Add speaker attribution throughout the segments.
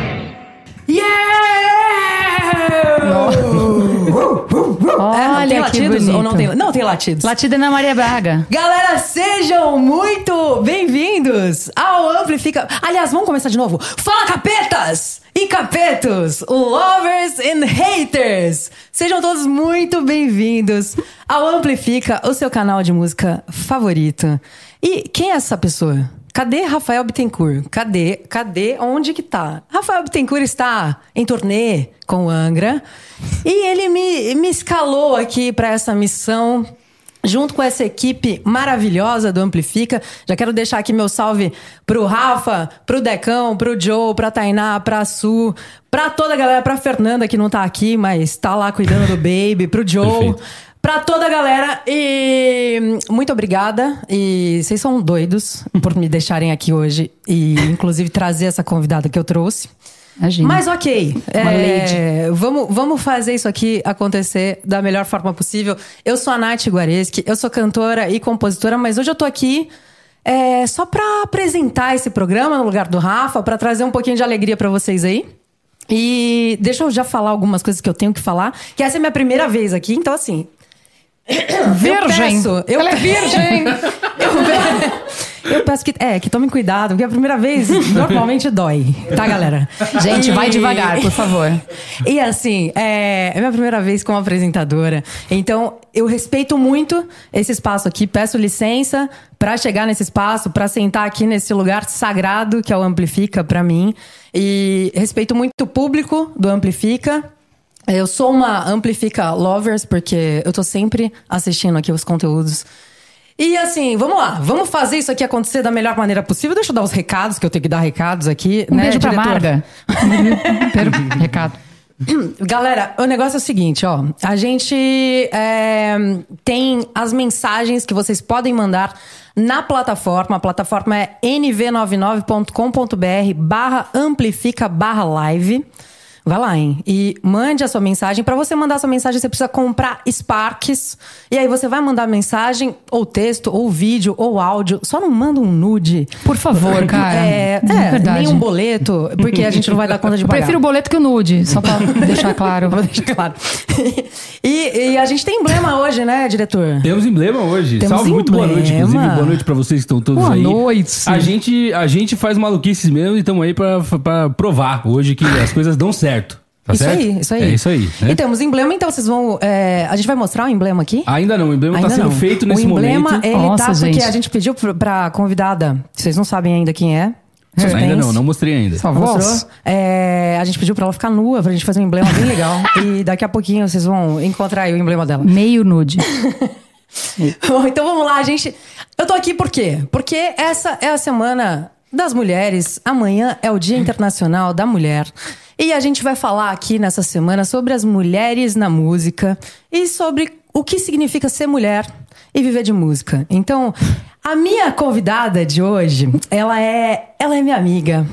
Speaker 1: É, Ah,
Speaker 2: é
Speaker 1: tem, não tem latidos.
Speaker 2: Latida na Maria Braga.
Speaker 1: Galera, sejam muito bem-vindos ao Amplifica. Aliás, vamos começar de novo. Fala capetas e capetos, lovers and haters. Sejam todos muito bem-vindos ao Amplifica, o seu canal de música favorito. E quem é essa pessoa? Cadê Rafael Bittencourt? Cadê? Cadê? Onde que tá? Rafael Bittencourt está em turnê com o Angra. E ele me, me escalou aqui para essa missão junto com essa equipe maravilhosa do Amplifica. Já quero deixar aqui meu salve pro Rafa, pro Decão, pro Joe, pra Tainá, pra Su, pra toda a galera, pra Fernanda que não tá aqui, mas tá lá cuidando do baby, pro Joe.
Speaker 3: Perfeito.
Speaker 1: Pra toda a galera e muito obrigada. E vocês são doidos por me deixarem aqui hoje e inclusive trazer essa convidada que eu trouxe.
Speaker 2: Imagina.
Speaker 1: Mas ok.
Speaker 2: Uma
Speaker 1: é, Vamos, vamos fazer isso aqui acontecer da melhor forma possível. Eu sou a Nath Guareschi, eu sou cantora e compositora, mas hoje eu tô aqui é, só pra apresentar esse programa no lugar do Rafa, pra trazer um pouquinho de alegria pra vocês aí. E deixa eu já falar algumas coisas que eu tenho que falar, que essa é minha primeira vez aqui, então assim.
Speaker 2: Virgem.
Speaker 1: Eu peço, eu
Speaker 2: Ela é virgem.
Speaker 1: eu peço que. É, que tomem cuidado, porque a primeira vez normalmente dói, tá, galera?
Speaker 2: Gente, vai
Speaker 1: E-
Speaker 2: devagar, por favor.
Speaker 1: E assim, é, é minha primeira vez como apresentadora. Então, eu respeito muito esse espaço aqui. Peço licença pra chegar nesse espaço, pra sentar aqui nesse lugar sagrado que é o Amplifica pra mim. E respeito muito o público do Amplifica. Eu sou uma Amplifica Lovers, porque eu tô sempre assistindo aqui os conteúdos. E assim, vamos lá, vamos fazer isso aqui acontecer da melhor maneira possível. Deixa eu dar os recados, que eu tenho que dar recados aqui.
Speaker 2: Um
Speaker 1: né,
Speaker 2: beijo pra
Speaker 1: diretor?
Speaker 2: Marga. um Per... Recado.
Speaker 1: Galera, o negócio é o seguinte, ó. A gente é, tem as mensagens que vocês podem mandar na plataforma. A plataforma é nv99.com.br barra amplifica barra live. Vai lá, hein? E mande a sua mensagem. Pra você mandar a sua mensagem, você precisa comprar Sparks. E aí você vai mandar mensagem, ou texto, ou vídeo, ou áudio. Só não manda um nude.
Speaker 2: Por favor, cara.
Speaker 1: É,
Speaker 2: De
Speaker 1: é
Speaker 2: verdade.
Speaker 1: nem um boleto, porque a gente não vai dar conta de
Speaker 2: Eu
Speaker 1: pagar.
Speaker 2: prefiro o boleto que o nude, só pra deixar claro.
Speaker 1: Vou deixar claro. E, e a gente tem emblema hoje, né, diretor?
Speaker 3: Temos emblema hoje.
Speaker 1: Temos
Speaker 3: Salve, muito boa noite,
Speaker 1: emblema.
Speaker 3: inclusive. Boa noite pra vocês que estão todos
Speaker 2: Boa
Speaker 3: aí.
Speaker 2: noite.
Speaker 3: A gente, a gente faz maluquices mesmo e estamos aí pra, pra provar hoje que as coisas dão certo. Tá
Speaker 1: isso
Speaker 3: certo?
Speaker 1: aí, isso aí.
Speaker 3: É isso aí. né?
Speaker 1: E temos emblema, então vocês vão. é, a gente vai mostrar o emblema aqui?
Speaker 3: Ainda não, o emblema
Speaker 1: Ainda
Speaker 3: tá sendo
Speaker 1: não.
Speaker 3: feito nesse
Speaker 1: O emblema,
Speaker 3: momento.
Speaker 1: ele
Speaker 2: Nossa,
Speaker 1: tá porque
Speaker 2: gente.
Speaker 1: a gente pediu pra, pra convidada, vocês não sabem ainda quem é. Suspense.
Speaker 3: Ainda não, não mostrei ainda.
Speaker 2: Só voz.
Speaker 1: Mostrou. É, a gente pediu pra ela ficar nua, pra gente fazer um emblema bem legal. e daqui a pouquinho vocês vão encontrar aí o emblema dela.
Speaker 2: Meio nude.
Speaker 1: Bom, então vamos lá, gente. Eu tô aqui por quê? Porque essa é a semana das mulheres. Amanhã é o Dia Internacional da Mulher. E a gente vai falar aqui nessa semana sobre as mulheres na música e sobre o que significa ser mulher e viver de música. Então, a minha convidada de hoje, ela é, ela é minha amiga.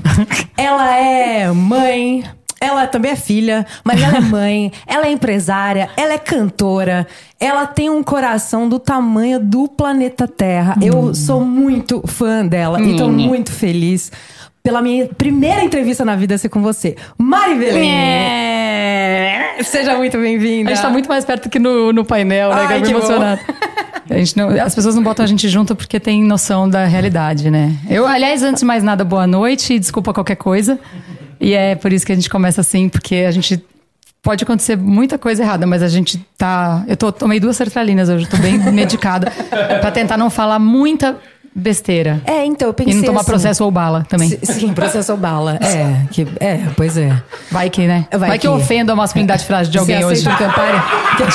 Speaker 1: Ela é mãe, ela também é filha, mas ela é mãe, ela é empresária, ela é cantora, ela tem um coração do tamanho do planeta Terra. Eu
Speaker 2: Hum.
Speaker 1: sou muito fã dela e tô muito feliz pela minha primeira entrevista na vida ser com você. Mari Belém! Seja muito bem-vinda.
Speaker 2: A gente tá muito mais perto que no, no painel, né?
Speaker 1: Ai,
Speaker 2: Ai,
Speaker 1: que bom.
Speaker 2: emocionado. A gente não, as pessoas não botam a gente junto porque tem noção da realidade, né? Eu, aliás, antes de mais nada, boa noite e desculpa qualquer coisa. E é por isso que a gente começa assim, porque a gente pode acontecer muita coisa errada, mas a gente tá. Eu tô, tomei duas sertralinas hoje, eu tô bem medicada pra tentar não falar muita besteira.
Speaker 1: É, então, eu pensei
Speaker 2: E não tomar
Speaker 1: assim,
Speaker 2: processo ou bala também.
Speaker 1: se- Sim, processo ou bala. É, que, é, pois é.
Speaker 2: Vai que, né?
Speaker 1: Vai
Speaker 2: Vai, que,
Speaker 1: que-
Speaker 2: eu ofendo a masculinidade frágil de alguém
Speaker 1: Você
Speaker 2: hoje.
Speaker 1: aceita Campari? é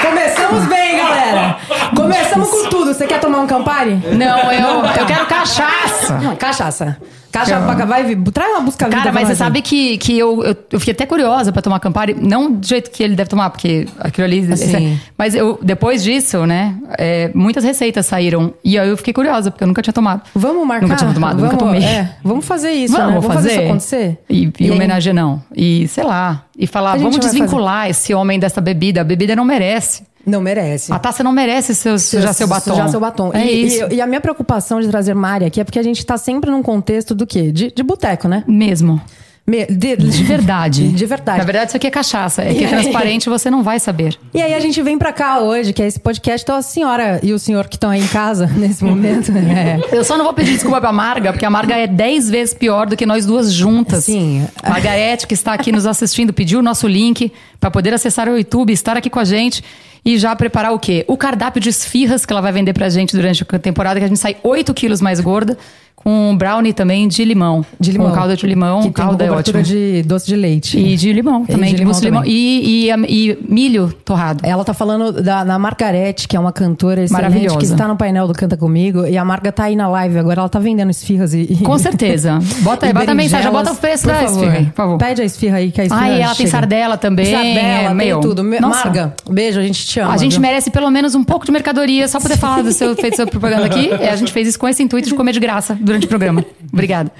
Speaker 1: Começamos bem, galera. Começamos com tudo. Você quer tomar um Campari?
Speaker 2: Não, eu, eu quero cachaça.
Speaker 1: Não, cachaça. Cachaça, pra- vai, vir- traz uma busca
Speaker 2: Cara, mas você sabe que, que eu, eu, eu fiquei até curiosa pra tomar Campari. Não do jeito que ele deve tomar, porque aquilo ali... é
Speaker 1: Assim.
Speaker 2: Mas eu, depois disso, né, é, muitas receitas saíram. E aí eu fiquei curiosa, porque eu nunca tinha tomado.
Speaker 1: Vamos marcar.
Speaker 2: Nunca tinha tomado, nunca tomei.
Speaker 1: é, vamos fazer isso, né?
Speaker 2: vamos fazer.
Speaker 1: isso acontecer.
Speaker 2: E, e,
Speaker 1: aí-
Speaker 2: homenagear não. E sei lá. E
Speaker 1: A
Speaker 2: falar,
Speaker 1: gente
Speaker 2: vamos
Speaker 1: vai
Speaker 2: desvincular esse homem dessa bebida. A bebida não merece.
Speaker 1: Não merece.
Speaker 2: A taça não merece seu, sujar Ah, seu batom.
Speaker 1: Já É. seu batom.
Speaker 2: É
Speaker 1: e,
Speaker 2: isso.
Speaker 1: E, e a minha preocupação de trazer Mari aqui é porque a gente tá sempre num contexto do quê? De, de boteco, né?
Speaker 2: Mesmo.
Speaker 1: Me- de-
Speaker 2: De verdade.
Speaker 1: De verdade.
Speaker 2: Na verdade, isso aqui é cachaça. É
Speaker 1: E
Speaker 2: que é
Speaker 1: aí?
Speaker 2: transparente, você não vai saber.
Speaker 1: E aí a gente vem pra cá hoje, que é esse podcast. Então a senhora e o senhor que estão aí em casa nesse momento. É.
Speaker 2: Eu só não vou pedir desculpa pra Marga, porque a Marga é 10 vezes pior do que nós duas juntas.
Speaker 1: Sim.
Speaker 2: Margarete, que está aqui nos assistindo, pediu o nosso link para poder acessar o YouTube, estar aqui com a gente e já preparar o quê? O cardápio de esfirras que ela vai vender pra gente durante a temporada, que a gente sai 8 quilos mais gorda, com um brownie também de limão.
Speaker 1: De limão.
Speaker 2: Com calda de limão,
Speaker 1: que
Speaker 2: calda
Speaker 1: tem
Speaker 2: é
Speaker 1: cobertura
Speaker 2: ótimo.
Speaker 1: de doce de leite.
Speaker 2: E de limão
Speaker 1: de
Speaker 2: também, de,
Speaker 1: limão
Speaker 2: mousse de limão.
Speaker 1: também.
Speaker 2: E, e, e milho torrado.
Speaker 1: Ela tá falando da, da Margarete, que é uma cantora excelente,
Speaker 2: Maravilhosa.
Speaker 1: que está no painel do Canta Comigo. E a Marga tá aí na live agora, ela tá vendendo esfirras e. e-
Speaker 2: Com certeza. Bota aí,
Speaker 1: e
Speaker 2: bota a mensagem,
Speaker 1: berinjelas.
Speaker 2: bota o preço
Speaker 1: Por
Speaker 2: da
Speaker 1: favor.
Speaker 2: esfirra aí, por favor.
Speaker 1: Pede a esfirra aí, que a esfirra
Speaker 2: Ah, e ela tem
Speaker 1: chega.
Speaker 2: sardela também. é,
Speaker 1: Sardela,
Speaker 2: meu.
Speaker 1: tem tudo. Me-
Speaker 2: Nossa,
Speaker 1: Marga, beijo, a gente te ama.
Speaker 2: A gente
Speaker 1: viu?
Speaker 2: merece pelo menos um pouco de mercadoria, só poder falar do seu feito sua propaganda aqui. É, A gente fez isso com esse intuito de comer de graça durante o programa. Obrigada.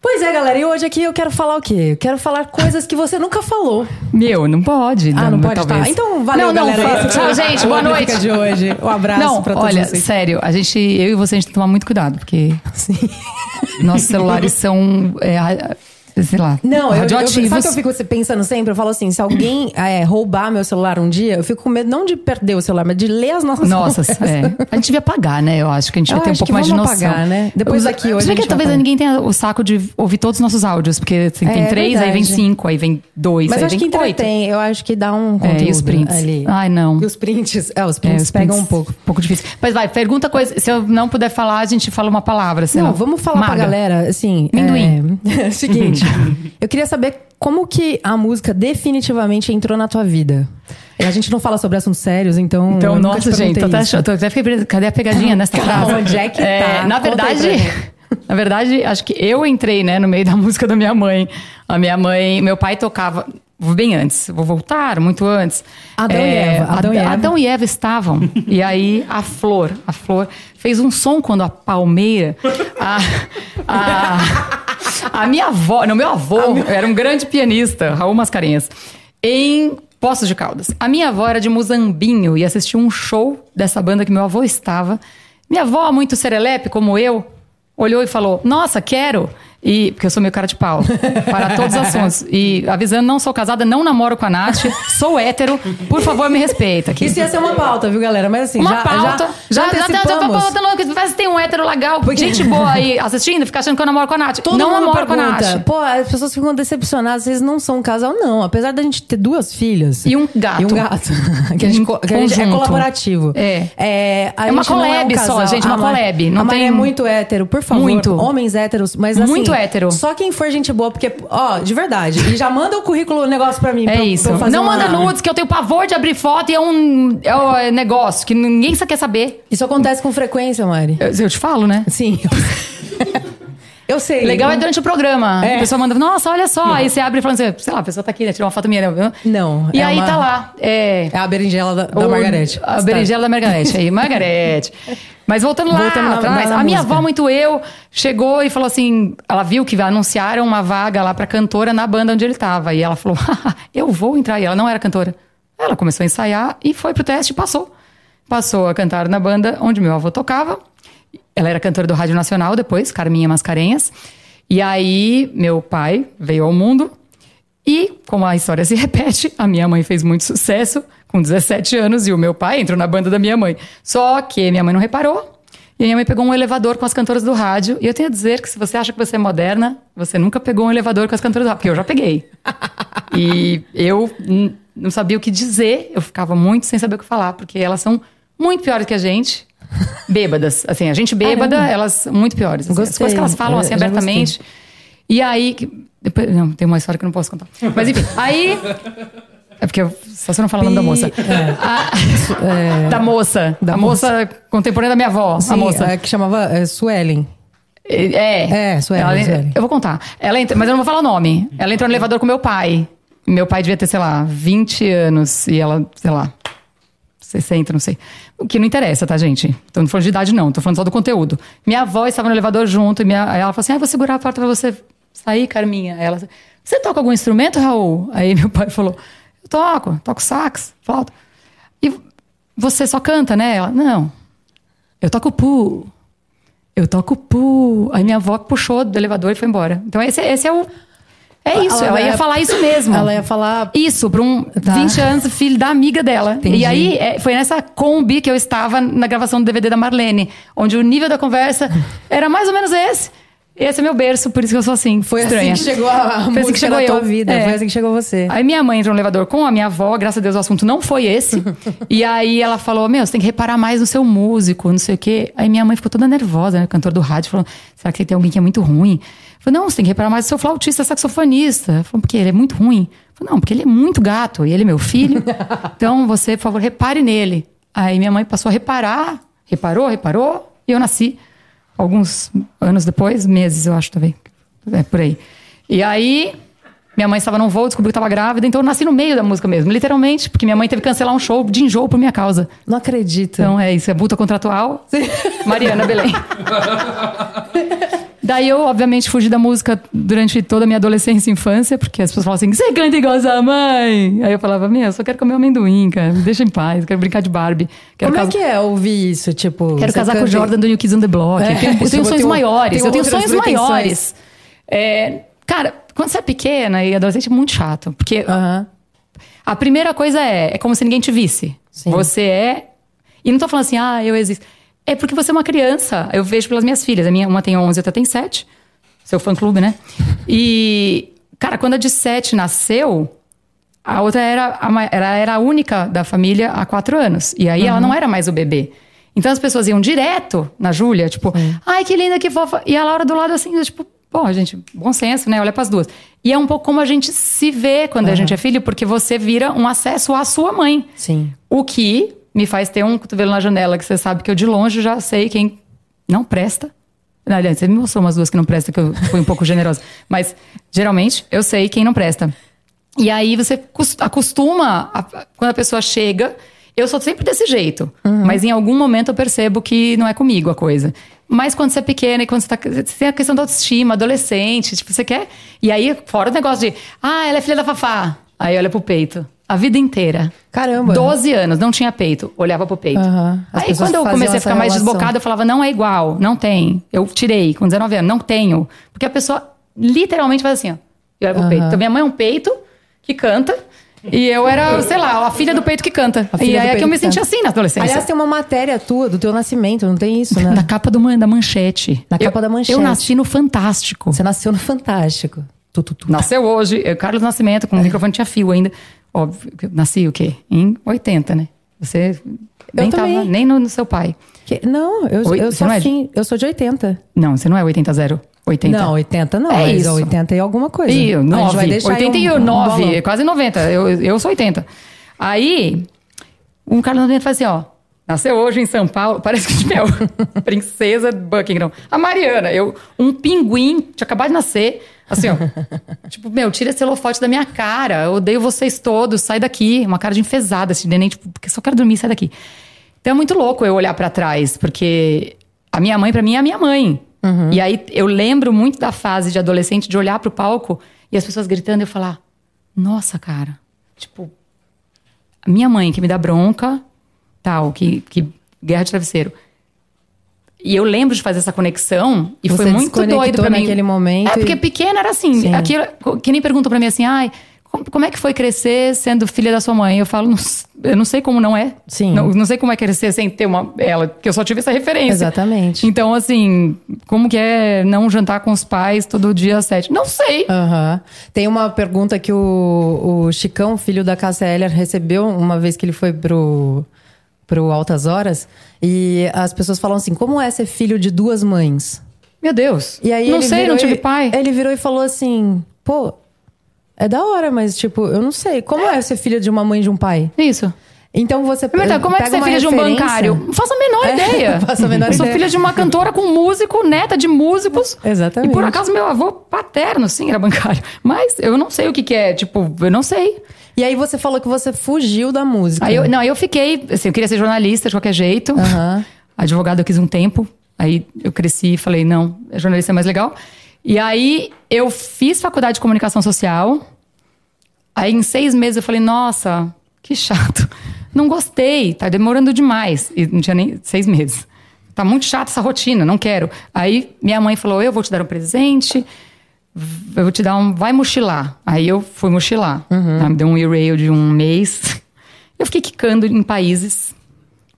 Speaker 1: Pois é, galera, e hoje aqui eu quero falar o quê? Eu quero falar coisas que você nunca falou.
Speaker 2: Meu, não pode.
Speaker 1: Ah, não
Speaker 2: Dama,
Speaker 1: pode
Speaker 2: talvez.
Speaker 1: tá. Então, valeu,
Speaker 2: não, não,
Speaker 1: galera.
Speaker 2: fa-
Speaker 1: Esse foi
Speaker 2: Tchau,
Speaker 1: o-
Speaker 2: gente.
Speaker 1: o
Speaker 2: Boa
Speaker 1: Amplifica
Speaker 2: noite.
Speaker 1: de hoje. Um abraço
Speaker 2: Não,
Speaker 1: pra todos
Speaker 2: olha,
Speaker 1: vocês.
Speaker 2: sério, a gente, eu e você, a gente tem que tomar muito cuidado, porque
Speaker 1: Sim.
Speaker 2: nossos celulares são, é, ra- sei lá,
Speaker 1: Não, eu, eu,
Speaker 2: radioativos.
Speaker 1: sabe que eu fico se- pensando sempre? Eu falo assim, se alguém é, roubar meu celular um dia, eu fico com medo não de perder o celular, mas de ler as nossas
Speaker 2: Nossas,
Speaker 1: conversas.
Speaker 2: é. A gente devia pagar, né? Eu acho que a gente
Speaker 1: Eu
Speaker 2: ia ter um
Speaker 1: acho que
Speaker 2: pouco mais de
Speaker 1: vamos
Speaker 2: noção.
Speaker 1: apagar, né? Depois
Speaker 2: Os-
Speaker 1: daqui hoje
Speaker 2: Se
Speaker 1: a
Speaker 2: bem que
Speaker 1: gente vai
Speaker 2: talvez
Speaker 1: apagar.
Speaker 2: ninguém tenha o saco de ouvir todos os nossos áudios, porque tem, tem
Speaker 1: É,
Speaker 2: três, aí vem
Speaker 1: verdade.
Speaker 2: cinco, aí vem dois,
Speaker 1: Mas
Speaker 2: aí
Speaker 1: eu acho
Speaker 2: vem
Speaker 1: que
Speaker 2: oito.
Speaker 1: entretém, eu acho que dá um conteúdo
Speaker 2: É, e os prints.
Speaker 1: ali.
Speaker 2: Ai, não.
Speaker 1: E os prints, é, os
Speaker 2: É,
Speaker 1: prints
Speaker 2: os
Speaker 1: pegam
Speaker 2: prints,
Speaker 1: um pouco.
Speaker 2: pouco difícil. Mas vai, pergunta coisa. Se eu não puder falar, a gente fala uma palavra. sei
Speaker 1: Não,
Speaker 2: lá.
Speaker 1: vamos falar pra
Speaker 2: Então, Maga.
Speaker 1: galera, assim...
Speaker 2: Minduim.
Speaker 1: É, seguinte, eu queria saber como que a música definitivamente entrou na tua vida. E A gente não fala sobre assuntos sérios, então... eu
Speaker 2: Então,
Speaker 1: nunca
Speaker 2: nossa,
Speaker 1: te
Speaker 2: gente,
Speaker 1: perguntei
Speaker 2: tô até,
Speaker 1: isso.
Speaker 2: achando- tô até fiquei presa. Cadê a pegadinha nessa frase?
Speaker 1: Onde é que tá?
Speaker 2: na
Speaker 1: Conta aí
Speaker 2: verdade, na verdade, acho que eu entrei, né, no meio da música da minha mãe. A minha mãe, meu pai tocava bem antes, vou voltar, muito antes. É,
Speaker 1: Adão e Eva, Adão e
Speaker 2: Ad-
Speaker 1: Eva.
Speaker 2: Adão e Eva estavam. e aí a flor, a flor fez um som quando a palmeira, a, a, a minha avó, não, meu avô era um grande pianista, Raul Mascarenhas, em Poços de Caldas. A minha avó era de Muzambinho e assistiu um show dessa banda que meu avô estava. Minha avó, muito serelepe como eu, olhou e falou: Nossa, quero! E, porque eu sou meio cara de pau, para todos os assuntos. E avisando, não sou casada, não namoro com a Nath, sou hétero, por favor me respeita. aqui.
Speaker 1: Isso ia ser uma pauta, viu, galera? Mas assim,
Speaker 2: Uma
Speaker 1: já,
Speaker 2: pauta.
Speaker 1: já,
Speaker 2: Já, já, já, já, já
Speaker 1: antecipamos.
Speaker 2: pauta louca. Se tivesse tem um hétero legal, gente boa aí assistindo, fica achando que eu namoro com a Nath.
Speaker 1: Todo
Speaker 2: não
Speaker 1: mundo
Speaker 2: namoro com a
Speaker 1: pergunta,
Speaker 2: Nath.
Speaker 1: pô, as pessoas ficam decepcionadas, vocês não são um casal, não. Apesar da gente ter duas filhas.
Speaker 2: E um gato.
Speaker 1: E um gato. que a gente,
Speaker 2: Em
Speaker 1: co- que a gente é
Speaker 2: conjunto.
Speaker 1: colaborativo.
Speaker 2: É.
Speaker 1: É, a
Speaker 2: É uma
Speaker 1: gente não
Speaker 2: collab
Speaker 1: um
Speaker 2: só,
Speaker 1: casal.
Speaker 2: gente, uma
Speaker 1: A Mar-
Speaker 2: collab, não
Speaker 1: a Maria
Speaker 2: tem-
Speaker 1: é muito hétero, por favor.
Speaker 2: Muito.
Speaker 1: Homens héteros, mas assim.
Speaker 2: Muito hétero.
Speaker 1: Só quem for gente boa, porque, ó, de verdade. E já manda o currículo, o negócio pra mim. pra
Speaker 2: É
Speaker 1: eu- pra
Speaker 2: isso.
Speaker 1: eu Então, fazer
Speaker 2: Não
Speaker 1: uma-
Speaker 2: manda nudes, que eu tenho pavor de abrir foto e é um, é um é negócio que ninguém só quer saber.
Speaker 1: Isso acontece com frequência, Mari.
Speaker 2: Eu, eu te falo, né?
Speaker 1: Sim. eu sei.
Speaker 2: Legal é durante o programa.
Speaker 1: É.
Speaker 2: A pessoa manda, nossa, olha só. Aí você abre e fala assim, sei lá, a pessoa tá aqui, né? Tirou uma foto minha. né?
Speaker 1: Não,
Speaker 2: E
Speaker 1: é
Speaker 2: aí
Speaker 1: uma-
Speaker 2: tá lá. É,
Speaker 1: É a berinjela da, da
Speaker 2: O-
Speaker 1: Margarete.
Speaker 2: A berinjela da Margarete aí, Margarete. Mas voltando lá
Speaker 1: Voltando na-
Speaker 2: atrás,
Speaker 1: na- na
Speaker 2: a minha
Speaker 1: música.
Speaker 2: avó, muito eu, chegou e falou assim: ela viu que anunciaram uma vaga lá pra cantora na banda onde ele tava. E ela falou: "Haha, eu vou entrar. E ela não era cantora. Ela começou a ensaiar e foi pro teste e passou. Passou a cantar na banda onde meu avô tocava. Ela era cantora do Rádio Nacional depois, Carminha Mascarenhas. E aí, meu pai veio ao mundo e, como a história se repete, a minha mãe fez muito sucesso com 17 anos e o meu pai entrou na banda da minha mãe. Só que minha mãe não reparou. E a minha mãe pegou um elevador com as cantoras do rádio. E eu tenho a dizer que se você acha que você é moderna, você nunca pegou um elevador com as cantoras do rádio, porque eu já peguei. E eu hum, não sabia o que dizer, eu ficava muito sem saber o que falar, porque elas são muito piores que a gente. Bêbadas. Assim, a gente bêbada, elas muito piores. Assim, as
Speaker 1: Gostei.
Speaker 2: coisas que elas falam
Speaker 1: Eu
Speaker 2: assim
Speaker 1: já gostei.
Speaker 2: abertamente. E aí. que- depois- não, tem uma história que eu não posso contar. Mas enfim, aí. É porque eu, só se eu não falar o nome da moça.
Speaker 1: É,
Speaker 2: A- da moça. Da moça, contemporânea da minha avó. a
Speaker 1: Sim,
Speaker 2: moça.
Speaker 1: é, que chamava é, Suelen.
Speaker 2: É.
Speaker 1: É, Sueli,
Speaker 2: Ela-
Speaker 1: Sueli.
Speaker 2: Eu vou contar. Ela entra, mas eu não vou falar o nome. Ela entrou no elevador com meu pai. Meu pai devia ter, sei lá, 20 anos. E ela, sei lá, 60, não sei. O que não interessa, tá, gente? Tô não falando de idade, não. Tô falando só do conteúdo. Minha avó estava no elevador junto. E minha, aí ela falou assim, ah, eu vou segurar a porta pra você sair, Carminha. Aí ela, você toca algum instrumento, Raul? Aí meu pai falou, eu toco. Toco sax, flauta. E você só canta, né? Ela, não. Eu toco pu. Eu toco pu. Aí minha avó puxou do elevador e foi embora. Então esse, esse é o. É isso, ela,
Speaker 1: Ela
Speaker 2: ia
Speaker 1: é-
Speaker 2: falar isso mesmo.
Speaker 1: Ela ia falar.
Speaker 2: Isso, para um
Speaker 1: Tá.
Speaker 2: 20 anos, filho da amiga dela.
Speaker 1: Entendi.
Speaker 2: E aí, é, foi nessa Kombi que eu estava na gravação do DVD da Marlene, onde o nível da conversa era mais ou menos esse. Esse é meu berço, por isso que eu sou assim.
Speaker 1: Foi
Speaker 2: estranha.
Speaker 1: assim que chegou a
Speaker 2: Foi assim que
Speaker 1: música
Speaker 2: chegou
Speaker 1: na
Speaker 2: eu.
Speaker 1: tua vida.
Speaker 2: É.
Speaker 1: Foi assim que chegou você.
Speaker 2: Aí minha mãe entrou no elevador com a minha avó, graças a Deus o assunto não foi esse. e aí ela falou: Meu, você tem que reparar mais no seu músico, não sei o quê. Aí minha mãe ficou toda nervosa, né? Cantor do rádio, falou: Será que tem alguém que é muito ruim? Eu Falei, não, você tem que reparar mais no seu flautista, saxofonista. Eu Falei, porque ele é muito ruim. Eu Falei, não, porque ele é muito gato e ele é meu filho. então você, por favor, repare nele. Aí minha mãe passou a reparar, reparou, reparou, e eu nasci. Alguns anos depois, meses, eu acho também. É por aí. E aí, minha mãe estava num voo, descobriu que estava grávida, então eu nasci no meio da música mesmo, literalmente, porque minha mãe teve que cancelar um show de enjoo por minha causa.
Speaker 1: Não acredito.
Speaker 2: Então é isso, é multa contratual. Mariana Belém. Daí eu, obviamente, fugi da música durante toda a minha adolescência e infância, porque as pessoas falavam assim, você canta igual sua mãe? Aí eu falava, minha, eu só quero comer um amendoim, cara, me deixa em paz, quero brincar de Barbie. Quero
Speaker 1: Como
Speaker 2: casar-
Speaker 1: é que é ouvir isso? Tipo.
Speaker 2: Quero
Speaker 1: você
Speaker 2: casar com o
Speaker 1: canta-
Speaker 2: Jordan do New Kids on the Block.
Speaker 1: É,
Speaker 2: Eu tenho- eu
Speaker 1: tipo,
Speaker 2: tenho
Speaker 1: eu
Speaker 2: sonhos
Speaker 1: tenho-
Speaker 2: maiores.
Speaker 1: tenho
Speaker 2: eu tenho
Speaker 1: outras
Speaker 2: sonhos
Speaker 1: pretensões.
Speaker 2: maiores. É, cara, quando você é pequena e adolescente é muito chato. Porque
Speaker 1: Aham.
Speaker 2: a primeira coisa é, é como se ninguém te visse.
Speaker 1: Sim.
Speaker 2: Você é. E não tô falando assim, ah, eu existo. É porque você é uma criança. Eu vejo pelas minhas filhas. A minha, uma tem 11, outra tem 7. Seu fã-clube, né? E, cara, quando a de 7 nasceu, a outra era a, ma- ela era a única da família há quatro anos. E aí ela
Speaker 1: Uhum.
Speaker 2: não era mais o bebê. Então as pessoas iam direto na Júlia, tipo, ai que linda, que fofa. E a Laura do lado assim, tipo, pô, gente, bom senso, né? Olha pras duas. E é um pouco como a gente se vê quando a gente é filho, porque você vira um acesso à sua mãe.
Speaker 1: Sim.
Speaker 2: O que me faz ter um cotovelo na janela, que você sabe que eu de longe já sei quem não presta. Aliás, você me mostrou umas duas que não presta, que eu fui um pouco generosa. Mas, geralmente, eu sei quem não presta. E aí você cos- acostuma, a- quando a pessoa chega, eu sou sempre desse jeito. Mas em algum momento eu percebo que não é comigo a coisa. Mas quando você é pequena e quando você, tá, você tem a questão da autoestima, adolescente, tipo, você quer. E aí, fora o negócio de, ah, ela é filha da Fafá. Aí olha pro peito. A vida inteira.
Speaker 1: Caramba.
Speaker 2: 12 anos, não tinha peito, olhava pro peito.
Speaker 1: Aham. As
Speaker 2: Aí
Speaker 1: pessoas
Speaker 2: quando eu
Speaker 1: faziam
Speaker 2: comecei a
Speaker 1: essa
Speaker 2: ficar mais
Speaker 1: relação.
Speaker 2: desbocada, eu falava, não é igual, não tem. Eu tirei com 19 anos, não tenho. Porque a pessoa literalmente faz assim, ó. E olha pro peito. Então minha mãe é um peito que canta, e eu era, sei lá, a filha do peito que canta.
Speaker 1: A filha
Speaker 2: E
Speaker 1: do
Speaker 2: aí é
Speaker 1: peito
Speaker 2: que eu me
Speaker 1: que
Speaker 2: senti
Speaker 1: canta.
Speaker 2: assim na adolescência.
Speaker 1: Aliás, tem uma matéria tua do teu nascimento, não tem isso,
Speaker 2: na
Speaker 1: né?
Speaker 2: capa do man- da manchete.
Speaker 1: Na
Speaker 2: Eu-
Speaker 1: capa da Manchete.
Speaker 2: Eu nasci no Fantástico.
Speaker 1: Você nasceu no Fantástico. Tu, tu, tu.
Speaker 2: Nasceu hoje, eu, Carlos Nascimento, com o microfone tinha fio ainda. Óbvio, que eu nasci o quê? Em 80, né? Você nem tava,
Speaker 1: também.
Speaker 2: nem no- no seu pai.
Speaker 1: Que- Não, eu,
Speaker 2: Oi,
Speaker 1: eu
Speaker 2: você
Speaker 1: sou
Speaker 2: não é de-
Speaker 1: assim. Eu sou de 80.
Speaker 2: Não, você não é 80 0. 80.
Speaker 1: Não, 80 não.
Speaker 2: É
Speaker 1: mas
Speaker 2: isso.
Speaker 1: 80 e alguma coisa.
Speaker 2: Ih,
Speaker 1: A gente vai
Speaker 2: 9.
Speaker 1: deixar aí um-
Speaker 2: 89,
Speaker 1: um bolão.
Speaker 2: quase 90. Eu, eu sou 80. Aí, um cara lá dentro fala assim, ó. Nasceu hoje em São Paulo, parece que de mel. Princesa Buckingham. A Mariana, eu, um pinguim, tinha acabado de nascer. Assim, ó. tipo, meu, tira esse holofote da minha cara. Eu odeio vocês todos, sai daqui. Uma cara de enfesada, esse neném, tipo, porque só quero dormir, sai daqui. Então é muito louco eu olhar pra trás, porque a minha mãe, pra mim, é a minha mãe. E aí eu lembro muito da fase de adolescente de olhar pro palco e as pessoas gritando e eu falar: Nossa, cara. Tipo, a minha mãe que me dá bronca, tal, que, que guerra de travesseiro. E eu lembro de fazer essa conexão e
Speaker 1: Você
Speaker 2: foi muito
Speaker 1: desconectou
Speaker 2: doido pra mim.
Speaker 1: naquele momento
Speaker 2: É, porque
Speaker 1: e-
Speaker 2: pequena era assim,
Speaker 1: Sim.
Speaker 2: aquilo, que nem perguntam pra mim assim, ai, como, como é que foi crescer sendo filha da sua mãe? Eu falo, "Não s- eu não sei como não é.
Speaker 1: Sim.
Speaker 2: Não, não sei como é crescer sem ter uma ela, que eu só tive essa referência.
Speaker 1: Exatamente.
Speaker 2: Então, assim, como que é não jantar com os pais todo dia às sete? Não sei.
Speaker 1: Aham. Tem uma pergunta que o, o Chicão, filho da Cássia Eller, recebeu uma vez que ele foi pro, pro Altas Horas. E as pessoas falam assim: como é ser filho de duas mães?
Speaker 2: Meu Deus.
Speaker 1: E aí
Speaker 2: não
Speaker 1: ele
Speaker 2: sei,
Speaker 1: virou
Speaker 2: não tive
Speaker 1: e- é
Speaker 2: pai.
Speaker 1: Ele virou e falou assim: pô, é da hora, mas tipo, eu não sei. Como é ser filha de uma mãe e de um pai?
Speaker 2: É Isso.
Speaker 1: Então você
Speaker 2: Mas tá, como é que
Speaker 1: pega
Speaker 2: você é
Speaker 1: uma
Speaker 2: filha de um
Speaker 1: referência-
Speaker 2: bancário? Não faço a menor
Speaker 1: É,
Speaker 2: ideia.
Speaker 1: não faço a menor
Speaker 2: Eu sou
Speaker 1: ideia.
Speaker 2: filha de uma cantora com músico, neta de músicos.
Speaker 1: Exatamente.
Speaker 2: E por acaso meu avô paterno, sim, era bancário. Mas eu não sei o que, que é, tipo, eu não sei.
Speaker 1: E aí você falou que você fugiu da música.
Speaker 2: Aí eu, não, aí eu fiquei, assim, eu queria ser jornalista de qualquer jeito.
Speaker 1: Tá. Aham.
Speaker 2: Advogado eu quis um tempo. Aí eu cresci e falei, não, jornalista é mais legal. E aí eu fiz faculdade de comunicação social. Aí em seis meses eu falei, nossa, que chato. Não gostei, tá demorando demais. E não tinha nem seis meses. Tá muito chata essa rotina, não quero. Aí minha mãe falou, eu vou te dar um presente. eu vou te dar um. Vai mochilar. Aí eu fui mochilar. Ela me deu um e-rail de um mês. Eu fiquei quicando em países.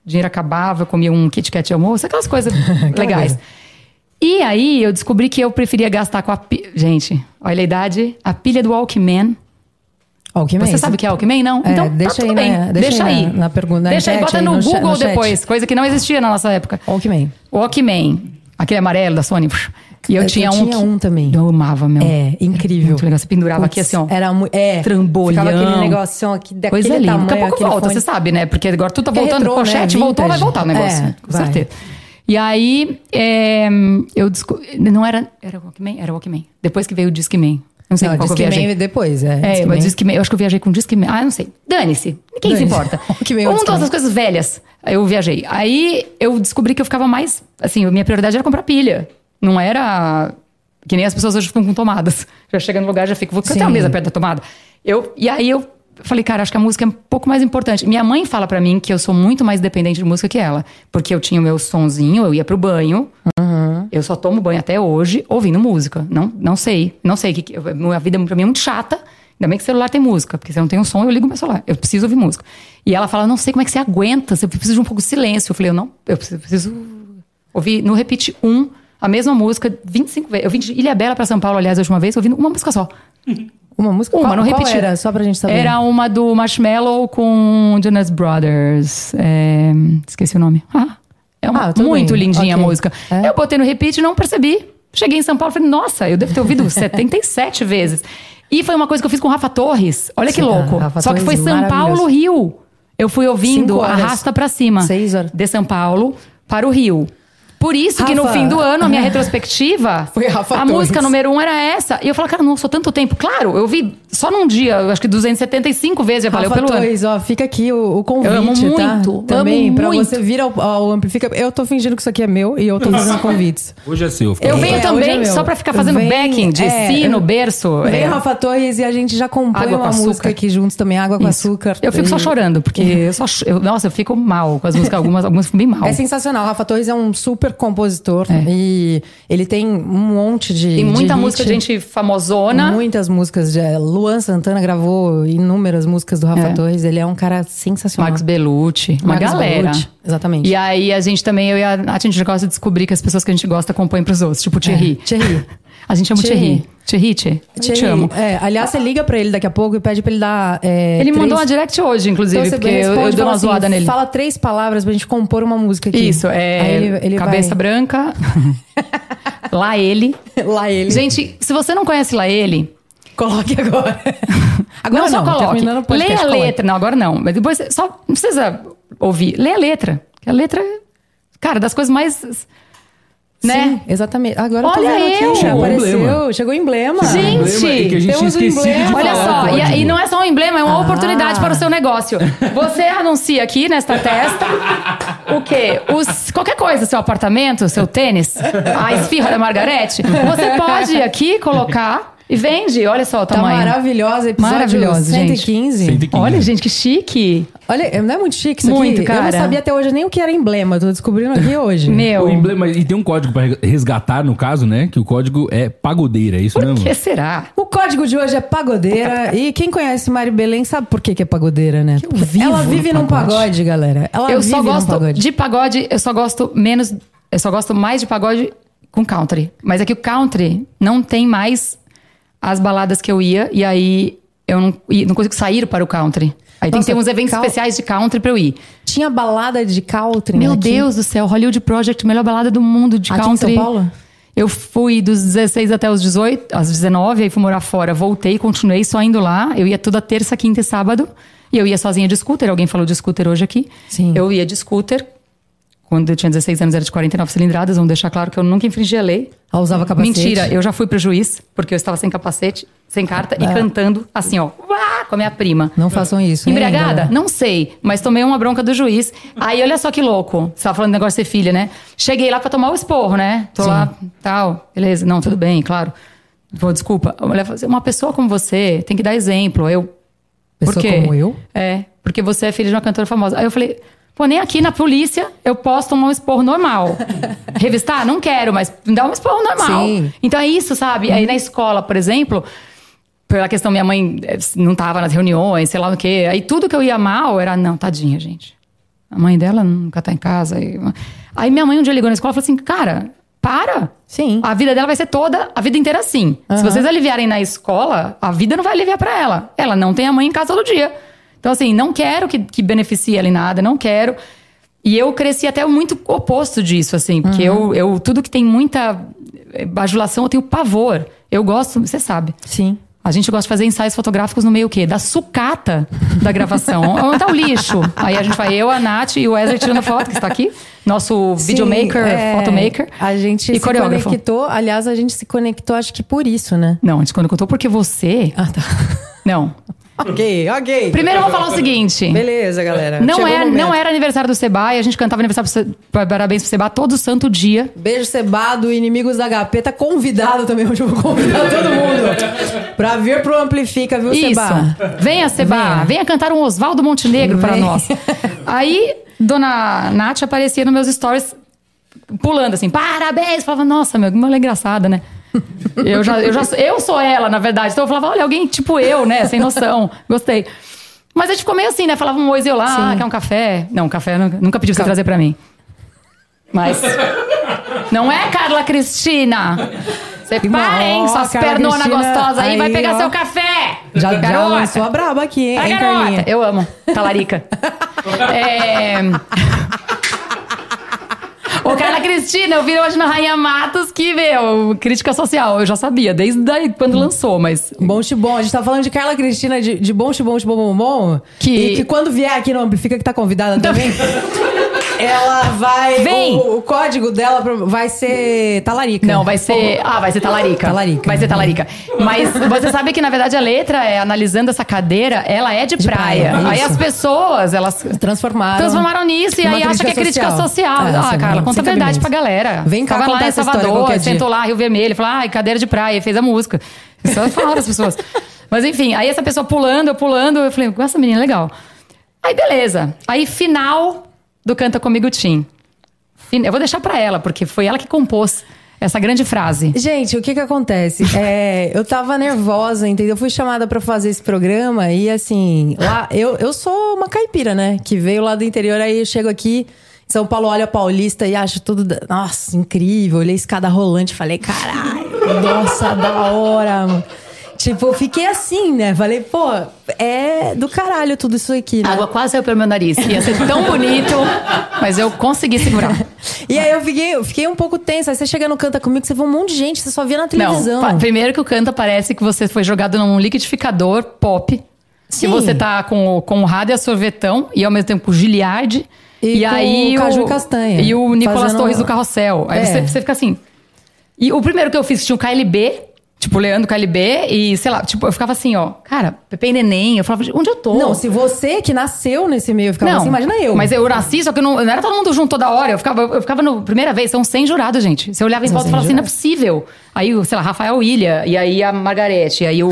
Speaker 2: O dinheiro acabava, eu comia um Kit Kat almoço, aquelas coisas legais. E aí eu descobri que eu preferia gastar com a. pi- Gente, olha a idade. A pilha do Walkman.
Speaker 1: Ó, o que
Speaker 2: Você
Speaker 1: mesmo?
Speaker 2: sabe o que é Walkman? Não?
Speaker 1: É,
Speaker 2: então,
Speaker 1: deixa
Speaker 2: tá tudo
Speaker 1: aí,
Speaker 2: bem.
Speaker 1: né?
Speaker 2: Deixa, aí.
Speaker 1: na- na pergunta, na
Speaker 2: deixa aí,
Speaker 1: enquete,
Speaker 2: bota
Speaker 1: aí
Speaker 2: no,
Speaker 1: no chat-
Speaker 2: Google
Speaker 1: no chat.
Speaker 2: depois, coisa que não existia na nossa época.
Speaker 1: Ó, o que mesmo?
Speaker 2: Walkman, aquele amarelo da Sony. puxa. E eu,
Speaker 1: Eu
Speaker 2: tinha um.
Speaker 1: tinha
Speaker 2: que-
Speaker 1: um também.
Speaker 2: Eu amava, meu.
Speaker 1: É, incrível.
Speaker 2: Muito legal. Você pendurava aqui
Speaker 1: Putz,
Speaker 2: assim, ó.
Speaker 1: Era muito. É,
Speaker 2: Trambolhão.
Speaker 1: Ficava aquele negocinho aqui daquele
Speaker 2: Coisa linda.
Speaker 1: tamanho.
Speaker 2: Daqui a pouco
Speaker 1: aquele
Speaker 2: volta,
Speaker 1: fone.
Speaker 2: você sabe, né? Porque agora tudo tá
Speaker 1: Porque é
Speaker 2: voltando.
Speaker 1: retrô, né?
Speaker 2: Pochete voltou, vai
Speaker 1: Vintage.
Speaker 2: voltar o negócio. né?
Speaker 1: É,
Speaker 2: com
Speaker 1: vai.
Speaker 2: certeza. E aí, é, eu descobri. Não era. Era o Walkman? Era o Walkman. Depois que veio o Discman. Não sei
Speaker 1: Não,
Speaker 2: não, qual que eu
Speaker 1: Discman
Speaker 2: viajei.
Speaker 1: depois, é.
Speaker 2: É,
Speaker 1: Discman.
Speaker 2: mas Discman, eu acho que eu viajei com Discman. Ah, eu não sei. Dane-se. Quem
Speaker 1: Dane-se.
Speaker 2: se importa?
Speaker 1: Que meio
Speaker 2: Uma
Speaker 1: Discman.
Speaker 2: das coisas velhas, eu viajei. Aí eu descobri que eu ficava mais. Assim, a minha prioridade era comprar pilha. Não era. Que nem as pessoas hoje ficam com tomadas. Já chega no lugar, já fica. Vou
Speaker 1: Sim.
Speaker 2: cantar uma mesa perto da tomada. Eu, e aí eu falei, cara, acho que a música é um pouco mais importante. Minha mãe fala pra mim que eu sou muito mais dependente de música que ela. Porque eu tinha o meu sonzinho, eu ia pro banho. Eu só tomo banho até hoje ouvindo música. Não, não sei. Não sei. o Que, que, eu- minha vida pra mim é muito chata. Ainda bem que celular tem música, porque se eu não tenho som, eu ligo meu celular. Eu preciso ouvir música. E ela fala: não sei como é que você aguenta, você precisa de um pouco de silêncio. Eu falei, eu não, eu preciso, preciso ouvir no repeat um a mesma música 25 vezes. Eu vim de Ilhabela pra São Paulo, aliás, a última vez, ouvindo uma música só.
Speaker 1: Uma música.
Speaker 2: Uma,
Speaker 1: qual,
Speaker 2: não
Speaker 1: qual
Speaker 2: repetiu.
Speaker 1: era? Só pra gente tá saber.
Speaker 2: Era uma do Marshmallow com Jonas Brothers. É, esqueci o nome. Ah, é uma
Speaker 1: Ah, tudo
Speaker 2: muito
Speaker 1: bem. Ok.
Speaker 2: lindinha a música.
Speaker 1: É?
Speaker 2: Eu botei no repeat e não percebi. Cheguei em São Paulo e falei, nossa, eu devo ter ouvido 77 vezes. E foi uma coisa que eu fiz com o Rafa Torres. Olha que
Speaker 1: Sim,
Speaker 2: louco.
Speaker 1: Rafa
Speaker 2: Só que foi
Speaker 1: Torres,
Speaker 2: São Paulo,
Speaker 1: maravilhoso.
Speaker 2: Rio. Eu fui ouvindo
Speaker 1: Cinco horas.
Speaker 2: Arrasta Pra Cima.
Speaker 1: Seis horas.
Speaker 2: De São Paulo para o Rio. Por isso que no
Speaker 1: Rafa.
Speaker 2: fim do ano, a minha retrospectiva,
Speaker 1: Foi Rafa
Speaker 2: a
Speaker 1: Torres.
Speaker 2: música número número um era essa. E eu falava, cara, não sou tanto tempo. Claro, eu vi só num dia, eu acho que 275 vezes já valeu
Speaker 1: Rafa
Speaker 2: pelo ano.
Speaker 1: Torres, ó, fica aqui o, o convite,
Speaker 2: Eu amo
Speaker 1: tá?
Speaker 2: muito,
Speaker 1: Também,
Speaker 2: amo
Speaker 1: pra
Speaker 2: muito.
Speaker 1: você vir ao, ao Amplifica. Eu tô fingindo que isso aqui é meu e eu tô fazendo convites.
Speaker 3: Hoje é seu. fica
Speaker 2: Eu
Speaker 3: à
Speaker 2: venho
Speaker 1: É,
Speaker 3: vontade.
Speaker 1: hoje é
Speaker 2: também
Speaker 1: meu.
Speaker 2: só pra ficar fazendo
Speaker 1: Vem,
Speaker 2: backing de
Speaker 1: é,
Speaker 2: sino, berço.
Speaker 1: Vem,
Speaker 2: é,
Speaker 1: Rafa Torres, e a gente já compõe
Speaker 2: Água com
Speaker 1: uma
Speaker 2: açúcar.
Speaker 1: música aqui juntos também, Água com
Speaker 2: isso.
Speaker 1: Açúcar.
Speaker 2: Eu fico só
Speaker 1: E-
Speaker 2: chorando, porque eu só. cho- eu- nossa, eu fico mal com as músicas, algumas, algumas ficam bem mal.
Speaker 1: É sensacional. Rafa Torres é um super compositor e ele tem um monte de.
Speaker 2: Tem
Speaker 1: de
Speaker 2: É. muita
Speaker 1: hit.
Speaker 2: música de gente famosona.
Speaker 1: Muitas músicas. De, eh, Luan Santana gravou inúmeras músicas do Rafa
Speaker 2: É.
Speaker 1: Torres. Ele é um cara sensacional.
Speaker 2: Marcos Bellucci, uma
Speaker 1: Marcos
Speaker 2: galera.
Speaker 1: Bellucci, exatamente.
Speaker 2: E aí a gente também, eu e a Nath, a gente gosta de descobrir que as pessoas que a gente gosta compõem pros outros, tipo o Thierry.
Speaker 1: É. Thierry.
Speaker 2: A gente chama o Thierry.
Speaker 1: Thierry.
Speaker 2: Thierry, Thierry. Eu te
Speaker 1: Thierry,
Speaker 2: amo.
Speaker 1: é, aliás, você liga pra ele daqui a pouco e pede pra ele dar. é,
Speaker 2: Ele
Speaker 1: três-
Speaker 2: mandou uma direct hoje, inclusive,
Speaker 1: Então, você
Speaker 2: porque eu, eu
Speaker 1: responde,
Speaker 2: dei uma
Speaker 1: fala assim,
Speaker 2: zoada nele.
Speaker 1: Fala três palavras pra gente compor uma música aqui.
Speaker 2: Isso, é
Speaker 1: Aí ele, ele
Speaker 2: cabeça
Speaker 1: vai...
Speaker 2: branca. Lá ele.
Speaker 1: Lá ele.
Speaker 2: Gente, se você não conhece Lá ele,
Speaker 1: coloque agora. Agora
Speaker 2: não, só coloque.
Speaker 1: terminando o podcast,
Speaker 2: Leia a
Speaker 1: coloque.
Speaker 2: letra. Não, agora não. Mas depois você só não precisa ouvir. Leia a letra. que A letra, é, cara, das coisas mais. Né?
Speaker 1: Sim, exatamente. Agora eu tô
Speaker 2: Olha
Speaker 1: vendo aqui,
Speaker 2: eu!
Speaker 1: já
Speaker 3: Chegou o
Speaker 1: apareceu.
Speaker 3: emblema.
Speaker 1: Chegou o emblema.
Speaker 2: Gente,
Speaker 3: O problema é que a gente tinha
Speaker 1: temos um
Speaker 3: esquecido de
Speaker 1: emblema.
Speaker 2: Olha
Speaker 3: falar
Speaker 2: só,
Speaker 3: o
Speaker 2: e,
Speaker 3: código.
Speaker 2: e não é só um emblema, é uma
Speaker 1: Ah.
Speaker 2: oportunidade para o seu negócio. Você anuncia aqui nesta testa o quê? Os, qualquer coisa, seu apartamento, seu tênis, a esfirra da Margarete. Você pode aqui colocar e vende. Olha só o
Speaker 1: Tá
Speaker 2: tamanho.
Speaker 1: maravilhosa, episódio
Speaker 2: Maravilhosa, gente.
Speaker 1: 115.
Speaker 3: 115.
Speaker 2: Olha, gente, que chique.
Speaker 1: Olha, não é muito chique isso
Speaker 2: Muito,
Speaker 1: aqui? Eu
Speaker 2: cara.
Speaker 1: não sabia até hoje nem o que era emblema, eu tô descobrindo aqui hoje.
Speaker 2: Meu.
Speaker 3: O emblema, e tem um código pra resgatar, no caso, né? Que o código é pagodeira, é isso
Speaker 2: Por
Speaker 3: mesmo?
Speaker 2: que será?
Speaker 1: O código de hoje é pagodeira e quem conhece Mari Belém sabe por que, que é pagodeira, né?
Speaker 2: eu vivo
Speaker 1: Ela vive
Speaker 2: no
Speaker 1: num
Speaker 2: pagode.
Speaker 1: pagode, galera. Ela
Speaker 2: eu
Speaker 1: vive
Speaker 2: só
Speaker 1: num
Speaker 2: gosto
Speaker 1: pagode.
Speaker 2: de pagode, eu só gosto menos, eu só gosto mais de pagode com country. Mas é que o country não tem mais as baladas que eu ia e aí eu não, e não consigo sair para o country. Aí tem que
Speaker 1: Nossa,
Speaker 2: ter uns eventos
Speaker 1: cal-
Speaker 2: especiais de country pra eu ir.
Speaker 1: Tinha balada de country
Speaker 2: Meu
Speaker 1: aqui.
Speaker 2: Deus do céu, Hollywood Project, melhor balada do mundo de
Speaker 1: Aqui em
Speaker 2: country.
Speaker 1: São Paulo?
Speaker 2: Eu fui dos 16 até os 18, às 19, aí fui morar fora. Voltei, continuei só indo lá. Eu ia toda terça, quinta e sábado. E eu ia sozinha de scooter. Alguém falou de scooter hoje aqui.
Speaker 1: Sim.
Speaker 2: Eu ia de scooter. Quando eu tinha 16 anos era de 49 cilindradas. Vamos deixar claro que eu nunca infringi a lei.
Speaker 1: Ela Ah, usava capacete.
Speaker 2: Mentira, eu já fui pro juiz, porque eu estava sem capacete, sem carta e cantando assim, ó, uá, com a minha prima.
Speaker 1: É. Não façam isso. hein,
Speaker 2: Embriagada?
Speaker 1: galera?
Speaker 2: Não sei, mas tomei uma bronca do juiz. Aí, olha só que louco. Você tava falando do negócio de ser filha, né? Cheguei lá pra tomar o esporro, né? Tô lá, tal, beleza. Não, tudo bem, claro. Pô, desculpa. A mulher falou assim, uma pessoa como você tem que dar exemplo. Eu,
Speaker 1: Pessoa
Speaker 2: por quê?
Speaker 1: como eu?
Speaker 2: É, porque você é filha de uma cantora famosa. Aí eu falei, Pô, nem aqui na polícia eu posso tomar um esporro normal. Revistar? Não quero, mas dá um esporro normal.
Speaker 1: Sim.
Speaker 2: Então é isso, sabe? Aí na escola, por exemplo, pela questão minha mãe eh, não tava nas reuniões, sei lá o quê. Aí tudo que eu ia mal era, não, tadinha, gente. A mãe dela nunca tá em casa. Aí, aí minha mãe um dia ligou na escola e falou assim, cara, para.
Speaker 1: Sim.
Speaker 2: A vida dela vai ser toda, a vida inteira assim. Se vocês aliviarem na escola, a vida não vai aliviar pra ela. Ela não tem a mãe em casa todo dia. Então, assim, não quero que, que beneficie ela em nada, não quero. E eu cresci até muito oposto disso, assim, porque eu, eu, tudo que tem muita eh, bajulação, eu tenho pavor. Eu gosto, você sabe.
Speaker 1: Sim.
Speaker 2: A gente gosta de fazer ensaios fotográficos no meio o quê? Da sucata da gravação. Onde tá o lixo? Aí a gente vai, eu, a Nath e o Wesley tirando foto, que está aqui. Nosso videomaker,
Speaker 1: Sim, é.
Speaker 2: photomaker.
Speaker 1: A gente
Speaker 2: e
Speaker 1: se
Speaker 2: coreógrafo.
Speaker 1: conectou, aliás, a gente se conectou, acho que por isso, né?
Speaker 2: Não, antes quando contou, porque você.
Speaker 1: Ah, tá.
Speaker 2: Não.
Speaker 1: ok, ok.
Speaker 2: Primeiro eu vou falar o seguinte.
Speaker 1: Beleza, galera.
Speaker 2: Não,
Speaker 1: Chegou o
Speaker 2: é,
Speaker 1: momento.
Speaker 2: não era aniversário do Seba e a gente cantava aniversário pro Se- pra- parabéns pro Seba todo santo dia.
Speaker 1: Beijo cebado, inimigos da gapeta, convidado também. Hoje eu vou convidar todo mundo pra vir pro Amplifica, viu,
Speaker 2: Isso.
Speaker 1: Seba?
Speaker 2: Venha, Seba. Venha. cantar um Oswaldo Montenegro para
Speaker 1: Vem.
Speaker 2: nós. Aí, dona Nath aparecia nos meus stories pulando assim, parabéns. Eu Falava, nossa, meu, como ela é engraçada, né? Eu, já, eu, já, eu sou ela, na verdade. Então eu falava, olha, alguém tipo eu, né? Sem noção. Gostei. Mas a gente ficou meio assim, né? Falava um oi, eu lá,
Speaker 1: Sim.
Speaker 2: quer um café? Não, café eu nunca- nunca pediu pra você trazer pra mim. Mas. Não é, Carla Cristina? Você parem,
Speaker 1: ó,
Speaker 2: suas
Speaker 1: Carla
Speaker 2: pernonas
Speaker 1: Cristina,
Speaker 2: gostosas aí, vai
Speaker 1: aí,
Speaker 2: pegar
Speaker 1: ó.
Speaker 2: seu café!
Speaker 1: Já, já
Speaker 2: Garota.
Speaker 1: lançou a braba aqui, hein,
Speaker 2: Vai,
Speaker 1: hein,
Speaker 2: garota.
Speaker 1: Carlinha?
Speaker 2: Eu amo. Talarica. é... Ô, Carla Cristina, eu vi hoje na Rainha Matos que, meu, crítica social. Eu já sabia, desde daí, quando lançou, mas...
Speaker 1: Bom chibom, a gente tá falando de Carla Cristina de, de bom chibom, chibom, bom, bom.
Speaker 2: Que-
Speaker 1: E que quando vier aqui no Amplifica, que tá convidada também, ela vai.
Speaker 2: Vem.
Speaker 1: O, o código dela pro- vai ser talarica.
Speaker 2: Não, vai ser. Ah, vai ser talarica.
Speaker 1: Talarica.
Speaker 2: Vai ser talarica. Mas você sabe que, na verdade, a letra é, analisando essa cadeira, ela é de, praia.
Speaker 1: praia,
Speaker 2: Aí
Speaker 1: isso.
Speaker 2: as pessoas, elas
Speaker 1: Transformaram.
Speaker 2: transformaram nisso e
Speaker 1: Numa
Speaker 2: aí acha que é crítica social.
Speaker 1: Ah,
Speaker 2: Ah,
Speaker 1: essa
Speaker 2: Carla,
Speaker 1: não,
Speaker 2: conta a
Speaker 1: sem
Speaker 2: verdade
Speaker 1: cabimento.
Speaker 2: pra galera.
Speaker 1: Vem cá
Speaker 2: Tava
Speaker 1: contar
Speaker 2: lá em
Speaker 1: essa história
Speaker 2: Salvador,
Speaker 1: qualquer dia.
Speaker 2: sentou lá, Rio Vermelho, falou, ai, cadeira de praia, fez a música. Só falaram as pessoas. Mas enfim, aí essa pessoa pulando, eu pulando, eu falei, essa menina é legal. Aí beleza. Aí final do Canta Comigo Tim. Fin- Eu vou deixar pra ela, porque foi ela que compôs essa grande frase.
Speaker 1: Gente, o que que acontece? É, eu tava nervosa, entendeu? Eu fui chamada pra fazer esse programa e assim, lá eu, eu sou uma caipira, né? Que veio lá do interior, aí eu chego aqui em São Paulo, olho a Paulista e acho tudo, da- nossa, incrível. Olhei a escada rolante, e falei, caralho, nossa, da hora, mano. Tipo, eu fiquei assim, né? Falei, pô, é do caralho tudo isso aqui,
Speaker 2: A
Speaker 1: né?
Speaker 2: água quase saiu pelo meu nariz. Ia ser tão bonito, mas eu consegui segurar.
Speaker 1: E aí eu fiquei, eu fiquei um pouco tensa. Aí você chega no Canta Comigo, você vê um monte de gente, você só via na televisão.
Speaker 2: Não, pa- primeiro que o canto parece que você foi jogado num liquidificador pop.
Speaker 1: Sim.
Speaker 2: Que você tá com o Conrado e a Sorvetão, e ao mesmo tempo com o Giliardi.
Speaker 1: E com
Speaker 2: aí
Speaker 1: o Caju e Castanha,
Speaker 2: E o Nicolas
Speaker 1: fazendo-
Speaker 2: Torres do Carrossel. Aí
Speaker 1: É.
Speaker 2: você, você fica assim... E o primeiro que eu fiz tinha o KLB, tipo, o Leandro KLB, e sei lá, tipo, eu ficava assim, ó... Cara, Pepe e Neném, eu falava, onde eu tô?
Speaker 1: Não, se você que nasceu nesse meio ficava assim, imagina eu.
Speaker 2: Mas eu nasci, só que eu não, não era todo mundo junto toda hora. Eu ficava, eu ficava no. Primeira vez, são 100 jurados, gente. Você olhava em
Speaker 1: São
Speaker 2: volta e
Speaker 1: 100
Speaker 2: falava assim, não é possível. Aí, o, sei lá, Rafael Ilha, e aí a Margarete, e aí o.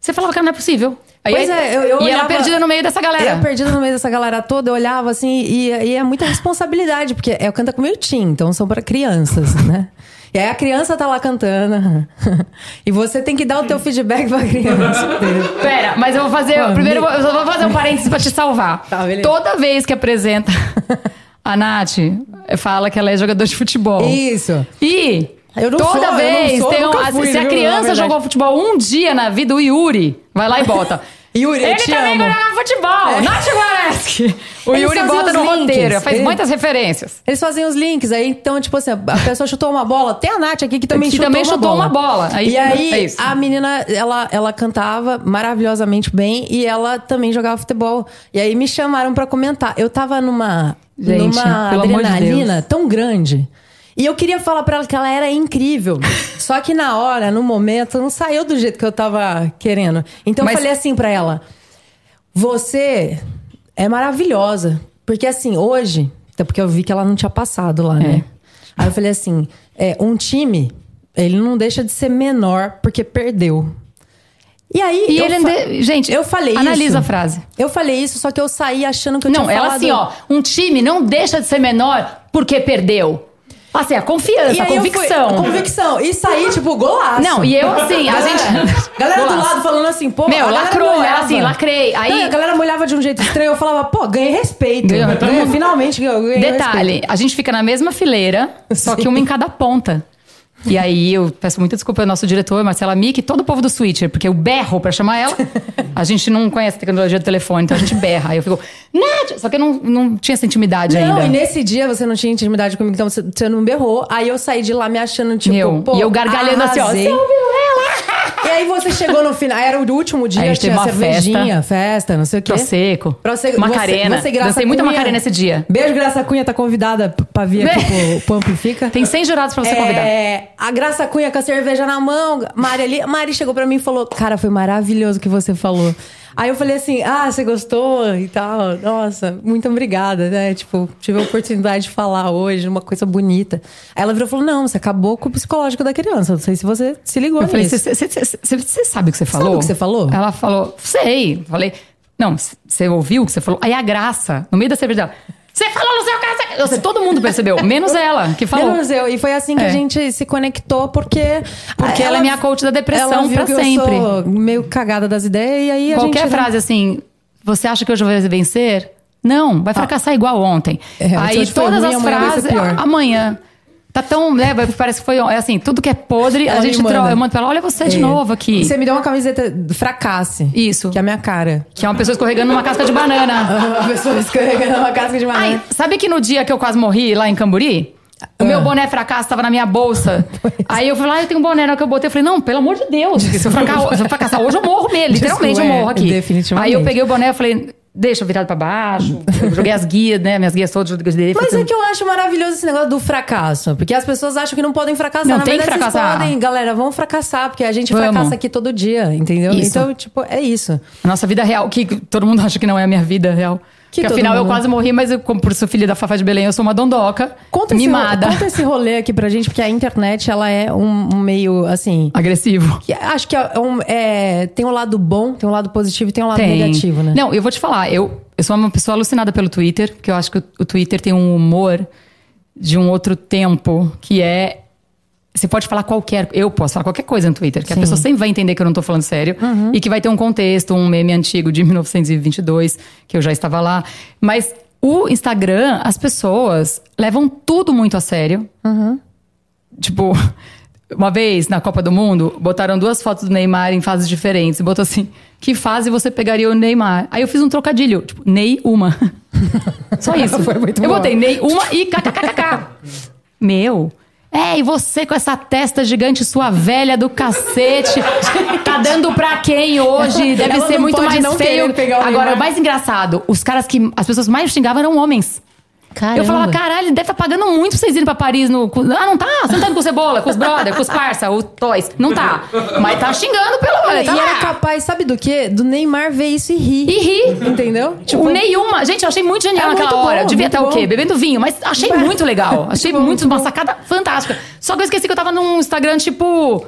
Speaker 2: você falava, cara, não é possível. Aí,
Speaker 1: Pois é, eu- eu
Speaker 2: e ela
Speaker 1: olhava-
Speaker 2: perdida no meio dessa galera.
Speaker 1: Eu perdida no meio dessa galera toda, eu olhava assim, e, e é muita responsabilidade, porque é o canta com meu tim, então são pra crianças, né? E aí a criança tá lá cantando. e você tem que dar o teu feedback pra criança. entendeu?
Speaker 2: Pera, mas eu vou fazer.
Speaker 1: Pô,
Speaker 2: primeiro,
Speaker 1: me-
Speaker 2: eu só vou fazer um parênteses pra te salvar.
Speaker 1: Tá, beleza.
Speaker 2: Toda vez que apresenta a Nath, fala que ela é jogadora de futebol.
Speaker 1: Isso.
Speaker 2: E
Speaker 1: Eu não sou, eu
Speaker 2: toda
Speaker 1: não
Speaker 2: vez
Speaker 1: sou,
Speaker 2: tem um,
Speaker 1: nunca
Speaker 2: a-
Speaker 1: fui,
Speaker 2: se a
Speaker 1: viu, na
Speaker 2: criança
Speaker 1: verdade.
Speaker 2: jogou futebol um dia na vida, o Yuri vai lá e bota.
Speaker 1: Yuri, eu
Speaker 2: Ele
Speaker 1: te
Speaker 2: também
Speaker 1: amo.
Speaker 2: jogava futebol,
Speaker 1: É.
Speaker 2: Nath Guareschi. O
Speaker 1: Eles
Speaker 2: Yuri
Speaker 1: faziam
Speaker 2: bota
Speaker 1: os
Speaker 2: no
Speaker 1: links,
Speaker 2: roteiro, faz
Speaker 1: ele-
Speaker 2: muitas referências.
Speaker 1: Eles fazem os links aí, então, tipo assim, a pessoa chutou uma bola, até a Nath aqui que também
Speaker 2: Que
Speaker 1: chutou,
Speaker 2: também
Speaker 1: uma,
Speaker 2: chutou
Speaker 1: bola.
Speaker 2: uma bola. Aí-
Speaker 1: e aí,
Speaker 2: é isso.
Speaker 1: a menina, ela, ela cantava maravilhosamente bem e ela também jogava futebol. E aí me chamaram pra comentar. Eu tava numa,
Speaker 2: Gente,
Speaker 1: numa
Speaker 2: pelo amor de
Speaker 1: adrenalina tão grande. E eu queria falar pra ela que ela era incrível. Só que na hora, no momento, não saiu do jeito que eu tava querendo. Então
Speaker 2: Mas-
Speaker 1: eu falei assim pra ela: você é maravilhosa. Porque assim, hoje, até porque eu vi que ela não tinha passado lá,
Speaker 2: É.
Speaker 1: né? Aí eu falei assim: é, um time, ele não deixa de ser menor porque perdeu. E aí,
Speaker 2: E
Speaker 1: eu
Speaker 2: ele
Speaker 1: fa-
Speaker 2: ande- gente,
Speaker 1: eu falei
Speaker 2: analisa
Speaker 1: isso.
Speaker 2: a frase.
Speaker 1: Eu falei isso, só que eu saí achando que eu
Speaker 2: Não,
Speaker 1: tinha
Speaker 2: ela
Speaker 1: falado...
Speaker 2: assim, ó, um time não deixa de ser menor porque perdeu. Assim, a
Speaker 1: E
Speaker 2: confiança, a
Speaker 1: aí eu fui-
Speaker 2: convicção.
Speaker 1: convicção. E saí, tipo, golaço.
Speaker 2: Não, e eu assim, a gente.
Speaker 1: Galera do
Speaker 2: Golaço.
Speaker 1: lado falando assim, pô, a
Speaker 2: Meu,
Speaker 1: galera
Speaker 2: lacrou,
Speaker 1: molhava.
Speaker 2: ela assim, lacrei. Aí-
Speaker 1: Não, e a galera molhava de um jeito estranho, eu falava, pô, ganhei respeito.
Speaker 2: Ganhou,
Speaker 1: Ganhei-
Speaker 2: todo mundo-
Speaker 1: Finalmente eu ganhei
Speaker 2: Detalhe, a gente fica na mesma fileira, só que uma em cada ponta. E aí eu peço muita desculpa ao nosso diretor, Marcela Mick, e todo o povo do Switcher, porque eu berro pra chamar ela. A gente não conhece a tecnologia do telefone, então a gente berra. Aí eu fico, Nádia! Só que eu não, não tinha essa intimidade
Speaker 1: Não, e
Speaker 2: ainda.
Speaker 1: nesse dia você não tinha intimidade comigo, então você, você não berrou. Aí eu saí de lá me achando, tipo,
Speaker 2: Meu,
Speaker 1: pô.
Speaker 2: e eu gargalhando assim, ó,
Speaker 1: arrasei.
Speaker 2: "Você ouviu
Speaker 1: E aí você chegou no final, era o último dia,
Speaker 2: Aí a gente
Speaker 1: tinha
Speaker 2: teve uma
Speaker 1: cervejinha, festa. não sei o quê.
Speaker 2: Prosecco,
Speaker 1: Prosse-
Speaker 2: Macarena.
Speaker 1: Você, você, Graça
Speaker 2: Dancei muita
Speaker 1: Cunha.
Speaker 2: Macarena esse dia.
Speaker 1: Beijo, Graça Cunha, tá convidada p- pra vir aqui pro, pro Amplifica.
Speaker 2: Tem 100 jurados pra você convidar.
Speaker 1: É, a Graça Cunha com a cerveja na mão, Mari ali. Mari chegou pra mim e falou: Cara, foi maravilhoso o que você falou. Aí eu falei assim: Ah, você gostou e tal. Nossa, muito obrigada, né? Tipo, tive a oportunidade de falar hoje, uma coisa bonita. Aí ela virou e falou: Não, você acabou com o psicológico da criança. Não sei se você se ligou
Speaker 2: Eu falei,
Speaker 1: nisso.
Speaker 2: você sabe o que você falou?
Speaker 1: o que você falou?
Speaker 2: Ela falou, sei. Falei, não, você ouviu o que você falou? Aí a graça, no meio da cerveja dela, você falou no seu caso. Eu sei, todo mundo percebeu, menos ela, que falou.
Speaker 1: Menos eu. E foi assim que
Speaker 2: É.
Speaker 1: a gente se conectou, porque.
Speaker 2: Porque ela é minha coach da depressão
Speaker 1: ela viu
Speaker 2: pra
Speaker 1: que
Speaker 2: sempre.
Speaker 1: Eu sou meio cagada das ideias, e aí a
Speaker 2: Qualquer
Speaker 1: gente. né,
Speaker 2: frase assim, você acha que hoje vai vencer? Não, vai fracassar igual ontem.
Speaker 1: Ah. É, se
Speaker 2: Aí
Speaker 1: hoje foi
Speaker 2: todas
Speaker 1: ruim,
Speaker 2: as
Speaker 1: amanhã vai ser
Speaker 2: frases,
Speaker 1: pior.
Speaker 2: "Ah, amanhã. Tá tão, né, vai- parece que foi, é assim, tudo que é podre, a
Speaker 1: Ela me
Speaker 2: gente
Speaker 1: manda.
Speaker 2: troca, eu mando pra ela, olha você de
Speaker 1: É.
Speaker 2: novo aqui.
Speaker 1: Você me deu uma camiseta do fracasse.
Speaker 2: Isso.
Speaker 1: Que é a minha cara.
Speaker 2: Que é uma pessoa escorregando numa casca de banana.
Speaker 1: Uma pessoa escorregando uma casca de
Speaker 2: Ai,
Speaker 1: banana.
Speaker 2: sabe que no dia que eu quase morri lá em Camburi?
Speaker 1: Ah.
Speaker 2: O meu boné fracasso tava na minha bolsa. Aí eu falei, ah, eu tenho um boné. Na hora que eu botei, eu falei, não, pelo amor de Deus. porque Se eu, fraca- se eu fracassar hoje, eu morro mesmo. Literalmente, eu
Speaker 1: é,
Speaker 2: morro aqui.
Speaker 1: definitivamente.
Speaker 2: Aí eu peguei o boné e falei, deixa virado pra baixo. Eu joguei as guias, né? Minhas guias todas. Joguei,
Speaker 1: Mas
Speaker 2: falei, assim,
Speaker 1: é que eu acho maravilhoso esse negócio do fracasso. Porque as pessoas acham que não podem fracassar.
Speaker 2: Não,
Speaker 1: Na
Speaker 2: tem que
Speaker 1: verdade,
Speaker 2: fracassar.
Speaker 1: vocês podem, galera. Vamos fracassar, porque a gente
Speaker 2: Vamos.
Speaker 1: fracassa aqui todo dia, entendeu?
Speaker 2: Isso.
Speaker 1: Então, tipo, é isso.
Speaker 2: A nossa vida real, que todo mundo acha que não é a minha vida real.
Speaker 1: Que
Speaker 2: Que,
Speaker 1: todo
Speaker 2: afinal eu
Speaker 1: mundo.
Speaker 2: quase morri, mas eu, como por sou filha da Fafá de Belém, eu sou uma dondoca.
Speaker 1: Conta esse,
Speaker 2: mimada.
Speaker 1: ro- conta esse rolê aqui pra gente, porque a internet, ela é um, um meio, assim...
Speaker 2: Agressivo.
Speaker 1: que Acho que é um- é, tem um lado bom, tem um lado positivo e tem um lado negativo, né?
Speaker 2: Não, eu vou te falar, eu, eu sou uma pessoa alucinada pelo Twitter, porque eu acho que o, o Twitter tem um humor de um outro tempo, que é. Você pode falar qualquer. Eu posso falar qualquer coisa no Twitter, que a pessoa sempre vai entender que eu não tô falando sério.
Speaker 1: Uhum.
Speaker 2: E que vai ter um contexto, um meme antigo de 1922, que eu já estava lá. Mas o Instagram, as pessoas levam tudo muito a sério. Tipo, uma vez na Copa do Mundo, botaram duas fotos do Neymar em fases diferentes. E botou assim: que fase você pegaria o Neymar? Aí eu fiz um trocadilho, tipo, Ney uma. Só isso.
Speaker 1: Foi muito
Speaker 2: eu
Speaker 1: boa.
Speaker 2: botei Ney uma e kkkk. Meu. É, e você com essa testa gigante, sua velha do cacete, tá dando pra quem hoje? Deve
Speaker 1: Ela
Speaker 2: ser
Speaker 1: não
Speaker 2: muito
Speaker 1: pode
Speaker 2: mais
Speaker 1: não
Speaker 2: feio.
Speaker 1: querer pegar o
Speaker 2: Agora,
Speaker 1: Neymar.
Speaker 2: o mais engraçado, os caras que as pessoas mais xingavam eram homens. Eu falava, caralho, ele deve estar pagando muito pra vocês irem pra Paris no. com- Ah, não tá? Você não tá indo com cebola, com os brother, com os parça, os toys. Não tá. Mas tá xingando pelo
Speaker 1: Olha,
Speaker 2: menos. Tá
Speaker 1: e
Speaker 2: lá.
Speaker 1: era capaz, sabe do quê? Do Neymar ver isso e rir.
Speaker 2: E rir.
Speaker 1: Entendeu? Tipo,
Speaker 2: o Tipo, nenhuma. Gente, eu achei muito
Speaker 1: É
Speaker 2: genial naquela
Speaker 1: muito bom,
Speaker 2: hora. Devia
Speaker 1: muito
Speaker 2: estar o quê?
Speaker 1: bom.
Speaker 2: Bebendo vinho, mas achei muito legal. Achei
Speaker 1: bom,
Speaker 2: muito, uma sacada fantástica. Só que eu esqueci que eu tava num Instagram, tipo.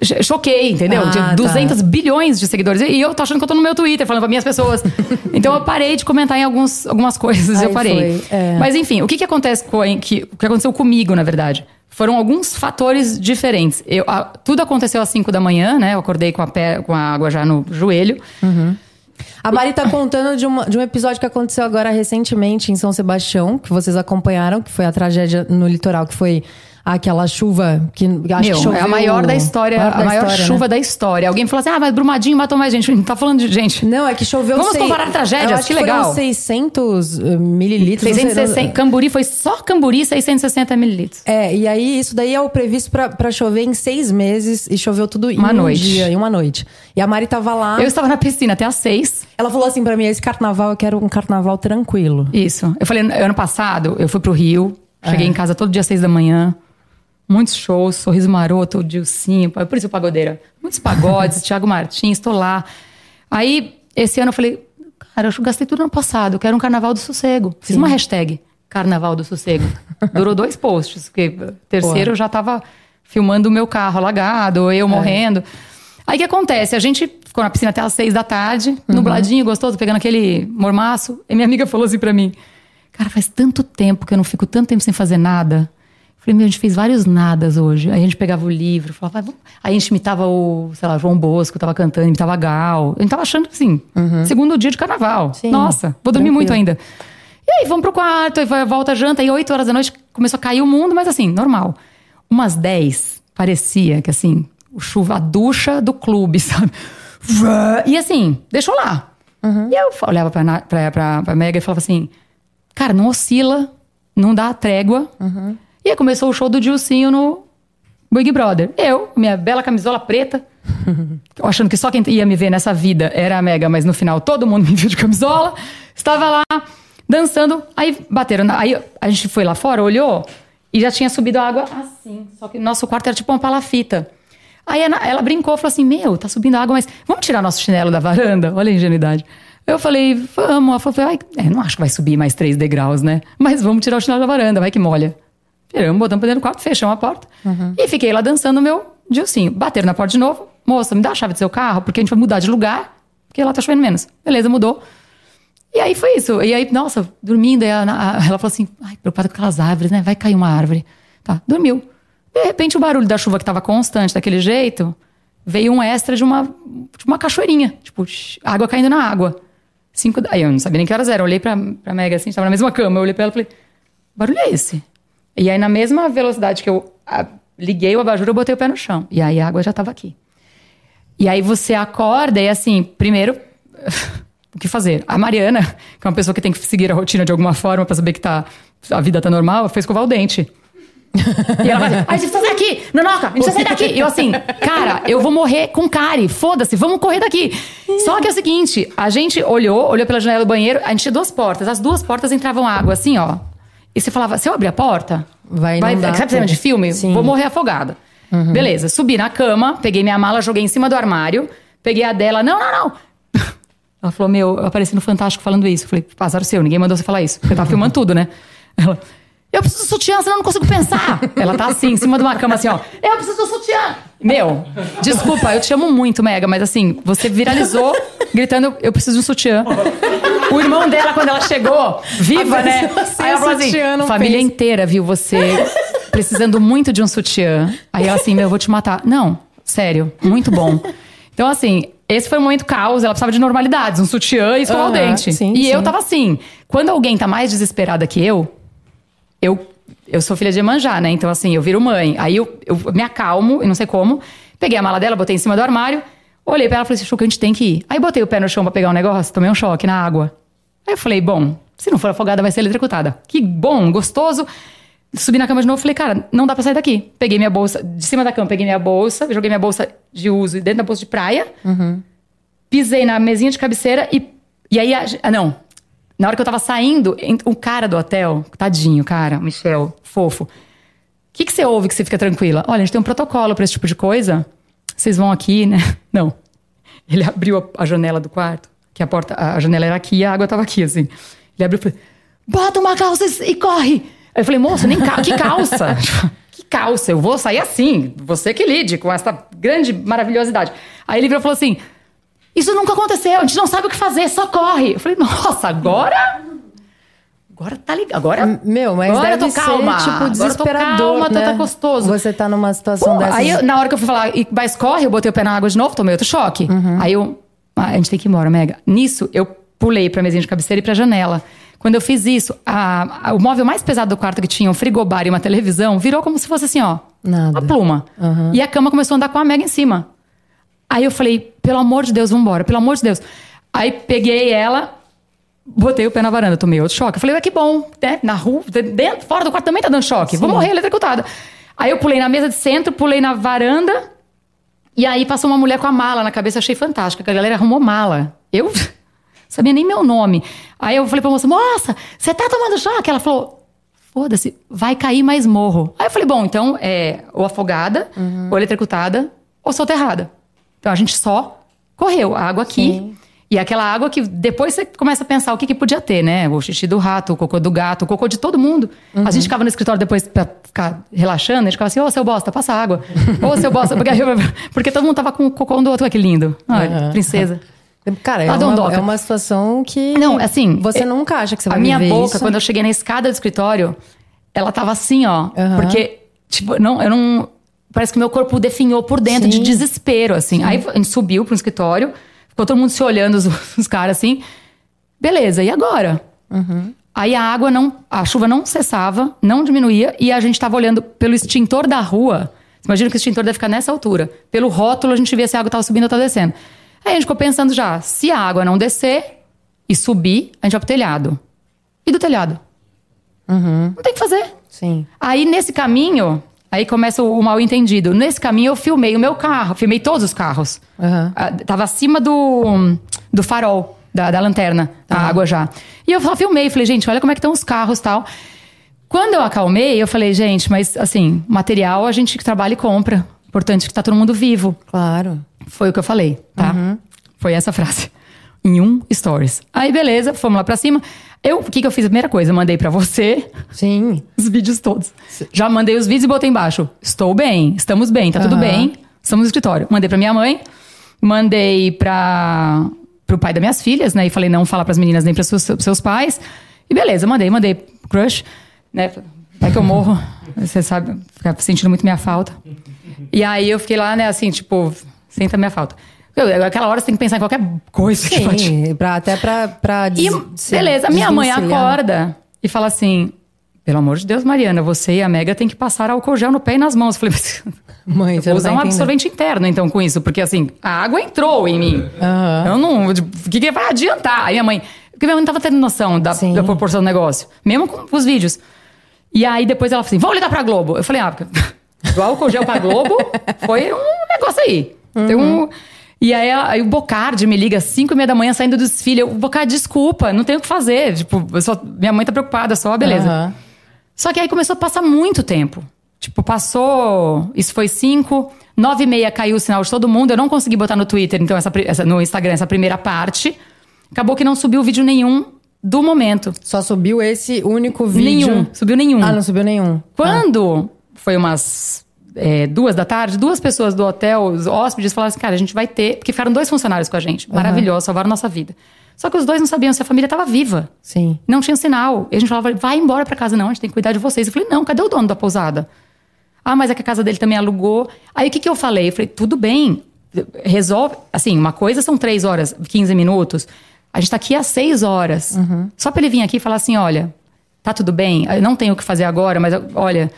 Speaker 2: ch- Choquei, entendeu?
Speaker 1: Ah, tá.
Speaker 2: de 200 bilhões de seguidores. E eu tô achando que eu tô no meu Twitter, falando pra minhas pessoas. então eu parei de comentar em alguns, algumas coisas.
Speaker 1: Aí
Speaker 2: eu parei.
Speaker 1: foi, é.
Speaker 2: Mas enfim, o que, que acontece com em que, o que aconteceu comigo, na verdade? Foram alguns fatores diferentes. Eu, a- tudo aconteceu às 5 da manhã, né? Eu acordei com a, pé, com a água já no joelho.
Speaker 1: A Mari tá contando de, uma- de um episódio que aconteceu agora recentemente em São Sebastião, que vocês acompanharam, que foi a tragédia no litoral, que foi aquela chuva que acho
Speaker 2: Meu,
Speaker 1: que choveu,
Speaker 2: é a maior da história,
Speaker 1: maior da
Speaker 2: a maior
Speaker 1: história,
Speaker 2: chuva
Speaker 1: né?
Speaker 2: da história. Alguém falou assim: ah, mas Brumadinho matou mais gente. Não tá falando de gente.
Speaker 1: Não, é que choveu...
Speaker 2: Vamos
Speaker 1: sei-
Speaker 2: comparar tragédias,
Speaker 1: eu acho
Speaker 2: que
Speaker 1: que foram
Speaker 2: legal.
Speaker 1: 600 eh, mililitros. não sei, não-
Speaker 2: 660, Camburi foi só Camburi, 660 mililitros.
Speaker 1: É, e aí isso daí é o previsto pra, pra chover em seis meses e choveu tudo em
Speaker 2: Uma
Speaker 1: um
Speaker 2: noite.
Speaker 1: dia, em uma noite. E a Mari tava lá,
Speaker 2: Eu estava na piscina até às seis.
Speaker 1: ela falou assim pra mim, esse carnaval eu quero um carnaval tranquilo.
Speaker 2: Isso. Eu falei, ano passado, eu fui pro Rio, cheguei em casa todo dia às seis da manhã. Muitos shows, sorriso maroto, o Dilcinho, por isso o pagodeira. Muitos pagodes, Thiago Martins, tô lá. Aí, esse ano eu falei, cara, eu gastei tudo ano passado, eu quero um carnaval do sossego. Fiz uma hashtag, carnaval do sossego. Durou dois posts, porque terceiro eu já tava filmando o meu carro alagado, eu morrendo. Aí o que acontece? A gente ficou na piscina até às seis da tarde, nubladinho, gostoso, pegando aquele mormaço. E minha amiga falou assim pra mim: Cara, faz tanto tempo que eu não fico tanto tempo sem fazer nada. Eu Falei, meu, a gente fez vários nadas hoje. Aí a gente pegava o livro, falava, "Vai, vamos." aí a gente imitava o, sei lá, João Bosco, tava cantando, imitava Gal. A gente tava achando assim, segundo dia de carnaval.
Speaker 1: Sim.
Speaker 2: Nossa, vou dormir muito
Speaker 1: Tranquilo.
Speaker 2: ainda. E aí vamos pro quarto, aí vai- volta a janta, aí oito horas da noite começou a cair o mundo, mas assim, normal. Umas 10, parecia que assim, o chuva, a ducha do clube, sabe? Vã, E assim, deixou lá. E eu fa- olhava pra, Na- pra, pra, pra Mega e falava assim, cara, não oscila, não dá trégua. E aí começou o show do Dilcinho no Big Brother. Eu, minha bela camisola preta, eu achando que só quem ia me ver nessa vida era a Mega, mas no final todo mundo me viu de camisola. Estava lá dançando, aí bateram. na- Aí a gente foi lá fora, olhou e já tinha subido a água assim. Só que nosso quarto era tipo uma palafita. Aí ela, ela brincou, falou assim: Meu, tá subindo água, mas vamos tirar nosso chinelo da varanda? Olha a ingenuidade. Eu falei: Vamos. Ela falou: Ai, é, Não acho que vai subir mais três degraus, né? Mas vamos tirar o chinelo da varanda, vai que molha. Viramos, botamos um pra dentro do quarto, fechamos a porta. E fiquei lá dançando o meu Dilcinho. Bateram na porta de novo. Moça, me dá a chave do seu carro, porque a gente vai mudar de lugar, porque lá tá chovendo menos. Beleza, mudou. E aí foi isso. E aí, nossa, dormindo, aí a- a- ela falou assim, ai, preocupada com aquelas árvores, né? Vai cair uma árvore. Tá, dormiu. De repente, o barulho da chuva que tava constante daquele jeito, veio um extra de uma, de uma cachoeirinha. Tipo, shh, água caindo na água. Cinco, da- aí eu não sabia nem que horas era. Eu olhei pra, pra Mega, assim, tava na mesma cama. Eu olhei pra ela e falei, barulho é esse? E aí, na mesma velocidade que eu ah, liguei o abajur, eu botei o pé no chão. E aí, a água já tava aqui. E aí você acorda e assim, primeiro, o que fazer? A Mariana, que é uma pessoa que tem que seguir a rotina de alguma forma pra saber que tá, a vida tá normal, foi escovar o dente. E ela vai, a gente precisa sair daqui, Nanoca, a gente precisa sair daqui. E Eu assim, cara, eu vou morrer com cárie, foda-se, vamos correr daqui. Só que é o seguinte, a gente olhou, olhou pela janela do banheiro, a gente tinha duas portas, as duas portas entravam água assim, ó. E você falava, se eu abrir a porta,
Speaker 1: Vai inundar
Speaker 2: sabe é
Speaker 1: tudo.
Speaker 2: cinema de filme?
Speaker 1: Sim.
Speaker 2: Vou morrer afogada. Beleza, subi na cama, peguei minha mala, joguei em cima do armário, peguei a dela, não, não, não. Ela falou, meu, eu apareci no Fantástico falando isso. Eu falei, azar seu, ninguém mandou você falar isso. Porque eu tava filmando tudo, né? Ela, eu preciso do sutiã, senão eu não consigo pensar. Ela tá assim, em cima de uma cama, assim, ó. Eu preciso do sutiã. Meu, desculpa, eu te amo muito, Mega, mas assim, você viralizou gritando, eu preciso de um sutiã. O irmão dela, quando ela chegou, viva,
Speaker 1: Apareceu
Speaker 2: né?
Speaker 1: assim,
Speaker 2: Aí ela falou
Speaker 1: o sutiã
Speaker 2: assim,
Speaker 1: não
Speaker 2: família
Speaker 1: fez."
Speaker 2: inteira viu você precisando muito de um sutiã. Aí ela assim, meu, eu vou te matar. Não, sério, muito bom. Então, assim, esse foi um momento caos, ela precisava de normalidades, um sutiã e escovar o
Speaker 1: Aham,
Speaker 2: dente.
Speaker 1: sim,
Speaker 2: e eu
Speaker 1: sim.
Speaker 2: tava assim, quando alguém tá mais desesperada que eu, eu, eu sou filha de Emanjá, né? Então, assim, eu viro mãe. Aí eu, eu me acalmo, eu não sei como. Peguei a mala dela, botei em cima do armário. Olhei pra ela e falei assim, Chuca, a gente tem que ir. Aí botei o pé no chão pra pegar um negócio, tomei um choque na água. Aí eu falei, bom, se não for afogada, vai ser eletrocutada. Que bom, gostoso. Subi na cama de novo falei, cara, não dá pra sair daqui. Peguei minha bolsa, de cima da cama, peguei minha bolsa, joguei minha bolsa de uso dentro da bolsa de praia pisei na mesinha de cabeceira e. E aí. a- ah, não. Na hora que eu tava saindo, en- o cara do hotel, tadinho, cara, o Michel, fofo. O que, que você ouve que você fica tranquila? Olha, a gente tem um protocolo pra esse tipo de coisa. Vocês vão aqui, né? Não. Ele abriu a, a janela do quarto, que a porta, a, a janela era aqui e a água tava aqui, assim. Ele abriu e falou: bota uma calça e e corre! Aí eu falei, moço, nem cal que calça! Tipo, que calça? Eu vou sair assim, você que lide com essa grande maravilhosidade. Aí ele virou e falou assim: isso nunca aconteceu, a gente não sabe o que fazer, só corre. Eu falei, nossa, agora? Agora tá ligado. Agora.
Speaker 1: Meu, mas
Speaker 2: agora eu
Speaker 1: deve
Speaker 2: tô
Speaker 1: ser,
Speaker 2: calma.
Speaker 1: tipo, desesperador,
Speaker 2: Agora eu tô calma,
Speaker 1: né?
Speaker 2: tá gostoso.
Speaker 1: Você tá numa situação
Speaker 2: Pô,
Speaker 1: dessa.
Speaker 2: Aí, eu- na hora que eu fui falar, "E- mas corre, eu botei o pé na água de novo, tomei outro choque. Aí eu, "Ah, a gente tem que ir embora, Mega. Nisso, eu pulei pra mesinha de cabeceira e pra janela. Quando eu fiz isso, a- a- o móvel mais pesado do quarto que tinha, um frigobar e uma televisão, virou como se fosse assim, ó.
Speaker 1: Nada.
Speaker 2: Uma pluma. E a cama começou a andar com a Mega em cima. Aí eu falei, pelo amor de Deus, vambora, pelo amor de Deus. Aí peguei ela, botei o pé na varanda, tomei outro choque. Eu falei, ué, que bom, né? Na rua, dentro, fora do quarto também tá dando choque. Vou morrer eletrocutada. Aí eu pulei na mesa de centro, pulei na varanda. E aí passou uma mulher com a mala na cabeça, eu achei fantástica, que a galera arrumou mala. Eu não sabia nem meu nome. Aí eu falei pra moça, moça, você tá tomando choque? Ela falou, foda-se, vai cair mais morro. Aí eu falei, bom, então é ou afogada, ou eletrocutada, ou soterrada. Então a gente só correu, a água aqui. E aquela água que depois você começa a pensar o que, que podia ter, né? O xixi do rato, o cocô do gato, o cocô de todo mundo. A
Speaker 1: Uhum.
Speaker 2: gente ficava no escritório depois pra ficar relaxando, a gente ficava assim, ô seu bosta, passa água. Ô seu bosta, porque, porque todo mundo tava com o cocô um do outro, olha que lindo. Olha,
Speaker 1: Aham.
Speaker 2: princesa.
Speaker 1: Cara, é
Speaker 2: Lá do
Speaker 1: uma,
Speaker 2: Ondoca.
Speaker 1: é uma situação que.
Speaker 2: Tá Não, assim,
Speaker 1: Você
Speaker 2: é-
Speaker 1: nunca acha que você
Speaker 2: a
Speaker 1: vai
Speaker 2: minha
Speaker 1: viver
Speaker 2: boca,
Speaker 1: isso.
Speaker 2: quando eu cheguei na escada do escritório, ela tava assim, ó.
Speaker 1: Aham.
Speaker 2: Porque, tipo, não, eu não. Parece que meu corpo definhou por dentro de
Speaker 1: Sim.
Speaker 2: desespero, assim. Aí a gente subiu pro escritório, ficou todo mundo se olhando, os, os caras assim. Beleza, e agora?
Speaker 1: Uhum.
Speaker 2: Aí a água não. A chuva não cessava, não diminuía, e a gente tava olhando pelo extintor da rua. Você Imagina que o extintor deve ficar nessa altura. Pelo rótulo, a gente via se a água tava subindo ou tava descendo. Aí a gente ficou pensando já, se a água não descer e subir, a gente vai pro telhado. E do telhado?
Speaker 1: Uhum.
Speaker 2: Não tem o que fazer.
Speaker 1: Sim.
Speaker 2: Aí nesse caminho, aí começa o, o mal entendido. Nesse caminho eu filmei o meu carro, filmei todos os carros.
Speaker 1: Aham.
Speaker 2: Ah, tava acima do, do farol, da, da lanterna, a água já. E eu só filmei, falei, gente, olha como é que estão os carros e tal. Quando eu acalmei, eu falei, gente, mas assim, material a gente que trabalha e compra. Importante que tá todo mundo vivo.
Speaker 1: Claro.
Speaker 2: Foi o que eu falei, tá? Foi essa frase. Em um stories. Aí, beleza, fomos lá pra cima. Eu, o que, que eu fiz? A primeira coisa, eu mandei pra você
Speaker 1: Sim.
Speaker 2: os vídeos todos. Já mandei os vídeos e botei embaixo. Estou bem, estamos bem, tá tudo
Speaker 1: Aham.
Speaker 2: bem. Estamos no escritório. Mandei pra minha mãe, mandei pra, pro pai das minhas filhas, né? E falei, não fala pras meninas nem pros seus, pros seus pais. E beleza, mandei, mandei pro crush, né? Vai que eu morro. Você sabe, fica sentindo muito minha falta. E aí eu fiquei lá, né, assim, tipo, senta minha falta. Eu- Aquela hora você tem que pensar em qualquer coisa tipo, que pode
Speaker 1: Sim. Pra, até pra. pra
Speaker 2: e,
Speaker 1: des- se
Speaker 2: beleza, minha mãe
Speaker 1: desvencilhar.
Speaker 2: acorda e fala assim: pelo amor de Deus, Mariana, você e a Mega tem que passar álcool gel no pé e nas mãos. Eu falei, mas
Speaker 1: Mãe, você
Speaker 2: vou
Speaker 1: não
Speaker 2: usar
Speaker 1: tá
Speaker 2: um
Speaker 1: entendendo.
Speaker 2: absorvente interno então com isso, porque assim, a água entrou em mim.
Speaker 1: Aham.
Speaker 2: Eu não. tipo, O que, que vai adiantar? Aí minha mãe. Porque minha mãe não tava tendo noção da,
Speaker 1: Sim.
Speaker 2: da proporção do negócio, mesmo com os vídeos. E aí depois ela falou assim: vamos ligar pra Globo. Eu falei, ah, porque do álcool gel pra Globo foi um negócio aí. Tem
Speaker 1: Uhum.
Speaker 2: um. E aí, ela- aí o Bocardi me liga às 5 e meia da manhã saindo do desfile. Eu, Bocardi, desculpa, não tenho o que fazer. Tipo, eu só- minha mãe tá preocupada só, beleza.
Speaker 1: Aham.
Speaker 2: Só que aí começou a passar muito tempo. Tipo, passou. Isso foi cinco. Nove e meia caiu o sinal de todo mundo. Eu não consegui botar no Twitter, então, essa, pri- essa- no Instagram, essa primeira parte. Acabou que não subiu vídeo nenhum do momento.
Speaker 1: Só subiu esse único vídeo.
Speaker 2: Nenhum. Subiu nenhum.
Speaker 1: Ah, não Ah. subiu nenhum.
Speaker 2: Quando foi umas é, duas da tarde, duas pessoas do hotel, os hóspedes, falaram assim: cara, a gente vai ter. Porque ficaram dois funcionários com a gente. Maravilhoso, salvaram nossa vida. Só que os dois não sabiam se a família estava viva.
Speaker 1: Sim.
Speaker 2: Não tinha sinal. E a gente falava, vai embora pra casa, não, a gente tem que cuidar de vocês. Eu falei, não, cadê o dono da pousada? Ah, mas é que a casa dele também alugou. Aí o que, que eu falei? Eu falei, tudo bem, resolve. Assim, uma coisa são três horas, 15 minutos. A gente tá aqui há seis horas. Só pra ele vir aqui e falar assim: olha, tá tudo bem, eu não tenho o que fazer agora, mas olha,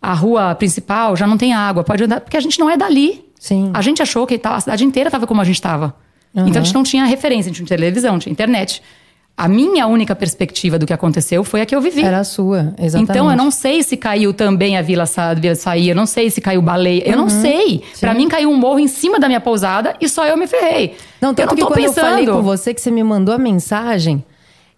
Speaker 2: a rua principal já não tem água, pode andar. Porque a gente não é dali.
Speaker 1: Sim.
Speaker 2: A gente achou que tá- a cidade inteira estava como a gente estava. Então a gente não tinha referência, a gente não tinha televisão, não tinha internet. A minha única perspectiva do que aconteceu foi a que eu vivi.
Speaker 1: Era a sua, exatamente.
Speaker 2: Então eu não sei se caiu também a Vila, Sa Vila Saí, eu não sei se caiu baleia, eu
Speaker 1: Uhum.
Speaker 2: não sei. Pra mim caiu um morro em cima da minha pousada e só eu me ferrei.
Speaker 1: Não,
Speaker 2: eu
Speaker 1: tanto
Speaker 2: não
Speaker 1: que
Speaker 2: tô
Speaker 1: quando
Speaker 2: pensando.
Speaker 1: eu falei com você que você me mandou a mensagem,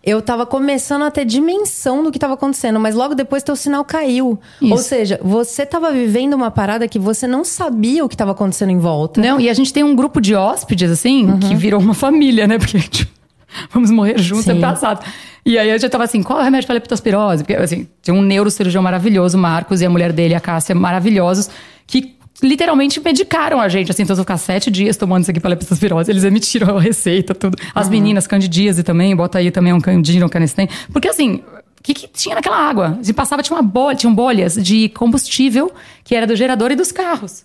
Speaker 1: eu tava começando a ter dimensão do que tava acontecendo, mas logo depois teu sinal caiu.
Speaker 2: Isso.
Speaker 1: Ou seja, você tava vivendo uma parada que você não sabia o que tava acontecendo em volta. Uhum.
Speaker 2: Não, e a gente tem um grupo de hóspedes, assim, que virou uma família, né? Porque, tipo, vamos morrer juntos, é
Speaker 1: Sim.
Speaker 2: passado. E aí eu já tava assim, qual é o remédio pra leptospirose? Porque, assim, tem um neurocirurgião maravilhoso, o Marcos, e a mulher dele, a Cássia, maravilhosos, que literalmente medicaram a gente, assim, então eu vou ficar sete dias tomando isso aqui pra leptospirose, eles emitiram a receita, tudo. As
Speaker 1: Uhum.
Speaker 2: meninas, candidíase também, bota aí também um candida, um canestem. Porque, assim... O que, que tinha naquela água? Se passava, tinha uma bolha, tinham bolhas de combustível que era do gerador e dos carros.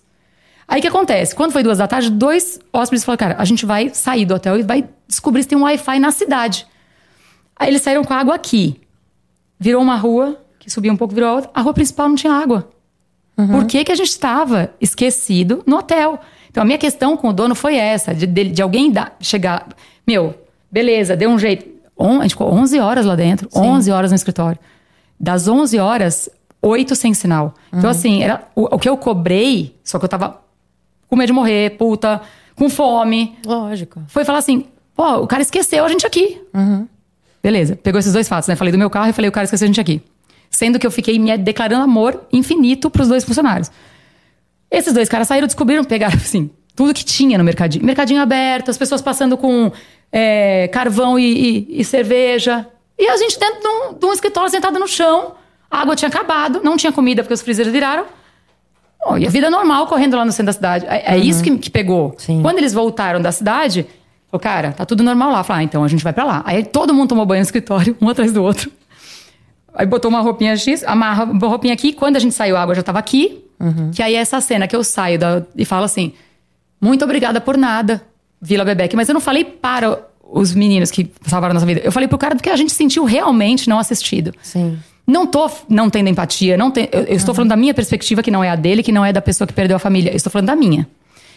Speaker 2: Aí o que acontece? Quando foi duas da tarde, dois hóspedes falaram: cara, a gente vai sair do hotel e vai descobrir se tem um Wi-Fi na cidade. Aí eles saíram com a água aqui. Virou uma rua, que subia um pouco, virou a outra. A rua principal não tinha água. Por que, que a gente estava esquecido no hotel? Então, a minha questão com o dono foi essa: de, dele- de alguém dar- chegar. Meu, beleza, deu um jeito. On- a gente ficou 11 horas lá dentro, 11 horas no escritório. Das 11 horas, 8 sem sinal. Então, assim, era, o, o que eu cobrei, só que eu tava com medo de morrer, puta, com fome,
Speaker 1: Lógico.
Speaker 2: foi falar assim: pô, o cara esqueceu a gente aqui. Beleza, pegou esses dois fatos, né? Falei do meu carro e falei: o cara esqueceu a gente aqui. Sendo que eu fiquei me declarando amor infinito pros dois funcionários. Esses dois caras saíram, descobriram, pegaram, assim, tudo que tinha no mercadinho. Mercadinho aberto, as pessoas passando com é, carvão e, e- e cerveja. E a gente dentro de um, de um escritório sentado no chão. A água tinha acabado, não tinha comida porque os freezers viraram. Bom, e a vida normal correndo lá no centro da cidade. É, é isso que, que pegou.
Speaker 1: Sim.
Speaker 2: Quando eles voltaram da cidade, falou, cara, tá tudo normal lá. Falei, ah, então a gente vai pra lá. Aí todo mundo tomou banho no escritório, um atrás do outro. Aí botou uma roupinha X, amarra uma roupinha aqui. Quando a gente saiu, a água já tava aqui. Que aí é essa cena que eu saio da- e falo assim: muito obrigada por nada, Vila Bebeque. Mas eu não falei para os meninos que salvaram nossa vida. Eu falei pro cara do que a gente sentiu realmente não assistido.
Speaker 1: Sim.
Speaker 2: Não tô f- não tendo empatia, não tem, eu, eu estou falando da minha perspectiva, que não é a dele, que não é da pessoa que perdeu a família. Eu estou falando da minha.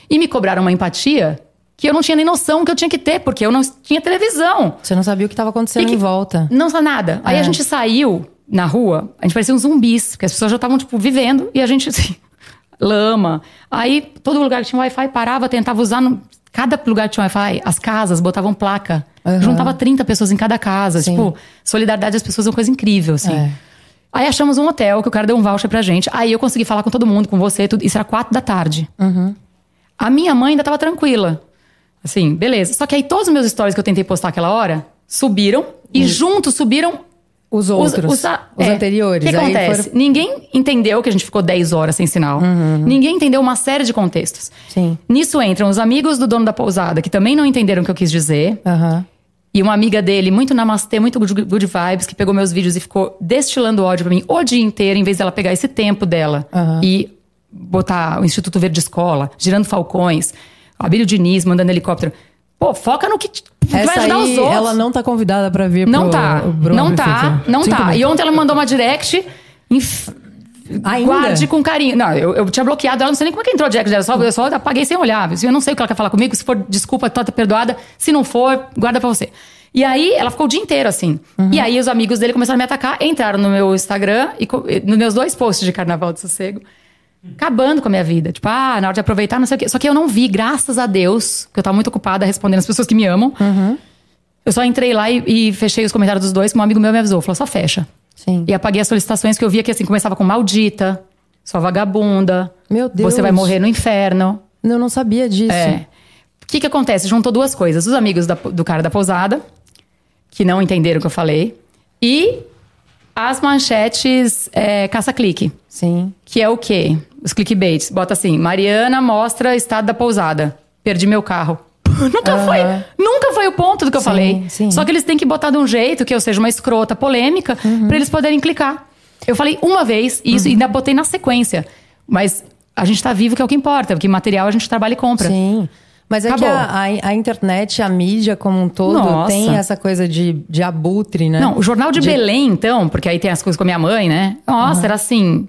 Speaker 2: E me cobraram uma empatia que eu não tinha nem noção que eu tinha que ter, porque eu não tinha televisão.
Speaker 1: Você não sabia o que estava acontecendo
Speaker 2: Que que-
Speaker 1: em volta.
Speaker 2: Não sabe nada. Aí
Speaker 1: É.
Speaker 2: a gente saiu na rua, a gente parecia uns zumbis, porque as pessoas já estavam, tipo, vivendo e a gente, assim, lama. Aí todo lugar que tinha Wi-Fi parava, tentava usar. no- Cada lugar que tinha Wi-Fi, as casas botavam placa.
Speaker 1: Aham.
Speaker 2: Juntava 30 pessoas em cada casa.
Speaker 1: Sim.
Speaker 2: Tipo, solidariedade das pessoas é uma coisa incrível, assim.
Speaker 1: É.
Speaker 2: Aí achamos um hotel que o cara deu um voucher pra gente. Aí eu consegui falar com todo mundo, com você, tudo. Isso era quatro da tarde.
Speaker 1: Uhum.
Speaker 2: A minha mãe ainda tava tranquila. Assim, beleza. Só que aí todos os meus stories que eu tentei postar aquela hora subiram e juntos subiram
Speaker 1: Os outros. Os,
Speaker 2: a- é.
Speaker 1: anteriores.
Speaker 2: O que
Speaker 1: aí
Speaker 2: acontece?
Speaker 1: foram-
Speaker 2: Ninguém entendeu que a gente ficou 10 horas sem sinal.
Speaker 1: Uhum.
Speaker 2: Ninguém entendeu uma série de contextos.
Speaker 1: Sim.
Speaker 2: Nisso entram os amigos do dono da pousada, que também não entenderam o que eu quis dizer.
Speaker 1: Aham.
Speaker 2: E uma amiga dele, muito namastê, muito good good vibes, que pegou meus vídeos e ficou destilando ódio pra mim o dia inteiro, em vez dela pegar esse tempo dela
Speaker 1: Aham.
Speaker 2: e botar o Instituto Verde Escola, girando falcões, Abílio Diniz mandando helicóptero. Pô, foca no que, te- que vai
Speaker 1: Essa
Speaker 2: ajudar
Speaker 1: aí,
Speaker 2: os outros.
Speaker 1: ela não tá convidada pra vir
Speaker 2: Não
Speaker 1: pro-
Speaker 2: tá,
Speaker 1: pro
Speaker 2: não tá,
Speaker 1: Amplifica.
Speaker 2: não
Speaker 1: Sinto
Speaker 2: tá.
Speaker 1: muito.
Speaker 2: E ontem ela mandou uma direct. inf-
Speaker 1: Ainda?
Speaker 2: Guarde com carinho. Não, eu, eu tinha bloqueado ela, não sei nem como é que entrou a direct dela, só, eu só apaguei sem olhar. Eu não sei o que ela quer falar comigo, se for desculpa, tá perdoada. Se não for, guarda pra você. E aí, ela ficou o dia inteiro assim. E aí, os amigos dele começaram a me atacar, entraram no meu Instagram, e co- e nos meus dois posts de Carnaval de Sossego, acabando com a minha vida. Tipo, ah, na hora de aproveitar, não sei o quê. Só que eu não vi, graças a Deus, que eu tava muito ocupada respondendo as pessoas que me amam. Eu só entrei lá e, e fechei os comentários dos dois, que um amigo meu me avisou, falou, só fecha.
Speaker 1: Sim.
Speaker 2: E apaguei as solicitações que eu via que assim, começava com maldita, sua vagabunda.
Speaker 1: Meu Deus.
Speaker 2: Você vai morrer no inferno.
Speaker 1: Eu não sabia disso.
Speaker 2: É. O que que acontece? Juntou duas coisas. Os amigos da- do cara da pousada, que não entenderam o que eu falei, e as manchetes é, caça-clique.
Speaker 1: Sim.
Speaker 2: Que é o quê? Os clickbaits. Bota assim, Mariana mostra estado da pousada. Perdi meu carro. nunca foi, nunca foi o ponto do que eu
Speaker 1: Sim,
Speaker 2: falei.
Speaker 1: sim.
Speaker 2: Só que eles têm que botar de um jeito que eu seja uma escrota polêmica
Speaker 1: Uhum.
Speaker 2: pra eles poderem clicar. Eu falei uma vez e isso ainda botei na sequência. Mas a gente tá vivo que é o que importa, porque material a gente trabalha e compra.
Speaker 1: Sim. Mas é
Speaker 2: Acabou.
Speaker 1: que a, a- a internet, a mídia como um todo,
Speaker 2: Nossa.
Speaker 1: tem essa coisa de, de abutre, né?
Speaker 2: Não, o Jornal de, Belém, então, porque aí tem as coisas com a minha mãe, né? Nossa, era assim.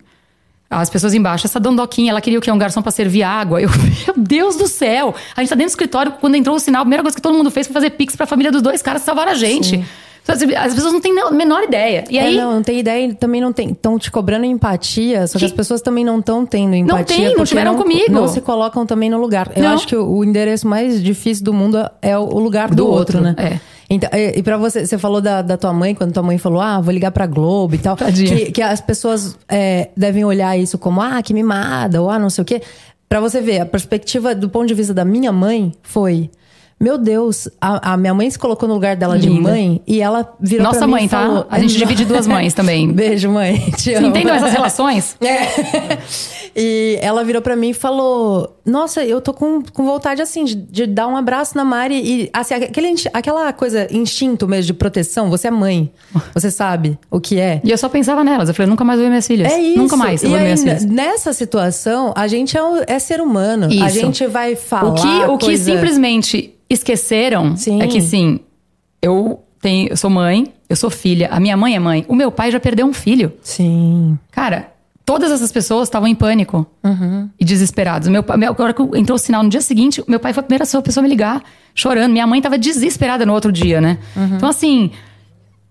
Speaker 2: As pessoas embaixo, essa dondoquinha, ela queria o quê? Um garçom pra servir água. Eu, meu Deus do céu! A gente tá dentro do escritório, quando entrou o sinal, a primeira coisa que todo mundo fez foi fazer pix pra família dos dois caras que salvaram a gente. Então, As pessoas não têm a menor ideia. E
Speaker 1: É,
Speaker 2: aí.
Speaker 1: não, não tem ideia, e também não tem. Estão te cobrando empatia, só que,
Speaker 2: Que-
Speaker 1: as pessoas também não estão tendo empatia.
Speaker 2: tem, não
Speaker 1: porque
Speaker 2: tiveram comigo.
Speaker 1: Não se colocam também no lugar. Eu
Speaker 2: Não.
Speaker 1: acho que o, o endereço mais difícil do mundo é o lugar do,
Speaker 2: Do
Speaker 1: outro,
Speaker 2: outro,
Speaker 1: né?
Speaker 2: é.
Speaker 1: Então, e e pra você, você falou da, da tua mãe, quando tua mãe falou, ah, vou ligar pra Globo e tal.
Speaker 2: Tadinha.
Speaker 1: Que, que as pessoas é, devem olhar isso como, ah, que mimada, ou ah, não sei o quê. Pra você ver, a perspectiva do ponto de vista da minha mãe foi. Meu Deus, a, a minha mãe se colocou no lugar dela de
Speaker 2: Linda.
Speaker 1: mãe e ela virou
Speaker 2: Nossa
Speaker 1: pra mim
Speaker 2: mãe,
Speaker 1: e
Speaker 2: tá?
Speaker 1: falou,
Speaker 2: A gente divide duas mães também.
Speaker 1: Beijo, mãe. Te
Speaker 2: Vocês
Speaker 1: amo.
Speaker 2: entendam essas relações?
Speaker 1: É. E ela virou pra mim e falou: Nossa, eu tô com, com vontade assim de, de dar um abraço na Mari. E assim, aquele, insti- aquela coisa, instinto mesmo de proteção, você é mãe. Você sabe o que é.
Speaker 2: E eu só pensava nelas. Eu falei, eu nunca mais vou ver minhas filhas.
Speaker 1: É isso.
Speaker 2: Nunca mais
Speaker 1: e
Speaker 2: eu vou
Speaker 1: aí,
Speaker 2: ver minhas filhas.
Speaker 1: nessa situação, a gente é, um- é ser humano. A
Speaker 2: Isso.
Speaker 1: gente vai falar.
Speaker 2: O que, o que
Speaker 1: coisa-
Speaker 2: simplesmente esqueceram
Speaker 1: Sim.
Speaker 2: é que, assim, eu, tenho, eu sou mãe, eu sou filha, a minha mãe é mãe, o meu pai já perdeu um filho.
Speaker 1: Sim.
Speaker 2: Cara, todas essas pessoas estavam em pânico
Speaker 1: Uhum.
Speaker 2: e desesperados. Meu, pa- meu, a hora que entrou o sinal no dia seguinte, meu pai foi a
Speaker 1: Uhum.
Speaker 2: primeira pessoa a me ligar, chorando. Minha mãe estava desesperada no outro dia, né? Então, assim,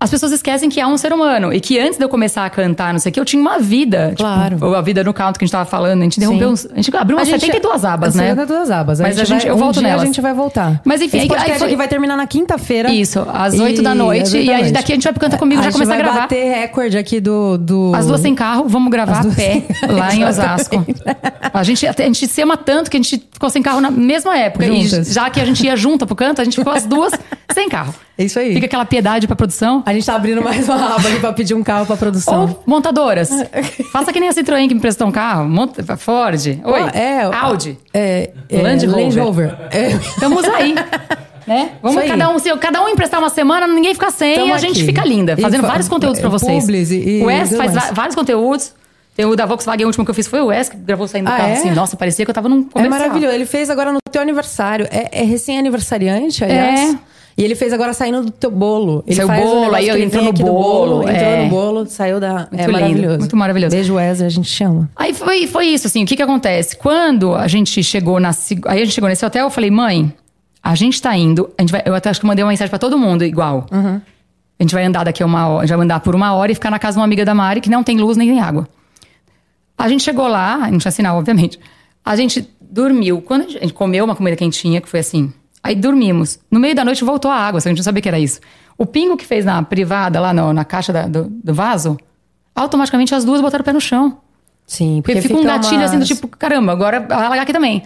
Speaker 2: as pessoas esquecem que há um ser humano. E que antes de eu começar a cantar, não sei o que, eu tinha uma vida.
Speaker 1: Claro.
Speaker 2: Tipo, a vida no canto que a gente tava falando. A gente derrubeu uns, A gente abriu umas 72 abas, né?
Speaker 1: 72 abas.
Speaker 2: Mas a gente,
Speaker 1: vai,
Speaker 2: eu
Speaker 1: um
Speaker 2: volto
Speaker 1: dia
Speaker 2: nelas.
Speaker 1: a gente vai voltar.
Speaker 2: Mas enfim,
Speaker 1: Esse
Speaker 2: aí-
Speaker 1: podcast
Speaker 2: aí foi-
Speaker 1: aqui vai terminar na quinta-feira.
Speaker 2: Isso, às 8 da noite. E aí
Speaker 1: exatamente.
Speaker 2: daqui a gente vai pro Canta Comigo já começar a gravar.
Speaker 1: gente vai bater recorde aqui do... do...
Speaker 2: As duas sem carro, vamos gravar
Speaker 1: As
Speaker 2: a
Speaker 1: duas
Speaker 2: pé
Speaker 1: sem-
Speaker 2: lá em Osasco. A gente, a gente se ama tanto que a gente ficou sem carro na mesma época. E
Speaker 1: Juntas.
Speaker 2: já que a gente ia junta pro canto, a gente ficou as duas sem carro.
Speaker 1: É isso aí.
Speaker 2: Fica aquela piedade pra produção.
Speaker 1: A gente tá abrindo mais uma aba aqui pra pedir um carro pra produção.
Speaker 2: Ou montadoras. Faça que nem a Citroën que me prestou um carro. Monta, Ford. Oi.
Speaker 1: Ó, é, ó,
Speaker 2: Audi.
Speaker 1: É, é,
Speaker 2: Land Rover.
Speaker 1: Land Rover. É.
Speaker 2: Estamos aí. Né? Vamos
Speaker 1: Isso aí.
Speaker 2: cada um, se cada um emprestar uma semana, ninguém fica sem,
Speaker 1: Tamo
Speaker 2: a gente
Speaker 1: aqui.
Speaker 2: fica linda,
Speaker 1: E
Speaker 2: fazendo
Speaker 1: fa- é,
Speaker 2: vários conteúdos pra vocês.
Speaker 1: publis e- e
Speaker 2: o Wes
Speaker 1: tudo
Speaker 2: faz
Speaker 1: mais.
Speaker 2: va- vários conteúdos. Tem o da Volkswagen, o último que eu fiz foi o Wes, que gravou saindo do
Speaker 1: Ah,
Speaker 2: carro
Speaker 1: é?
Speaker 2: assim. Nossa, parecia que eu tava num
Speaker 1: É
Speaker 2: comercial.
Speaker 1: maravilhoso. Ele fez agora no teu aniversário. É, é recém-aniversariante, aliás.
Speaker 2: É.
Speaker 1: E ele fez agora saindo do teu bolo. Ele
Speaker 2: Saiu
Speaker 1: faz
Speaker 2: bolo,
Speaker 1: negócio
Speaker 2: aí
Speaker 1: que ele
Speaker 2: entrou
Speaker 1: vem
Speaker 2: no
Speaker 1: aqui do
Speaker 2: bolo,
Speaker 1: Entrou
Speaker 2: é.
Speaker 1: no bolo, saiu da. é
Speaker 2: lindo,
Speaker 1: maravilhoso.
Speaker 2: muito maravilhoso.
Speaker 1: Beijo, Wesley, a gente chama.
Speaker 2: Aí foi, foi isso, assim, o que que acontece? Quando a gente chegou na... seg- Aí a gente chegou nesse hotel, eu falei, mãe, a gente tá indo... A gente vai, eu até acho que eu mandei uma mensagem pra todo mundo, igual. A gente vai andar daqui a uma hora, a gente vai andar por uma hora e ficar na casa de uma amiga da Mari, que não tem luz nem tem água. A gente chegou lá, não tinha sinal, obviamente. A gente dormiu. Quando a gente, a gente comeu uma comida quentinha, que foi assim. Aí dormimos. No meio da noite voltou a água, só que a gente não sabia que era isso. O pingo que fez na privada, lá no- na caixa da- do, do vaso, automaticamente as duas botaram o pé no chão.
Speaker 1: Sim,
Speaker 2: Porque fica um gatilho assim do tipo, caramba, agora vai alagar aqui também.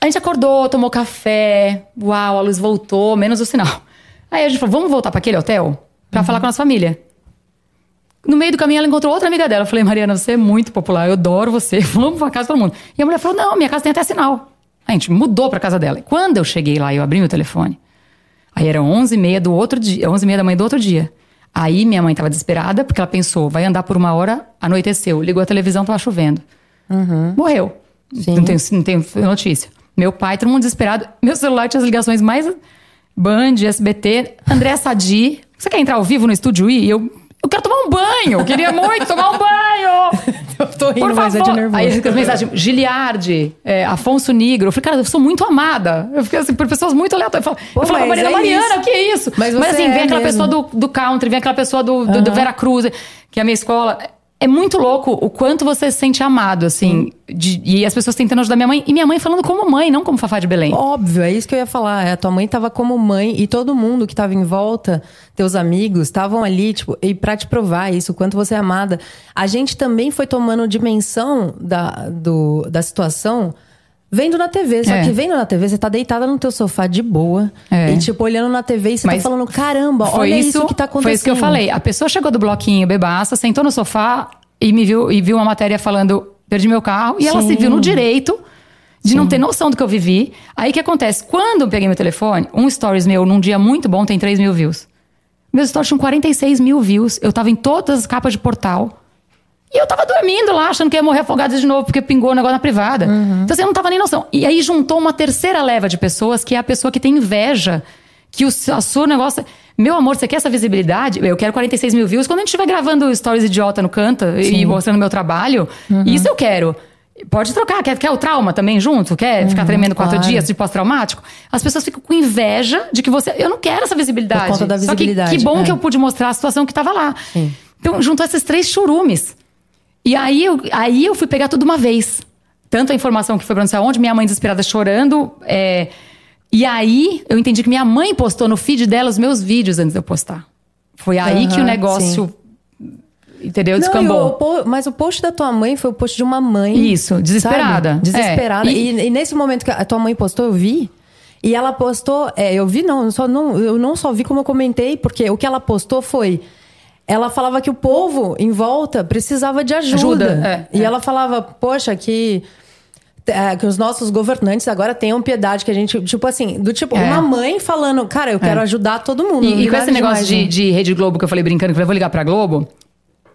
Speaker 2: A gente acordou, tomou café, uau, a luz voltou, menos o sinal. Aí a gente falou, vamos voltar pra aquele hotel pra falar com a nossa família. No meio do caminho ela encontrou outra amiga dela. Eu falei, Mariana, você é muito popular, eu adoro você, vamos pra casa de todo mundo. E a mulher falou, não, minha casa tem até sinal. A gente mudou pra casa dela. Quando eu cheguei lá e eu abri meu telefone, Aí era 11 e meia do outro dia, 11 e meia da manhã do outro dia. Aí minha mãe tava desesperada, porque ela pensou, vai andar por uma hora, anoiteceu. Ligou a televisão, tava chovendo. Morreu. Não tem, não tem notícia. Meu pai, todo mundo desesperado. Meu celular tinha as ligações mais... Band, SBT, André Sadi. Você quer entrar ao vivo no estúdio I? E eu... Eu quero tomar um banho. Eu queria muito tomar um banho.
Speaker 1: Eu tô rindo,
Speaker 2: Por
Speaker 1: mas é
Speaker 2: favor.
Speaker 1: de nervoso.
Speaker 2: Aí as mensagens, Giliardi, é, Afonso Negro. Eu falei, cara, eu sou muito amada. Eu fiquei assim, por pessoas muito aleatórias. Eu falo-
Speaker 1: Pô,
Speaker 2: eu falava,
Speaker 1: mas
Speaker 2: Mariana,
Speaker 1: é
Speaker 2: Mariana,
Speaker 1: isso.
Speaker 2: o que é isso?
Speaker 1: Mas você
Speaker 2: assim,
Speaker 1: é
Speaker 2: vem aquela
Speaker 1: mesmo.
Speaker 2: pessoa do, do country, vem aquela pessoa do, do, do Vera Cruz, que é a minha escola. É muito louco o quanto você se sente amado, assim. de- e as pessoas tentando ajudar minha mãe. E minha mãe falando como mãe, não como Fafá de Belém.
Speaker 1: Óbvio, é isso que eu ia falar. É, A tua mãe tava como mãe e todo mundo que tava em volta, teus amigos, estavam ali, tipo, e pra te provar isso, o quanto você é amada. A gente também foi tomando dimensão da, do, da situação vendo na TV. Só
Speaker 2: É.
Speaker 1: que vendo na TV, você tá deitada no teu sofá de boa
Speaker 2: É.
Speaker 1: e, tipo, olhando na TV e você
Speaker 2: Mas
Speaker 1: tá falando: caramba,
Speaker 2: Foi
Speaker 1: olha
Speaker 2: isso,
Speaker 1: isso, que tá acontecendo.
Speaker 2: Foi isso que eu falei. A pessoa chegou do bloquinho bebaça, sentou no sofá e me viu e viu uma matéria falando: perdi meu carro. E ela se viu no direito de não ter noção do que eu vivi. Aí o que acontece? Quando eu peguei meu telefone, um stories meu num dia muito bom tem 3 mil views. Meus stories tinham 46 mil views. Eu tava em todas as capas de portal. E eu tava dormindo lá, achando que ia morrer afogada de novo, porque pingou o negócio na privada.
Speaker 1: Uhum.
Speaker 2: Então, assim, eu não tava nem noção. E aí juntou uma terceira leva de pessoas, que é a pessoa que tem inveja, que o seu, a sua negócio. Meu amor, você quer essa visibilidade? Eu quero 46 mil views. Quando a gente estiver gravando stories idiota no Canta e mostrando meu trabalho,
Speaker 1: Uhum.
Speaker 2: isso eu quero. Pode trocar, quer, quer o trauma também junto? Quer ficar tremendo quatro
Speaker 1: Uhum, claro.
Speaker 2: dias de pós-traumático? As pessoas ficam com inveja de que você. Eu não quero essa visibilidade.
Speaker 1: Por conta da
Speaker 2: Só que-
Speaker 1: visibilidade,
Speaker 2: que, bom
Speaker 1: é.
Speaker 2: que eu pude mostrar a situação que tava lá. Então, juntou esses três churumes. E aí eu, aí eu fui pegar tudo uma vez. Tanto a informação que foi pra não sei aonde, minha mãe desesperada chorando. é, E aí eu entendi que minha mãe postou no feed dela os meus vídeos antes de eu postar. Foi aí
Speaker 1: Aham,
Speaker 2: que o negócio. Entendeu?
Speaker 1: Não, e o
Speaker 2: Descambou.
Speaker 1: po- mas o post da tua mãe foi o post de uma mãe.
Speaker 2: Isso, desesperada.
Speaker 1: sabe? Desesperada.
Speaker 2: É,
Speaker 1: E, e nesse momento que a tua mãe postou, eu vi. E ela postou, é, eu vi não, eu só não, eu não só vi como eu comentei, porque o que ela postou foi. Ela falava que o povo em volta precisava de ajuda.
Speaker 2: Ajuda, é,
Speaker 1: e
Speaker 2: é.
Speaker 1: ela falava, poxa, que. é, que os nossos governantes agora tenham piedade, que a gente, tipo assim, do tipo,
Speaker 2: É.
Speaker 1: uma mãe falando, cara, eu quero ajudar todo mundo. não
Speaker 2: E, e
Speaker 1: tem
Speaker 2: com
Speaker 1: nada
Speaker 2: esse negócio
Speaker 1: demais, né?"
Speaker 2: de, de Rede Globo que eu falei brincando, que eu falei, vou ligar pra Globo.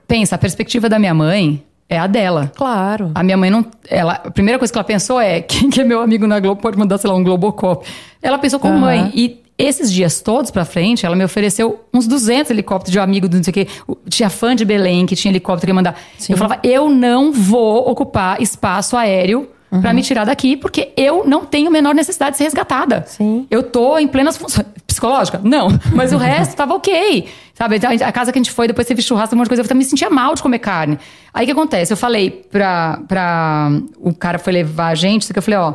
Speaker 2: Pensa, a perspectiva da minha mãe é a dela.
Speaker 1: Claro.
Speaker 2: A minha mãe não. Ela, a primeira coisa que ela pensou é: quem que é meu amigo na Globo pode mandar, sei lá, um Globocop. Ela pensou como
Speaker 1: Aham.
Speaker 2: mãe. E esses dias todos pra frente, ela me ofereceu uns 200 helicópteros de um amigo do não sei o quê. O- Tinha fã de Belém que tinha helicóptero que ia mandar. Eu falava: eu não vou ocupar espaço aéreo pra
Speaker 1: Uhum.
Speaker 2: me tirar daqui, porque eu não tenho a menor necessidade de ser resgatada.
Speaker 1: Sim.
Speaker 2: Eu tô em plenas funções. Psicológica? Não. Mas o resto tava ok. Sabe? Então, A casa que a gente foi, depois teve churrasco, um monte de coisa. Eu também me sentia mal de comer carne. Aí o que acontece? Eu falei pra, pra. O cara foi levar a gente, só que eu falei, ó.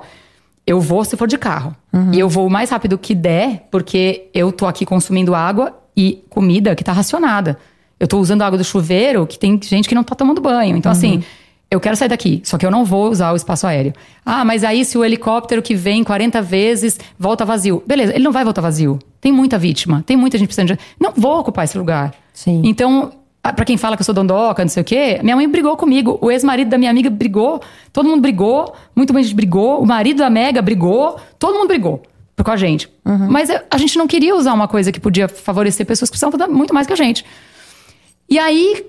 Speaker 2: Eu vou se for de carro. E eu vou o mais rápido que der, porque eu tô aqui consumindo água e comida que tá racionada. Eu tô usando água do chuveiro, que tem gente que não tá tomando banho. Então, assim, eu quero sair daqui, só que eu não vou usar o espaço aéreo. Ah, mas aí se o helicóptero que vem 40 vezes volta vazio. Beleza, ele não vai voltar vazio. Tem muita vítima, tem muita gente precisando de. Não vou ocupar esse lugar.
Speaker 1: Sim.
Speaker 2: Então, ah, pra quem fala que eu sou dondoca, não sei o quê, minha mãe brigou comigo. O ex-marido da minha amiga brigou. Todo mundo brigou. Muito bem, gente brigou. O marido da Mega brigou. Todo mundo brigou por- com a gente. Mas eu- a gente não queria usar uma coisa que podia favorecer pessoas que precisavam muito mais que a gente. E aí,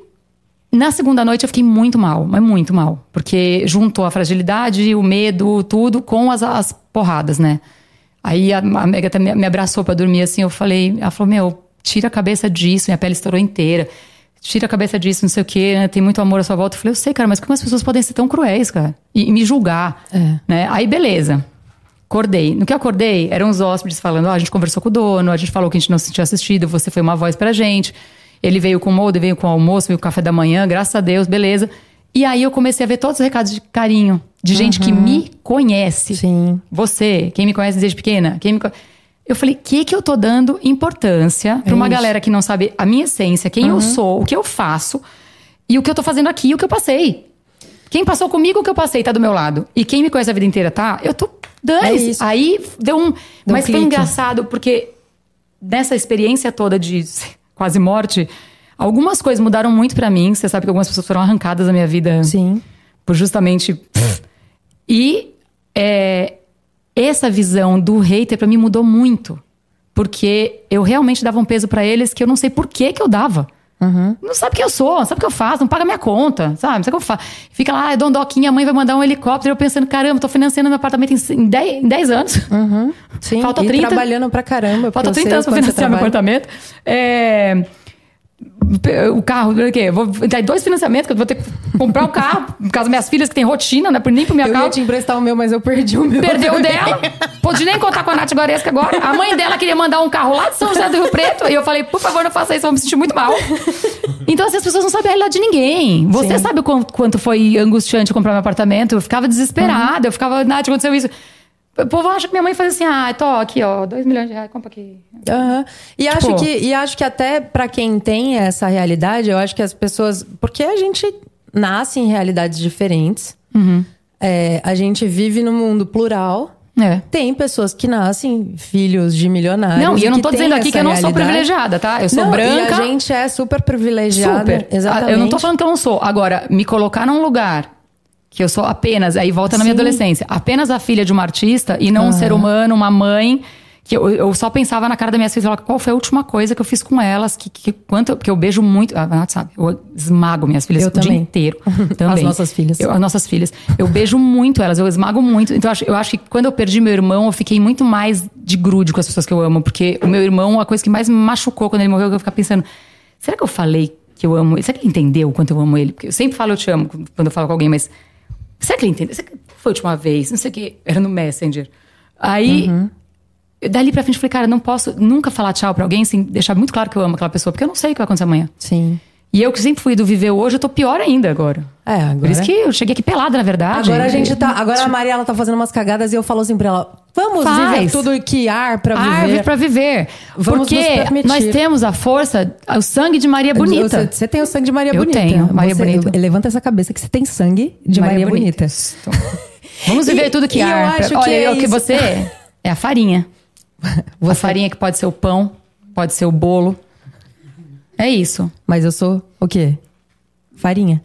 Speaker 2: na segunda noite eu fiquei muito mal, mas muito mal. Porque juntou a fragilidade, o medo, tudo com as, as porradas, né? Aí a, a Mega até me, me abraçou pra dormir assim, eu falei, ela falou, meu, tira a cabeça disso, minha pele estourou inteira. Tira a cabeça disso, não sei o quê, né? Tem muito amor à sua volta. Eu falei, eu sei, cara, mas como as pessoas podem ser tão cruéis, cara? E, e me julgar,
Speaker 1: É.
Speaker 2: né? Aí, beleza. Acordei. No que eu acordei, eram os hóspedes falando: ó, a gente conversou com o dono, a gente falou que a gente não se sentia assistido, você foi uma voz pra gente. Ele veio com o molde, veio com o almoço, veio com o café da manhã, graças a Deus, beleza. E aí eu comecei a ver todos os recados de carinho, de gente que me conhece.
Speaker 1: Sim.
Speaker 2: Você, quem me conhece desde pequena, quem me co- Eu falei, o que que eu tô dando importância pra
Speaker 1: É
Speaker 2: uma
Speaker 1: isso. Uhum.
Speaker 2: galera que não sabe a minha essência, quem eu sou, o que eu faço e o que eu tô fazendo aqui, e o que eu passei. Quem passou comigo, o que eu passei, tá do meu lado. E quem me conhece a vida inteira, tá? Eu tô.
Speaker 1: É
Speaker 2: Dane-se.
Speaker 1: isso.
Speaker 2: Aí deu um. mas foi
Speaker 1: clique.
Speaker 2: engraçado, porque nessa experiência toda de quase morte, algumas coisas mudaram muito pra mim. Você sabe que algumas pessoas foram arrancadas da minha vida
Speaker 1: Sim.
Speaker 2: por justamente. E é, essa visão do hater pra mim mudou muito. Porque eu realmente dava um peso pra eles que eu não sei por que que eu dava.
Speaker 1: Uhum.
Speaker 2: Não sabe quem eu sou, não sabe o que eu faço, não paga minha conta, sabe? Não sabe o que eu faço. Fica lá, ah, dondoquinha, a mãe vai mandar um helicóptero. Eu pensando, caramba, tô financiando meu apartamento em- em 10 em 10 anos.
Speaker 1: Sim.
Speaker 2: Falta
Speaker 1: e
Speaker 2: 30.
Speaker 1: trabalhando pra caramba. porque Hum,
Speaker 2: Falta
Speaker 1: eu
Speaker 2: 30
Speaker 1: sei
Speaker 2: anos pra
Speaker 1: quanto você
Speaker 2: financiar meu
Speaker 1: trabalha.
Speaker 2: apartamento. É, pe- o carro, o quê? Vou dar dois financiamentos que eu vou ter que comprar o carro, por causa das minhas filhas que tem rotina, né? Nem pro meu
Speaker 1: Eu ia
Speaker 2: carro.
Speaker 1: te emprestar o meu, mas eu perdi o meu.
Speaker 2: Perdeu o dela. Pude nem contar com a Nath Goresca agora. A mãe dela queria mandar um carro lá de São José do Rio Preto. E eu falei, por favor, não faça isso, eu vou me sentir muito mal. Então, assim, as pessoas não sabem a realidade de ninguém. Você
Speaker 1: Sim.
Speaker 2: sabe o quanto, quanto foi angustiante comprar meu apartamento? Eu ficava desesperada, eu ficava, Nath, aconteceu isso. O povo acha que minha mãe faz assim, ah, tô aqui, ó, dois milhões de reais, compra aqui.
Speaker 1: Aham. E, acho
Speaker 2: Tipo-
Speaker 1: que, e acho que até pra quem tem essa realidade, eu acho que as pessoas. Porque a gente nasce em realidades diferentes.
Speaker 2: Uhum.
Speaker 1: É, a gente vive num mundo plural.
Speaker 2: É.
Speaker 1: Tem pessoas que nascem filhos de milionários.
Speaker 2: Não, e eu não tô
Speaker 1: têm
Speaker 2: dizendo aqui
Speaker 1: essa
Speaker 2: que eu não sou
Speaker 1: realidade.
Speaker 2: privilegiada, tá? Eu sou
Speaker 1: Não,
Speaker 2: branca.
Speaker 1: E a gente é super privilegiada.
Speaker 2: Super. Ah,
Speaker 1: Exatamente.
Speaker 2: Eu não tô falando que eu não sou. Agora, me colocar num lugar que eu sou apenas, aí volta na minha
Speaker 1: Sim.
Speaker 2: adolescência, apenas a filha de uma artista e não um ser humano, uma mãe. Que eu, eu só pensava na cara da minha filha e falava, qual foi a última coisa que eu fiz com elas? Que, que, quanto, porque eu beijo muito. A Nath sabe, eu esmago minhas filhas
Speaker 1: Eu
Speaker 2: o
Speaker 1: também.
Speaker 2: dia inteiro. Também.
Speaker 1: As nossas filhas.
Speaker 2: Eu- as nossas filhas. Eu beijo muito elas, eu esmago muito. Então, eu acho, eu acho que quando eu perdi meu irmão, eu fiquei muito mais de grude com as pessoas que eu amo. Porque o meu irmão, a coisa que mais me machucou quando ele morreu, eu ficar pensando: será que eu falei que eu amo ele? Será que ele entendeu o quanto eu amo ele? Porque eu sempre falo eu te amo quando eu falo com alguém, mas será que ele entendeu? Será que foi a última vez? Não sei o que. Era no Messenger. Aí.
Speaker 1: Uhum.
Speaker 2: eu- Dali pra frente, eu falei, cara, não posso nunca falar tchau pra alguém sem deixar muito claro que eu amo aquela pessoa, porque eu não sei o que vai acontecer amanhã.
Speaker 1: Sim.
Speaker 2: E eu que sempre fui do viver hoje, eu tô pior ainda agora.
Speaker 1: É, agora.
Speaker 2: Por isso que eu cheguei aqui pelada, na verdade.
Speaker 1: Agora a gente tá. Agora a Mariela tá fazendo umas cagadas e eu falo assim pra ela: vamos
Speaker 2: Faz.
Speaker 1: viver tudo que ar é pra viver.
Speaker 2: Árvore pra viver.
Speaker 1: Vamos
Speaker 2: Porque
Speaker 1: nos permitir.
Speaker 2: nós temos a força, o sangue de Maria Bonita.
Speaker 1: Você, você tem o sangue de Maria
Speaker 2: Eu
Speaker 1: Bonita.
Speaker 2: tenho, Maria
Speaker 1: Você-
Speaker 2: Bonita.
Speaker 1: Levanta essa cabeça que você tem sangue de Maria, Bonita.
Speaker 2: Vamos viver
Speaker 1: E-
Speaker 2: tudo que
Speaker 1: e eu
Speaker 2: há.
Speaker 1: acho que
Speaker 2: Olha,
Speaker 1: é
Speaker 2: eu que
Speaker 1: isso.
Speaker 2: você é, é a farinha. A farinha que pode ser o pão, pode ser o bolo. É isso.
Speaker 1: Mas eu sou o quê? Farinha.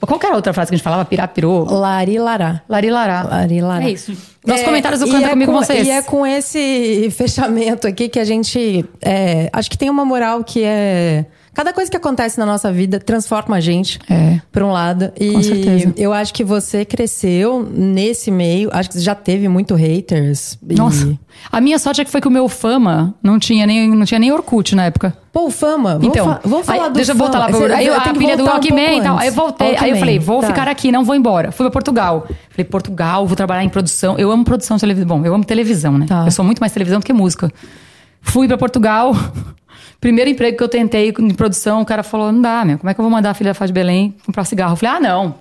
Speaker 2: Qual que era a outra frase que a gente falava? Pirá, pirou.
Speaker 1: Larilará.
Speaker 2: Larilará.
Speaker 1: Larilará.
Speaker 2: É isso. Nossos
Speaker 1: É,
Speaker 2: comentários do
Speaker 1: e
Speaker 2: Canta
Speaker 1: é
Speaker 2: Comigo
Speaker 1: com-
Speaker 2: Vocês.
Speaker 1: E é com esse fechamento aqui que a gente. é, acho que tem uma moral que é Cada coisa que acontece na nossa vida transforma a gente,
Speaker 2: É.
Speaker 1: por um lado. E
Speaker 2: Com certeza.
Speaker 1: eu acho que você cresceu nesse meio. Acho que você já teve muito haters. e-
Speaker 2: Nossa. A minha sorte é que foi que o meu fama não tinha nem, não tinha nem Orkut na época.
Speaker 1: Pô, fama. Vamos
Speaker 2: então,
Speaker 1: fa- vamos falar
Speaker 2: aí,
Speaker 1: do
Speaker 2: deixa eu
Speaker 1: fama.
Speaker 2: voltar lá.
Speaker 1: Você-
Speaker 2: Pra, aí
Speaker 1: eu
Speaker 2: eu, a
Speaker 1: tenho que
Speaker 2: pilha do
Speaker 1: voltar um
Speaker 2: Walkman e
Speaker 1: pouco
Speaker 2: tal. Aí eu
Speaker 1: antes.
Speaker 2: voltei. Aí eu
Speaker 1: Walkman,
Speaker 2: falei, vou
Speaker 1: tá.
Speaker 2: ficar aqui, não vou embora. Fui pra Portugal. Falei, Portugal, vou trabalhar em produção. Eu amo produção de televisão. Bom, eu amo televisão, né?
Speaker 1: Tá.
Speaker 2: Eu sou muito mais televisão do que música. Fui pra Portugal. Primeiro emprego que eu tentei em produção, o cara falou: não dá, meu. Como é que eu vou mandar a filha da Fá de Belém comprar cigarro? Eu falei, ah, não.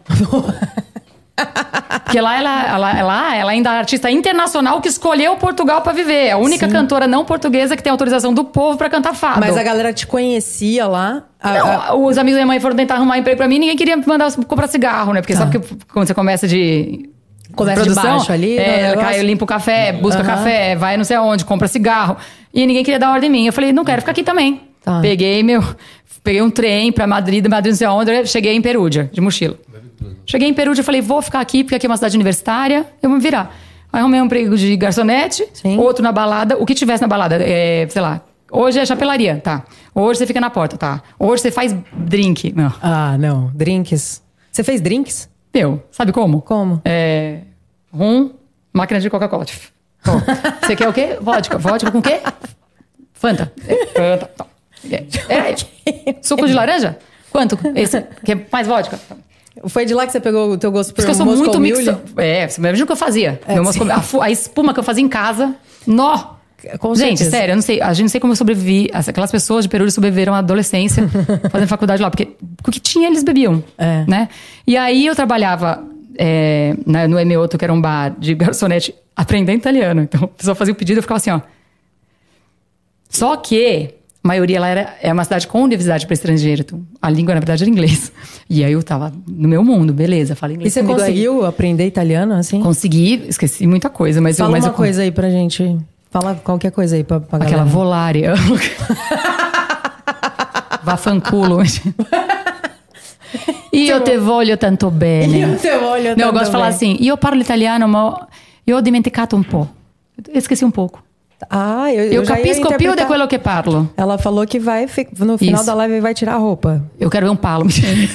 Speaker 2: Porque lá ela, ela, ela, ela ainda é artista internacional que escolheu Portugal pra viver. É a única cantora não portuguesa que tem autorização do povo pra cantar fado.
Speaker 1: Mas a galera te conhecia lá. A- a-
Speaker 2: Não, os amigos da minha mãe foram tentar arrumar emprego pra mim, ninguém queria me mandar comprar cigarro, né? Porque sabe que quando você começa de.
Speaker 1: Começa Tá. de baixo ali, né, o
Speaker 2: É,
Speaker 1: negócio.
Speaker 2: cai, limpa o café, busca
Speaker 1: Aham.
Speaker 2: café, vai não sei aonde, compra cigarro. E ninguém queria dar ordem em mim. Eu falei, não quero ficar aqui também.
Speaker 1: Tá.
Speaker 2: Peguei meu. Peguei um trem pra Madrid, Madrid não sei aonde, cheguei em Perúdia, de mochila. Cheguei em Perúdia e falei, vou ficar aqui, porque aqui é uma cidade universitária, eu vou me virar. Aí arrumei um emprego de garçonete,
Speaker 1: Sim.
Speaker 2: outro na balada, o que tivesse na balada, é, sei lá. Hoje é chapelaria, tá. Hoje você fica na porta, tá. Hoje você faz drink. Não.
Speaker 1: Ah, não. Drinks. Você fez drinks?
Speaker 2: Meu, sabe como?
Speaker 1: Como?
Speaker 2: É, rum, máquina de Coca-Cola. Tf. Bom, Você quer o quê? Vodka. Vodka com o quê? Fanta. É, Fanta. Tá. É, é, Suco de laranja? Quanto? Esse. Quer mais vodka? Tá.
Speaker 1: Foi de lá que você pegou o teu gosto por
Speaker 2: Porque eu sou
Speaker 1: Moscow
Speaker 2: muito
Speaker 1: Mule?
Speaker 2: mixo. É, você imagina o que eu fazia.
Speaker 1: É,
Speaker 2: Meu
Speaker 1: sim.
Speaker 2: Moscow- a, fu- a espuma que eu fazia em casa. Nó!
Speaker 1: Com
Speaker 2: gente,
Speaker 1: certeza.
Speaker 2: sério, eu não sei, a gente não sei como eu sobrevivi. As- Aquelas pessoas de Perú sobreviveram à adolescência, fazendo faculdade lá, porque o que tinha eles bebiam,
Speaker 1: É.
Speaker 2: né? E aí eu trabalhava é, na- no M8, que era um bar de garçonete, aprendendo italiano. Então, a pessoa fazia o pedido, eu ficava assim, ó. Só que a maioria lá era, é uma cidade com universidade para estrangeiro. Então, a língua, na verdade, era inglês. E aí eu tava no meu mundo, beleza, fala
Speaker 1: E
Speaker 2: inglês.
Speaker 1: você
Speaker 2: comigo aí.
Speaker 1: conseguiu aprender italiano, assim?
Speaker 2: Consegui, esqueci muita coisa, mas eu.
Speaker 1: Fala
Speaker 2: Mas
Speaker 1: uma
Speaker 2: eu-
Speaker 1: coisa aí pra gente. Fala qualquer coisa aí pra, pra
Speaker 2: Aquela
Speaker 1: galera.
Speaker 2: volária. Vafanculo. e eu te voglio tanto bene.
Speaker 1: Eu te olho
Speaker 2: Não, eu
Speaker 1: tanto
Speaker 2: gosto de falar
Speaker 1: bem.
Speaker 2: assim. Eu parlo italiano, ma eu ho dimenticato un po'. Eu esqueci um pouco.
Speaker 1: Ah, eu, eu,
Speaker 2: Eu
Speaker 1: já ia
Speaker 2: capisco più de
Speaker 1: interpretar.
Speaker 2: quello che parlo.
Speaker 1: Ela falou que vai, fi- no final
Speaker 2: Isso.
Speaker 1: da live vai tirar a roupa.
Speaker 2: Eu quero ver um palo.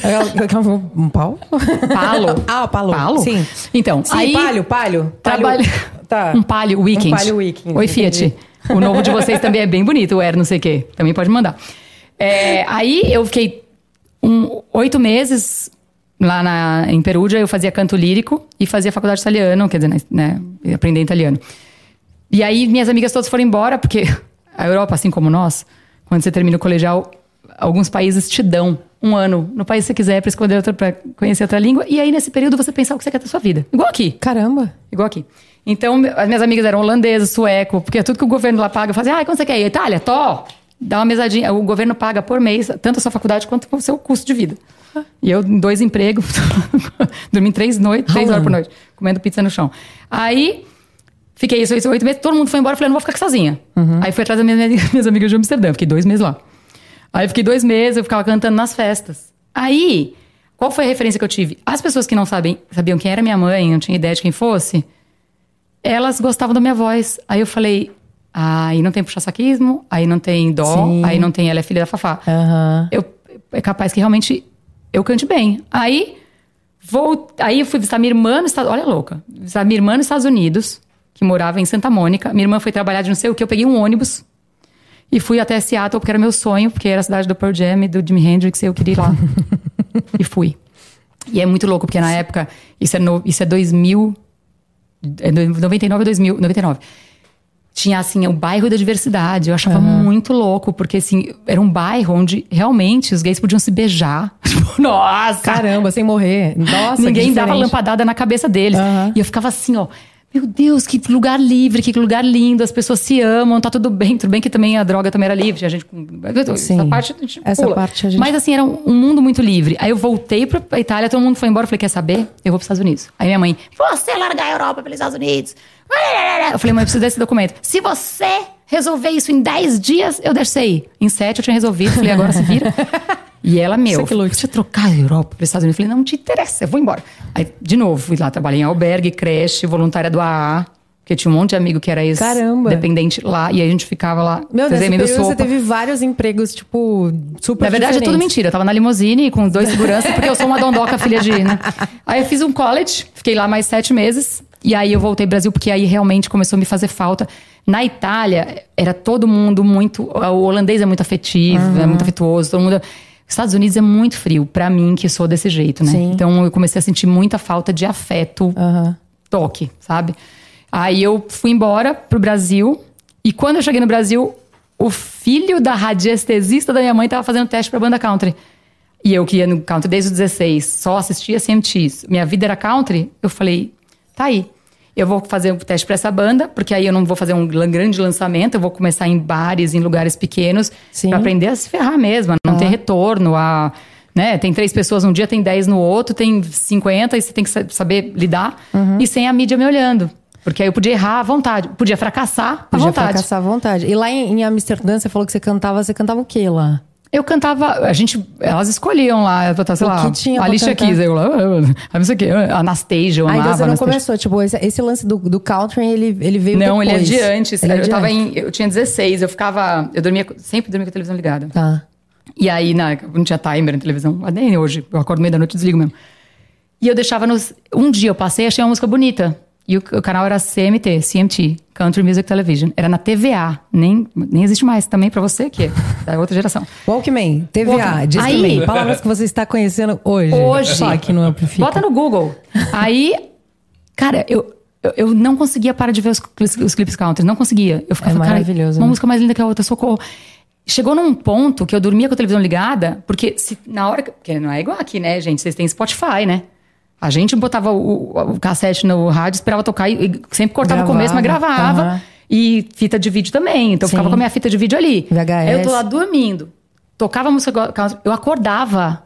Speaker 1: Ela- ela quer um- um pau?
Speaker 2: Palo?
Speaker 1: Ah, palo.
Speaker 2: Palo?
Speaker 1: Sim.
Speaker 2: Então,
Speaker 1: Sim,
Speaker 2: aí...
Speaker 1: palho, palho. palho.
Speaker 2: Trabalho.
Speaker 1: Tá.
Speaker 2: Um palio weekend.
Speaker 1: Um palio weekend.
Speaker 2: Oi, Fiat.
Speaker 1: entendi.
Speaker 2: O novo de vocês também é bem bonito, o Era não sei o quê. Também pode mandar. É, aí eu fiquei um- oito meses lá na, em Perúdia, eu fazia canto lírico e fazia faculdade de italiano, quer dizer, né, né, aprender italiano. E aí minhas amigas todas foram embora, porque a Europa, assim como nós, quando você termina o colegial, alguns países te dão um ano no país que você quiser para esconder outra, pra conhecer outra língua. E aí nesse período você pensar o que você quer da sua vida. Igual aqui.
Speaker 1: Caramba.
Speaker 2: Igual aqui. Então, me- as minhas amigas eram holandesas, sueco, porque é tudo que o governo lá paga. Eu falei assim, ah, quando você quer ir? Itália? Tó! Dá uma mesadinha. O governo paga por mês, tanto a sua faculdade quanto o seu custo de vida. E eu, em dois empregos, dormi três noites, três horas por noite, comendo pizza no chão. Aí, fiquei isso, isso, oito meses, todo mundo foi embora, eu falei, eu não vou ficar aqui sozinha. Aí fui atrás das minhas, minhas amigas de Amsterdã, fiquei dois meses lá. Aí eu fiquei dois meses, eu ficava cantando nas festas. Aí, qual foi a referência que eu tive? As pessoas que não sabem, sabiam quem era minha mãe, não tinha ideia de quem fosse, elas gostavam da minha voz. Aí eu falei, "Ah, aí não tem puxa-saquismo, aí não tem dó,
Speaker 1: Sim.
Speaker 2: aí não tem ela é filha da Fafá.
Speaker 1: Aham.
Speaker 2: Eu, é capaz que realmente eu cante bem. Aí, vou, aí eu fui visitar minha irmã nos Estados Olha a louca. Visitar minha irmã nos Estados Unidos, que morava em Santa Mônica. Minha irmã foi trabalhar de não sei o que. Eu peguei um ônibus e fui até Seattle, porque era meu sonho, porque era a cidade do Pearl Jam e do Jimi Hendrix. E eu queria ir lá. e fui. E é muito louco, porque na época, isso é, no, isso é 2000. É do- 99 2000. 99. Tinha, assim, o bairro da diversidade. Eu achava muito louco, porque, assim, era um bairro onde realmente os gays podiam se beijar. Tipo, nossa!
Speaker 1: Caramba, sem morrer. Nossa,
Speaker 2: Ninguém
Speaker 1: que
Speaker 2: dava
Speaker 1: diferente.
Speaker 2: lampadada na cabeça deles.
Speaker 1: Aham.
Speaker 2: E eu ficava assim, ó. Meu Deus, que lugar livre, que lugar lindo, as pessoas se amam, tá tudo bem. Tudo bem que também a droga também era livre, tinha gente com.
Speaker 1: Sim.
Speaker 2: Essa parte a gente
Speaker 1: Essa
Speaker 2: pula.
Speaker 1: parte a gente-
Speaker 2: Mas assim, era um, um mundo muito livre. Aí eu voltei pra pra Itália, todo mundo foi embora, eu falei, quer saber? Eu vou pros Estados Unidos. Aí minha mãe, você largar a Europa pelos Estados Unidos. Eu falei, mãe, eu preciso desse documento. Se você resolver isso em 10 dias, eu deixei. Em 7 eu tinha resolvido, falei, agora se vira. E ela, meu,
Speaker 1: Você que lute.
Speaker 2: deixa eu trocar a Europa para os Estados Unidos. Eu falei, não te interessa, eu vou embora. Aí, de novo, fui lá, trabalhei em albergue, creche, voluntária do AA. Porque eu tinha um monte de amigo que era
Speaker 1: Caramba.
Speaker 2: ex-dependente lá. E a gente ficava lá
Speaker 1: Meu Deus,
Speaker 2: tremendo
Speaker 1: nesse período você
Speaker 2: sopa.
Speaker 1: teve vários empregos, tipo, super
Speaker 2: Na verdade, é tudo
Speaker 1: diferentes.
Speaker 2: mentira. Eu tava na limusine com dois seguranças, porque eu sou uma dondoca, filha de. Né? Aí eu fiz um college, fiquei lá mais sete meses. E aí eu voltei ao Brasil, porque aí realmente começou a me fazer falta. Na Itália, era todo mundo muito. O holandês é muito afetivo, é muito afetuoso, todo mundo. Os Estados Unidos é muito frio, pra mim, que sou desse jeito, né?
Speaker 1: Sim.
Speaker 2: Então eu comecei a sentir muita falta de afeto
Speaker 1: Aham.
Speaker 2: toque, sabe? Aí eu fui embora pro Brasil. E quando eu cheguei no Brasil, o filho da radiestesista da minha mãe tava fazendo teste pra banda country. E eu que ia no country desde os 16, só assistia CMTs. Minha vida era country. Eu falei, tá aí. Eu vou fazer o teste pra essa banda, porque aí eu não vou fazer um lan- grande lançamento, eu vou começar em bares, em lugares pequenos,
Speaker 1: Sim.
Speaker 2: pra aprender a se ferrar mesmo, a
Speaker 1: Ah.
Speaker 2: não ter retorno, a, né? Tem três pessoas um dia, tem dez no outro, tem 50 e você tem que sa- saber lidar.
Speaker 1: Uhum.
Speaker 2: E sem a mídia me olhando. Porque aí eu podia errar à vontade, podia fracassar à
Speaker 1: Podia
Speaker 2: vontade.
Speaker 1: fracassar Tá à vontade. E lá em, em Amsterdã, você falou que você cantava, você cantava o quê lá?
Speaker 2: Eu cantava, a gente, elas escolhiam lá, eu tava, sei
Speaker 1: O
Speaker 2: lá,
Speaker 1: que tinha pra
Speaker 2: Alicia
Speaker 1: cantar?
Speaker 2: Keys, eu lá, ah, ah, não sei o quê, ah, Anastasia, eu amava
Speaker 1: Ainda então você não
Speaker 2: Anastasia.
Speaker 1: começou, tipo, esse, esse lance do, do country, ele, ele veio
Speaker 2: Não,
Speaker 1: depois.
Speaker 2: ele é de antes.
Speaker 1: Ele é
Speaker 2: eu
Speaker 1: de
Speaker 2: tava
Speaker 1: antes.
Speaker 2: em. Eu tinha 16, eu ficava. Eu dormia. com- Sempre dormia com a televisão ligada.
Speaker 1: Tá.
Speaker 2: E aí, na, não tinha timer na televisão. Nem hoje. Eu acordo no meio da noite e desligo mesmo. E eu deixava nos. Um dia eu passei e achei uma música bonita. E o, o canal era CMT, CMT, Country Music Television. Era na TVA. Nem, nem existe mais também pra você, que é da outra geração.
Speaker 1: Walkman, TVA,
Speaker 2: Walkman.
Speaker 1: Discman,
Speaker 2: Aí-
Speaker 1: palavras que você está conhecendo hoje.
Speaker 2: Hoje.
Speaker 1: Só aqui no Amplifica.
Speaker 2: Bota no Google. Aí, cara, eu, eu, eu não conseguia parar de ver os, clips- os clipes country. Não conseguia. Eu ficava,
Speaker 1: É
Speaker 2: cara,
Speaker 1: maravilhoso,
Speaker 2: uma
Speaker 1: né?
Speaker 2: música mais linda que a outra, socorro. Chegou num ponto que eu dormia com a televisão ligada, porque se, na hora. que- Porque não é igual aqui, né, gente? Vocês têm Spotify, né? A gente botava o, o cassete no rádio, esperava tocar e, e sempre cortava o
Speaker 1: Gravava,
Speaker 2: começo, mas gravava.
Speaker 1: aham.
Speaker 2: E fita de vídeo também. Então eu
Speaker 1: Sim.
Speaker 2: ficava com a minha fita de vídeo ali.
Speaker 1: VHS.
Speaker 2: Aí eu tô lá dormindo. Tocava a música country. Eu acordava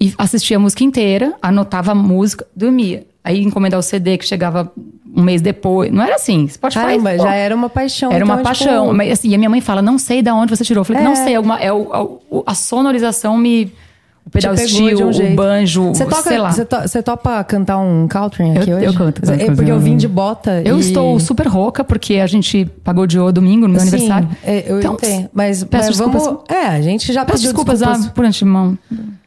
Speaker 2: e assistia a música inteira, anotava a música, dormia. Aí encomendava o CD que chegava um mês depois. Não era assim. Spotify.
Speaker 1: Caramba,
Speaker 2: pô,
Speaker 1: já era uma paixão.
Speaker 2: era
Speaker 1: então,
Speaker 2: uma
Speaker 1: tipo,
Speaker 2: paixão. Mas, assim, e a minha mãe fala: não sei da onde você tirou. Eu falei:
Speaker 1: É.
Speaker 2: não sei, alguma, é o, é o- o- a sonorização me. O pedal
Speaker 1: te pegou de
Speaker 2: steel,
Speaker 1: um
Speaker 2: o
Speaker 1: jeito.
Speaker 2: banjo,
Speaker 1: Você toca-
Speaker 2: sei lá.
Speaker 1: Você, to- você topa cantar um country aqui
Speaker 2: Eu-
Speaker 1: hoje?
Speaker 2: eu canto,
Speaker 1: É
Speaker 2: canto,
Speaker 1: porque eu
Speaker 2: eu-
Speaker 1: vim de bota
Speaker 2: Eu
Speaker 1: e-
Speaker 2: estou super rouca porque a gente pagou de ouro domingo no meu
Speaker 1: Sim,
Speaker 2: aniversário. Então,
Speaker 1: é, eu entendo. Mas,
Speaker 2: peço
Speaker 1: mas
Speaker 2: desculpas.
Speaker 1: vamos... É, a gente já
Speaker 2: Peço
Speaker 1: pediu
Speaker 2: desculpas, ah, por antemão.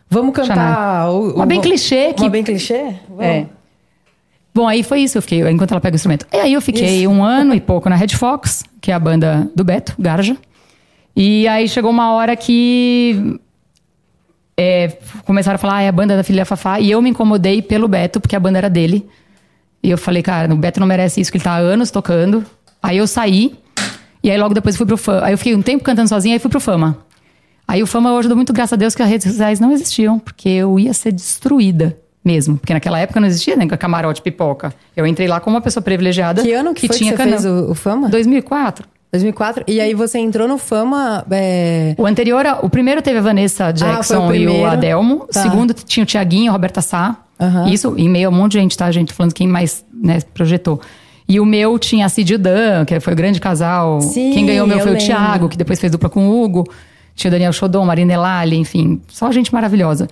Speaker 1: Vamos cantar...
Speaker 2: Xanai.
Speaker 1: O, o,
Speaker 2: Uma bem clichê que-
Speaker 1: Uma bem clichê? Vamos.
Speaker 2: É. Bom, aí foi isso, eu fiquei, enquanto ela pega o instrumento. E aí eu fiquei
Speaker 1: Isso.
Speaker 2: um ano e pouco na Red Fox, que é a banda do Beto, Garja. E aí chegou uma hora que é, começaram a falar, ah, é a banda da filha Fafá. E eu me incomodei pelo Beto, porque a banda era dele. E eu falei, cara, o Beto não merece isso, que ele tá há anos tocando. Aí eu saí, e aí logo depois eu fui pro Fama. Aí eu fiquei um tempo cantando sozinha, aí fui pro Fama. Aí o Fama eu ajudou muito, graças a Deus, que as redes sociais não existiam, porque eu ia ser destruída mesmo. Porque naquela época não existia nem camarote, pipoca. Eu entrei lá como uma pessoa privilegiada.
Speaker 1: Que ano que, foi que você
Speaker 2: canal.
Speaker 1: fez o, o Fama?
Speaker 2: 2004.
Speaker 1: 2004. E aí você entrou no Fama... é,
Speaker 2: O anterior, o primeiro teve a Vanessa
Speaker 1: Ah, foi o
Speaker 2: Jackson e
Speaker 1: primeiro.
Speaker 2: o Adelmo.
Speaker 1: Tá.
Speaker 2: O segundo tinha o Tiaguinho, Roberta Sá.
Speaker 1: Aham.
Speaker 2: Isso em meio a um monte de gente, tá, gente? Tô falando quem mais né, projetou. E o meu tinha a Cid e o Dan, que foi o grande casal.
Speaker 1: Sim,
Speaker 2: quem ganhou o meu
Speaker 1: eu
Speaker 2: foi
Speaker 1: lembro.
Speaker 2: o Thiago, que depois fez dupla com o Hugo. Tinha o Daniel Chodon, Marina Elali, enfim. Só gente maravilhosa.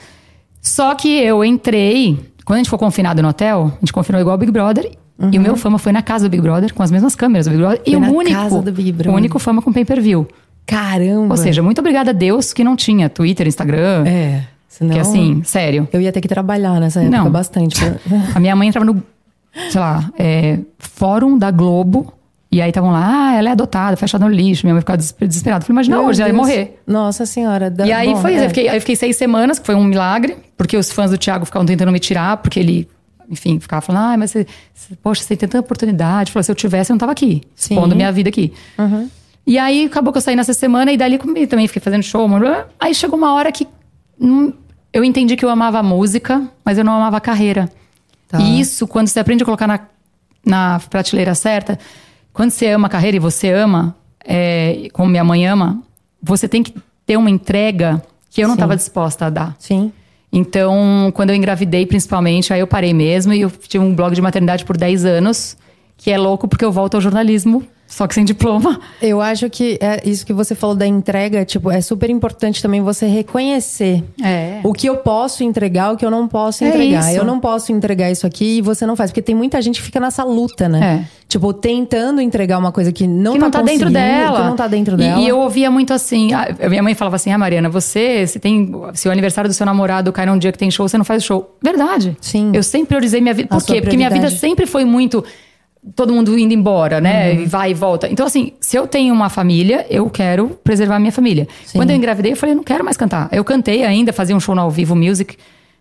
Speaker 2: Só que eu entrei... Quando a gente foi confinado no hotel, a gente confinou igual o Big Brother. E o meu fama foi na casa do Big Brother, com as mesmas câmeras do Big Brother. e
Speaker 1: Uhum. Foi
Speaker 2: o
Speaker 1: na
Speaker 2: único,
Speaker 1: casa do Big Brother.
Speaker 2: o único fama com pay-per-view.
Speaker 1: Caramba!
Speaker 2: Ou seja, muito obrigada a Deus que não tinha Twitter, Instagram.
Speaker 1: É. Senão,
Speaker 2: Porque assim, sério.
Speaker 1: Eu ia ter que trabalhar nessa época
Speaker 2: Não.
Speaker 1: bastante.
Speaker 2: A minha mãe entrava no, sei lá, é, fórum da Globo. E aí estavam lá, ah, ela é adotada, fechada no lixo. Minha mãe ficava desesper- desesperada. Eu Falei, imagina
Speaker 1: Meu
Speaker 2: hoje, ela ia
Speaker 1: Deus.
Speaker 2: morrer.
Speaker 1: Nossa senhora. da-
Speaker 2: E aí
Speaker 1: bom,
Speaker 2: foi isso.
Speaker 1: é.
Speaker 2: Eu fiquei, aí eu fiquei seis semanas, que foi um milagre. Porque os fãs do Thiago ficavam tentando me tirar, porque ele, enfim, ficava falando, ah, mas você, você- poxa, você tem tanta oportunidade. Falou, se eu tivesse, eu não tava aqui.
Speaker 1: Sim. Uhum.
Speaker 2: Expondo minha vida aqui. E aí acabou que eu saí nessa semana e dali comigo também fiquei fazendo show. blá, blá. Aí chegou uma hora que hum, eu entendi que eu amava a música, mas eu não amava a carreira.
Speaker 1: Tá.
Speaker 2: E isso, quando você aprende a colocar na, na prateleira certa, quando você ama a carreira e você ama, é, como minha mãe ama, você tem que ter uma entrega que eu não estava disposta a dar.
Speaker 1: Sim.
Speaker 2: Então, quando eu engravidei, principalmente, aí eu parei mesmo e eu tive um blog de maternidade por 10 anos, que é louco porque eu volto ao jornalismo Só que sem diploma.
Speaker 1: Eu acho que é isso que você falou da entrega, tipo, é super importante também você reconhecer
Speaker 2: É.
Speaker 1: o que eu posso entregar, o que eu não posso
Speaker 2: É
Speaker 1: entregar.
Speaker 2: isso.
Speaker 1: eu não posso entregar isso aqui e você não faz. Porque tem muita gente que fica nessa luta, né? Tipo, tentando entregar uma coisa que não,
Speaker 2: É. que não tá dentro
Speaker 1: conseguindo,
Speaker 2: dela.
Speaker 1: Que não tá dentro
Speaker 2: E-
Speaker 1: dela.
Speaker 2: E, eu ouvia muito assim, a- a minha mãe falava assim: "Ah, Mariana, você, se tem, se o aniversário do seu namorado cai num dia que tem show, você não faz show". Verdade.
Speaker 1: Sim.
Speaker 2: Eu sempre priorizei minha vida.
Speaker 1: A
Speaker 2: Por
Speaker 1: sua
Speaker 2: quê? Porque minha vida
Speaker 1: prioridade.
Speaker 2: sempre foi muito todo mundo indo embora, né?
Speaker 1: Uhum.
Speaker 2: E vai e volta. Então assim, se eu tenho uma família, eu quero preservar a minha família.
Speaker 1: Sim.
Speaker 2: Quando eu engravidei, eu falei: "Não quero mais cantar". Eu cantei ainda, fazia um show no ao vivo music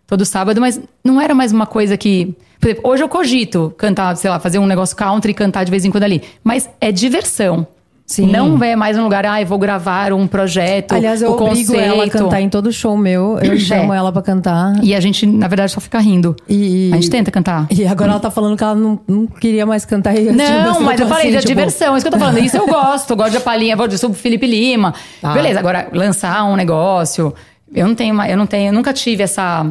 Speaker 2: todo sábado, mas não era mais uma coisa que por exemplo, hoje eu cogito cantar, sei lá, fazer um negócio country e cantar de vez em quando ali. Mas é diversão.
Speaker 1: Sim.
Speaker 2: Não é mais um lugar, ah, eu vou gravar um projeto,
Speaker 1: Aliás, eu
Speaker 2: o
Speaker 1: obrigo
Speaker 2: conceito. É.
Speaker 1: ela a cantar em todo show meu. Eu chamo ela pra cantar.
Speaker 2: E a gente, na verdade, só fica rindo.
Speaker 1: E-
Speaker 2: A gente tenta cantar.
Speaker 1: E agora ela tá falando que ela não, não queria mais cantar. E
Speaker 2: Não, mas eu falei de
Speaker 1: tipo,
Speaker 2: diversão, é isso que eu tô falando. Isso eu gosto, eu gosto de a palhinha, vou de sub Felipe Lima.
Speaker 1: Tá.
Speaker 2: Beleza, agora lançar um negócio. Eu não tenho, ma- eu não tenho, eu nunca tive essa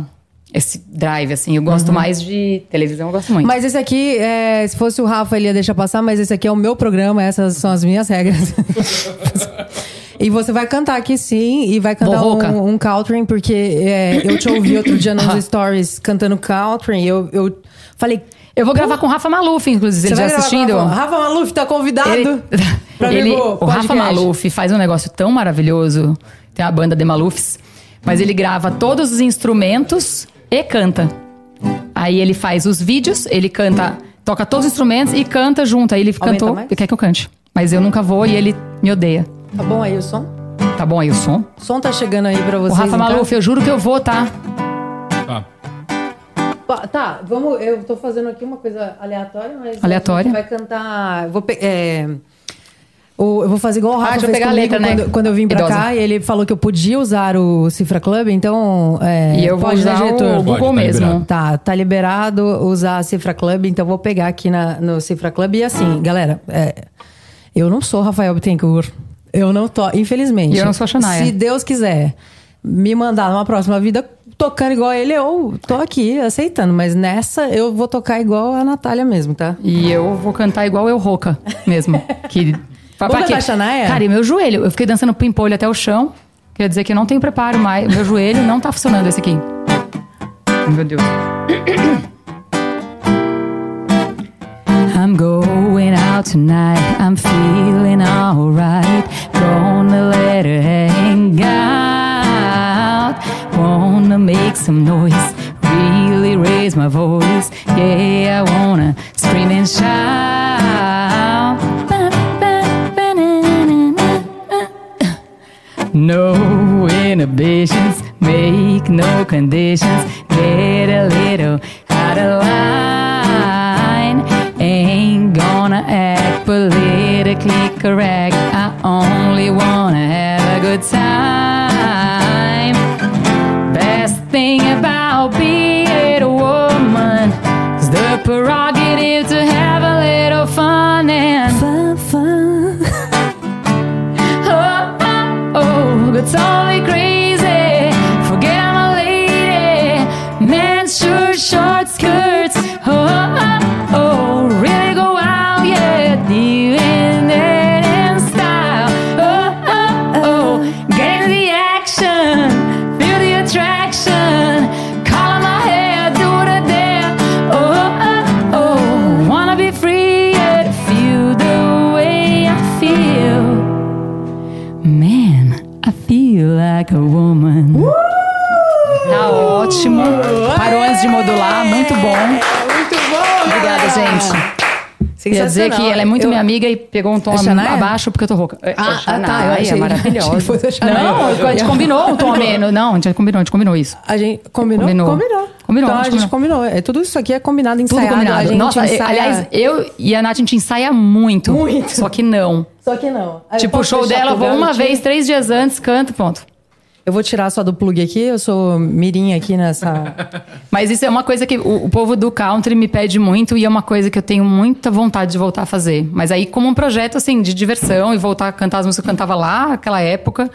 Speaker 2: esse drive assim. Eu gosto mais de televisão, eu gosto muito.
Speaker 1: Uhum. Mas esse aqui, é, se fosse o Rafa, ele ia deixar passar, mas esse aqui é o meu programa, essas são as minhas regras. e você vai cantar aqui sim, e vai cantar
Speaker 2: Borroca. Ah.
Speaker 1: um, um country, porque é, eu te ouvi outro dia nos stories cantando country, e eu, eu falei.
Speaker 2: eu vou gravar com o Rafa Maluf, inclusive, ele
Speaker 1: vai
Speaker 2: já
Speaker 1: gravar com
Speaker 2: assistindo.
Speaker 1: o Rafa, Rafa Maluf tá convidado.
Speaker 2: Ele-
Speaker 1: pra
Speaker 2: ele-
Speaker 1: Bibo
Speaker 2: o
Speaker 1: Podcast.
Speaker 2: Rafa Maluf faz um negócio tão maravilhoso. Tem a banda de Malufs, mas ele grava todos os instrumentos e canta. Aí ele faz os vídeos, ele canta, toca todos os instrumentos e canta junto. Aí ele cantou,
Speaker 1: mais?
Speaker 2: quer que eu cante, mas eu nunca vou e ele me odeia.
Speaker 1: Tá bom aí o som?
Speaker 2: Tá bom aí o som?
Speaker 1: O som tá chegando aí pra
Speaker 2: O
Speaker 1: vocês.
Speaker 2: Rafa
Speaker 1: então?
Speaker 2: Maluf, eu juro que eu vou, tá?
Speaker 3: Tá.
Speaker 1: Pa- Tá, vamos. Eu tô fazendo aqui uma coisa aleatória, mas.
Speaker 2: Aleatória.
Speaker 1: a gente Vai cantar. eu Vou pe- é, o- eu vou fazer igual o Rafa
Speaker 2: Ah, deixa eu
Speaker 1: fez
Speaker 2: pegar a
Speaker 1: comigo
Speaker 2: letra, né?
Speaker 1: quando, quando eu vim pra
Speaker 2: Idosa.
Speaker 1: cá, ele falou que eu podia usar o Cifra Club, então. é,
Speaker 2: e eu vou
Speaker 1: pode,
Speaker 2: usar
Speaker 1: né, diretor?
Speaker 2: o Google
Speaker 3: Pode, tá
Speaker 2: mesmo.
Speaker 3: liberado.
Speaker 1: Tá, tá liberado usar a Cifra Club, então vou pegar aqui na, no Cifra Club. E assim, galera, é, eu não sou Rafael Bittencourt. Eu não tô, infelizmente.
Speaker 2: E eu não sou a Shania.
Speaker 1: Se Deus quiser me mandar numa próxima vida tocando igual ele, eu tô aqui aceitando. Mas nessa eu vou tocar igual a Natália mesmo, tá?
Speaker 2: E eu vou cantar igual eu rouca mesmo. Que, pra,
Speaker 1: Vamos cantar Shania?
Speaker 2: Cara, e meu joelho. Eu fiquei dançando pimpolho até o chão. Quer dizer que eu não tenho preparo mais. Meu joelho não tá funcionando esse aqui. Meu Deus. I'm going out tonight. I'm feeling alright. Gonna let her hang out. Wanna make some noise. Really raise my voice. Yeah, I wanna scream and shout. No inhibitions, make no conditions, get a little out of line. Ain't gonna act politically correct, I only wanna have a good time. Best thing about being a woman is the prerogative to have a little fun and fun, fun. Oh, oh, oh, it's only crazy. Forget my lady. Men's short, short skirts. Oh, oh, oh, really go out, yeah. Doing it in style. Oh, oh, oh, get into the action. Feel the attraction. Color my hair, do the dare. Oh, oh, oh, wanna be free, yeah. Feel the way I feel. Man, I feel like a woman. Tá ótimo. Parou antes de modular, muito bom.
Speaker 1: Muito bom!
Speaker 2: Obrigada, gente. Queria dizer que ela é muito minha amiga e pegou um tom
Speaker 1: É Shania?
Speaker 2: abaixo porque eu tô rouca. É, é
Speaker 1: Ah, ah, tá, eu
Speaker 2: Shania,
Speaker 1: achei- achei que
Speaker 2: maravilhosa.
Speaker 1: fosse a Shania.
Speaker 2: Não, a gente combinou um tom a menos. Não, a gente combinou, a gente combinou isso.
Speaker 1: A gente combinou?
Speaker 2: Combinou.
Speaker 1: Combinou.
Speaker 2: Combinou,
Speaker 1: Então a
Speaker 2: a gente
Speaker 1: gente combinou. É, tudo isso aqui é combinado,
Speaker 2: Tudo
Speaker 1: ensaiado. A
Speaker 2: combinado.
Speaker 1: gente
Speaker 2: Nossa, eu-
Speaker 1: ensaia-
Speaker 2: aliás, eu e a Nath, a gente ensaia muito.
Speaker 1: Muito.
Speaker 2: Só que não.
Speaker 1: Só que não. Ah, eu
Speaker 2: tipo, o
Speaker 1: posso
Speaker 2: show
Speaker 1: deixar
Speaker 2: dela, eu vou
Speaker 1: pro
Speaker 2: uma
Speaker 1: Garotinho?
Speaker 2: vez, três dias antes, canto, ponto.
Speaker 1: Eu vou tirar só do plug aqui, eu sou mirim aqui nessa.
Speaker 2: Mas isso é uma coisa que o, o povo do country me pede muito e é uma coisa que eu tenho muita vontade de voltar a fazer. Mas aí, como um projeto, assim, de diversão e voltar a cantar as músicas que eu cantava lá, aquela época.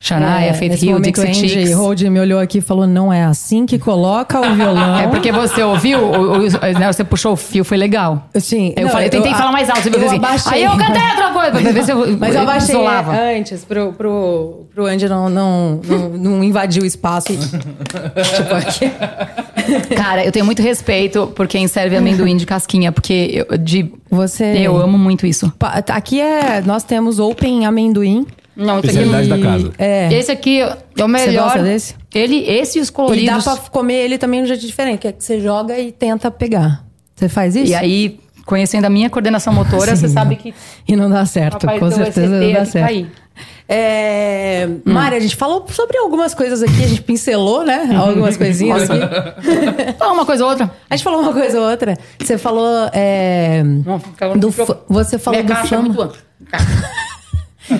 Speaker 2: Shania,
Speaker 1: É,
Speaker 2: Faith
Speaker 1: nesse
Speaker 2: Hill,
Speaker 1: momento,
Speaker 2: Dixie
Speaker 1: Andy
Speaker 2: Chicks.
Speaker 1: Hold me olhou aqui e falou: não é assim que coloca o violão.
Speaker 2: É porque você ouviu, o- o- né, você puxou o fio, foi legal.
Speaker 1: Sim,
Speaker 2: Eu,
Speaker 1: não,
Speaker 2: falei, eu tentei
Speaker 1: eu-
Speaker 2: falar mais alto, você me
Speaker 1: eu
Speaker 2: fez assim.
Speaker 1: abaixei.
Speaker 2: Aí eu cantei outra coisa, pra ver se eu.
Speaker 1: Mas eu abaixei
Speaker 2: isolava.
Speaker 1: é, antes pro, pro, pro Andy não, não, não, não invadir o espaço. tipo, aqui.
Speaker 2: Cara, eu tenho muito respeito por quem serve amendoim de casquinha, porque eu, de,
Speaker 1: Você.
Speaker 2: eu amo muito isso.
Speaker 1: Pa- Aqui é. Nós temos Open Amendoim.
Speaker 2: Não, isso aqui.
Speaker 3: Especialidade da casa.
Speaker 1: É.
Speaker 2: Esse aqui é o melhor.
Speaker 1: gosta desse?
Speaker 2: Ele, esse e os
Speaker 1: E dá
Speaker 2: coloridos.
Speaker 1: pra comer ele também de um jeito diferente, que é que você joga e tenta pegar. Você faz isso?
Speaker 2: E aí, conhecendo a minha coordenação motora, você sabe que.
Speaker 1: E não dá certo,
Speaker 2: Rapaz,
Speaker 1: com
Speaker 2: então
Speaker 1: certeza
Speaker 2: esse
Speaker 1: não dá
Speaker 2: aqui
Speaker 1: certo.
Speaker 2: caiu.
Speaker 1: tá É, Mari, a gente falou sobre algumas coisas aqui, a gente pincelou, né? Algumas coisinhas aqui.
Speaker 2: Fala uma coisa ou outra.
Speaker 1: A gente falou uma coisa ou outra. Você falou. é,
Speaker 2: ficava
Speaker 1: do
Speaker 2: muito
Speaker 1: fa-
Speaker 2: preocup-
Speaker 1: você falou
Speaker 2: Minha
Speaker 1: do
Speaker 2: caixa é
Speaker 1: fama.
Speaker 2: muito ampla.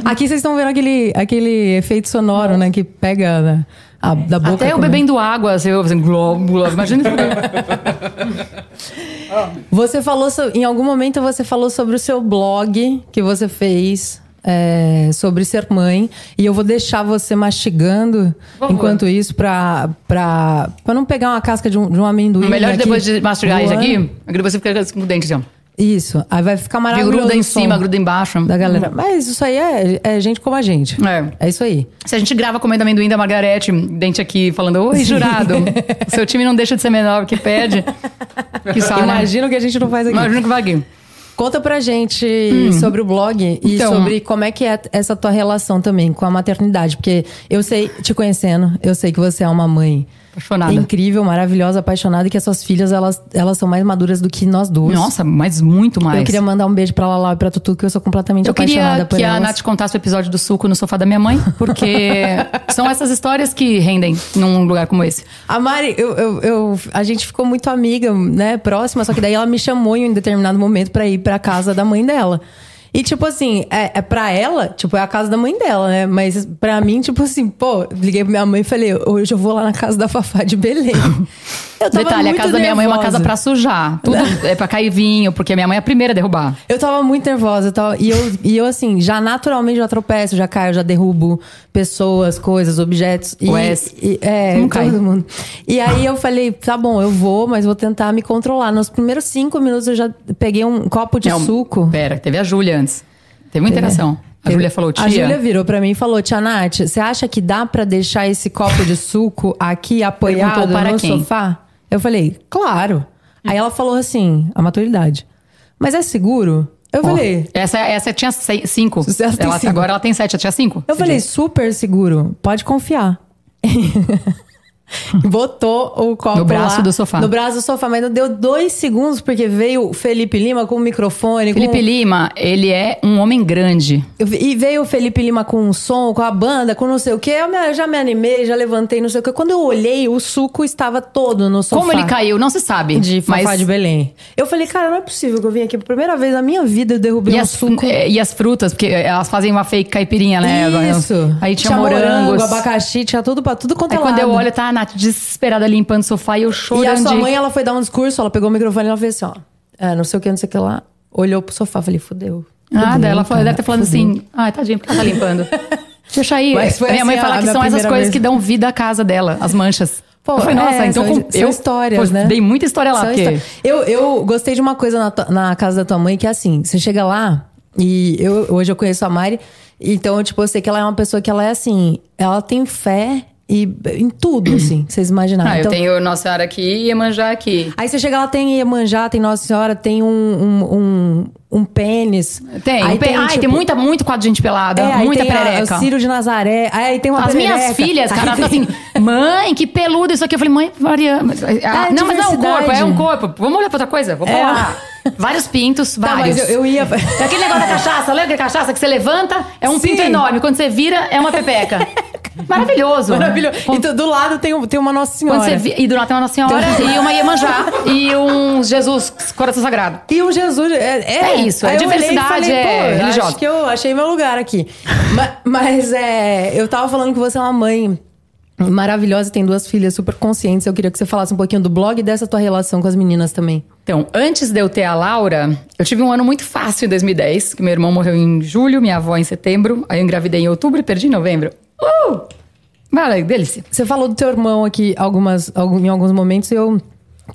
Speaker 1: Aqui vocês estão vendo aquele, aquele efeito sonoro, né? Que pega né, a- da boca.
Speaker 2: Até eu
Speaker 1: quando-
Speaker 2: bebendo água, você ouve assim, globo, globo. Imagina
Speaker 1: Você falou so- em algum momento você falou sobre o seu blog que você fez é, sobre ser mãe e eu vou deixar você mastigando
Speaker 2: favor.
Speaker 1: enquanto isso pra, pra, pra não pegar uma casca de um, de um amendoim.
Speaker 2: O melhor
Speaker 1: aqui,
Speaker 2: depois de mastigar isso aqui,
Speaker 1: voando.
Speaker 2: é que depois você fica com o dente assim, ó.
Speaker 1: Isso, aí vai ficar
Speaker 2: Que
Speaker 1: maravilhoso.
Speaker 2: gruda
Speaker 1: o
Speaker 2: em
Speaker 1: som
Speaker 2: cima, gruda embaixo.
Speaker 1: da galera. Mas isso aí é, é gente como a gente.
Speaker 2: É.
Speaker 1: É isso aí.
Speaker 2: Se a gente grava comendo amendoim da Margarete, dente aqui falando, oi, jurado, seu time não deixa de ser menor que perde. Que só, Imagina.
Speaker 1: Imagina o que a gente não faz aqui.
Speaker 2: Imagina que vaguinho.
Speaker 1: Conta pra gente sobre o blog e
Speaker 2: Hum. Então.
Speaker 1: sobre como é que é essa tua relação também com a maternidade. Porque eu sei, te conhecendo, eu sei que você é uma mãe
Speaker 2: Apaixonada.
Speaker 1: incrível, maravilhosa, apaixonada, e que as suas filhas, elas, elas são mais maduras do que nós duas.
Speaker 2: Nossa, mas muito mais.
Speaker 1: Eu queria mandar um beijo pra Lala e pra Tutu, que eu sou completamente
Speaker 2: Eu queria
Speaker 1: apaixonada por
Speaker 2: que a
Speaker 1: elas.
Speaker 2: Nath contasse o episódio do suco no sofá da minha mãe, porque são essas histórias que rendem num lugar como esse.
Speaker 1: A Mari, eu, eu- eu- a gente ficou muito amiga, né, próxima, só que daí ela me chamou em um determinado momento pra ir pra casa da mãe dela. E, tipo assim, é, é pra ela, tipo, é a casa da mãe dela, né? Mas pra mim, tipo assim, pô, liguei pra minha mãe e falei, hoje eu vou lá na casa da Fafá de Belém. Eu tava
Speaker 2: Detalhe, a
Speaker 1: muito
Speaker 2: casa da minha mãe é uma
Speaker 1: nervosa.
Speaker 2: casa pra sujar. Tudo é pra cair vinho, porque a minha mãe é a primeira a derrubar.
Speaker 1: Eu tava muito nervosa eu tava- e eu, e eu, assim, já naturalmente já tropeço, já caio, já derrubo pessoas, coisas, objetos. E,
Speaker 2: Wes.
Speaker 1: e- é,
Speaker 2: Não
Speaker 1: todo
Speaker 2: cai.
Speaker 1: mundo. E aí eu falei, tá bom, eu vou, mas vou tentar me controlar. Nos primeiros cinco minutos eu já peguei um copo de
Speaker 2: Não,
Speaker 1: suco.
Speaker 2: Pera, teve a Júlia antes. Teve uma interação. A Júlia falou, tia.
Speaker 1: A Júlia virou pra mim e falou: Tia Nath, você acha que dá pra deixar esse copo de suco aqui apoiado
Speaker 2: Perguntou para
Speaker 1: no
Speaker 2: quem?
Speaker 1: sofá? Eu falei: Claro. Aí ela falou assim: A maturidade. Mas é seguro? Eu
Speaker 2: Ó,
Speaker 1: falei:
Speaker 2: Essa, essa tinha sei- cinco.
Speaker 1: Ela tem
Speaker 2: Ela-
Speaker 1: cinco.
Speaker 2: Agora ela tem sete, ela tinha cinco.
Speaker 1: Eu
Speaker 2: Esse
Speaker 1: falei,
Speaker 2: dia.
Speaker 1: super seguro, pode confiar. Botou o copo
Speaker 2: No braço
Speaker 1: lá,
Speaker 2: do sofá.
Speaker 1: No braço do sofá, mas não deu dois segundos, porque veio o Felipe Lima com o microfone.
Speaker 2: Felipe
Speaker 1: com...
Speaker 2: Lima, ele é um homem grande.
Speaker 1: E veio o Felipe Lima com o som, com a banda, com não sei o quê. Eu, me- eu já me animei, já levantei, não sei o quê. Quando eu olhei, o suco estava todo no sofá.
Speaker 2: Como ele caiu, não se sabe.
Speaker 1: De Fafá
Speaker 2: mas...
Speaker 1: de Belém. Eu falei, cara, não é possível que eu vim aqui. Pela primeira vez na minha vida eu derrubei
Speaker 2: E
Speaker 1: um
Speaker 2: as,
Speaker 1: suco.
Speaker 2: é, e as frutas, porque elas fazem uma fake caipirinha, né?
Speaker 1: Isso.
Speaker 2: Aí tinha, morangos.
Speaker 1: abacaxi, tinha tudo pra tudo quanto
Speaker 2: Aí
Speaker 1: é
Speaker 2: quando eu
Speaker 1: lado.
Speaker 2: olho, tá a Nath desesperada limpando o sofá e eu
Speaker 1: E a
Speaker 2: chorando.
Speaker 1: sua
Speaker 2: de-
Speaker 1: mãe, ela foi dar um discurso, ela pegou o microfone e ela fez assim, ó. é, não sei o que, não sei o que lá. Olhou pro sofá, falei, fudeu.
Speaker 2: Nada,
Speaker 1: Fudeu,
Speaker 2: ela falou-
Speaker 1: cara,
Speaker 2: deve ter falando
Speaker 1: fudeu.
Speaker 2: assim, ai, tadinha, porque ela tá limpando. Deixa aí.
Speaker 1: Mas foi
Speaker 2: minha mãe
Speaker 1: assim, a-
Speaker 2: fala
Speaker 1: a
Speaker 2: que
Speaker 1: minha
Speaker 2: são essas
Speaker 1: primeira
Speaker 2: coisas
Speaker 1: vez.
Speaker 2: que dão vida à casa dela, as manchas.
Speaker 1: Pô,
Speaker 2: eu falei,
Speaker 1: é,
Speaker 2: nossa, então
Speaker 1: são-
Speaker 2: com,
Speaker 1: são
Speaker 2: eu
Speaker 1: histórias,
Speaker 2: pô,
Speaker 1: né?
Speaker 2: dei muita história lá,
Speaker 1: São
Speaker 2: porque
Speaker 1: histó- Eu, eu gostei de uma coisa na, tua- na casa da tua mãe, que é assim, você chega lá, e eu, hoje eu conheço a Mari, então, tipo, eu sei que ela é uma pessoa que ela é assim, ela tem fé e, em tudo, assim, vocês imaginaram.
Speaker 2: Ah, eu
Speaker 1: Então,
Speaker 2: tenho Nossa Senhora aqui e Iemanjá aqui.
Speaker 1: Aí você chega lá, tem Iemanjá, tem Nossa Senhora, tem um, um, um, um pênis.
Speaker 2: Tem,
Speaker 1: Aí
Speaker 2: tem, ai, tem
Speaker 1: tipo,
Speaker 2: muita, muito quadro de gente pelada,
Speaker 1: É, aí
Speaker 2: muita
Speaker 1: tem a-
Speaker 2: perereca.
Speaker 1: o Ciro de Nazaré. Aí aí tem uma
Speaker 2: As minhas
Speaker 1: perereca.
Speaker 2: filhas, cara,
Speaker 1: Aí
Speaker 2: elas
Speaker 1: tem-
Speaker 2: ficam assim, mãe, que peludo isso aqui. Eu falei, mãe, Mariana. mas- ah, não, mas não, é um
Speaker 1: diversidade.
Speaker 2: corpo, é um corpo. Vamos olhar pra outra coisa? Vamos
Speaker 1: É.
Speaker 2: lá. Vários pintos,
Speaker 1: Tá,
Speaker 2: vários.
Speaker 1: mas eu, eu ia.
Speaker 2: É Aquele negócio da cachaça, lembra que a cachaça que você levanta é um
Speaker 1: Sim.
Speaker 2: pinto enorme. Quando você vira, é uma pepeca. Maravilhoso.
Speaker 1: Maravilhoso.
Speaker 2: Quando-
Speaker 1: Então, do lado tem, um- tem uma Nossa Senhora.
Speaker 2: Quando você vi... E do lado tem uma Nossa Senhora
Speaker 1: Então,
Speaker 2: e uma Iemanjá e um Jesus, coração sagrado.
Speaker 1: E o Jesus. É, é,
Speaker 2: É isso, é
Speaker 1: Aí eu olhei e
Speaker 2: diversidade,
Speaker 1: falei,
Speaker 2: é
Speaker 1: pô,
Speaker 2: religiosa.
Speaker 1: Acho que eu achei meu lugar aqui. Ma- mas é, eu tava falando que você é uma mãe maravilhosa, tem duas filhas super conscientes. Eu queria que você falasse um pouquinho do blog e dessa tua relação com as meninas também.
Speaker 2: Então, antes de eu ter a Laura, eu tive um ano muito fácil em 2010, que meu irmão morreu em julho, minha avó em setembro, aí eu engravidei em outubro e perdi em novembro. Uh! Cara, que delícia.
Speaker 1: Você falou do teu irmão aqui algumas, algum- em alguns momentos e eu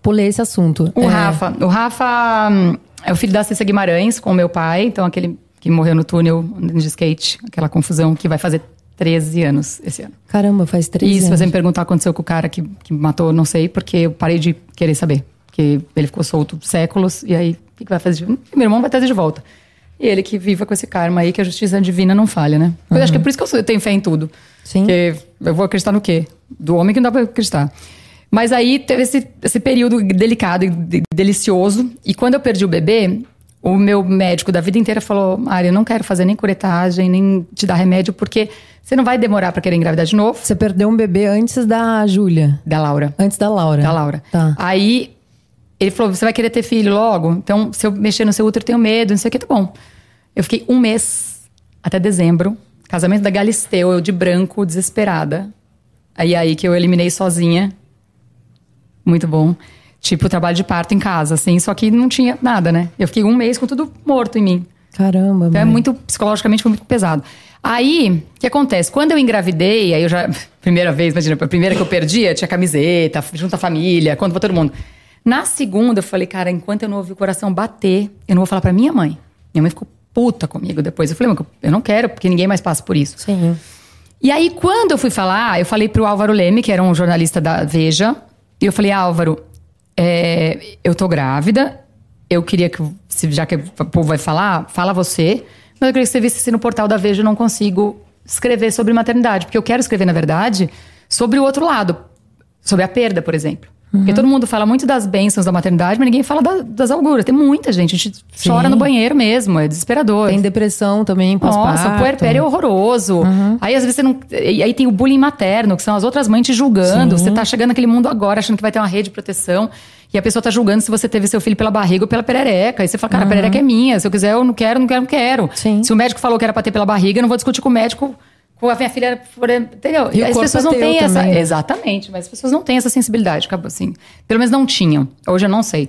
Speaker 1: pulei esse assunto.
Speaker 2: O
Speaker 1: É,
Speaker 2: Rafa. O Rafa hum, é o filho da Cissa Guimarães com o meu pai, então aquele que morreu no túnel andando de skate, aquela confusão que vai fazer 13 anos esse ano.
Speaker 1: Caramba, faz três
Speaker 2: E se
Speaker 1: anos.
Speaker 2: você me perguntar o que aconteceu com o cara que, que matou, não sei, porque eu parei de querer saber. Porque ele ficou solto séculos, e aí o que, que vai fazer? de- hum, Meu irmão vai trazer de volta. E ele que viva com esse karma aí, que a justiça divina não falha, né? Eu acho que é por isso que eu sou- eu tenho fé em tudo.
Speaker 1: Sim.
Speaker 2: Porque eu vou acreditar no quê? Do homem que não dá pra acreditar. Mas aí teve esse, esse período delicado e de- delicioso. E quando eu perdi o bebê, o meu médico da vida inteira falou: Mari, eu não quero fazer nem curetagem, nem te dar remédio, porque você não vai demorar pra querer engravidar de novo
Speaker 1: Você perdeu um bebê antes da Júlia.
Speaker 2: da Laura.
Speaker 1: Antes da Laura.
Speaker 2: Da Laura.
Speaker 1: Tá.
Speaker 2: Aí ele falou: você vai querer ter filho logo? Então, se eu mexer no seu útero, eu tenho medo, não sei o que, tá bom. Eu fiquei um mês até dezembro. Casamento da Galisteu, eu de branco, desesperada. Aí aí que eu eliminei sozinha. Muito bom. Tipo, trabalho de parto em casa, assim, só que não tinha nada, né? Eu fiquei um mês com tudo morto em mim.
Speaker 1: Caramba,
Speaker 2: Então é
Speaker 1: mãe.
Speaker 2: muito, psicologicamente foi muito pesado. Aí, o que acontece? Quando eu engravidei, aí eu já, primeira vez, imagina, a primeira que eu perdi, eu tinha camiseta, junto à família, conto pra todo mundo. Na segunda, eu falei, cara, enquanto eu não ouvir o coração bater, eu não vou falar pra minha mãe. Minha mãe ficou puta comigo depois. Eu falei, mãe, eu não quero, porque ninguém mais passa por isso.
Speaker 1: Sim.
Speaker 2: E aí, quando eu fui falar, eu falei pro Álvaro Leme, que era um jornalista da Veja, e eu falei, Álvaro, é, eu tô grávida, eu queria que, se- já que o povo vai falar, fala você, mas eu queria que você visse se no portal da Veja eu não consigo escrever sobre maternidade, porque eu quero escrever, na verdade, sobre o outro lado, sobre a perda, por exemplo. Porque todo mundo fala muito das bênçãos da maternidade, mas ninguém fala da- das algúrias. Tem muita gente, a gente chora no banheiro mesmo, é desesperador.
Speaker 1: Tem depressão também, pós-parto.
Speaker 2: Nossa, o puerpério é horroroso.
Speaker 1: Uhum.
Speaker 2: Aí às vezes você não. E aí tem o bullying materno, que são as outras mães te julgando. Você tá chegando naquele mundo agora, achando que vai ter uma rede de proteção. E a pessoa tá julgando se você teve seu filho pela barriga ou pela perereca. Aí você fala, cara, a perereca é minha. Se eu quiser, eu não quero, não quero, não quero.
Speaker 1: Uhum. Sim.
Speaker 2: Se o médico falou que era pra ter pela barriga, eu não vou discutir com o médico. Com a minha filha, por- entendeu?
Speaker 1: E o
Speaker 2: as
Speaker 1: corpo é
Speaker 2: pessoas não
Speaker 1: teu
Speaker 2: têm essa.
Speaker 1: também, né?
Speaker 2: Exatamente, mas as pessoas não têm essa sensibilidade, acabou assim. Pelo menos não tinham. Hoje eu não sei.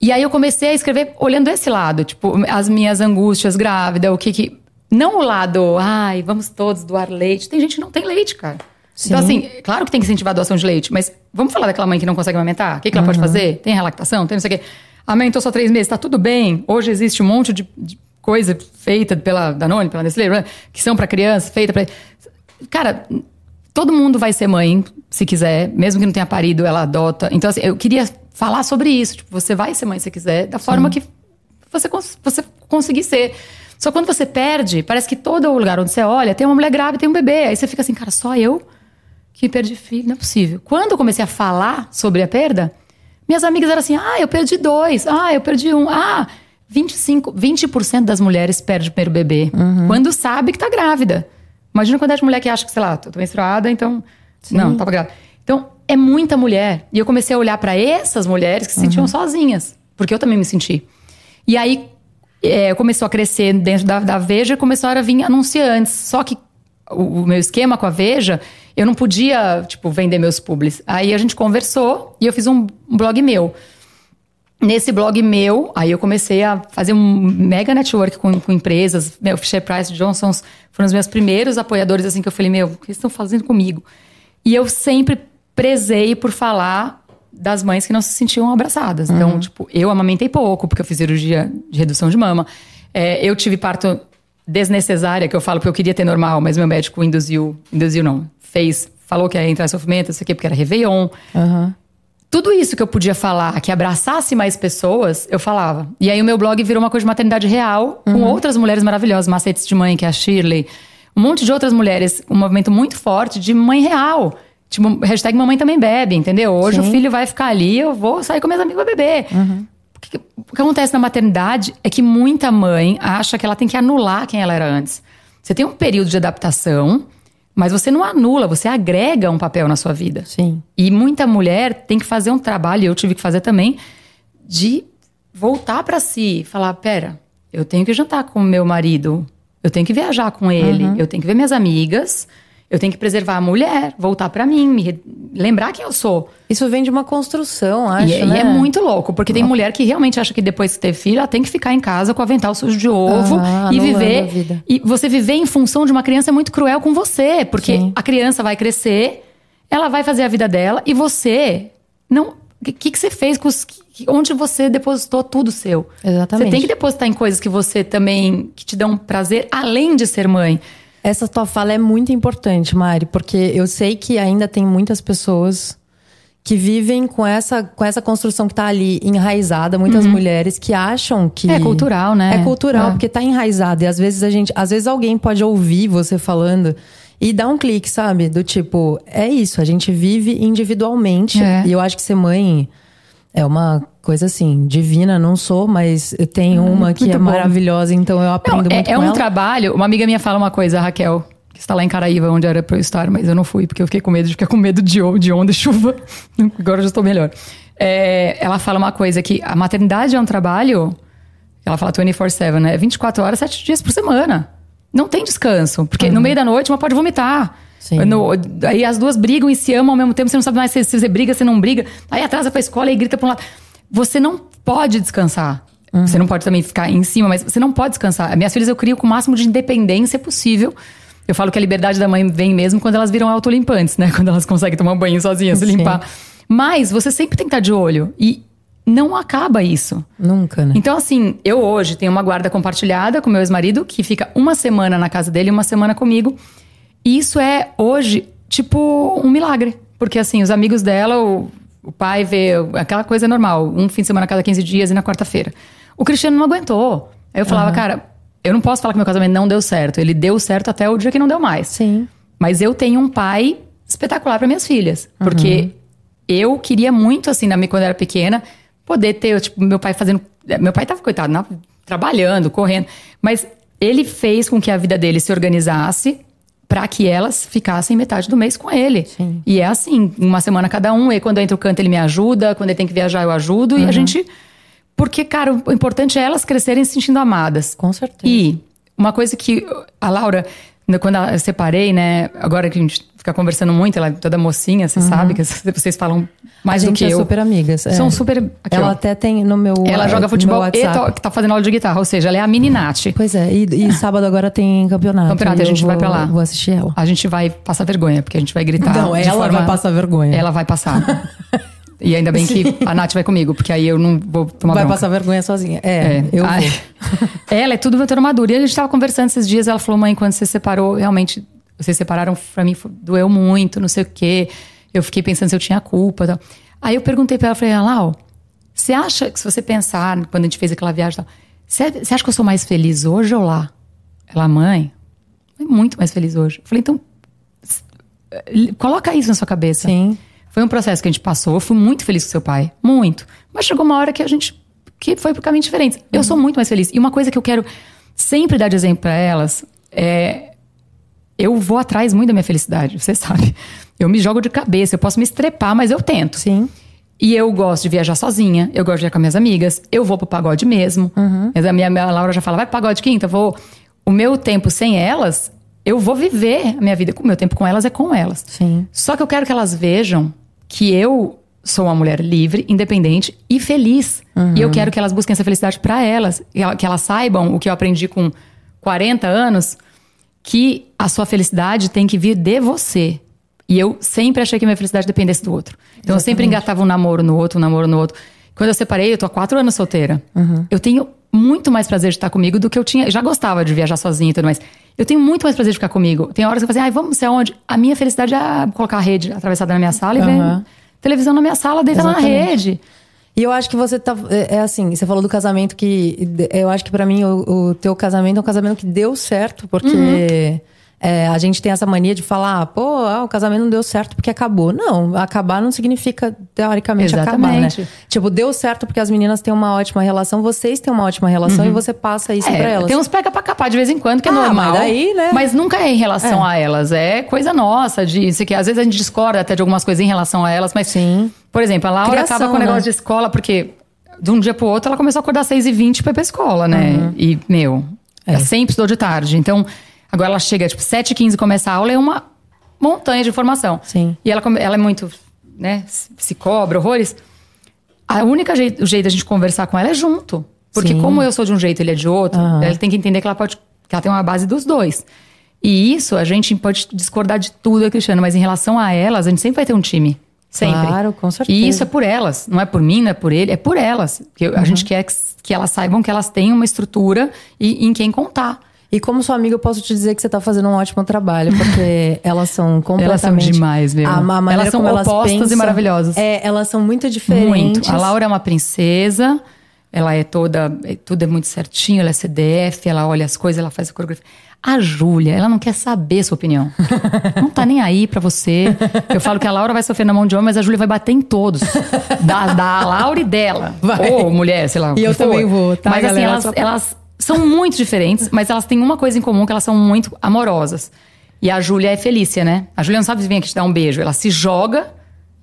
Speaker 2: E aí eu comecei a escrever olhando esse lado, tipo, as minhas angústias grávida, o que que. Não o lado, ai, vamos todos doar leite. Tem gente que não tem leite, cara. Então, assim, claro que tem que incentivar a doação de leite, mas vamos falar daquela mãe que não consegue amamentar? O que, que ela pode fazer? Tem relactação? Tem não sei o quê. Amamentou só três meses, tá tudo bem. Hoje existe um monte de, de coisa feita pela Danone, pela Nestlé, blá, que são pra criança, feita pra. Cara, todo mundo vai ser mãe, se quiser, mesmo que não tenha parido, ela adota. Então, assim, eu queria falar sobre isso. Tipo, você vai ser mãe se quiser, da forma que você, cons- você conseguir ser. Só quando você perde, parece que todo lugar onde você olha tem uma mulher grávida, tem um bebê. Aí você fica assim, cara, só eu que perdi filho, não é possível. Quando eu comecei a falar sobre a perda, minhas amigas eram assim: ah, eu perdi dois, ah, eu perdi um, ah. 25, 20% das mulheres perde o primeiro bebê quando sabe que tá grávida. Imagina a quantidade de mulher que acha que, sei lá, tô tô menstruada, então. Não, tava grávida. Então, é muita mulher. E eu comecei a olhar para essas mulheres que se sentiam sozinhas, porque eu também me senti. E aí é, começou a crescer dentro da, da Veja e começaram a vir anunciantes. Só que o, o meu esquema com a Veja, eu não podia, tipo, vender meus publis. Aí a gente conversou e eu fiz um, um blog meu. Nesse blog meu, aí eu comecei a fazer um mega network com, com empresas. Meu, Fisher Price, Johnson's foram os meus primeiros apoiadores, assim, que eu falei, meu, o que eles estão fazendo comigo? E eu sempre prezei por falar das mães que não se sentiam abraçadas. Então, tipo, eu amamentei pouco, porque eu fiz cirurgia de redução de mama. É, eu tive parto desnecessária, que eu falo, porque eu queria ter normal, mas meu médico induziu, induziu não, fez, falou que ia entrar em sofrimento, não sei o quê, porque era Réveillon
Speaker 1: Aham.
Speaker 2: tudo isso que eu podia falar, que abraçasse mais pessoas, eu falava. E aí o meu blog virou uma coisa de maternidade real, com outras mulheres maravilhosas, Macetes de Mãe, que é a Shirley, um monte de outras mulheres, um movimento muito forte de mãe real. Tipo, hashtag mamãe também bebe, entendeu? Hoje o filho vai ficar ali, eu vou sair com meus amigos pra beber. O, que, o que acontece na maternidade é que muita mãe acha que ela tem que anular quem ela era antes. Você tem um período de adaptação, mas você não anula, você agrega um papel na sua vida.
Speaker 1: Sim.
Speaker 2: E muita mulher tem que fazer um trabalho, e eu tive que fazer também, de voltar pra si, e falar, pera, eu tenho que jantar com o meu marido, eu tenho que viajar com ele, eu tenho que ver minhas amigas, Eu tenho que preservar a mulher, voltar pra mim, me re- lembrar quem eu sou.
Speaker 1: Isso vem de uma construção, acho,
Speaker 2: E, é- e
Speaker 1: né?
Speaker 2: é muito louco, porque tem mulher que realmente acha que depois que ter filho, ela tem que ficar em casa com o avental sujo de ovo
Speaker 1: Ah,
Speaker 2: e
Speaker 1: anulando a
Speaker 2: viver.
Speaker 1: vida.
Speaker 2: E você viver em função de uma criança é muito cruel com você, porque a criança vai crescer, ela vai fazer a vida dela e você não. O que, que você fez com os. que- Onde você depositou tudo seu?
Speaker 1: Exatamente.
Speaker 2: Você tem que depositar em coisas que você também. que te dão prazer, além de ser mãe.
Speaker 1: Essa tua fala é muito importante, Mari, porque eu sei que ainda tem muitas pessoas que vivem com essa, com essa construção que tá ali enraizada, muitas mulheres que acham que
Speaker 2: Uhum. É cultural, né?
Speaker 1: É cultural,
Speaker 2: É.
Speaker 1: porque tá enraizada e às vezes a gente, às vezes alguém pode ouvir você falando e dar um clique, sabe? Do tipo, é isso, a gente vive individualmente
Speaker 2: É.
Speaker 1: e eu acho que ser mãe é uma coisa assim, divina, não sou, mas eu tenho uma que
Speaker 2: Uhum. muito
Speaker 1: é
Speaker 2: bom.
Speaker 1: maravilhosa, então eu aprendo
Speaker 2: é,
Speaker 1: muito
Speaker 2: é
Speaker 1: com
Speaker 2: um
Speaker 1: ela.
Speaker 2: trabalho. Uma amiga minha fala uma coisa, a Raquel, que está lá em Caraíva, onde era pra eu estar, mas eu não fui, porque eu fiquei com medo de ficar com medo de, on- de onda e chuva. Agora eu já estou melhor. É, ela fala uma coisa que a maternidade é um trabalho. Ela fala 24-7, né? 24 horas, 7 dias por semana. Não tem descanso. Porque no meio da noite uma pode vomitar.
Speaker 1: Uhum. Sim.
Speaker 2: No- aí as duas brigam e se amam ao mesmo tempo, você não sabe mais se, se você briga, se não briga. Aí atrasa pra escola e grita pra um lado. Você não pode descansar. Você não pode também ficar em cima, mas você não pode descansar. Minhas filhas eu crio com o máximo de independência possível. Eu falo que a liberdade da mãe vem mesmo quando elas viram autolimpantes, né? Quando elas conseguem tomar banho sozinhas, se
Speaker 1: Sim.
Speaker 2: limpar. Mas você sempre tem que estar de olho. E não acaba isso.
Speaker 1: Nunca, né?
Speaker 2: Então, assim, eu hoje tenho uma guarda compartilhada com meu ex-marido, que fica uma semana na casa dele e uma semana comigo. E isso é, hoje, tipo, um milagre. Porque, assim, os amigos dela, o, o pai vê aquela coisa normal, um fim de semana a cada 15 dias e na quarta-feira. O Cristiano não aguentou. Aí eu falava, cara, eu não posso falar que meu casamento não deu certo. Ele deu certo até o dia que não deu mais.
Speaker 1: Sim.
Speaker 2: Mas eu tenho um pai espetacular para minhas filhas. Porque eu queria muito, assim, na minha, quando eu era pequena, poder ter, tipo, meu pai fazendo. Meu pai tava, coitado, na- trabalhando, correndo. Mas ele fez com que a vida dele se organizasse para que elas ficassem metade do mês com ele. E é assim, uma semana cada um. E quando entra o canto, ele me ajuda. Quando ele tem que viajar, eu ajudo. E a gente. Porque, cara, o importante é elas crescerem se sentindo amadas.
Speaker 1: Com certeza.
Speaker 2: E uma coisa que a Laura, né, quando eu separei, né? Agora que a gente fica conversando muito, ela é toda mocinha, você sabe que vocês falam mais
Speaker 1: Uhum. a
Speaker 2: do
Speaker 1: gente
Speaker 2: que
Speaker 1: é
Speaker 2: eu.
Speaker 1: super amigas. é.
Speaker 2: São super. aqui,
Speaker 1: ela
Speaker 2: ó.
Speaker 1: até tem no meu.
Speaker 2: ela
Speaker 1: eh,
Speaker 2: joga
Speaker 1: no
Speaker 2: futebol
Speaker 1: meu
Speaker 2: e
Speaker 1: WhatsApp.
Speaker 2: to- tá fazendo aula de guitarra, ou seja, ela é a mini Nath.
Speaker 1: Pois é, e, e sábado agora tem campeonato.
Speaker 2: Campeonato,
Speaker 1: e
Speaker 2: a
Speaker 1: eu
Speaker 2: gente
Speaker 1: vou,
Speaker 2: vai pra lá.
Speaker 1: Vou assistir ela.
Speaker 2: A gente vai passar vergonha, porque a gente vai gritar.
Speaker 1: Não,
Speaker 2: de
Speaker 1: ela
Speaker 2: forma-
Speaker 1: vai passar vergonha.
Speaker 2: Ela vai passar. e ainda bem que a Nath vai comigo, porque aí eu não vou tomar
Speaker 1: vai
Speaker 2: é bronca.
Speaker 1: passar vergonha sozinha. É,
Speaker 2: É,
Speaker 1: eu
Speaker 2: Ah,
Speaker 1: vou.
Speaker 2: ela é tudo uma madura. E a gente tava conversando esses dias, ela falou, mãe, quando você separou, realmente, vocês separaram, pra mim foi- doeu muito, não sei o quê. Eu fiquei pensando se eu tinha culpa. e Tal. Aí eu perguntei pra ela, falei, "Ah, Lau, você acha que se você pensar, quando a gente fez aquela viagem e tal, você você acha que eu sou mais feliz hoje ou lá? Ela, mãe, eu sou muito mais feliz hoje. Eu falei, então, s- eh, coloca isso na sua cabeça.
Speaker 1: Sim.
Speaker 2: Foi um processo que a gente passou. Eu fui muito feliz com seu pai. Muito. Mas chegou uma hora que a gente. que foi por caminho diferente. Eu sou muito mais feliz. E uma coisa que eu quero sempre dar de exemplo pra elas é. Eu vou atrás muito da minha felicidade, você sabe. Eu me jogo de cabeça, eu posso me estrepar, mas eu tento.
Speaker 1: Sim.
Speaker 2: E eu gosto de viajar sozinha, eu gosto de viajar com minhas amigas, eu vou pro pagode mesmo. Mas a minha, minha Laura já fala, vai pro pagode quinta, eu vou. O meu tempo sem elas, eu vou viver a minha vida. O meu tempo com elas é com elas.
Speaker 1: Sim.
Speaker 2: Só que eu quero que elas vejam que eu sou uma mulher livre, independente e feliz. E eu quero que elas busquem essa felicidade pra elas. E ela- Que elas saibam o que eu aprendi com 40 anos, que a sua felicidade tem que vir de você. E eu sempre achei que minha felicidade dependesse do outro. Então eu sempre engatava um namoro no outro, um namoro no outro. Quando eu separei, eu tô há quatro anos solteira. Eu tenho muito mais prazer de estar comigo do que eu tinha. Já gostava de viajar sozinha e tudo mais. Eu tenho muito mais prazer de ficar comigo. Tem horas que eu falo assim, ai, vamos não sei aonde. A minha felicidade é colocar a rede atravessada na minha sala e
Speaker 1: Aham.
Speaker 2: ver televisão na minha sala, deitar lá na
Speaker 1: Exatamente.
Speaker 2: rede.
Speaker 1: E eu acho que você tá. É, é assim, você falou do casamento que. Eu acho que pra mim o, o teu casamento é um casamento que deu certo, porque
Speaker 2: Uhum.
Speaker 1: é, a gente tem essa mania de falar, pô, ah, o casamento não deu certo porque acabou. Não, acabar não significa, teoricamente, acabar, né?
Speaker 2: Exatamente.
Speaker 1: Tipo, deu certo porque as meninas têm uma ótima relação, vocês têm uma ótima relação e você passa isso
Speaker 2: É,
Speaker 1: pra elas.
Speaker 2: Tem uns pega pra capar de vez em quando, que é
Speaker 1: Ah,
Speaker 2: normal.
Speaker 1: mas daí, né?
Speaker 2: Mas nunca é em relação a elas. É coisa nossa de sei que às vezes a gente discorda até de algumas coisas em relação a elas, mas
Speaker 1: Sim.
Speaker 2: Por exemplo, a Laura
Speaker 1: Criação,
Speaker 2: tava com o negócio
Speaker 1: né?
Speaker 2: de escola porque de um dia pro outro ela começou a acordar às 6h20 pra ir pra escola, né?
Speaker 1: Uhum.
Speaker 2: E meu, ela sempre estudou de tarde. Então, agora ela chega tipo 7h15 começa a aula é uma montanha de informação.
Speaker 1: Sim.
Speaker 2: E ela, come- ela é muito, né, se se cobra, horrores. A única jei- o jeito da gente conversar com ela é junto. Porque
Speaker 1: Sim.
Speaker 2: como eu sou de um jeito, ele é de outro,
Speaker 1: Aham.
Speaker 2: ela tem que entender que ela pode, que ela tem uma base dos dois. E isso, a gente pode discordar de tudo, Cristiano, mas em relação a elas, a gente sempre vai ter um time. Sempre.
Speaker 1: Claro, com certeza. Uhum.
Speaker 2: E isso é por elas, não é por mim, não é por ele, é por elas. Porque a gente quer que, que elas saibam que elas têm uma estrutura e em quem contar.
Speaker 1: E como sua amiga, eu posso te dizer que você tá fazendo um ótimo trabalho, porque elas são completamente...
Speaker 2: Elas são demais, meu.
Speaker 1: A, a maneira
Speaker 2: Elas são
Speaker 1: como
Speaker 2: opostas e
Speaker 1: pensam,
Speaker 2: maravilhosas.
Speaker 1: É, elas são muito diferentes.
Speaker 2: Muito. A Laura é uma princesa. Ela é toda. é- Tudo é muito certinho. Ela é CDF. Ela olha as coisas. Ela faz a coreografia. A Júlia, ela não quer saber sua opinião. Não tá nem aí pra você. Eu falo que a Laura vai sofrer na mão de homem, mas a Júlia vai bater em todos. Da, da Laura e dela.
Speaker 1: Vai.
Speaker 2: Ou mulher, sei lá. o
Speaker 1: E
Speaker 2: que
Speaker 1: eu
Speaker 2: for.
Speaker 1: também vou, tá,
Speaker 2: Mas assim,
Speaker 1: galera?
Speaker 2: elas,
Speaker 1: Só-
Speaker 2: elas são muito diferentes, mas elas têm uma coisa em comum, que elas são muito amorosas. E a Júlia é Felícia, né? A Júlia não sabe vir aqui te dar um beijo. Ela se joga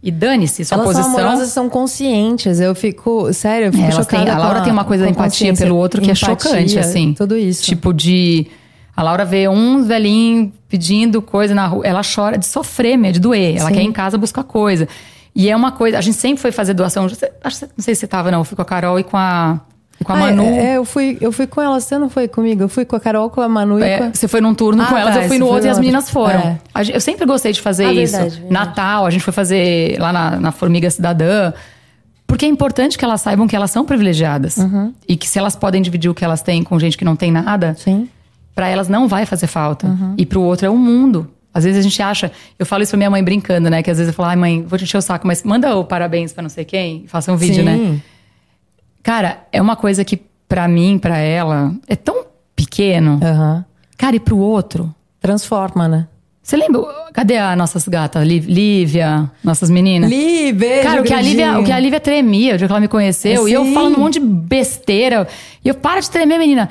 Speaker 2: e dane-se sua
Speaker 1: Elas
Speaker 2: posição.
Speaker 1: são amorosas, são conscientes. Eu fico, sério, eu fico
Speaker 2: É, elas
Speaker 1: chocada.
Speaker 2: têm- a
Speaker 1: com
Speaker 2: Laura tem uma coisa da
Speaker 1: com a
Speaker 2: empatia
Speaker 1: consciência.
Speaker 2: pelo outro que é
Speaker 1: Empatia,
Speaker 2: chocante, assim.
Speaker 1: Tudo isso.
Speaker 2: Tipo de. A Laura vê um velhinho pedindo coisa na rua, ela chora de sofrer, meu, de doer. Ela
Speaker 1: Sim.
Speaker 2: quer ir em casa buscar coisa. E é uma coisa. A gente sempre foi fazer doação. você- acho que- Não sei se você tava, não. Eu fui com a Carol e com a, e com a
Speaker 1: Ah,
Speaker 2: Manu.
Speaker 1: É, é, eu, fui, eu fui com elas, você não foi comigo? Eu fui com a Carol, com a Manu e
Speaker 2: É,
Speaker 1: com a...
Speaker 2: você foi num turno
Speaker 1: Ah,
Speaker 2: com elas,
Speaker 1: tá,
Speaker 2: eu fui
Speaker 1: você
Speaker 2: no
Speaker 1: foi
Speaker 2: outro e
Speaker 1: no
Speaker 2: as
Speaker 1: outro.
Speaker 2: meninas foram.
Speaker 1: É.
Speaker 2: A gen- Eu sempre gostei de fazer
Speaker 1: Ah,
Speaker 2: isso.
Speaker 1: verdade, verdade.
Speaker 2: Natal, a gente foi fazer lá na, na Formiga Cidadã. Porque é importante que elas saibam que elas são privilegiadas. E que se elas podem dividir o que elas têm com gente que não tem nada,
Speaker 1: Sim.
Speaker 2: para elas não vai fazer falta. E para o outro é um mundo. Às vezes a gente acha, eu falo isso pra minha mãe brincando, né? Que às vezes eu falo, ai mãe, vou te encher o saco, mas manda o parabéns pra não sei quem, e faça um vídeo,
Speaker 1: Sim.
Speaker 2: né? Cara, é uma coisa que pra mim, pra ela, é tão pequeno.
Speaker 1: Aham.
Speaker 2: Cara, e pro outro?
Speaker 1: Transforma, né?
Speaker 2: Você lembra? Cadê as nossas gatas? Liv- Lívia, nossas meninas?
Speaker 1: Li, beijo,
Speaker 2: Né. Cara, o que, a Lívia,
Speaker 1: grandinho.
Speaker 2: o que a Lívia tremia, o dia que ela me conheceu, e eu
Speaker 1: Sim.
Speaker 2: falando um monte de besteira. E eu, para de tremer, menina.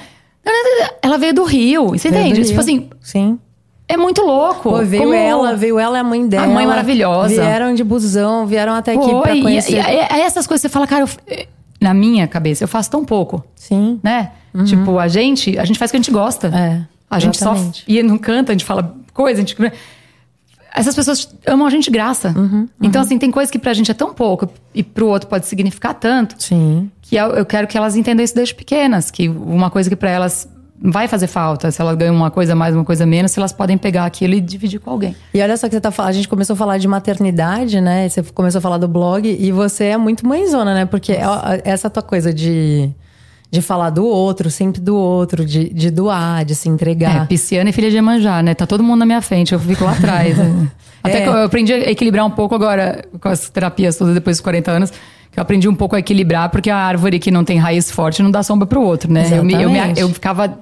Speaker 2: Ela veio do Rio, você
Speaker 1: Veio do
Speaker 2: entende?
Speaker 1: Rio.
Speaker 2: Tipo assim,
Speaker 1: Sim.
Speaker 2: é muito louco.
Speaker 1: Pô, veio
Speaker 2: Como-
Speaker 1: ela, veio ela e a mãe dela.
Speaker 2: mãe maravilhosa.
Speaker 1: Vieram de busão, vieram até aqui
Speaker 2: Pô,
Speaker 1: pra
Speaker 2: e-
Speaker 1: conhecer.
Speaker 2: E, e- e essas coisas você fala, cara, eu f- eh, na minha cabeça, eu faço tão pouco,
Speaker 1: Sim.
Speaker 2: né? Tipo, a gente, a gente faz o que a gente gosta.
Speaker 1: Uhum. É,
Speaker 2: a gente só
Speaker 1: exatamente.
Speaker 2: e não canta, a gente fala coisa, a gente. Essas pessoas amam a gente de graça.
Speaker 1: Uhum,
Speaker 2: Então, assim, tem coisa que pra gente é tão pouco e pro outro pode significar tanto.
Speaker 1: Sim.
Speaker 2: que eu, eu quero que elas entendam isso desde pequenas, que uma coisa que para elas vai fazer falta, se elas ganham uma coisa a mais, uma coisa a menos, se elas podem pegar aquilo e dividir com alguém.
Speaker 1: E olha só que você tá falando, a gente começou a falar de maternidade, né? Você começou a falar do blog e você é muito mãezona, né? Porque ó, essa tua coisa de, de falar do outro, sempre do outro, de, de doar, de se
Speaker 2: É,
Speaker 1: entregar.
Speaker 2: pisciana e filha de Emanjá, né? Tá todo mundo na minha frente, eu fico lá atrás. né? Até
Speaker 1: É.
Speaker 2: que eu aprendi a equilibrar um pouco agora, com as terapias todas depois dos 40 anos, que eu aprendi um pouco a equilibrar, porque a árvore que não tem raiz forte não dá sombra pro outro, né? Eu, me- eu, me-
Speaker 1: Exatamente.
Speaker 2: eu ficava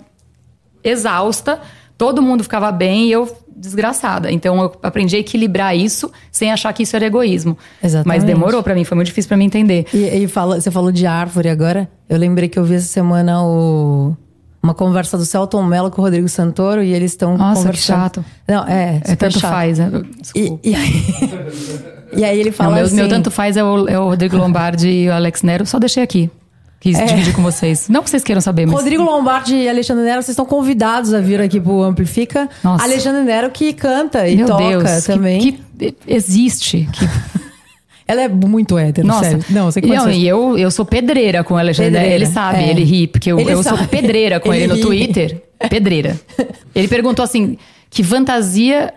Speaker 2: exausta, todo mundo ficava bem e eu desgraçada. Então eu aprendi a equilibrar isso sem achar que isso era egoísmo. Mas
Speaker 1: Exatamente.
Speaker 2: demorou pra mim, foi muito difícil pra mim entender.
Speaker 1: E, e fala- você falou de árvore agora. Eu lembrei que eu vi essa semana o- uma conversa do Celton Mello com o Rodrigo Santoro e eles estão
Speaker 2: Nossa, que
Speaker 1: conversando.
Speaker 2: chato.
Speaker 1: Não, é,
Speaker 2: É,
Speaker 1: super
Speaker 2: tanto
Speaker 1: chato.
Speaker 2: faz. né?
Speaker 1: E,
Speaker 2: Desculpa.
Speaker 1: e aí, e aí ele
Speaker 2: Não,
Speaker 1: fala
Speaker 2: meu,
Speaker 1: assim...
Speaker 2: meu tanto faz é o, é o Rodrigo Lombardi e o Alex Nero. Só deixei aqui. Quis dividir com vocês. Não que vocês queiram saber, mas.
Speaker 1: É. Rodrigo Lombardi e Alexandre Nero, vocês estão convidados a vir aqui pro Amplifica.
Speaker 2: Nossa.
Speaker 1: Alexandre Nero que canta e
Speaker 2: meu
Speaker 1: toca
Speaker 2: Deus, que-
Speaker 1: também.
Speaker 2: Que, existe. Que-
Speaker 1: Ela é muito hétero,
Speaker 2: nossa.
Speaker 1: sério. Não, você
Speaker 2: Não,
Speaker 1: conhece.
Speaker 2: e eu, eu sou pedreira com o Alexandre.
Speaker 1: Pedreira,
Speaker 2: ele sabe,
Speaker 1: é.
Speaker 2: ele ri, porque eu,
Speaker 1: Ele
Speaker 2: eu sou
Speaker 1: sabe.
Speaker 2: pedreira com ele,
Speaker 1: Ele
Speaker 2: no
Speaker 1: ri.
Speaker 2: Twitter. Pedreira. Ele perguntou assim: que fantasia.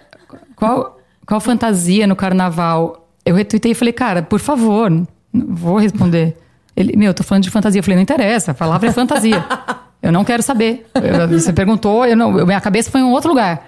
Speaker 2: Qual, qual fantasia no carnaval? Eu retuitei e falei, cara, por favor, não vou responder. Ele, meu, eu tô falando de fantasia. Eu falei, não interessa, a palavra é fantasia. Eu não quero saber. Eu- você perguntou, eu não, eu- minha cabeça foi em um outro lugar.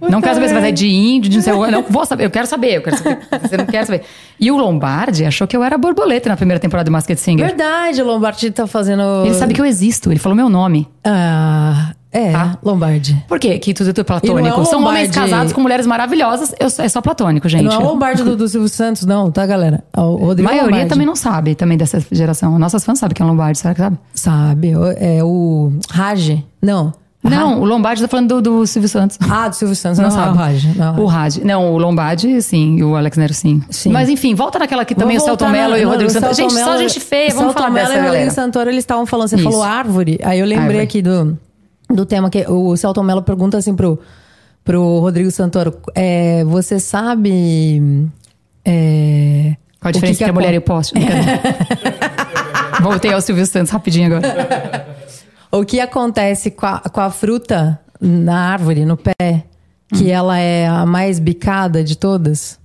Speaker 2: Não quero saber se vai ser de índio, de não sei o- eu não vou saber, eu quero saber, eu quero saber. Você não quer saber. E o Lombardi achou que eu era borboleta na primeira temporada do Masked Singer.
Speaker 1: Verdade, o Lombardi tá fazendo...
Speaker 2: Ele sabe que eu existo, ele falou meu nome.
Speaker 1: Ah, é,
Speaker 2: Tá.
Speaker 1: Lombardi.
Speaker 2: Por quê? Que tudo é
Speaker 1: E não é
Speaker 2: platônico.
Speaker 1: o
Speaker 2: São homens
Speaker 1: Lombardi.
Speaker 2: casados com mulheres maravilhosas, eu, sou- é só platônico, gente.
Speaker 1: Não é o Lombardi do, do Silvio Santos, não, tá, galera? É O
Speaker 2: a
Speaker 1: Rodrigo
Speaker 2: maioria
Speaker 1: Lombardi.
Speaker 2: também não sabe, também dessa geração. Nossas fãs sabem que é o Lombardi, será que sabe?
Speaker 1: Sabe, o- é o Raj. Não.
Speaker 2: Não, o Lombardi tá falando do, do Silvio Santos.
Speaker 1: Ah, do Silvio Santos, não,
Speaker 2: não,
Speaker 1: sabe. Ah,
Speaker 2: não.
Speaker 1: o Raj. Não,
Speaker 2: O Raj. Não, o Lombardi, sim. E o Alex Nero, sim.
Speaker 1: Sim.
Speaker 2: Mas enfim, volta naquela que
Speaker 1: Vamos
Speaker 2: também é o
Speaker 1: voltar
Speaker 2: Celton Mello
Speaker 1: na-
Speaker 2: e o
Speaker 1: no- no
Speaker 2: Rodrigo Santos.
Speaker 1: Celton
Speaker 2: Gente, só
Speaker 1: Mello-
Speaker 2: gente feia.
Speaker 1: Celton
Speaker 2: Vamos falar
Speaker 1: Mello e
Speaker 2: dessa
Speaker 1: o
Speaker 2: galera.
Speaker 1: Rodrigo Santoro, eles estavam falando, você
Speaker 2: Isso.
Speaker 1: falou árvore. Aí eu lembrei
Speaker 2: Árvore.
Speaker 1: aqui do, do tema que o Celton Mello pergunta assim pro pro Rodrigo Santoro. é, você sabe. é,
Speaker 2: Qual a
Speaker 1: o que
Speaker 2: diferença
Speaker 1: que
Speaker 2: entre a mulher e o
Speaker 1: acon-
Speaker 2: poste? Voltei ao Silvio Santos rapidinho agora.
Speaker 1: O que acontece com a, com a fruta na árvore, no pé,
Speaker 2: Hum.
Speaker 1: que ela é a mais bicada de todas?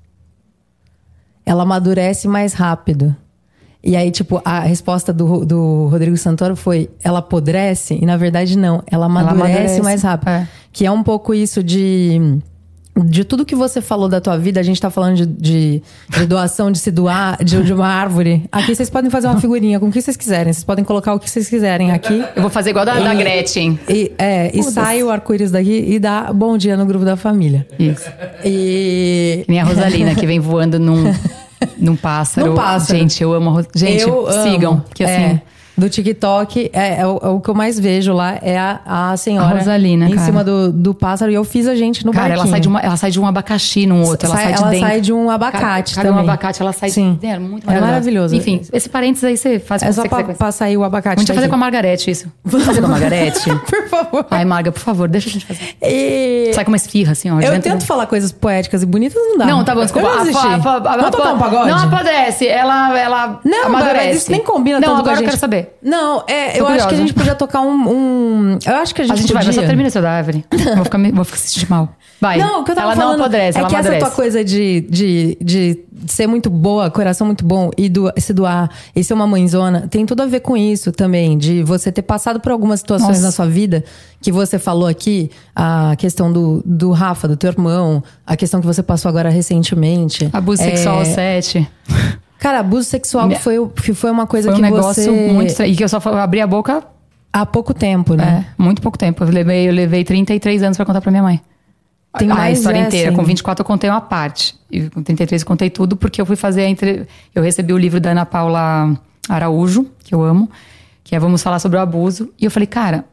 Speaker 1: Ela amadurece mais rápido. E aí, tipo, a resposta do, Ro- do Rodrigo Santoro foi: ela apodrece? E na verdade, não. Ela amadurece,
Speaker 2: amadurece,
Speaker 1: mais rápido.
Speaker 2: é.
Speaker 1: Que é um pouco isso de. De tudo que você falou da tua vida, a gente tá falando de, de- de doação, de se doar, de, de uma árvore. Aqui vocês podem fazer uma figurinha com o que vocês quiserem. Vocês podem colocar o que vocês quiserem aqui.
Speaker 2: Eu vou fazer igual da, da Gretchen.
Speaker 1: E, é, e sai o arco-íris daqui e dá bom dia no grupo da família.
Speaker 2: Isso.
Speaker 1: E.
Speaker 2: Que nem a Rosalina, que vem voando num, num pássaro.
Speaker 1: Num pássaro.
Speaker 2: Gente, eu amo a Ros... Gente,
Speaker 1: eu amo.
Speaker 2: sigam. Que assim.
Speaker 1: É, do TikTok, é, é o, é o que eu mais vejo lá é a, a senhora.
Speaker 2: A Rosalina,
Speaker 1: Em
Speaker 2: cara.
Speaker 1: cima do, do pássaro. E eu fiz a gente no
Speaker 2: Cara, ela
Speaker 1: barquinho.
Speaker 2: sai, de uma, ela sai de um abacaxi num outro. Ela
Speaker 1: Sai-
Speaker 2: sai, de
Speaker 1: ela
Speaker 2: dentro.
Speaker 1: sai de um abacate
Speaker 2: Cada um
Speaker 1: também.
Speaker 2: abacate, ela sai
Speaker 1: Sim.
Speaker 2: de dentro. É muito
Speaker 1: É maravilhoso.
Speaker 2: Enfim, esse parênteses aí você faz
Speaker 1: É
Speaker 2: o que
Speaker 1: só
Speaker 2: você
Speaker 1: pra,
Speaker 2: quiser. com esse.
Speaker 1: pra sair o abacate.
Speaker 2: A gente vai fazer com a
Speaker 1: daqui.
Speaker 2: Margarete isso. Vamos fazer com a Margarete?
Speaker 1: Por favor.
Speaker 2: Ai, Marga, por favor, deixa a gente fazer.
Speaker 1: E-
Speaker 2: Sai com uma esfirra, assim, ó. de
Speaker 1: Eu
Speaker 2: dentro
Speaker 1: tento falar coisas poéticas e bonitas, não dá.
Speaker 2: Não, tá bom, desculpa.
Speaker 1: Eu não
Speaker 2: A-
Speaker 1: desisti.
Speaker 2: a- a- a-
Speaker 1: Vamos tocar um pagode?
Speaker 2: Não apadece, ela, ela
Speaker 1: Não,
Speaker 2: amadurece.
Speaker 1: mas isso nem combina
Speaker 2: Não,
Speaker 1: tanto com a
Speaker 2: agora eu
Speaker 1: gente.
Speaker 2: quero saber.
Speaker 1: Não, é, eu acho
Speaker 2: curiosa.
Speaker 1: que a gente podia tocar um... um- eu acho que a gente
Speaker 2: A gente vai,
Speaker 1: podia...
Speaker 2: mas só termina seu da árvore. Vou ficar, me- vou ficar se sentir mal. Vai.
Speaker 1: Não, o que eu tava
Speaker 2: ela
Speaker 1: falando
Speaker 2: não apodrece,
Speaker 1: é
Speaker 2: ela
Speaker 1: que
Speaker 2: amadurece.
Speaker 1: essa tua coisa de, de, de ser muito boa, coração muito bom e do, se doar e ser uma mãezona, tem tudo a ver com isso também, de você ter passado por algumas situações
Speaker 2: Nossa.
Speaker 1: na sua vida que você falou aqui, a questão do, do Rafa, do teu irmão, a questão que você passou agora recentemente.
Speaker 2: Abuso
Speaker 1: É,
Speaker 2: sexual 7.
Speaker 1: Cara, abuso sexual que foi, o- que foi uma coisa
Speaker 2: Foi um
Speaker 1: que
Speaker 2: negócio
Speaker 1: você...
Speaker 2: muito estranho. E que eu só fa- abri a boca
Speaker 1: Há pouco tempo,
Speaker 2: é,
Speaker 1: né?
Speaker 2: muito pouco tempo. Eu levei, eu levei 33 anos pra contar pra minha mãe.
Speaker 1: Tem
Speaker 2: a, a
Speaker 1: mais é, assim.
Speaker 2: história
Speaker 1: essa
Speaker 2: inteira.
Speaker 1: ainda.
Speaker 2: Com 24 eu contei uma parte. E com 33 eu contei tudo, porque eu fui fazer a entre... Eu recebi o livro da Ana Paula Araújo, que eu amo, que é Vamos Falar sobre o Abuso. E eu falei, cara,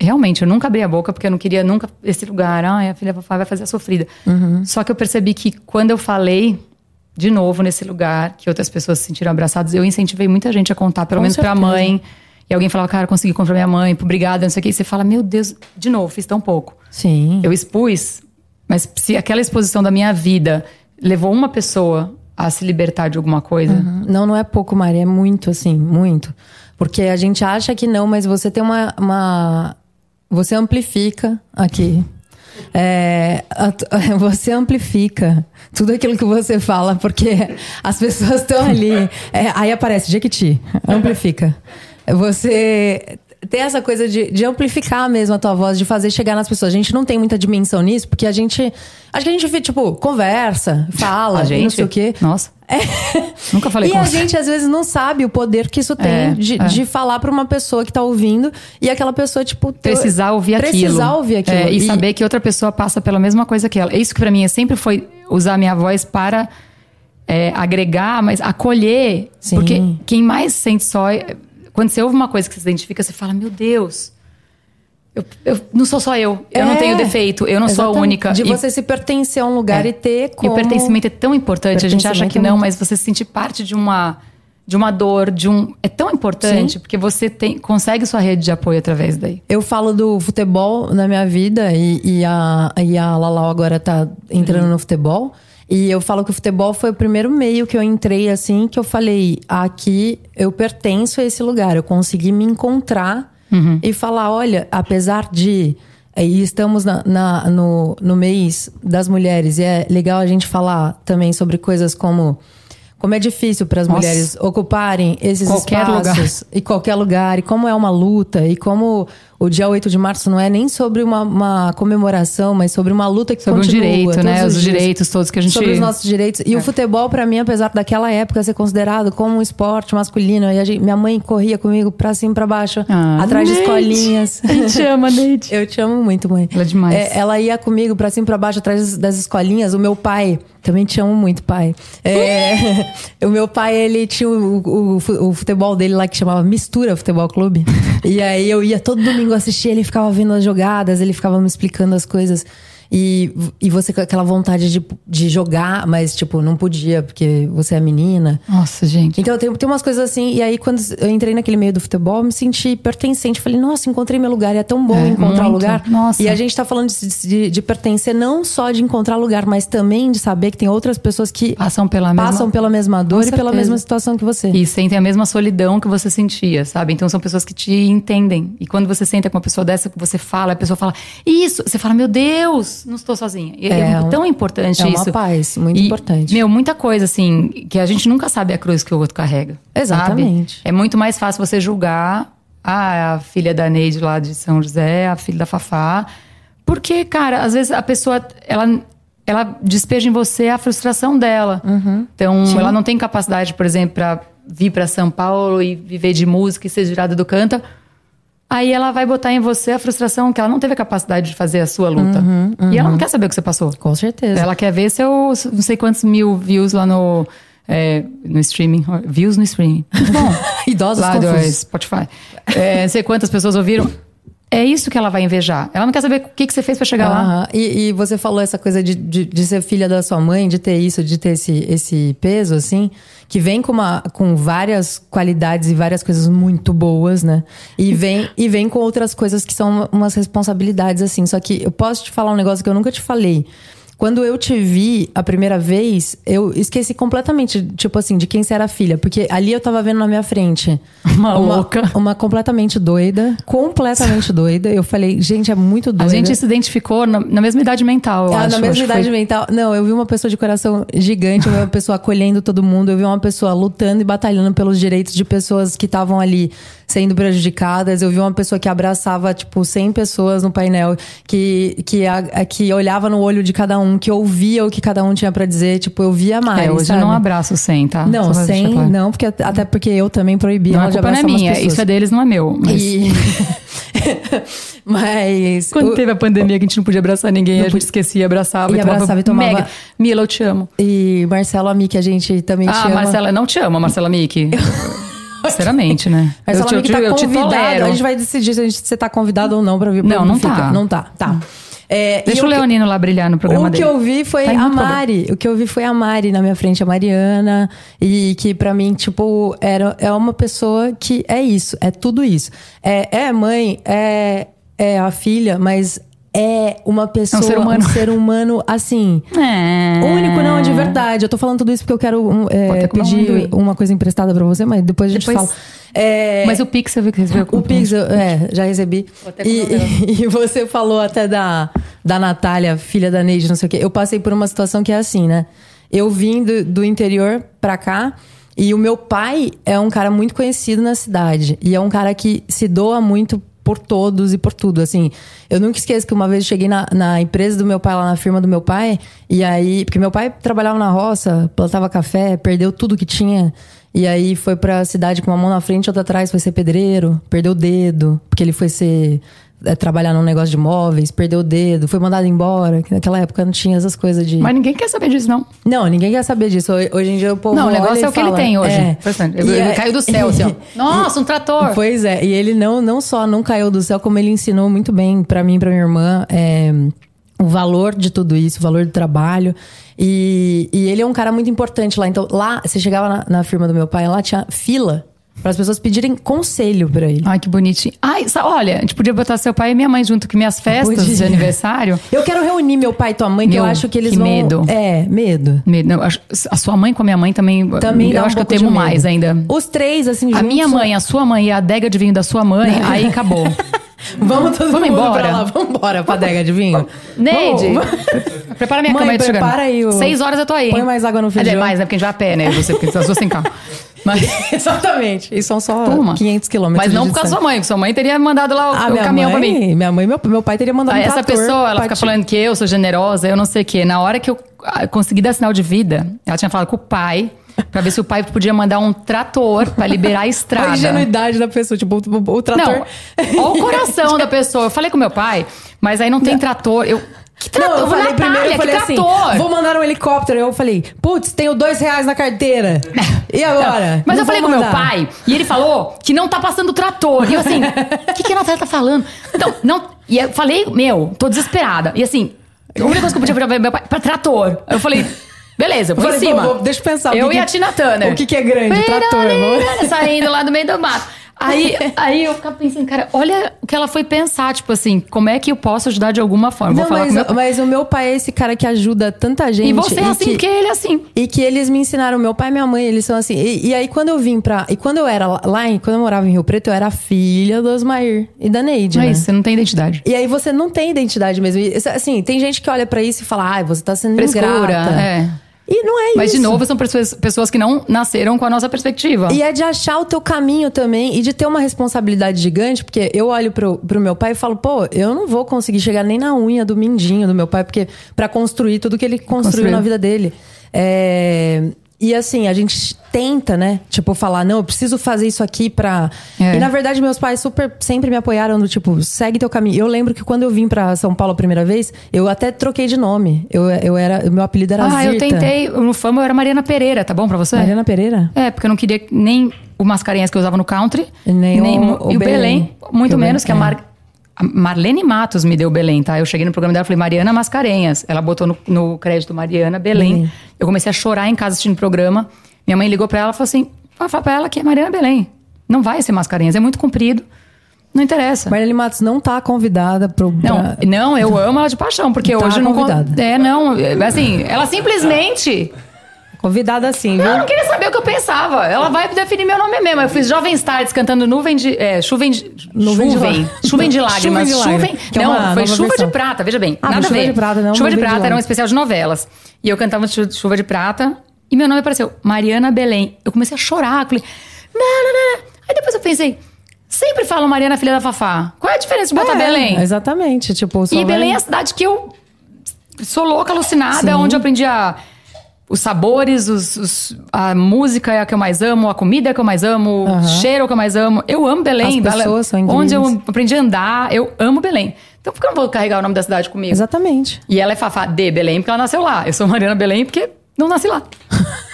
Speaker 2: realmente, eu nunca abri a boca, porque eu não queria nunca esse lugar. Ah, a filha vai fazer a sofrida.
Speaker 1: Uhum.
Speaker 2: Só que eu percebi que quando eu falei de novo nesse lugar, que outras pessoas se sentiram abraçadas, eu incentivei muita gente a contar, pelo
Speaker 1: Com
Speaker 2: menos pra
Speaker 1: certeza.
Speaker 2: mãe. E alguém falava, cara, consegui comprar minha mãe, obrigada, não sei o quê. E você fala, meu Deus, de novo, fiz tão pouco.
Speaker 1: Sim.
Speaker 2: Eu expus, mas se aquela exposição da minha vida levou uma pessoa a se libertar de alguma coisa,
Speaker 1: Não, não é pouco, Maria. É muito, assim, muito. Porque a gente acha que não, mas você tem uma. uma- você amplifica aqui. É, a tu- você amplifica tudo aquilo que você fala, porque as pessoas estão ali. É, aí aparece Jequiti, amplifica. Você tem essa coisa de, de amplificar mesmo a tua voz, de fazer chegar nas pessoas. A gente não tem muita dimensão nisso, porque a gente. Acho que a gente, tipo, conversa, fala,
Speaker 2: a
Speaker 1: e
Speaker 2: Ah, gente.
Speaker 1: não sei o quê. É.
Speaker 2: Nossa. Nunca falei
Speaker 1: E
Speaker 2: com
Speaker 1: a
Speaker 2: você.
Speaker 1: gente, às vezes, não sabe o poder que isso tem
Speaker 2: É,
Speaker 1: de,
Speaker 2: é.
Speaker 1: de falar pra uma pessoa que tá ouvindo e aquela pessoa, tipo... ter-
Speaker 2: Precisar ouvir aquilo.
Speaker 1: Precisar ouvir aquilo.
Speaker 2: É, e, saber que outra pessoa passa pela mesma coisa que ela. É Isso que pra mim é sempre foi usar minha voz para é, agregar, mas acolher.
Speaker 1: Sim.
Speaker 2: Porque quem mais sente só. é- Quando você ouve uma coisa que você se identifica, você fala, meu Deus. Eu, eu não sou só eu. Eu não
Speaker 1: É.
Speaker 2: tenho defeito. Eu não sou a
Speaker 1: Exatamente.
Speaker 2: única.
Speaker 1: De
Speaker 2: E-
Speaker 1: você se pertencer a um lugar
Speaker 2: É.
Speaker 1: e ter
Speaker 2: E
Speaker 1: como...
Speaker 2: o pertencimento é tão importante, a gente
Speaker 1: Pertencimento
Speaker 2: acha que
Speaker 1: é
Speaker 2: não,
Speaker 1: muito-
Speaker 2: mas você se sentir parte de uma de uma dor, de um é tão importante porque você tem consegue sua rede de apoio através daí.
Speaker 1: Eu falo do futebol na minha vida e, e a, e a Lalau agora tá entrando no futebol. E eu falo que o futebol foi o primeiro meio que eu entrei, assim, que eu falei: aqui eu pertenço a esse lugar. Eu consegui me encontrar e falar: olha, apesar de. eh, E estamos na- na- no, no mês das mulheres, e é legal a gente falar também sobre coisas como. Como é difícil para as
Speaker 2: Nossa.
Speaker 1: mulheres ocuparem esses
Speaker 2: Qualquer
Speaker 1: espaços
Speaker 2: lugar.
Speaker 1: e qualquer lugar, e como é uma luta, e como o dia 8 de março não é nem sobre uma, uma comemoração, mas sobre uma luta que
Speaker 2: Sobre um
Speaker 1: continua.
Speaker 2: direito,
Speaker 1: todos
Speaker 2: né? Os
Speaker 1: dias.
Speaker 2: direitos todos que a gente- É.
Speaker 1: Sobre os nossos direitos. E o futebol, pra mim, apesar daquela época ser considerado como um esporte masculino, e a gente- minha mãe corria comigo pra cima e pra baixo,
Speaker 2: Ah,
Speaker 1: atrás de
Speaker 2: Neide.
Speaker 1: escolinhas.
Speaker 2: A gente ama, Neide.
Speaker 1: Eu te amo muito, mãe.
Speaker 2: Ela é demais.
Speaker 1: ela ia comigo pra cima e pra baixo, atrás das escolinhas. O meu pai, também te amo muito, pai. É, o meu pai, ele tinha o, o fu- o futebol dele lá que chamava Mistura Futebol Clube. E aí eu ia todo domingo assistir, ele ficava vendo as jogadas, ele ficava me explicando as coisas. E, e você com aquela vontade de, de jogar, mas, tipo, não podia, porque você é menina.
Speaker 2: Nossa, gente.
Speaker 1: Então tem, tem umas coisas assim, e aí quando eu entrei naquele meio do futebol, eu me senti pertencente. Falei, nossa, encontrei meu lugar, e é tão bom
Speaker 2: É,
Speaker 1: encontrar
Speaker 2: muito.
Speaker 1: lugar.
Speaker 2: Nossa.
Speaker 1: E a gente tá falando de, de, de pertencer, não só de encontrar lugar, mas também de saber que tem outras pessoas que
Speaker 2: Passam pela mesma...
Speaker 1: passam pela mesma dor e pela
Speaker 2: certeza.
Speaker 1: mesma situação que você.
Speaker 2: E sentem a mesma solidão que você sentia, sabe? Então são pessoas que te entendem. E quando você senta com uma pessoa dessa, que você fala, a pessoa fala, isso, você fala, meu Deus, não estou sozinha. E é,
Speaker 1: É um-
Speaker 2: tão importante
Speaker 1: é uma
Speaker 2: isso.
Speaker 1: paz muito
Speaker 2: E,
Speaker 1: importante.
Speaker 2: Meu, muita coisa, assim, que a gente nunca sabe a cruz que o outro carrega.
Speaker 1: Exatamente.
Speaker 2: sabe? É muito mais fácil você julgar ah, a filha da Neide lá de São José, a filha da Fafá. Porque, cara, às vezes a pessoa, ela, ela despeja em você a frustração dela.
Speaker 1: Uhum.
Speaker 2: Então, ela não tem capacidade, por exemplo, pra vir pra São Paulo e viver de música e ser girada do canta. Aí ela vai botar em você a frustração que ela não teve a capacidade de fazer a sua luta.
Speaker 1: Uhum,
Speaker 2: E ela não quer saber o que você passou.
Speaker 1: Com certeza.
Speaker 2: Ela quer ver seu não sei quantos mil views lá no, é, no streaming. Views no streaming. Bom,
Speaker 1: Idosos
Speaker 2: lá do
Speaker 1: confusos.
Speaker 2: Spotify. É, não sei quantas pessoas ouviram. É isso que ela vai invejar. Ela não quer saber o que, que você fez pra chegar lá.
Speaker 1: Aham. E, e você falou essa coisa de, de, de ser filha da sua mãe, de ter isso, de ter esse, esse peso, assim, que vem com, uma, com várias qualidades e várias coisas muito boas, né? E vem, e vem com outras coisas que são umas responsabilidades, assim. Só que eu posso te falar um negócio que eu nunca te falei. Quando eu te vi a primeira vez, eu esqueci completamente, tipo assim, de quem você era filha. Porque ali eu tava vendo na minha frente.
Speaker 2: Uma louca.
Speaker 1: Uma completamente doida. Completamente doida. Eu falei, gente, é muito
Speaker 2: A
Speaker 1: doida.
Speaker 2: gente se identificou na, na mesma idade mental, eu
Speaker 1: Ah,
Speaker 2: acho.
Speaker 1: na mesma
Speaker 2: Acho que
Speaker 1: idade
Speaker 2: foi-
Speaker 1: mental. Não, eu vi uma pessoa de coração gigante, eu vi uma pessoa acolhendo todo mundo, eu vi uma pessoa lutando e batalhando pelos direitos de pessoas que estavam ali sendo prejudicadas, eu vi uma pessoa que abraçava, tipo, 100 pessoas no painel, que, que, a- a- que olhava no olho de cada um, que ouvia o que cada um tinha pra dizer, tipo, eu via mais.
Speaker 2: É, hoje eu
Speaker 1: sabe?
Speaker 2: não abraço sem, tá? Só
Speaker 1: Não,
Speaker 2: pra deixar
Speaker 1: sem,
Speaker 2: claro.
Speaker 1: não, porque at- até porque eu também proibi
Speaker 2: Não,
Speaker 1: ela
Speaker 2: a
Speaker 1: de
Speaker 2: culpa não é
Speaker 1: abraçar umas
Speaker 2: minha.
Speaker 1: pessoas.
Speaker 2: Isso é deles, não é meu. Mas
Speaker 1: E- Mas.
Speaker 2: Quando
Speaker 1: o-
Speaker 2: teve a pandemia que a gente não podia abraçar ninguém, a gente esquecia, abraçava
Speaker 1: E
Speaker 2: e, tomava
Speaker 1: abraçava e tomava-
Speaker 2: Mega. Mila, eu te amo.
Speaker 1: E Marcelo Ami, que a gente também
Speaker 2: Ah,
Speaker 1: chama.
Speaker 2: Marcela, não te ama, Marcela Mick. Sinceramente, né?
Speaker 1: Mas
Speaker 2: eu
Speaker 1: ela
Speaker 2: te,
Speaker 1: que tá
Speaker 2: eu te
Speaker 1: convidada.
Speaker 2: tolero.
Speaker 1: A gente vai decidir se a gente- você tá convidado ou não pra vir pro
Speaker 2: Não, não
Speaker 1: Fica.
Speaker 2: tá.
Speaker 1: Não tá, tá. É, e
Speaker 2: Deixa o
Speaker 1: que-
Speaker 2: Leonino lá brilhar no programa
Speaker 1: o que
Speaker 2: dele.
Speaker 1: eu vi foi
Speaker 2: Tá em
Speaker 1: a
Speaker 2: muito
Speaker 1: Mari. O que eu vi foi a Mari na minha frente, a Mariana. E que pra mim, tipo, era, é uma pessoa que é isso, é tudo isso. É, é mãe, é, é a filha, mas é uma pessoa,
Speaker 2: ser humano.
Speaker 1: um ser humano assim.
Speaker 2: É.
Speaker 1: Único né? não, de verdade. Eu tô falando tudo isso porque eu quero um, é,
Speaker 2: Pode ter como
Speaker 1: pedir
Speaker 2: amendoim.
Speaker 1: uma coisa emprestada pra você, mas depois a gente
Speaker 2: Depois-
Speaker 1: fala. É,
Speaker 2: Mas o Pix eu vi que recebeu.
Speaker 1: o Pix, eu- é, já recebi.
Speaker 2: até
Speaker 1: E,
Speaker 2: comer
Speaker 1: e- e você falou até da, da Natália, filha da Neide, não sei o quê. Eu passei por uma situação que é assim, né? Eu vim do, do interior pra cá e o meu pai é um cara muito conhecido na cidade. E é um cara que se doa muito por todos e por tudo, assim. Eu nunca esqueço que uma vez eu cheguei na, na empresa do meu pai, lá na firma do meu pai, e aí... Porque meu pai trabalhava na roça, plantava café, perdeu tudo que tinha. E aí foi pra cidade com uma mão na frente e outra atrás, foi ser pedreiro, perdeu o dedo, porque ele foi ser é, trabalhar num negócio de móveis, perdeu o dedo, foi mandado embora, que naquela época não tinha essas coisas de.
Speaker 2: Mas ninguém quer saber disso, não.
Speaker 1: Não, ninguém quer saber disso. Ho- Hoje em dia o povo
Speaker 2: Não, o
Speaker 1: olha
Speaker 2: negócio
Speaker 1: e
Speaker 2: é o que ele
Speaker 1: fala,
Speaker 2: tem hoje.
Speaker 1: é.
Speaker 2: Portanto, ele
Speaker 1: E é-
Speaker 2: caiu do céu, assim, ó. Nossa, um trator.
Speaker 1: Pois é, e ele não, não só não caiu do céu, como ele ensinou muito bem pra mim e pra minha irmã é, o valor de tudo isso, o valor do trabalho. E, e ele é um cara muito importante lá. Então, lá, você chegava na, na firma do meu pai, lá tinha fila para as pessoas pedirem conselho pra ele.
Speaker 2: Ai, que bonitinho. Ai, sa- olha, a gente podia botar seu pai e minha mãe junto, que minhas festas
Speaker 1: Podia.
Speaker 2: de aniversário.
Speaker 1: Eu quero reunir meu pai e tua mãe, que
Speaker 2: Meu,
Speaker 1: eu acho que eles
Speaker 2: que
Speaker 1: vão.
Speaker 2: medo.
Speaker 1: É, medo.
Speaker 2: Me- não, acho- A sua mãe com a minha mãe também.
Speaker 1: Também dá
Speaker 2: eu
Speaker 1: um
Speaker 2: acho que eu
Speaker 1: pouco de
Speaker 2: temo
Speaker 1: medo.
Speaker 2: mais ainda.
Speaker 1: Os três, assim,
Speaker 2: A
Speaker 1: juntos,
Speaker 2: minha mãe, a sua mãe e a adega de vinho da sua mãe, aí acabou.
Speaker 1: Vamos todo
Speaker 2: Vamos
Speaker 1: mundo
Speaker 2: embora.
Speaker 1: pra lá. Vamos embora pra adega de vinho.
Speaker 2: Neide,
Speaker 1: Vamos-
Speaker 2: prepara minha
Speaker 1: Mãe,
Speaker 2: cama aí, tô chegando.
Speaker 1: prepara aí o-
Speaker 2: Seis horas eu tô aí.
Speaker 1: Põe
Speaker 2: hein?
Speaker 1: mais água no feijão.
Speaker 2: É demais, né? Porque a gente vai a pé, né? Você, porque as duas sem carro. Mas,
Speaker 1: Exatamente. E são só
Speaker 2: Turma.
Speaker 1: 500 quilômetros.
Speaker 2: Mas não
Speaker 1: de
Speaker 2: por causa da
Speaker 1: distância.
Speaker 2: sua mãe, porque sua mãe teria mandado lá o,
Speaker 1: Ah,
Speaker 2: o
Speaker 1: minha
Speaker 2: caminhão
Speaker 1: mãe,
Speaker 2: pra mim.
Speaker 1: Minha mãe, meu, meu pai teria mandado
Speaker 2: Ah,
Speaker 1: um
Speaker 2: essa
Speaker 1: trator
Speaker 2: pessoa, ela
Speaker 1: pra
Speaker 2: fica
Speaker 1: ti.
Speaker 2: falando que eu sou generosa, eu não sei o quê. Na hora que eu ah, consegui dar sinal de vida, ela tinha falado com o pai, pra ver se o pai podia mandar um trator pra liberar a
Speaker 1: A
Speaker 2: estrada.
Speaker 1: ingenuidade da pessoa, tipo, o, o- o trator.
Speaker 2: Não, olha o coração da pessoa. Eu falei com meu pai, mas aí não tem trator. Eu, que trator?
Speaker 1: Não, eu falei
Speaker 2: Natália,
Speaker 1: primeiro, eu
Speaker 2: que
Speaker 1: falei assim,
Speaker 2: trator?
Speaker 1: vou mandar um helicóptero. Eu falei, putz, tenho dois reais na carteira. E agora?
Speaker 2: Mas
Speaker 1: Não
Speaker 2: eu falei
Speaker 1: vou
Speaker 2: com meu
Speaker 1: mandar.
Speaker 2: pai e ele falou que não tá passando trator. E eu assim, o que, que a Natália tá falando? Então, não. E eu falei, meu, tô desesperada. E assim, A única coisa que eu podia virar pra meu pai, pra trator. Eu falei, beleza, vou
Speaker 1: Falei,
Speaker 2: em cima.
Speaker 1: pô, vou- deixa eu pensar, o
Speaker 2: Eu
Speaker 1: que
Speaker 2: e
Speaker 1: que-
Speaker 2: a Tina Turner.
Speaker 1: o que que é grande, trator,
Speaker 2: Perolinha, Saindo lá do meio do mato. Aí, aí eu ficava pensando, cara, olha o que ela foi pensar, tipo assim, como é que eu posso ajudar de alguma forma?
Speaker 1: Não,
Speaker 2: vou falar
Speaker 1: mas,
Speaker 2: com meu pai.
Speaker 1: mas o meu pai é esse cara que ajuda tanta gente.
Speaker 2: E você é assim,
Speaker 1: que-
Speaker 2: porque ele é assim.
Speaker 1: E que eles me ensinaram, meu pai e minha mãe, eles são assim. E, e aí, quando eu vim pra. E quando eu era lá- lá, em, quando eu morava em Rio Preto, eu era filha do Osmair e da Neide.
Speaker 2: Não é
Speaker 1: né?
Speaker 2: isso, você não tem identidade.
Speaker 1: E aí você não tem identidade mesmo. E, assim, tem gente que olha pra isso e fala, ai, você tá sendo
Speaker 2: Frescura,
Speaker 1: ingrata.
Speaker 2: é.
Speaker 1: E não é
Speaker 2: Mas,
Speaker 1: isso.
Speaker 2: de novo, são pessoas, pessoas que não nasceram com a nossa perspectiva.
Speaker 1: E é de achar o teu caminho também e de ter uma responsabilidade gigante, porque eu olho pro, pro meu pai e falo, pô, eu não vou conseguir chegar nem na unha do mindinho do meu pai, porque para construir tudo que ele construiu
Speaker 2: Construiu.
Speaker 1: na vida dele. É, E assim, a gente tenta, né? Tipo, falar, não, eu preciso fazer isso aqui pra.
Speaker 2: É.
Speaker 1: E na verdade, meus pais super sempre me apoiaram do tipo, segue teu caminho. Eu lembro que quando eu vim pra São Paulo a primeira vez, eu até troquei de nome. Eu, eu era, meu apelido era
Speaker 2: ah, eu
Speaker 1: Zirta.
Speaker 2: tentei. No Fama eu era Mariana Pereira, tá bom pra você?
Speaker 1: Mariana Pereira?
Speaker 2: É, porque eu não queria nem o mascarenhas que eu usava no country.
Speaker 1: Nem o- o
Speaker 2: e o Belém.
Speaker 1: Belém.
Speaker 2: Muito
Speaker 1: O Belém,
Speaker 2: menos que a,
Speaker 1: é.
Speaker 2: Mar- a Marlene Matos me deu Belém, tá? Eu cheguei no programa dela e falei, Mariana Mascarenhas. Ela botou no, no crédito Mariana Belém.
Speaker 1: Belém.
Speaker 2: Eu comecei a chorar em casa assistindo o programa. Minha mãe ligou pra ela e falou assim: "Ah, fala pra ela que é Mariana Belém. Não vai ser Mascarenhas, é muito comprido. Não interessa.
Speaker 1: Marlene Matos não tá convidada pro.
Speaker 2: É. Não,
Speaker 1: pra-
Speaker 2: não, eu amo ela de paixão, porque
Speaker 1: Tá
Speaker 2: hoje eu não. con-
Speaker 1: convidada.
Speaker 2: É, não. é, Assim, ela simplesmente.
Speaker 1: Convidada assim, viu?
Speaker 2: Ela não queria saber o que eu pensava. Ela vai definir meu nome mesmo. Eu fiz Jovens Tardes cantando nuvem de. É, chuvem de.
Speaker 1: Nuvem de
Speaker 2: chuvem.
Speaker 1: lá-
Speaker 2: Chuvem de
Speaker 1: Chuvem
Speaker 2: lágrimas.
Speaker 1: de
Speaker 2: Chuvem.
Speaker 1: lágrimas, que é uma
Speaker 2: não, foi
Speaker 1: nova
Speaker 2: chuva
Speaker 1: versão.
Speaker 2: de prata, veja bem.
Speaker 1: Ah,
Speaker 2: nada
Speaker 1: mas
Speaker 2: a ver.
Speaker 1: Chuva de Prata não,
Speaker 2: Chuva de
Speaker 1: Nuvem de
Speaker 2: prata era um
Speaker 1: Lágrimas.
Speaker 2: especial de novelas. E eu cantava chu- chuva de prata. E meu nome apareceu Mariana Belém. Eu comecei a chorar. eu Falei. Não, não, não, não. Aí depois eu pensei. Sempre falam Mariana, filha da Fafá. Qual é a diferença de botar
Speaker 1: É,
Speaker 2: Belém?
Speaker 1: Exatamente. Tipo, só
Speaker 2: E
Speaker 1: vai-
Speaker 2: Belém é a cidade que eu sou louca, alucinada, é
Speaker 1: Sim.
Speaker 2: onde eu aprendi a- os sabores, os- os- a música é a que eu mais amo, a comida é a que eu mais amo, o
Speaker 1: Aham.
Speaker 2: cheiro é o que eu mais amo. Eu amo Belém.
Speaker 1: As
Speaker 2: Bela-
Speaker 1: pessoas são
Speaker 2: Onde eu
Speaker 1: incríveis.
Speaker 2: aprendi a andar, eu amo Belém. Então por que eu não vou carregar o nome da cidade comigo?
Speaker 1: Exatamente.
Speaker 2: E ela é Fafá de Belém porque ela nasceu lá. Eu sou Mariana Belém porque não nasci lá.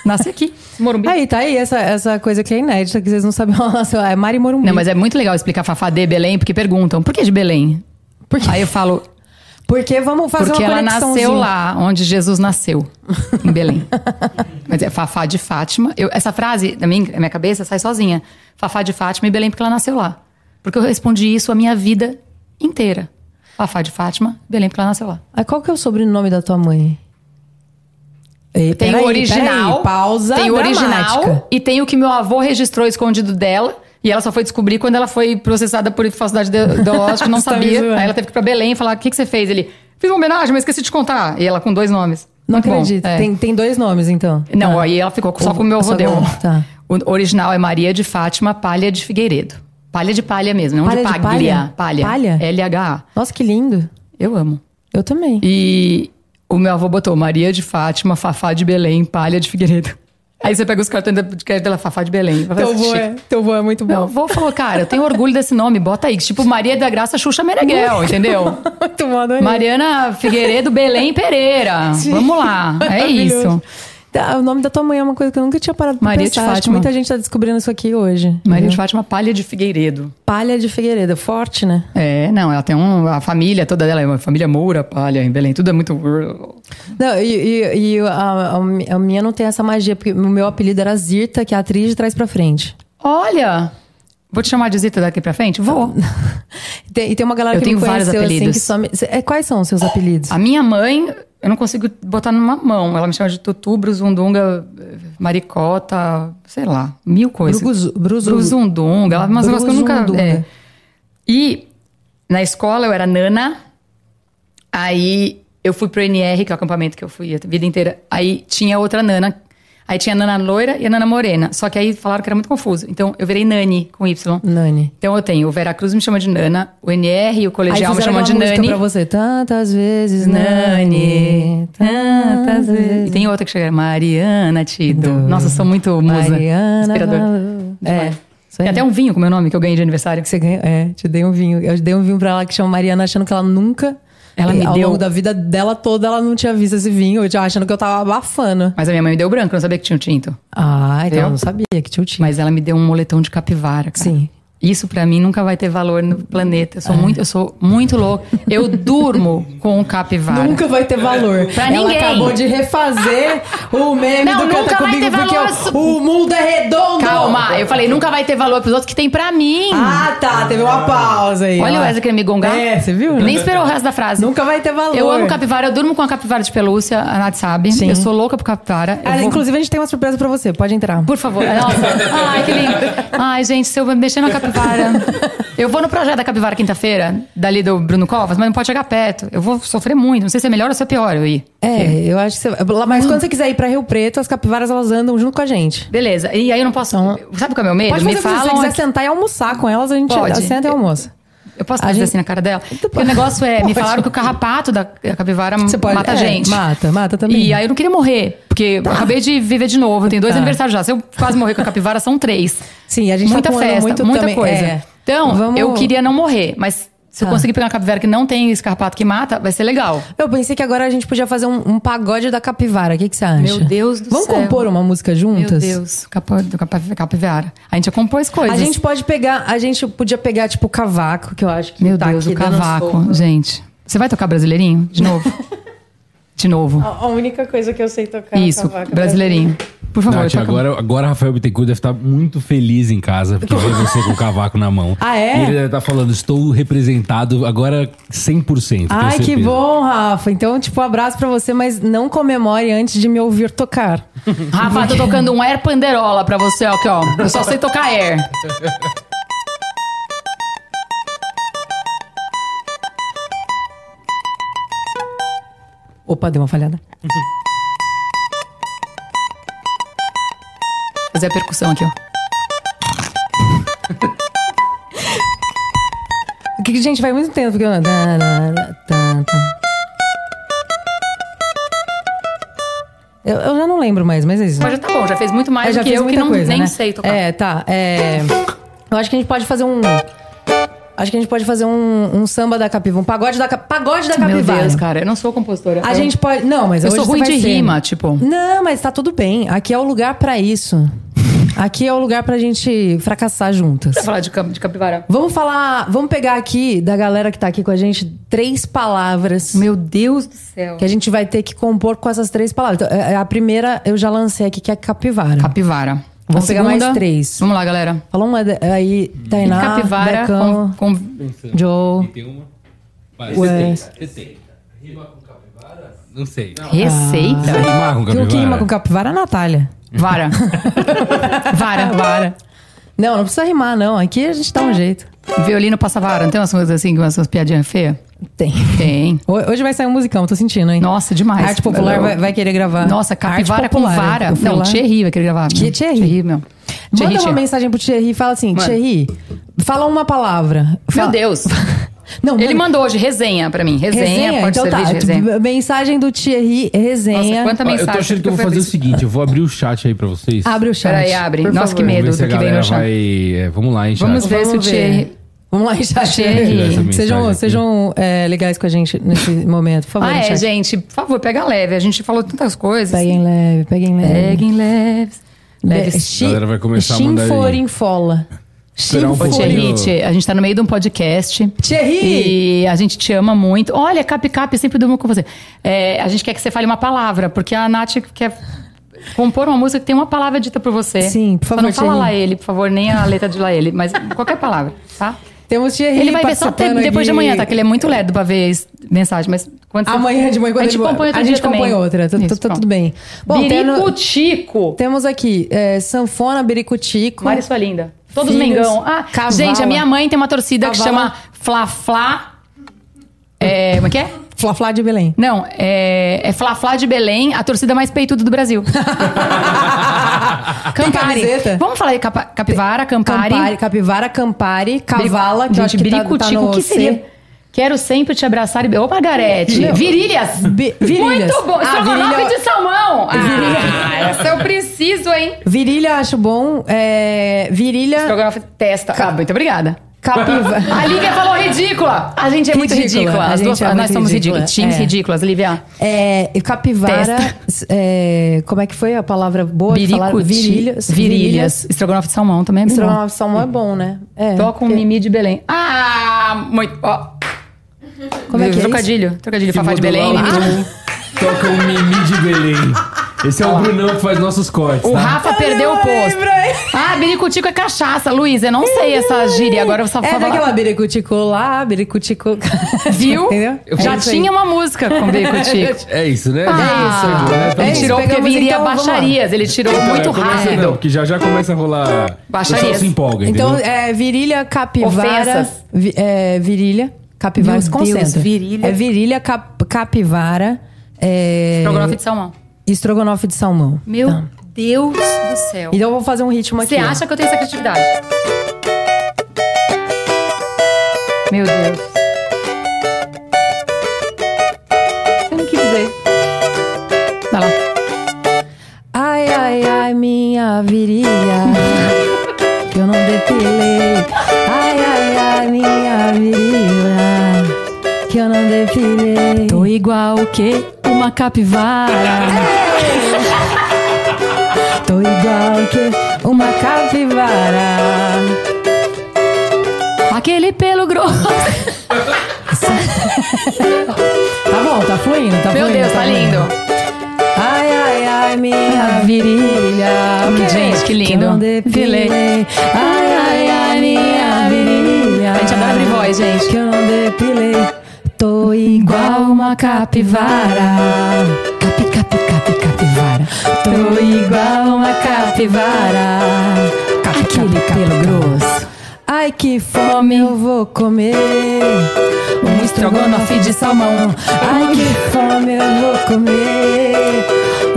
Speaker 2: nasci aqui, Morumbi.
Speaker 1: Aí, tá aí essa, essa coisa que é inédita, que vocês não sabem. Nossa, é Mari Morumbi.
Speaker 2: Não, mas é muito legal explicar Fafá de Belém porque perguntam, por que de Belém?
Speaker 1: Por quê?
Speaker 2: Aí eu falo,
Speaker 1: Porque vamos fazer
Speaker 2: Porque
Speaker 1: uma
Speaker 2: ela
Speaker 1: conexãozinha.
Speaker 2: nasceu lá, onde Jesus nasceu, em Belém. Mas é Fafá de Fátima. Eu- essa frase, da minha, da minha cabeça, sai sozinha. Fafá de Fátima e Belém, porque ela nasceu lá. Porque eu respondi isso a minha vida inteira. Fafá de Fátima, Belém, porque ela nasceu lá.
Speaker 1: Ah, qual que é o sobrenome da tua mãe? Ei,
Speaker 2: Tem
Speaker 1: peraí,
Speaker 2: o original.
Speaker 1: peraí, pausa
Speaker 2: Tem o
Speaker 1: dramática.
Speaker 2: original. E tem o que meu avô registrou escondido dela. E ela só foi descobrir quando ela foi processada por falsidade de- ideológica, não
Speaker 1: Você tá me
Speaker 2: sabia.
Speaker 1: zoando.
Speaker 2: Aí ela teve que ir pra Belém e falar: o que, que você fez? Ele, fiz uma homenagem, mas esqueci de contar. E ela com dois nomes.
Speaker 1: Não
Speaker 2: Muito bom.
Speaker 1: acredito.
Speaker 2: É.
Speaker 1: Tem, tem dois nomes, então.
Speaker 2: Não,
Speaker 1: Tá.
Speaker 2: aí ela ficou só
Speaker 1: O-
Speaker 2: com o meu
Speaker 1: só
Speaker 2: avô deu.
Speaker 1: com- tá.
Speaker 2: O original é Maria de Fátima Palha de Figueiredo. Palha de palha mesmo, não
Speaker 1: Palha
Speaker 2: de
Speaker 1: de
Speaker 2: paglia.
Speaker 1: palha? Palha?
Speaker 2: Palha. LHA.
Speaker 1: Nossa, que lindo.
Speaker 2: Eu amo.
Speaker 1: Eu também.
Speaker 2: E o meu avô botou Maria de Fátima, Fafá de Belém, Palha de Figueiredo. Aí você pega os cartões da- de crédito dela, Fafá de Belém. Fafá de Chico.
Speaker 1: teu vô é muito
Speaker 2: Meu avô falou, cara, eu tenho orgulho desse nome, bota aí. Tipo, Maria da Graça Xuxa Meneghel, entendeu?
Speaker 1: muito bom, adorei.
Speaker 2: Mariana Figueiredo Belém Pereira. Vamos lá, é
Speaker 1: Maravilhoso.
Speaker 2: isso.
Speaker 1: Tá, O nome da tua mãe é uma coisa que eu nunca tinha parado pra
Speaker 2: Maria de
Speaker 1: pensar. Acho que
Speaker 2: Fátima.
Speaker 1: muita gente tá descobrindo isso aqui hoje.
Speaker 2: Maria de Fátima Palha de Figueiredo.
Speaker 1: Palha de Figueiredo, forte, né?
Speaker 2: É, não, ela tem um. A família toda dela é uma família moura, palha, em Belém, tudo é muito.
Speaker 1: Não, e, e- e a, a mi- a minha não tem essa magia, porque o meu apelido era Zirta, que é a atriz de trás pra frente.
Speaker 2: Olha! Vou te chamar de Zita daqui pra frente? Vou.
Speaker 1: Tem- e tem uma galera
Speaker 2: Eu
Speaker 1: que
Speaker 2: tenho
Speaker 1: me
Speaker 2: vários
Speaker 1: conheceu assim
Speaker 2: apelidos. Ah,
Speaker 1: que só me- Cê- é, Quais são os seus apelidos?
Speaker 2: A minha mãe, eu não consigo botar numa mão. Ela me chama de Tutu, Zundunga, Maricota, sei lá, mil coisas.
Speaker 1: Bruguzu- bruzu-
Speaker 2: Bruzundunga, ela- umas coisas que eu nunca.
Speaker 1: Bruzundunga.
Speaker 2: É. E na escola eu era nana, aí eu fui pro NR, que é o acampamento que eu fui a vida inteira. Aí tinha outra nana. Aí tinha a nana loira e a nana morena. Só que aí falaram que era muito confuso. Então eu virei nani com Y.
Speaker 1: Nani.
Speaker 2: Então eu tenho o Veracruz me chama de nana, o NR e o colegial me
Speaker 1: fizeram
Speaker 2: chamam de
Speaker 1: aquela música
Speaker 2: nani.
Speaker 1: pra você. Tantas vezes,
Speaker 2: Nani,
Speaker 1: Nani. tá,
Speaker 2: tantas vezes. E tem outra que chega, Mariana Tido. Nossa, eu sou muito musa.
Speaker 1: Mariana.
Speaker 2: Inspirador.
Speaker 1: É. Isso aí.
Speaker 2: Tem até um vinho com meu nome que eu ganhei de aniversário.
Speaker 1: que você ganhou. É, te dei um vinho. Eu dei um vinho pra ela que chama Mariana, achando que ela nunca. é,
Speaker 2: Ela me
Speaker 1: ao
Speaker 2: deu.
Speaker 1: longo da vida dela toda, ela não tinha visto esse vinho, eu já achando que eu tava abafando.
Speaker 2: Mas a minha mãe me deu branco, eu não sabia que tinha um tinto.
Speaker 1: Ah, então
Speaker 2: Viu?
Speaker 1: eu não sabia que tinha o time. assim.
Speaker 2: Mas ela me deu um moletom de capivara, cara.
Speaker 1: Sim. É.
Speaker 2: Isso pra mim nunca vai ter valor no planeta. Eu sou muito, eu sou muito louco. Eu durmo com o capivara.
Speaker 1: Nunca vai ter valor.
Speaker 2: Pra
Speaker 1: Ela
Speaker 2: ninguém.
Speaker 1: acabou de refazer o meme
Speaker 2: Não,
Speaker 1: do
Speaker 2: nunca
Speaker 1: Canta
Speaker 2: vai
Speaker 1: Comigo,
Speaker 2: ter
Speaker 1: porque
Speaker 2: valor.
Speaker 1: o, o mundo é redondo.
Speaker 2: Calma, eu falei, nunca vai ter valor pros outros que tem pra mim.
Speaker 1: Ah, tá. Teve uma pausa aí.
Speaker 2: Olha
Speaker 1: ó.
Speaker 2: o Wesley querendo me gongar.
Speaker 1: É, você viu?
Speaker 2: Nem esperou o resto da frase.
Speaker 1: Nunca vai ter valor.
Speaker 2: Eu amo capivara, eu durmo com a capivara de pelúcia, a Nath sabe.
Speaker 1: Sim.
Speaker 2: Eu sou louca por capivara. Eu
Speaker 1: Ah,
Speaker 2: vou-
Speaker 1: Inclusive, a gente tem uma surpresa pra você. Pode entrar.
Speaker 2: Por favor. Nossa. Ai, que lindo. Ai, gente, se eu mexer na capivara. Eu vou no projeto da capivara quinta-feira, dali do Bruno Covas, mas não pode chegar perto. Eu vou sofrer muito. Não sei se é melhor ou se é pior eu ir.
Speaker 1: É, eu acho que você... Lá- Mas quando você quiser ir pra Rio Preto, as capivaras, elas andam junto com a gente.
Speaker 2: Beleza. E aí eu não posso. Sabe qual é o meu medo?
Speaker 1: Então, Pode
Speaker 2: Me
Speaker 1: fazer o que você quiser. se
Speaker 2: falam.
Speaker 1: você quiser
Speaker 2: aqui-
Speaker 1: sentar e almoçar com elas, a gente
Speaker 2: Pode.
Speaker 1: senta e almoça.
Speaker 2: Eu posso
Speaker 1: A
Speaker 2: fazer
Speaker 1: gente-
Speaker 2: assim na cara dela? Porque o negócio é. Me falaram que o carrapato da da capivara
Speaker 1: Você pode-
Speaker 2: mata a
Speaker 1: é,
Speaker 2: gente.
Speaker 1: mata, mata também.
Speaker 2: E aí eu não queria morrer, porque eu acabei de viver de novo. Tem dois
Speaker 1: Tá.
Speaker 2: aniversários já. Se eu quase morrer com a capivara, são três.
Speaker 1: Sim, a gente tá
Speaker 2: muita
Speaker 1: com um ano
Speaker 2: festa,
Speaker 1: muito
Speaker 2: muita
Speaker 1: também-
Speaker 2: coisa.
Speaker 1: é.
Speaker 2: Então,
Speaker 1: Vamos-
Speaker 2: eu queria não morrer, mas se eu
Speaker 1: Tá.
Speaker 2: conseguir pegar uma capivara que não tem escarpato que mata, vai ser legal.
Speaker 1: Eu pensei que agora a gente podia fazer um, um pagode da capivara. O que, que você acha?
Speaker 2: Meu Deus do
Speaker 1: Vamos
Speaker 2: céu.
Speaker 1: Vamos compor uma música
Speaker 2: Meu
Speaker 1: juntas?
Speaker 2: Deus, capa- do capa- capivara. A gente já compôs
Speaker 1: A
Speaker 2: coisas.
Speaker 1: gente pode pegar, a gente podia pegar, tipo, cavaco, que eu acho que
Speaker 2: Meu
Speaker 1: tá
Speaker 2: Deus,
Speaker 1: aqui
Speaker 2: o
Speaker 1: dando uns
Speaker 2: cavaco,
Speaker 1: fogos.
Speaker 2: gente. Você vai tocar brasileirinho? De novo? de novo.
Speaker 1: A única coisa que eu sei tocar é
Speaker 2: Isso, brasileirinho. Por favor,
Speaker 3: Nath,
Speaker 2: toca.
Speaker 3: agora, agora Rafael Bittencourt deve estar muito feliz em casa, porque vê você com o cavaco na mão.
Speaker 1: Ah, é?
Speaker 3: E ele deve estar falando, estou representado agora 100%. tenho
Speaker 1: Ai, que
Speaker 3: certeza."
Speaker 1: bom, Rafa. Então, tipo, abraço pra você, mas não comemore antes de me ouvir tocar.
Speaker 2: Rafa, tô tocando um air panderola pra você, ó, aqui, ó. Eu só sei tocar air.
Speaker 1: Opa, deu uma falhada.
Speaker 2: Fazer a percussão aqui, ó.
Speaker 1: Que, gente, vai muito tempo que eu... Tá, tá, tá, tá. Eu, eu já não lembro mais, mas é isso.
Speaker 2: Mas já tá bom, já fez muito mais
Speaker 1: Eu
Speaker 2: do
Speaker 1: já
Speaker 2: que
Speaker 1: fiz
Speaker 2: eu que
Speaker 1: muita
Speaker 2: não,
Speaker 1: coisa,
Speaker 2: nem
Speaker 1: né?
Speaker 2: sei tocar.
Speaker 1: É, tá. é, Eu acho que a gente pode fazer um. Acho que a gente pode fazer um, um samba da capivara, um pagode da, ca- pagode da
Speaker 2: Meu
Speaker 1: capivara.
Speaker 2: Deus, cara, eu não sou compositora.
Speaker 1: A gente pode. Não, mas
Speaker 2: Eu
Speaker 1: hoje
Speaker 2: sou
Speaker 1: você
Speaker 2: ruim
Speaker 1: vai
Speaker 2: de
Speaker 1: ser.
Speaker 2: rima, tipo.
Speaker 1: Não, mas tá tudo bem. Aqui é o lugar pra isso. Aqui é o lugar pra gente fracassar juntas.
Speaker 2: Pra falar de, cap- de capivara.
Speaker 1: Vamos falar. Vamos pegar aqui, da galera que tá aqui com a gente, três palavras.
Speaker 2: Meu Deus do céu.
Speaker 1: Que a gente vai ter que compor com essas três palavras. Então, é- é a primeira eu já lancei aqui, que é capivara.
Speaker 2: Capivara.
Speaker 1: Vamos
Speaker 2: A
Speaker 1: pegar mais três.
Speaker 2: Vamos lá, galera.
Speaker 1: Fala uma de- aí, Tainá,
Speaker 2: capivara
Speaker 1: Becão,
Speaker 2: com, com-
Speaker 3: Pensando.
Speaker 1: Joe.
Speaker 3: E tem uma? Vai,
Speaker 1: Ué.
Speaker 3: 70, 70. Rima com capivara? Não sei.
Speaker 2: receita.
Speaker 3: Rimar com
Speaker 1: E o
Speaker 3: capivara?
Speaker 1: que rima com capivara é a Natália.
Speaker 2: Vara. vara. Vara.
Speaker 1: Não, não precisa rimar, não. Aqui a gente dá um jeito.
Speaker 2: Violino passa vara. Não tem umas coisas assim, umas umas piadinhas feias?
Speaker 1: Tem.
Speaker 2: Tem.
Speaker 1: Ho- Hoje vai sair um musicão, tô sentindo, hein?
Speaker 2: Nossa, demais.
Speaker 1: Arte Popular vai, vai querer gravar.
Speaker 2: Nossa, capivara
Speaker 1: Ah. Arte
Speaker 2: com
Speaker 1: Popular,
Speaker 2: vara.
Speaker 1: eu fui
Speaker 2: Não,
Speaker 1: lá.
Speaker 2: Thierry vai querer gravar.
Speaker 1: Que Thierry?
Speaker 2: meu. Thierry,
Speaker 1: Manda uma
Speaker 2: Thierry.
Speaker 1: mensagem pro Thierry e fala assim,
Speaker 2: Mano.
Speaker 1: Thierry, fala uma palavra.
Speaker 2: Meu
Speaker 1: Fala-
Speaker 2: Deus.
Speaker 1: Não,
Speaker 2: Ele
Speaker 1: manda-
Speaker 2: mandou hoje resenha pra mim. Resenha,
Speaker 1: resenha,
Speaker 2: pode
Speaker 1: então
Speaker 2: servir
Speaker 1: tá.
Speaker 2: de resenha.
Speaker 1: Mensagem do Thierry,
Speaker 2: Nossa,
Speaker 1: resenha.
Speaker 2: quanta
Speaker 3: Ó,
Speaker 2: mensagem.
Speaker 3: eu tô achando que
Speaker 2: porque
Speaker 3: eu vou
Speaker 2: fui
Speaker 3: fazer o
Speaker 2: abrir-
Speaker 3: seguinte, eu vou abrir o chat aí pra vocês.
Speaker 1: Abre o chat.
Speaker 2: Peraí, abre.
Speaker 1: Por
Speaker 2: Nossa,
Speaker 1: favor.
Speaker 2: que medo
Speaker 3: Vamos ver se
Speaker 2: do
Speaker 3: a
Speaker 2: que vem
Speaker 3: galera
Speaker 2: no chat.
Speaker 3: vai... é, vamos lá, hein, chat.
Speaker 2: Vamos ver se o
Speaker 1: Vamos ver.
Speaker 2: Thierry...
Speaker 1: Vamos lá, chat.
Speaker 2: Thierry.
Speaker 3: Essa mensagem
Speaker 1: Sejam,
Speaker 3: aqui.
Speaker 1: sejam é, legais com a gente nesse momento, por favor.
Speaker 2: Ah, é,
Speaker 1: chat.
Speaker 2: gente. Por favor, pega leve. A gente falou tantas coisas.
Speaker 1: Peguem leve, peguem leve.
Speaker 2: Peguem leve. Leve.
Speaker 1: Chi-
Speaker 3: A galera vai começar a
Speaker 1: Chin
Speaker 3: mandar aí.
Speaker 1: Forinfola. Chin
Speaker 3: Esperar um
Speaker 2: Ô,
Speaker 3: pouquinho.
Speaker 1: Forin-
Speaker 2: Thierry, Thierry, a gente tá no meio de um podcast.
Speaker 1: Thierry!
Speaker 2: E a gente te ama muito. Olha, Cap Cap, eu sempre durmo com você. É, a gente quer que você fale uma palavra, porque a Nath quer compor uma música que tem uma palavra dita por você.
Speaker 1: Sim, por
Speaker 2: Só
Speaker 1: favor,
Speaker 2: Não fala
Speaker 1: Thierry.
Speaker 2: lá ele, por favor, nem a letra de lá ele, mas qualquer palavra, tá?
Speaker 1: Temos Thierry
Speaker 2: Ele vai ver só até
Speaker 1: participando
Speaker 2: depois
Speaker 1: aqui.
Speaker 2: de amanhã, tá? Que ele é muito lerdo pra ver es- mensagem, mas quando você-
Speaker 1: Amanhã de manhã, quando
Speaker 2: a gente
Speaker 1: ele-
Speaker 2: compõe outra
Speaker 1: a gente compõe outra. Tá, tá- tá tudo bem. Bom, tendo-
Speaker 2: Biricutico.
Speaker 1: temos aqui é, Sanfona, Biricutico.
Speaker 2: Olha sua linda. Todos
Speaker 1: Filhos,
Speaker 2: Mengão. Ah,
Speaker 1: Cavala.
Speaker 2: gente, a minha mãe tem uma torcida que
Speaker 1: Cavala.
Speaker 2: chama Fla Fla. É, como é que é?
Speaker 1: Fla-Flá de Belém.
Speaker 2: Não, é, é Fla Fla de Belém, a torcida mais peituda do Brasil. Ah, Campari.
Speaker 1: camiseta?
Speaker 2: Vamos falar de capa- capivara, Campari.
Speaker 1: Campari, Capivara, Campari, Cavala, que eu acho
Speaker 2: Gente,
Speaker 1: que tá, tá
Speaker 2: biricutico,
Speaker 1: no
Speaker 2: o que
Speaker 1: C.
Speaker 2: seria? Quero sempre te abraçar e... Ô, Margarete!
Speaker 1: Meu.
Speaker 2: Virilhas!
Speaker 1: Vi- virilhas.
Speaker 2: Muito bom!
Speaker 1: Ah,
Speaker 2: Estrogonofe
Speaker 1: virilha-
Speaker 2: de salmão! Ah,
Speaker 1: Virilha.
Speaker 2: essa eu preciso, hein?
Speaker 1: Virilha, acho bom. É, virilha...
Speaker 2: Estrogonofe testa. Ah, muito obrigada.
Speaker 1: Capiva.
Speaker 2: A Lívia falou ridícula! A gente é muito
Speaker 1: Ridícula,
Speaker 2: ridícula.
Speaker 1: a
Speaker 2: As
Speaker 1: gente
Speaker 2: duas,
Speaker 1: é muito
Speaker 2: nós somos
Speaker 1: ridícula,
Speaker 2: ridículos. Times
Speaker 1: é.
Speaker 2: ridículas, Lívia.
Speaker 1: É, e capivara.
Speaker 2: Testa.
Speaker 1: é, como é que foi a palavra boa? de falar?
Speaker 2: Biricuti.
Speaker 1: Virilhas.
Speaker 2: Virilhas. Estrogonofe de salmão também é bem bom.
Speaker 1: Estrogonofe de salmão é bom, né? É.
Speaker 2: Tô com o um Mimi de Belém. Ah, muito. Ó.
Speaker 1: Como é que é
Speaker 2: Trocadilho. Trocadilho, Fafá de Belém. Mimi de Belém.
Speaker 3: Toca o Mimi um de Belém. Esse é o Brunão que faz nossos cortes,
Speaker 2: Ah, O
Speaker 3: tá?
Speaker 2: Rafa perdeu o posto. Ah, biricutico é cachaça, Luiz. Eu não sei essa Ah, gíria. Agora eu só
Speaker 1: É
Speaker 2: falar.
Speaker 1: daquela biricutico lá, biricutico.
Speaker 2: Viu?
Speaker 1: Entendeu?
Speaker 2: Já
Speaker 1: É isso aí.
Speaker 2: tinha uma música com biricutico.
Speaker 3: É isso, né?
Speaker 2: Ah,
Speaker 3: Né?
Speaker 1: É
Speaker 2: Ele
Speaker 1: isso,
Speaker 2: tirou porque
Speaker 1: pegamos
Speaker 2: viria
Speaker 1: então, vamos lá.
Speaker 2: baixarias. Ele tirou
Speaker 3: Então,
Speaker 2: muito
Speaker 3: é, começa Não,
Speaker 2: rápido.
Speaker 3: porque já já começa a rolar...
Speaker 2: Baixarias.
Speaker 3: O pessoal se empolga,
Speaker 1: Então,
Speaker 3: entendeu?
Speaker 1: é virilha, capivara.
Speaker 2: Ofensas.
Speaker 1: vi- é, virilha, capivara.
Speaker 2: Meu
Speaker 1: se
Speaker 2: Deus,
Speaker 1: concentra.
Speaker 2: virilha.
Speaker 1: É virilha, cap- capivara. É,
Speaker 2: Estrogonofe de salmão.
Speaker 1: estrogonofe de salmão.
Speaker 2: Meu
Speaker 1: Tá.
Speaker 2: Deus do céu.
Speaker 1: Então eu vou fazer um ritmo aqui.
Speaker 2: Você
Speaker 1: ó.
Speaker 2: acha que eu tenho essa criatividade? Meu Deus. Eu não quis dizer. Vai lá.
Speaker 1: Ai, ai, ai, minha virilha. que eu não depilei. Ai, ai, ai, minha virilha. Que eu não depilei.
Speaker 2: Tô igual o quê? Uma capivara.
Speaker 1: Tô igual que uma capivara.
Speaker 2: Aquele pelo grosso.
Speaker 1: Tá bom, tá fluindo, tá
Speaker 2: Meu
Speaker 1: fluindo.
Speaker 2: Deus, tá
Speaker 1: fluindo.
Speaker 2: lindo.
Speaker 1: Ai, ai, ai, minha virilha.
Speaker 2: Ok. Gente, Ah. que lindo.
Speaker 1: Eu não depilei. Ai, ai, ai, minha virilha.
Speaker 2: A gente adora abrir voz, gente.
Speaker 1: Que eu não depilei. Tô igual uma capivara. Capi, capi, capi, capivara. Tô igual uma capivara. Aquele pelo grosso. Ai, que fome eu vou comer. Um estrogonofe de salmão. Ai, que fome eu vou comer.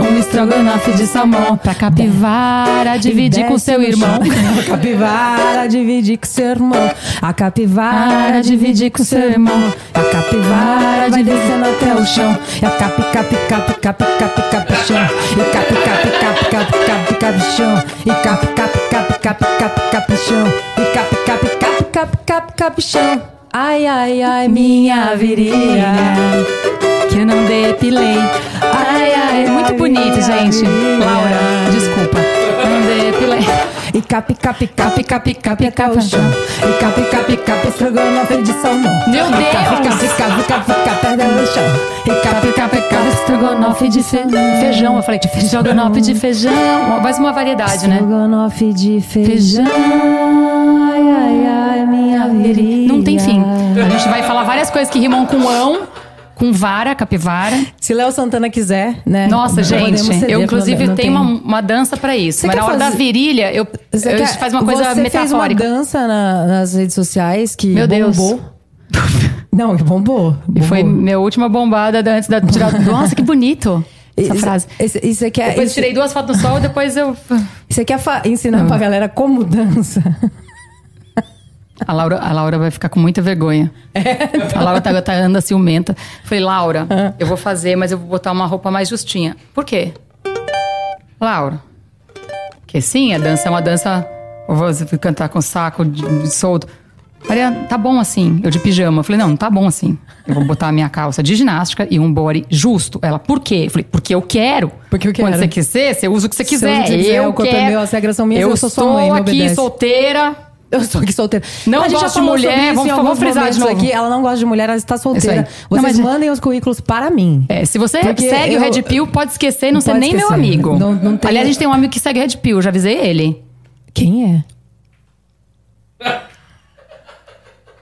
Speaker 1: Um estrogonofe de salmão.
Speaker 2: Pra capivara, dividir com
Speaker 1: Desce
Speaker 2: seu
Speaker 1: no
Speaker 2: irmão.
Speaker 1: chão. A capivara dividir com seu irmão. A capivara dividir com seu irmão. A capivara vai descendo até o chão. E a capi, capi, capi, capi, capi, capi, chão. E capi, capi, capi, capi, capi, capi, chão. E capi, capi, capi, capi, capi, capi, chão. E capi, capi, capi, capi, capi, capi, chão. Ai, ai, ai, minha virilha.
Speaker 2: Que eu não depilei. Ai, ai, muito bonito, gente. Laura, desculpa. Eu não depilei.
Speaker 1: E capi, capi, capi, capi, capi, capi, chão. E capi, capi, capi, estrogonofe de salmão.
Speaker 2: Meu
Speaker 1: E Capi,
Speaker 2: Deus!
Speaker 1: capi, capi, capi, capi, capi, chão. E capi, capi, capi, estrogonofe de fe-
Speaker 2: Feijão, eu falei de feijão. Estrogonofe de feijão. Mais uma variedade, né?
Speaker 1: Estrogonofe de feijão. Ai, ai, ai, minha virilha.
Speaker 2: Não tem fim. A gente vai falar várias coisas que rimam com ão, com vara, capivara.
Speaker 1: Se Léo Santana quiser, né?
Speaker 2: Nossa, gente,
Speaker 1: É, podemos ceder,
Speaker 2: eu inclusive
Speaker 1: não tem-
Speaker 2: tenho uma, uma dança pra isso.
Speaker 1: Você
Speaker 2: mas
Speaker 1: quer
Speaker 2: na hora da
Speaker 1: fazer-
Speaker 2: virilha, eu,
Speaker 1: Você
Speaker 2: eu
Speaker 1: quer-
Speaker 2: faz uma coisa
Speaker 1: Você fez uma
Speaker 2: metafórica.
Speaker 1: dança na- nas redes sociais que
Speaker 2: Meu Deus.
Speaker 1: bombou. Não, bombou.
Speaker 2: E
Speaker 1: bombou.
Speaker 2: foi minha última bombada da- antes da tirada. Nossa, que bonito essa
Speaker 1: Isso-
Speaker 2: frase.
Speaker 1: isso- Isso aqui é.
Speaker 2: Depois
Speaker 1: isso-
Speaker 2: tirei duas fotos no sol, depois eu.
Speaker 1: Você
Speaker 2: é
Speaker 1: quer fa- ensinar pra galera como dança?
Speaker 2: A Laura, a Laura vai ficar com muita vergonha.
Speaker 1: É.
Speaker 2: A Laura tá, tá anda ciumenta. Falei, Laura,
Speaker 1: Ah.
Speaker 2: eu vou fazer, mas eu vou botar uma roupa mais justinha. Por quê? Laura. Porque sim, a dança é uma dança. Você cantar com o saco de- de solto. Mariana, tá bom assim, eu de pijama. Eu falei, não, não tá bom assim. Eu vou botar a minha calça de ginástica e um body justo. Ela, por quê? Eu falei, porque eu quero.
Speaker 1: Porque eu
Speaker 2: Quando
Speaker 1: quero.
Speaker 2: você quiser, você usa o que você
Speaker 1: Se eu
Speaker 2: quiser.
Speaker 1: não quiser,
Speaker 2: eu
Speaker 1: o corpo é
Speaker 2: quero.
Speaker 1: meu, as regras são minhas, eu sou sua
Speaker 2: estou
Speaker 1: mãe, me
Speaker 2: aqui
Speaker 1: obedece.
Speaker 2: solteira.
Speaker 1: Eu estou aqui solteira.
Speaker 2: Não
Speaker 1: a gente
Speaker 2: gosto
Speaker 1: já
Speaker 2: de
Speaker 1: falou sobre
Speaker 2: mulher,
Speaker 1: isso em
Speaker 2: vamos-
Speaker 1: alguns
Speaker 2: vamos frisar de
Speaker 1: momentos
Speaker 2: novo. É
Speaker 1: Aqui. Ela não gosta de mulher, ela está solteira.
Speaker 2: Isso aí. Não,
Speaker 1: Vocês
Speaker 2: mas-
Speaker 1: mandem os currículos para mim.
Speaker 2: É, se você
Speaker 1: Porque
Speaker 2: segue
Speaker 1: eu-
Speaker 2: o Red Pill, pode esquecer e não ser
Speaker 1: Pode
Speaker 2: nem meu
Speaker 1: esquecer. né?
Speaker 2: amigo.
Speaker 1: Não- não tem-
Speaker 2: Aliás, a gente tem um amigo que segue o Red Pill, já avisei ele.
Speaker 1: Quem é?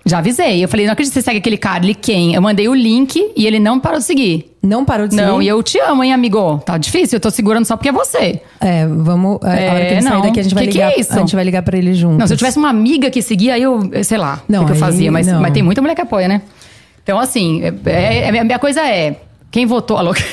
Speaker 2: Já avisei. Eu falei, não acredito que você segue aquele cara. Ele quem? Eu mandei o link e ele não parou de seguir.
Speaker 1: Não parou de
Speaker 2: Não,
Speaker 1: seguir?
Speaker 2: e eu te amo, hein, amigo? Tá difícil, eu tô segurando só porque é você.
Speaker 1: É, vamos. A
Speaker 2: É,
Speaker 1: hora que ele sair
Speaker 2: não.
Speaker 1: daqui, a gente vai
Speaker 2: Que que
Speaker 1: ligar.
Speaker 2: é isso?
Speaker 1: A gente vai ligar pra ele junto.
Speaker 2: Não, se eu tivesse uma amiga que seguia, aí eu, eu sei lá, o
Speaker 1: Não,
Speaker 2: que que eu
Speaker 1: aí
Speaker 2: fazia. Mas,
Speaker 1: não.
Speaker 2: mas tem muita mulher que apoia, né? Então, assim, é- é- a minha coisa é... Quem votou, alô?
Speaker 1: já,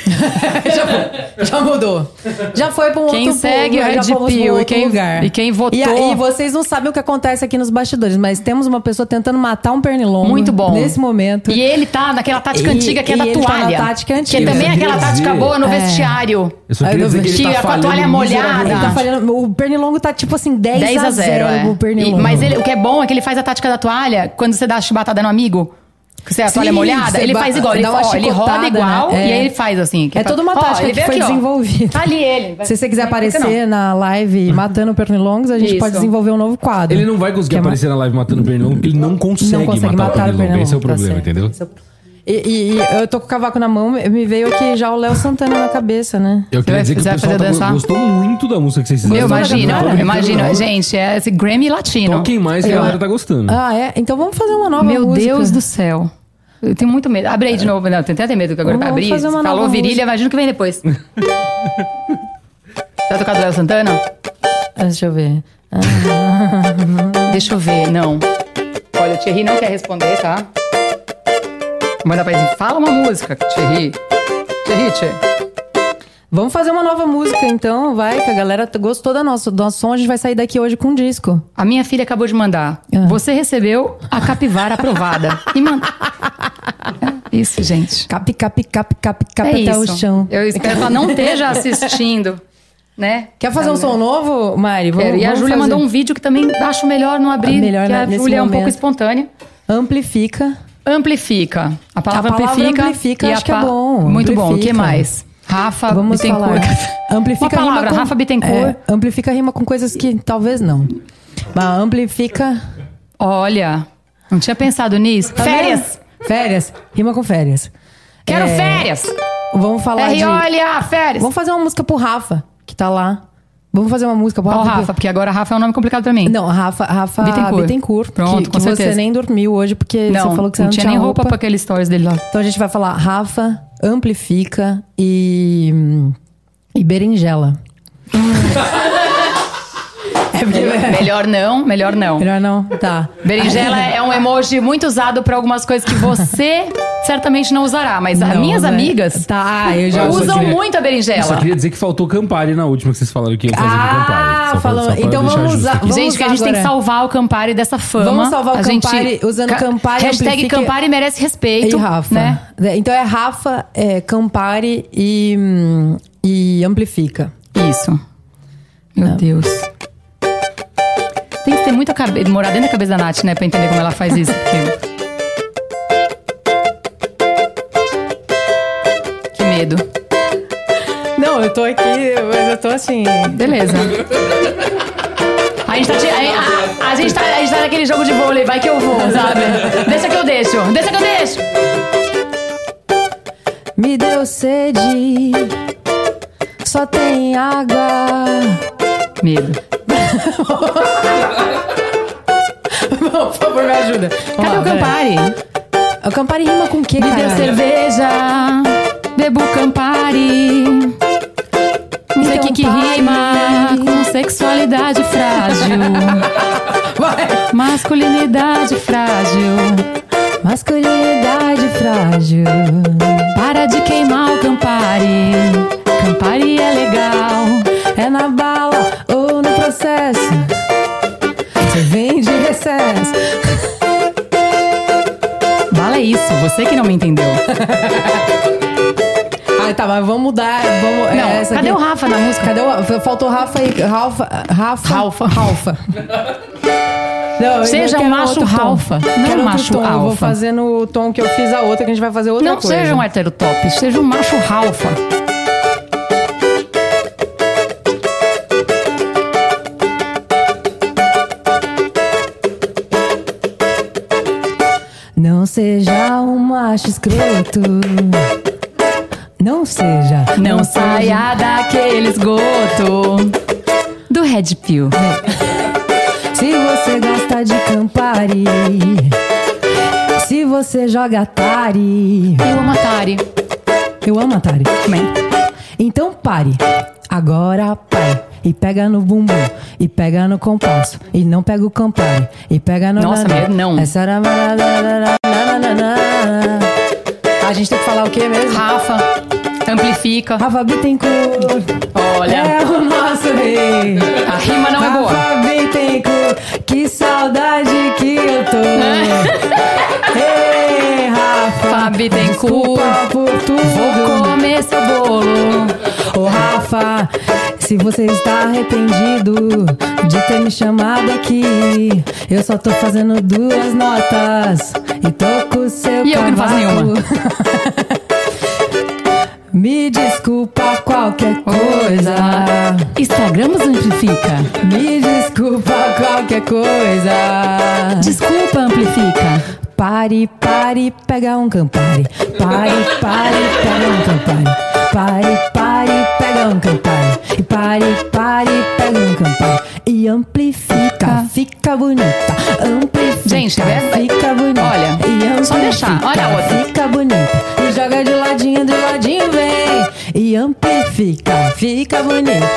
Speaker 1: foi- já mudou. Já foi pra um
Speaker 2: Quem
Speaker 1: outro
Speaker 2: segue o
Speaker 1: público, já
Speaker 2: Red
Speaker 1: fomos pra
Speaker 2: Pill e
Speaker 1: outro
Speaker 2: quem-
Speaker 1: lugar.
Speaker 2: e quem votou-
Speaker 1: E aí, vocês não sabem o que acontece aqui nos bastidores, mas temos uma pessoa tentando matar um pernilongo.
Speaker 2: Muito bom.
Speaker 1: Nesse momento.
Speaker 2: E ele tá naquela tática
Speaker 1: E-
Speaker 2: antiga que é
Speaker 1: e
Speaker 2: da
Speaker 1: ele tá na
Speaker 2: toalha.
Speaker 1: tática
Speaker 2: Que
Speaker 1: antiga.
Speaker 2: é também
Speaker 3: Eu
Speaker 2: aquela
Speaker 3: queria
Speaker 2: tática
Speaker 3: dizer-
Speaker 2: boa no
Speaker 1: É.
Speaker 2: vestiário.
Speaker 3: Eu só
Speaker 1: Aí
Speaker 3: queria
Speaker 1: eu
Speaker 3: dizer que ele
Speaker 2: vesti-
Speaker 3: tá
Speaker 2: com a
Speaker 3: falhando
Speaker 2: toalha molhada.
Speaker 1: Ele tá
Speaker 3: miseravelmente.
Speaker 1: falhando, o pernilongo tá tipo assim 10,
Speaker 2: 10 a 0, é.
Speaker 1: o pernilongo.
Speaker 2: E- mas ele- o que é bom é que ele faz a tática da toalha quando você dá a chibatada no amigo. Que você a
Speaker 1: Sim,
Speaker 2: toalha molhada,
Speaker 1: você
Speaker 2: ele
Speaker 1: ba-
Speaker 2: faz igual, ele,
Speaker 1: dá uma
Speaker 2: ó, ele
Speaker 1: chicotada,
Speaker 2: roda igual
Speaker 1: né? É.
Speaker 2: e aí ele faz assim. que
Speaker 1: É
Speaker 2: ele
Speaker 1: toda uma
Speaker 2: fala, ó,
Speaker 1: tática
Speaker 2: ele
Speaker 1: que
Speaker 2: veio
Speaker 1: foi
Speaker 2: ó.
Speaker 1: desenvolvida.
Speaker 2: Tá ali ele.
Speaker 1: Se você quiser
Speaker 2: Não fica,
Speaker 1: aparecer na live matando pernilongos, a gente
Speaker 2: Isso.
Speaker 1: pode desenvolver um novo quadro.
Speaker 3: Ele não vai
Speaker 1: Que
Speaker 3: conseguir
Speaker 1: é ma-
Speaker 3: aparecer na live matando o Pernilongo, porque ele não consegue,
Speaker 1: não consegue matar, o pernilongo.
Speaker 3: Esse é o
Speaker 1: tá
Speaker 3: problema,
Speaker 1: certo.
Speaker 3: entendeu?
Speaker 1: Esse é o- E, e- e eu tô com o cavaco na mão, me me veio aqui já o Léo Santana na cabeça, né?
Speaker 3: Eu queria
Speaker 2: vai-
Speaker 3: dizer que o
Speaker 2: você vai
Speaker 3: pessoal
Speaker 2: fazer
Speaker 3: tá-
Speaker 2: dançar?
Speaker 3: gostou muito da música que vocês
Speaker 2: Eu
Speaker 3: fizeram. Tá
Speaker 2: imagino,
Speaker 3: Não tô brincando,
Speaker 2: imagino.
Speaker 3: não.
Speaker 2: Gente, é esse Grammy latino.
Speaker 3: Toquem mais que a
Speaker 1: Eu-
Speaker 3: galera tá gostando.
Speaker 1: Ah, é? Então vamos fazer uma nova
Speaker 2: Meu
Speaker 1: música.
Speaker 2: Deus do céu. Eu tenho muito medo. Abre aí de novo. Não, eu tenho até medo que agora vai
Speaker 1: É. Vamos
Speaker 2: abrir.
Speaker 1: fazer uma
Speaker 2: Falou
Speaker 1: nova
Speaker 2: virilha,
Speaker 1: música.
Speaker 2: imagina o que vem depois. Vai tocar do Léo Santana?
Speaker 1: Ah, Deixa eu ver.
Speaker 2: Deixa eu ver, não. Olha, o Thierry não quer responder, tá? Manda pra ele. Fala uma música, Thierry. Thierry, Thierry.
Speaker 1: Vamos fazer uma nova música, então, vai, que a galera t- gostou da nossa- do nosso som, a gente vai sair daqui hoje com um disco.
Speaker 2: A minha filha acabou de mandar.
Speaker 1: Ah.
Speaker 2: Você recebeu a capivara aprovada. E manda. É Isso, gente.
Speaker 1: Cap, cap, cap, cap, cap
Speaker 2: é
Speaker 1: até
Speaker 2: isso.
Speaker 1: o chão.
Speaker 2: Eu espero que ela não esteja assistindo, né?
Speaker 1: Quer fazer um som novo, Mari? Vamos-
Speaker 2: Quero. E a
Speaker 1: vamos fazer.
Speaker 2: Júlia
Speaker 1: Ah,
Speaker 2: mandou um vídeo que também acho melhor não abrir,
Speaker 1: Melhor
Speaker 2: que a
Speaker 1: nesse
Speaker 2: Júlia é um pouco
Speaker 1: momento.
Speaker 2: espontânea.
Speaker 1: Amplifica.
Speaker 2: Amplifica. A palavra,
Speaker 1: A palavra
Speaker 2: amplifica.
Speaker 1: amplifica,
Speaker 2: e
Speaker 1: acho
Speaker 2: a
Speaker 1: que é bom.
Speaker 2: Muito bom. O que
Speaker 1: Amplifica.
Speaker 2: mais? Rafa
Speaker 1: Vamos
Speaker 2: Bittencourt.
Speaker 1: falar. Amplifica
Speaker 2: Uma palavra,
Speaker 1: rima com...
Speaker 2: Rafa Bittencourt.
Speaker 1: É, amplifica rima com coisas que talvez não. Mas amplifica.
Speaker 2: Olha, não tinha pensado nisso.
Speaker 1: Tá
Speaker 2: férias.
Speaker 1: vendo? Férias. Rima com férias.
Speaker 2: Quero
Speaker 1: É,
Speaker 2: férias.
Speaker 1: Vamos falar
Speaker 2: R,
Speaker 1: de.
Speaker 2: olha, férias.
Speaker 1: Vamos fazer uma música pro Rafa, que tá lá. Vamos fazer uma música pro
Speaker 2: Ó,
Speaker 1: Rafa.
Speaker 2: Rafa, porque agora Rafa é um nome complicado pra mim.
Speaker 1: Não, Rafa, Rafa
Speaker 2: Bittencourt.
Speaker 1: Bittencourt.
Speaker 2: Pronto,
Speaker 1: que,
Speaker 2: com
Speaker 1: que
Speaker 2: certeza.
Speaker 1: você nem dormiu hoje porque
Speaker 2: Não,
Speaker 1: você falou que você
Speaker 2: não
Speaker 1: não,
Speaker 2: tinha nem roupa pra aquele stories dele lá.
Speaker 1: Então a gente vai falar Rafa, amplifica e. e berinjela. é porque.
Speaker 2: Melhor não, melhor não.
Speaker 1: Melhor não? Tá.
Speaker 2: Berinjela é um emoji muito usado pra algumas coisas que você certamente não usará, mas as
Speaker 1: Não,
Speaker 2: minhas
Speaker 1: não é.
Speaker 2: amigas
Speaker 1: Tá, ah, eu já
Speaker 3: Eu só
Speaker 2: usam
Speaker 3: queria-
Speaker 2: muito a
Speaker 3: Eu só
Speaker 2: berinjela.
Speaker 3: queria dizer que faltou Campari na última que vocês falaram que ia fazer do Campari. Só
Speaker 1: Ah,
Speaker 3: pra-
Speaker 1: falou.
Speaker 3: só pra
Speaker 1: Então
Speaker 3: deixar
Speaker 1: vamos
Speaker 3: justo
Speaker 1: usar.
Speaker 3: aqui.
Speaker 1: Vamos
Speaker 2: gente,
Speaker 1: usar
Speaker 2: que a gente tem
Speaker 1: agora.
Speaker 2: que salvar o Campari dessa fama.
Speaker 1: Vamos salvar o
Speaker 2: a
Speaker 1: Campari
Speaker 2: gente,
Speaker 1: usando Campari,
Speaker 2: Hashtag
Speaker 1: amplifique-
Speaker 2: Campari merece respeito.
Speaker 1: E Rafa.
Speaker 2: Né?
Speaker 1: É, Então é Rafa, é, Campari e, hum, e Amplifica.
Speaker 2: Isso. Meu Deus. Tem que ter muita cabeça. Morar dentro da cabeça da Nath, né? Pra entender como ela faz isso. porque- Que medo.
Speaker 1: Não, eu tô aqui, mas eu tô assim.
Speaker 2: Beleza. A gente, tá, de- a, a- a gente tá, a gente tá naquele jogo de vôlei, vai que eu vou, sabe? Deixa que eu deixo, deixa que eu deixo.
Speaker 1: Me deu sede, só tem água.
Speaker 2: Medo.
Speaker 1: Por favor, me ajuda.
Speaker 2: Cadê o Campari?
Speaker 1: O Campari rima com o quê,
Speaker 2: Me deu
Speaker 1: cara?
Speaker 2: cerveja, bebo Campari. Isso aqui que
Speaker 1: Campari.
Speaker 2: rima com sexualidade frágil, masculinidade frágil.
Speaker 1: Masculinidade frágil.
Speaker 2: Para de queimar o Campari, Campari é legal.
Speaker 1: É na bala ou no processo. Você vem de recesso.
Speaker 2: Bala é isso, você que não me entendeu.
Speaker 1: Ah, tá, mas vamos mudar. Vamos, é
Speaker 2: Não,
Speaker 1: essa
Speaker 2: cadê
Speaker 1: aqui.
Speaker 2: o Rafa na música?
Speaker 1: Cadê o. Faltou o Rafa e. Ralfa. Rafa.
Speaker 2: Ralfa.
Speaker 1: Ralfa. Não, eu
Speaker 2: Seja
Speaker 1: quero
Speaker 2: um macho
Speaker 1: outro tom.
Speaker 2: Ralfa, não um
Speaker 1: quero outro
Speaker 2: macho
Speaker 1: tom. Eu vou
Speaker 2: alfa.
Speaker 1: fazer no tom que eu fiz a outra, que a gente vai fazer outra
Speaker 2: Não
Speaker 1: coisa.
Speaker 2: seja um heterotop, seja um macho ralfa.
Speaker 1: Não seja um macho escroto. Não seja.
Speaker 2: Não, saia daquele esgoto do Red Pill.
Speaker 1: Se você gosta de Campari. Se você joga Atari.
Speaker 2: Eu amo Atari.
Speaker 1: Eu amo Atari.
Speaker 2: Bem,
Speaker 1: Então pare. Agora pare. E pega no bumbum. E pega no compasso. E não pega o Campari. E pega no.
Speaker 2: Nossa,
Speaker 1: nanã.
Speaker 2: meu, não.
Speaker 1: Essa era. A gente tem que falar o quê mesmo?
Speaker 2: Rafa, amplifica.
Speaker 1: Rafa Bittencourt
Speaker 2: Olha,
Speaker 1: é o nosso rei.
Speaker 2: a rima não é boa.
Speaker 1: Rafa Bittencourt, que saudade que eu tô. Ei, Rafa.
Speaker 2: Rafa Bittencourt.
Speaker 1: desculpa por tudo.
Speaker 2: Vou comer seu bolo.
Speaker 1: Ô Rafa, se você está arrependido de ter me chamado aqui, eu só tô fazendo duas notas e tô com o seu
Speaker 2: E eu que não faço
Speaker 1: cavaco.
Speaker 2: nenhuma.
Speaker 1: me desculpa qualquer coisa.
Speaker 2: Instagramos amplifica.
Speaker 1: Tá. Me desculpa qualquer coisa.
Speaker 2: Desculpa, amplifica.
Speaker 1: Pare, pare, pega um campari. Pare, pare, pega um campari. Pare, pare, pega um campari. E pare, pare, pega um campari. E amplifica, fica bonita. Amplifica,
Speaker 2: Tá. Gente, é-
Speaker 1: fica bonita.
Speaker 2: Olha,
Speaker 1: e
Speaker 2: só deixar.
Speaker 1: amplifica,
Speaker 2: Olha a outra.
Speaker 1: Fica bonita. E joga de ladinho, de ladinho vem. E amplifica, fica bonita.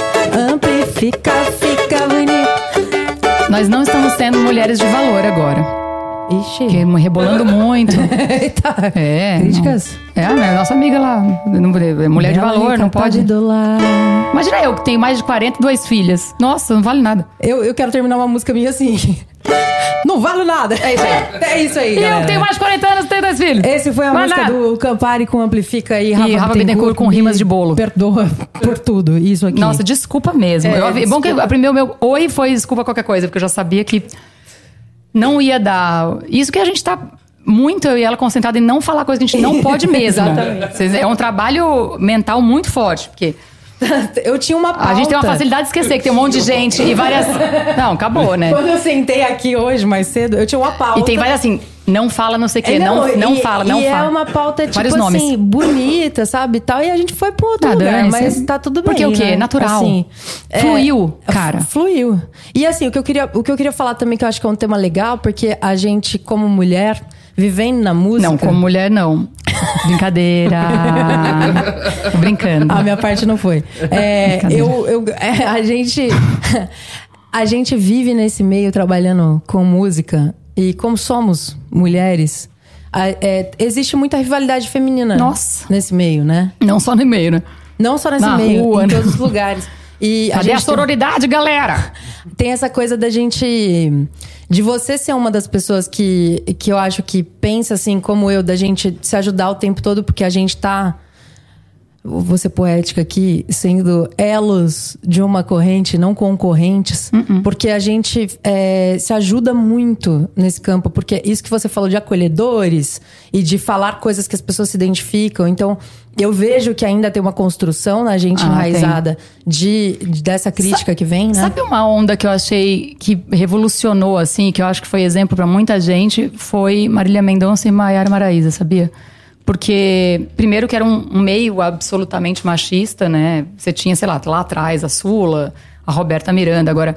Speaker 1: Amplifica, fica bonita.
Speaker 2: Nós não estamos sendo mulheres de valor agora.
Speaker 1: Ixi.
Speaker 2: Porque rebolando muito.
Speaker 1: Eita.
Speaker 2: É.
Speaker 1: Críticas?
Speaker 2: não. É, a nossa amiga lá. não- mulher de
Speaker 1: Ela
Speaker 2: valor,
Speaker 1: é
Speaker 2: não
Speaker 1: capaz
Speaker 2: pode.
Speaker 1: de dolar.
Speaker 2: Imagina eu que tenho mais de 42 filhas. Nossa, não vale nada.
Speaker 1: Eu, eu quero terminar uma música minha assim. Não vale nada. É isso aí. É isso aí.
Speaker 2: E eu
Speaker 1: galera.
Speaker 2: que tenho mais de 40 anos, tenho dois filhos.
Speaker 1: Esse foi a
Speaker 2: Vai
Speaker 1: música
Speaker 2: lá.
Speaker 1: do Campari com Amplifica e Rafa,
Speaker 2: Rafa Bittencourt com
Speaker 1: Me
Speaker 2: rimas de bolo.
Speaker 1: Perdoa por tudo isso aqui.
Speaker 2: Nossa, desculpa mesmo.
Speaker 1: É,
Speaker 2: Eu avi- Bom que
Speaker 1: desculpa.
Speaker 2: a primeiro meu oi foi desculpa qualquer coisa, porque eu já sabia que não ia dar. Isso que a gente tá muito eu e ela concentrada em não falar coisa que a gente não pode mesmo.
Speaker 1: Exatamente.
Speaker 2: Vocês- É um trabalho mental muito forte, porque
Speaker 1: eu tinha uma pauta.
Speaker 2: a gente tem uma facilidade de esquecer que tem um monte de gente e várias. Não, acabou, né?
Speaker 1: Quando eu sentei aqui hoje mais cedo, eu tinha uma pauta.
Speaker 2: E tem várias assim, não fala não sei o quê,
Speaker 1: É,
Speaker 2: não, não,
Speaker 1: e-
Speaker 2: fala, não
Speaker 1: e
Speaker 2: fala.
Speaker 1: é uma pauta, tipo
Speaker 2: Vários nomes.
Speaker 1: assim, bonita, sabe? e Tal, e a gente foi pro outro
Speaker 2: Ah,
Speaker 1: lugar,
Speaker 2: dane-se.
Speaker 1: mas tá tudo bem.
Speaker 2: Porque o quê?
Speaker 1: Né? é,
Speaker 2: Natural. Fluiu, cara.
Speaker 1: f- Fluiu. E assim, o que, eu queria, o que eu queria falar também, que eu acho que é um tema legal, porque a gente, como mulher, vivendo na música...
Speaker 2: Não, como mulher, não. Brincadeira. Tô brincando.
Speaker 1: A minha parte não foi. É,
Speaker 2: Brincadeira.
Speaker 1: eu, eu, é, a gente. A gente vive nesse meio trabalhando com música e como somos mulheres, a- é, existe muita rivalidade feminina
Speaker 2: Nossa.
Speaker 1: nesse meio, né?
Speaker 2: Não só no e-mail, né?
Speaker 1: Não só nesse
Speaker 2: Na
Speaker 1: meio,
Speaker 2: rua,
Speaker 1: em
Speaker 2: né?
Speaker 1: todos os lugares. E a
Speaker 2: Cadê a
Speaker 1: gente tem-
Speaker 2: sororidade, galera?
Speaker 1: tem essa coisa da gente. De você ser uma das pessoas que, que eu acho que pensa assim, como eu, da gente se ajudar o tempo todo, porque a gente tá. Vou ser poética aqui, sendo elos de uma corrente, não concorrentes,
Speaker 2: Uh-uh.
Speaker 1: porque a gente é, se ajuda muito nesse campo, porque isso que você falou de acolhedores e de falar coisas que as pessoas se identificam. Então, eu vejo que ainda tem uma construção na gente
Speaker 2: Ah, tem.
Speaker 1: enraizada de, de- dessa crítica que vem, né?
Speaker 2: Sabe uma onda que eu achei que revolucionou, assim, que eu acho que foi exemplo pra muita gente, foi Marília Mendonça e Maiara Maraíza, sabia? Porque, primeiro, que era um, um meio absolutamente machista, né? Você tinha, sei lá, lá atrás a Sula, a Roberta Miranda. Agora,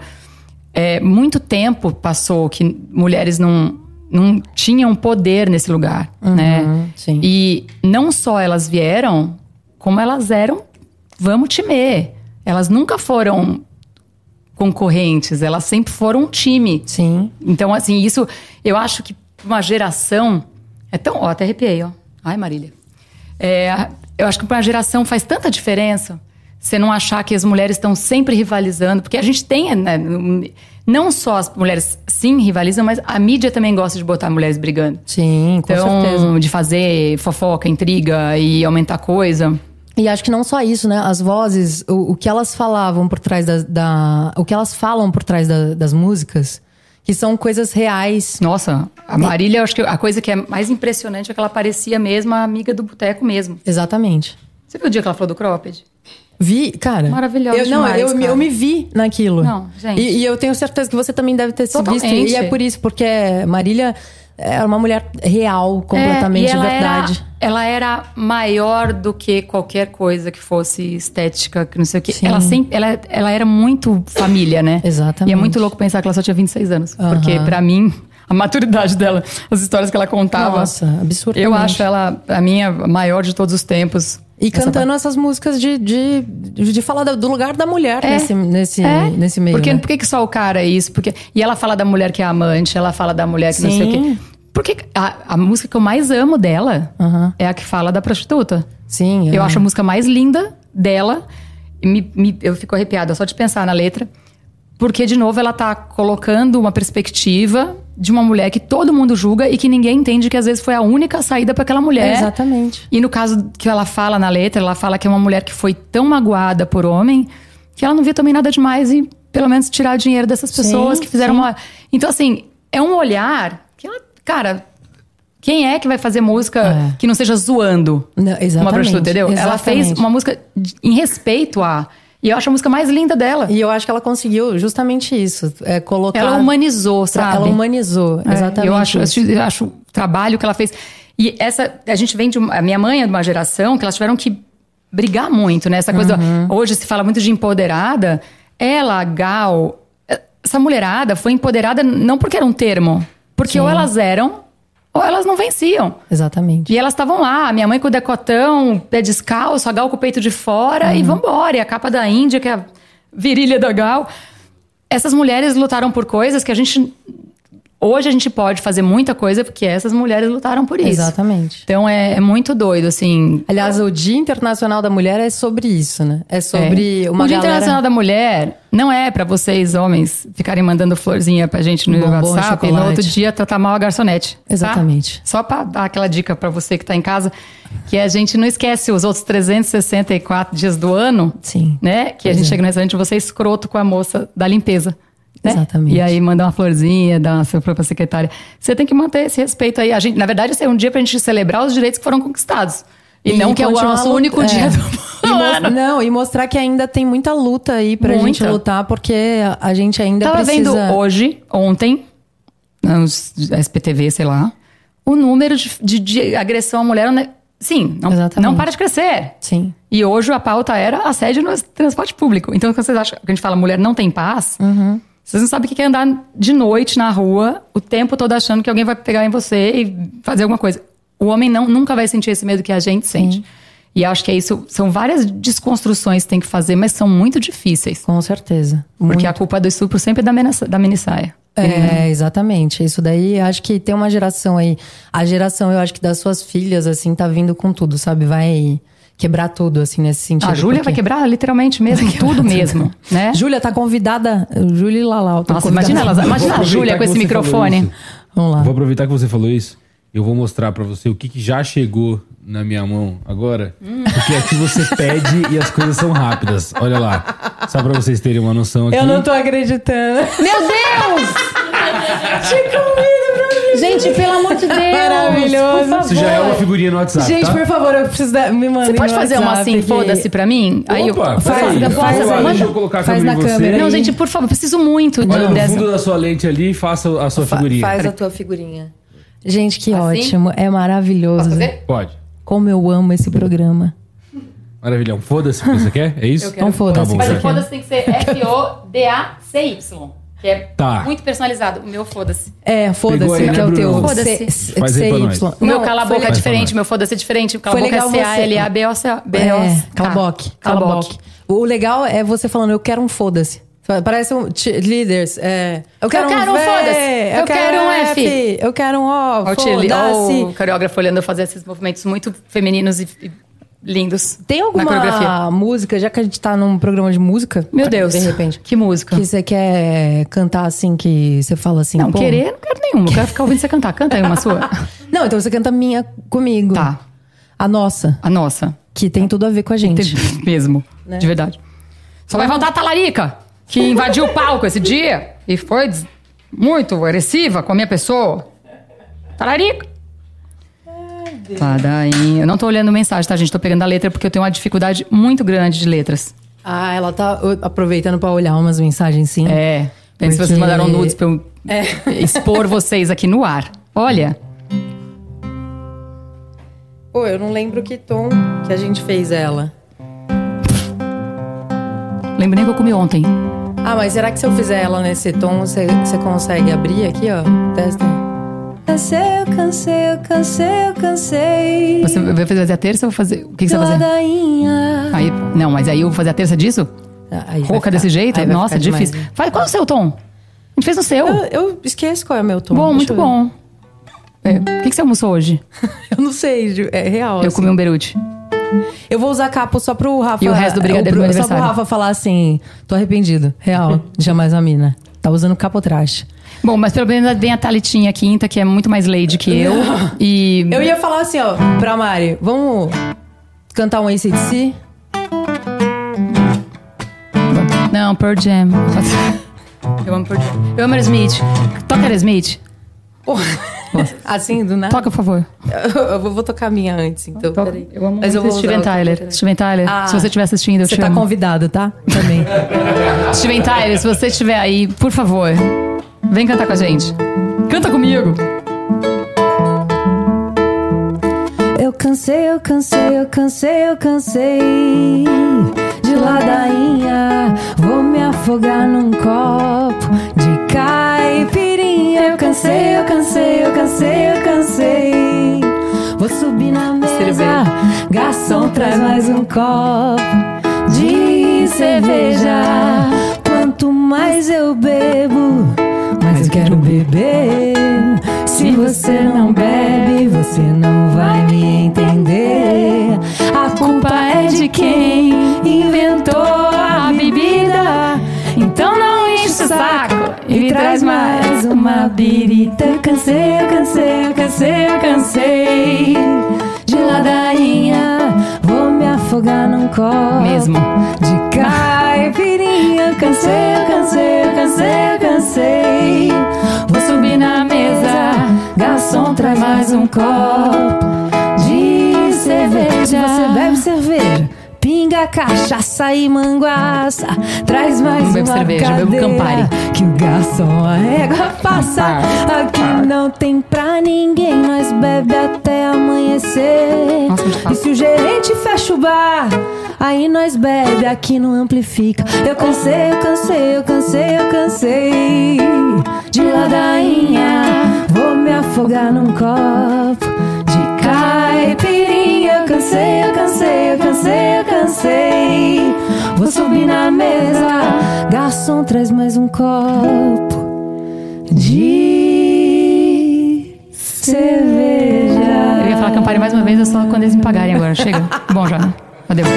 Speaker 2: é, muito tempo passou que mulheres não, não tinham poder nesse lugar, né?
Speaker 1: sim.
Speaker 2: E não só elas vieram, como elas eram, vamos timer. Elas nunca foram concorrentes, elas sempre foram um time.
Speaker 1: Sim.
Speaker 2: Então, assim, isso eu acho que pra uma geração. É tão. Ó, até arrepiei, ó. Ai, Marília. É, eu acho que para uma geração faz tanta diferença você não achar que as mulheres estão sempre rivalizando, porque a gente tem, né, não só as mulheres sim rivalizam, mas a mídia também gosta de botar mulheres brigando.
Speaker 1: Sim, com
Speaker 2: então,
Speaker 1: certeza.
Speaker 2: de fazer fofoca, intriga e aumentar coisa.
Speaker 1: E acho que não só isso, né? As vozes, o, o que elas falavam por trás da, da- O que elas falam por trás da- das músicas, que são coisas reais.
Speaker 2: Nossa, a Marília, eu acho que a coisa que é mais impressionante é que ela parecia mesmo a amiga do boteco mesmo.
Speaker 1: Exatamente.
Speaker 2: Você viu o dia que ela falou do cropped?
Speaker 1: Vi, cara.
Speaker 2: Maravilhosa
Speaker 1: Eu, não,
Speaker 2: demais,
Speaker 1: eu, me-
Speaker 2: cara.
Speaker 1: eu me vi naquilo.
Speaker 2: Não, gente.
Speaker 1: E, e eu tenho certeza que você também deve ter se
Speaker 2: Totalmente.
Speaker 1: visto. E é por isso, porque Marília era uma mulher real, completamente
Speaker 2: É, e ela
Speaker 1: verdade.
Speaker 2: Era, ela era maior do que qualquer coisa que fosse estética, que não sei o quê.
Speaker 1: Sim.
Speaker 2: Ela, sempre, ela, ela era muito família, né?
Speaker 1: Exatamente.
Speaker 2: E é muito louco pensar que ela só tinha 26 anos.
Speaker 1: Aham.
Speaker 2: Porque, pra mim, a maturidade dela, as histórias que ela contava.
Speaker 1: Nossa, absurdamente.
Speaker 2: Eu acho ela a minha maior de todos os tempos.
Speaker 1: E
Speaker 2: Essa
Speaker 1: cantando essas músicas de, de, de falar da- do lugar da mulher
Speaker 2: É.
Speaker 1: nesse, nesse,
Speaker 2: É.
Speaker 1: nesse meio.
Speaker 2: Porque,
Speaker 1: né?
Speaker 2: Por que que só o cara é isso? Porque, e ela fala da mulher que é amante, ela fala da mulher que não sei o
Speaker 1: Sim.
Speaker 2: quê. Porque a, a música que eu mais amo dela
Speaker 1: Aham.
Speaker 2: é a que fala da prostituta.
Speaker 1: Sim. é.
Speaker 2: Eu acho a música mais linda dela. E me- me- eu fico arrepiada só de pensar na letra. Porque, de novo, ela tá colocando uma perspectiva de uma mulher que todo mundo julga e que ninguém entende que às vezes foi a única saída para aquela mulher.
Speaker 1: Exatamente.
Speaker 2: E no caso que ela fala na letra, ela fala que é uma mulher que foi tão magoada por homem que ela não viu também nada demais em pelo menos tirar o dinheiro dessas pessoas
Speaker 1: Sim,
Speaker 2: que fizeram
Speaker 1: sim.
Speaker 2: uma. Então, assim, é um olhar que ela. Cara, quem é que vai fazer música
Speaker 1: É.
Speaker 2: que não seja zoando?
Speaker 1: Não,
Speaker 2: uma
Speaker 1: exatamente,
Speaker 2: prostituta, entendeu? Ela fez
Speaker 1: exatamente.
Speaker 2: uma música de- em respeito a. E eu acho a música mais linda dela.
Speaker 1: E eu acho que ela conseguiu justamente isso. É colocar.
Speaker 2: Ela humanizou, sabe?
Speaker 1: Ela humanizou,
Speaker 2: É,
Speaker 1: exatamente.
Speaker 2: Eu acho,
Speaker 1: isso.
Speaker 2: eu acho o trabalho que ela fez. E essa. A gente vem de. Uma, a minha mãe é de uma geração que elas tiveram que brigar muito, né? Essa coisa.
Speaker 1: Uhum.
Speaker 2: Hoje se fala muito de empoderada. Ela, a Gal. Essa mulherada foi empoderada não porque era um termo. Porque ou elas eram, ou elas não venciam.
Speaker 1: Exatamente.
Speaker 2: E elas estavam lá, a minha mãe com o decotão, pé descalço, a Gal com o peito de fora
Speaker 1: Uhum.
Speaker 2: e vambora. E a capa da Índia, que é a virilha da Gal. Essas mulheres lutaram por coisas que a gente. Hoje a gente pode fazer muita coisa porque essas mulheres lutaram por isso.
Speaker 1: Exatamente.
Speaker 2: Então é, é muito doido, assim.
Speaker 1: Aliás, o Dia Internacional da Mulher é sobre isso, né? É sobre
Speaker 2: É.
Speaker 1: uma
Speaker 2: o Dia
Speaker 1: galera...
Speaker 2: Internacional da Mulher não é pra vocês, homens, ficarem mandando florzinha pra gente no
Speaker 1: Bombom,
Speaker 2: WhatsApp e no
Speaker 1: chocolate.
Speaker 2: outro dia tratar mal a garçonete. tá?
Speaker 1: Exatamente.
Speaker 2: Só pra dar aquela dica pra você que tá em casa, que a gente não esquece os outros 364 dias do ano,
Speaker 1: Sim.
Speaker 2: né? Que a gente chega no restaurante e você é escroto com a moça da limpeza. né?
Speaker 1: Exatamente.
Speaker 2: E aí manda uma florzinha, dá uma surpresa pra secretária. Você tem que manter esse respeito aí. A gente, na verdade, esse é um dia pra gente celebrar os direitos que foram conquistados. E, não que é o
Speaker 1: continuar
Speaker 2: nosso
Speaker 1: lut-
Speaker 2: único
Speaker 1: é.
Speaker 2: dia do
Speaker 1: E mos-
Speaker 2: ano.
Speaker 1: Não, e mostrar que ainda tem muita luta aí pra
Speaker 2: Muita.
Speaker 1: gente lutar, porque a- a gente ainda
Speaker 2: Tava
Speaker 1: precisa...
Speaker 2: vendo hoje, ontem, nos SPTV, sei lá, o número de, de- de agressão à mulher. né? Sim, não,
Speaker 1: Exatamente.
Speaker 2: não para de crescer.
Speaker 1: Sim.
Speaker 2: E hoje a pauta era assédio no transporte público. Então, quando vocês acham que a gente fala mulher não tem paz,
Speaker 3: Uhum.
Speaker 2: vocês não sabem o que é andar de noite na rua, o tempo todo achando que alguém vai pegar em você e fazer alguma coisa. O homem não, nunca vai sentir esse medo que a gente sente. E acho que é isso. São várias desconstruções que tem que fazer, mas são muito difíceis.
Speaker 1: Com certeza.
Speaker 2: Porque a culpa do estupro sempre é da, mena, da menissaia. Uhum.
Speaker 1: É, exatamente. Isso daí, acho que tem uma geração aí. A geração, eu acho que das suas filhas, assim, tá vindo com tudo, sabe? Vai quebrar tudo, assim, nesse sentido.
Speaker 2: A Ah, Júlia vai
Speaker 1: porque-
Speaker 2: quebrar literalmente mesmo, tudo mesmo, né?
Speaker 1: Júlia tá convidada. Júlia e Lalau. tão
Speaker 2: Nossa,
Speaker 1: convidadas.
Speaker 2: imagina, ela, imagina a
Speaker 3: Vou aproveitar
Speaker 2: Júlia
Speaker 3: que
Speaker 2: com esse
Speaker 3: você falou
Speaker 2: microfone.
Speaker 3: isso.
Speaker 1: Vamos lá.
Speaker 3: Vou aproveitar que você falou isso. Eu vou mostrar pra você o que, que já chegou na minha mão agora.
Speaker 1: Hum.
Speaker 3: Porque aqui você pede e as coisas são rápidas. Olha lá. Só pra vocês terem uma noção aqui.
Speaker 1: Eu não tô acreditando.
Speaker 4: Meu Deus! Gente, pelo amor de Deus!
Speaker 1: Maravilhoso.
Speaker 4: Por
Speaker 3: Isso já é uma
Speaker 4: favor.
Speaker 3: figurinha no WhatsApp,
Speaker 1: Gente,
Speaker 3: tá?
Speaker 1: por favor, eu preciso da... me mandar.
Speaker 2: Você pode fazer uma assim, foda-se pra mim? Aí eu,
Speaker 3: Opa,
Speaker 1: faz,
Speaker 3: peraí.
Speaker 1: faz,
Speaker 3: Vamos lá,
Speaker 1: manda-
Speaker 3: deixa eu colocar a
Speaker 1: faz
Speaker 3: câmera em
Speaker 1: na
Speaker 3: você.
Speaker 1: câmera
Speaker 2: Não,
Speaker 1: aí.
Speaker 2: gente, por favor, preciso muito de,
Speaker 3: Olha no
Speaker 2: dessa.
Speaker 3: fundo da sua lente ali e faça a sua figurinha.
Speaker 4: Faz a tua figurinha.
Speaker 1: Gente, que
Speaker 4: Assim?
Speaker 1: ótimo. É maravilhoso.
Speaker 3: Pode.
Speaker 1: Como eu amo esse programa.
Speaker 3: Maravilhão. Foda-se o que você quer? É isso?
Speaker 4: Eu quero.
Speaker 1: Então foda-se.
Speaker 3: Tá bom,
Speaker 1: isso
Speaker 3: Mas o
Speaker 1: aqui.
Speaker 2: tem que ser F-O-D-A-C-Y. Que é
Speaker 3: Tá.
Speaker 2: personalizado. O meu foda-se.
Speaker 1: É,
Speaker 3: Pegou aí,
Speaker 1: foda-se, que é
Speaker 3: né,
Speaker 1: o teu.
Speaker 3: Bruno?
Speaker 2: Foda-se.
Speaker 1: C-
Speaker 3: Faz aí pra nós.
Speaker 1: CY.
Speaker 2: O meu
Speaker 1: Não,
Speaker 2: cala-boca é
Speaker 3: foi-
Speaker 2: diferente, o meu foda-se é diferente. O cala-boca
Speaker 1: legal
Speaker 2: é
Speaker 1: você-
Speaker 2: C-A-L-A-B-O-C-A-B.
Speaker 1: É,
Speaker 2: Tá.
Speaker 1: cala a boca, cala a boca. O legal é você falando, eu quero um foda-se. Parece um t- leaders. É, eu quero,
Speaker 2: quero um
Speaker 1: V,
Speaker 2: foda-se, eu quero um F,
Speaker 1: Eu quero um O.
Speaker 2: Olha o Tilly, olha o
Speaker 1: Foda-se.
Speaker 2: coreógrafo olhando eu fazer esses movimentos muito femininos e, e lindos.
Speaker 1: Tem
Speaker 2: Na coreografia.
Speaker 1: alguma música, já que a gente tá num programa de música?
Speaker 2: Meu Deus.
Speaker 1: De repente.
Speaker 2: Que música.
Speaker 1: Que você quer cantar assim, que você fala assim.
Speaker 2: Não,
Speaker 1: pô-
Speaker 2: querer, não quero nenhuma. Eu quero ficar ouvindo você cantar. Canta aí uma sua.
Speaker 1: Não, então você canta minha comigo.
Speaker 2: Tá.
Speaker 1: A nossa,
Speaker 2: A nossa.
Speaker 1: que tem tudo a ver com a gente.
Speaker 2: Teve mesmo, de verdade. Só levantar a talarica, que invadiu o palco esse dia e foi des- muito agressiva com a minha pessoa. Talarica! Tá, daí. Eu não tô olhando mensagem, tá, gente? Tô pegando a letra porque eu tenho uma dificuldade muito grande de letras.
Speaker 1: Ah, ela tá uh, aproveitando pra olhar umas mensagens, sim.
Speaker 2: É. Porque... Se
Speaker 1: Porque-
Speaker 2: vocês mandaram nudes pra eu expor vocês aqui no ar. Olha,
Speaker 1: Pô, eu não lembro que tom que a gente fez ela.
Speaker 2: lembro nem que eu comi ontem.
Speaker 1: Ah, mas será que se eu fizer ela nesse tom, você você consegue abrir aqui, ó? Testa. Cansei, eu cansei, eu cansei, eu cansei.
Speaker 2: Você vai fazer a terça ou fazer. O que, que você vai fazer?
Speaker 1: Ladainha.
Speaker 2: Aí, não, mas aí eu vou fazer a terça disso?
Speaker 1: Ah, Aí vai
Speaker 2: Rouca
Speaker 1: ficar-
Speaker 2: desse jeito?
Speaker 1: aí vai
Speaker 2: Nossa,
Speaker 1: ficar demais,
Speaker 2: difícil. é
Speaker 1: né?
Speaker 2: Faz, qual é o seu tom? A gente fez o seu.
Speaker 1: Eu, eu esqueço qual é o meu tom.
Speaker 2: bom,
Speaker 1: deixa
Speaker 2: muito
Speaker 1: eu ver.
Speaker 2: bom. É, O que, que você almoçou hoje?
Speaker 1: Eu não sei, Ju, é real.
Speaker 2: Eu
Speaker 1: assim.
Speaker 2: comi um berute.
Speaker 1: Eu vou usar capo só pro Rafa.
Speaker 2: E o resto do brigadeiro
Speaker 1: o-
Speaker 2: do meu
Speaker 1: Só pro
Speaker 2: aniversário.
Speaker 1: Rafa falar assim: tô arrependido. Real. Jamais a mina. Tá usando capotraste.
Speaker 2: Bom, mas pelo menos vem a Thalitinha quinta, que é muito mais lady que eu. E.
Speaker 1: Eu ia falar assim, ó, pra Mari: vamos cantar um ACDC?
Speaker 2: Não, Pearl Jam. Eu amo Pearl Jam. Eu amo Aerosmith. Toca Aerosmith.
Speaker 1: assim, do nada.
Speaker 2: Toca, por favor.
Speaker 1: Eu vou vou tocar a minha antes, então.
Speaker 2: Toca.
Speaker 1: peraí.
Speaker 2: Eu amo
Speaker 1: Mas eu
Speaker 2: muito
Speaker 1: vou usar
Speaker 2: Steven
Speaker 1: outra,
Speaker 2: Tyler.
Speaker 1: peraí.
Speaker 2: Steven Tyler,
Speaker 1: Ah.
Speaker 2: se você estiver assistindo, eu
Speaker 1: Você
Speaker 2: te
Speaker 1: tá
Speaker 2: amo.
Speaker 1: convidado, tá? Também.
Speaker 2: Steven Tyler, se você estiver aí, por favor, vem cantar com a gente. Canta comigo.
Speaker 1: Eu cansei, eu cansei, eu cansei, eu cansei de ladainha. Vou me afogar num copo de caipirinha. Eu cansei, eu cansei, eu cansei, eu cansei. Vou subir na mesa, garçom traz mais um copo de cerveja. Quanto mais eu bebo, mais eu quero beber. Se você não bebe, você não vai me entender. A culpa é de quem inventou a bebida. Então não enche o saco e me traz mais uma birita. Eu cansei, eu cansei, eu cansei, eu cansei de ladainha. Vou me afogar num copo
Speaker 2: Mesmo.
Speaker 1: de caipirinha. Eu cansei, eu cansei, eu cansei, eu cansei. Vou subir na mesa, garçom traz mais um copo de cerveja. Você bebe cerveja. Pinga, cachaça e manguaça. Traz mais
Speaker 2: Não bebo
Speaker 1: uma
Speaker 2: cerveja, bebo
Speaker 1: cadeira
Speaker 2: Campari.
Speaker 1: Que o garçom a régua passa. Aqui não tem pra ninguém, nós bebe até amanhecer.
Speaker 2: Nossa, tá. muito fácil.
Speaker 1: E se o gerente fecha o bar, aí nós bebe, aqui não amplifica. Eu cansei, eu cansei, eu cansei, eu cansei de ladainha. Vou me afogar num copo de caipirinha. Eu cansei, eu cansei, eu cansei, eu cansei. Vou subir na mesa, garçom traz mais um copo de cerveja.
Speaker 2: Eu ia falar Campari mais uma vez, é só quando eles me pagarem agora. Chega. Bom já. Adeus.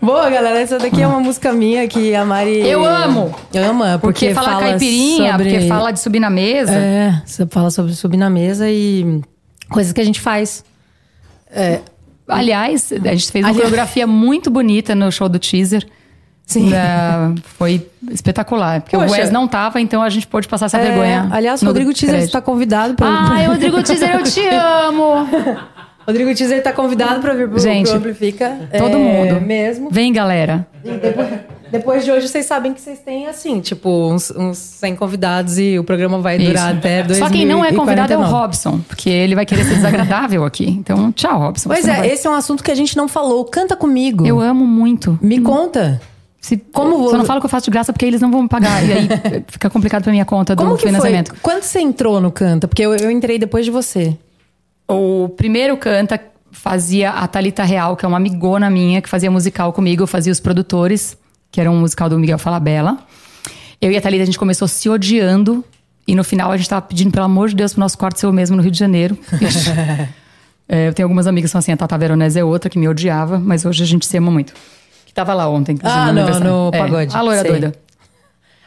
Speaker 1: Boa, galera, essa daqui é uma música minha que a Mari.
Speaker 2: Eu amo!
Speaker 1: Ama, porque,
Speaker 2: Porque, fala, caipirinha,
Speaker 1: sobre...
Speaker 2: porque fala de subir na mesa.
Speaker 1: É, você fala sobre subir na mesa e coisas que a gente faz.
Speaker 2: Aliás, a gente fez uma
Speaker 1: Aliás.
Speaker 2: coreografia muito bonita no show do teaser.
Speaker 1: Sim.
Speaker 2: Né? Da- foi espetacular. Porque
Speaker 1: Poxa.
Speaker 2: o Wes não tava, então a gente pôde passar essa
Speaker 1: É,
Speaker 2: vergonha.
Speaker 1: aliás,
Speaker 2: no
Speaker 1: Rodrigo Teaser tá
Speaker 2: crédito.
Speaker 1: está convidado para.
Speaker 2: Ai, Ah, é, Rodrigo Teaser, eu te amo!
Speaker 1: Rodrigo Teaser está convidado para vir pro,
Speaker 2: Gente,
Speaker 1: pro Amplifica.
Speaker 2: Todo
Speaker 1: É,
Speaker 2: mundo.
Speaker 1: Mesmo.
Speaker 2: Vem, galera.
Speaker 1: Depois de hoje, vocês sabem que vocês têm, assim, tipo, uns, uns 100 convidados e o programa vai durar
Speaker 2: Isso.
Speaker 1: até 2049.
Speaker 2: Só quem não é convidado é o Robson, porque ele vai querer ser desagradável aqui. Então, tchau, Robson.
Speaker 1: Pois
Speaker 2: Você não
Speaker 1: é,
Speaker 2: vai-
Speaker 1: esse é um assunto que a gente não falou. Canta comigo.
Speaker 2: Eu amo muito.
Speaker 1: Me conta.
Speaker 2: Se,
Speaker 1: Como
Speaker 2: Só
Speaker 1: vou-
Speaker 2: não falo que eu faço de graça porque eles não vão me pagar. E aí fica complicado pra minha conta
Speaker 1: Como
Speaker 2: do
Speaker 1: que foi?
Speaker 2: financiamento.
Speaker 1: Quando você entrou no Canta? Porque eu, eu entrei depois de você.
Speaker 2: O primeiro canta fazia a Talita Real, que é uma amigona minha, que fazia musical comigo, eu fazia os produtores, que era um musical do Miguel Falabella. Eu e a Thalita, a gente começou se odiando, e no final a gente tava pedindo, pelo amor de Deus, pro nosso quarto ser o mesmo no Rio de Janeiro. É, eu tenho algumas amigas que são assim, a Tata Veronese é outra que me odiava, mas hoje a gente se ama muito. Que tava lá ontem, inclusive,
Speaker 1: Ah,
Speaker 2: no
Speaker 1: no-
Speaker 2: aniversário.
Speaker 1: no
Speaker 2: É,
Speaker 1: pagode,
Speaker 2: A loira
Speaker 1: sei.
Speaker 2: doida.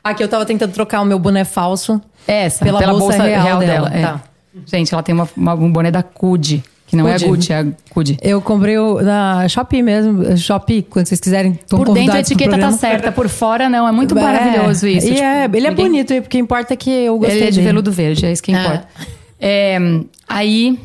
Speaker 1: Aqui eu tava tentando trocar o meu boné falso.
Speaker 2: É Essa,
Speaker 1: Pela
Speaker 2: pela,
Speaker 1: bolsa
Speaker 2: bolsa,
Speaker 1: real
Speaker 2: real,
Speaker 1: dela,
Speaker 2: dela. é.
Speaker 1: tá.
Speaker 2: Gente, ela tem uma, uma- um boné da CUD, que não
Speaker 1: Cudi.
Speaker 2: é a Gucci, é a CUD.
Speaker 1: Eu comprei o, na Shopee mesmo. Shopee, quando vocês quiserem. tão
Speaker 2: Por dentro a
Speaker 1: convidados pro
Speaker 2: etiqueta tá
Speaker 1: programa.
Speaker 2: certa, por fora não. É muito
Speaker 1: É.
Speaker 2: maravilhoso isso.
Speaker 1: E
Speaker 2: Tipo,
Speaker 1: é, ele é
Speaker 2: ninguém-
Speaker 1: bonito, e o que importa é que eu gostei
Speaker 2: Ele é de
Speaker 1: dele.
Speaker 2: veludo verde, é isso que
Speaker 1: Ah.
Speaker 2: importa. É, aí.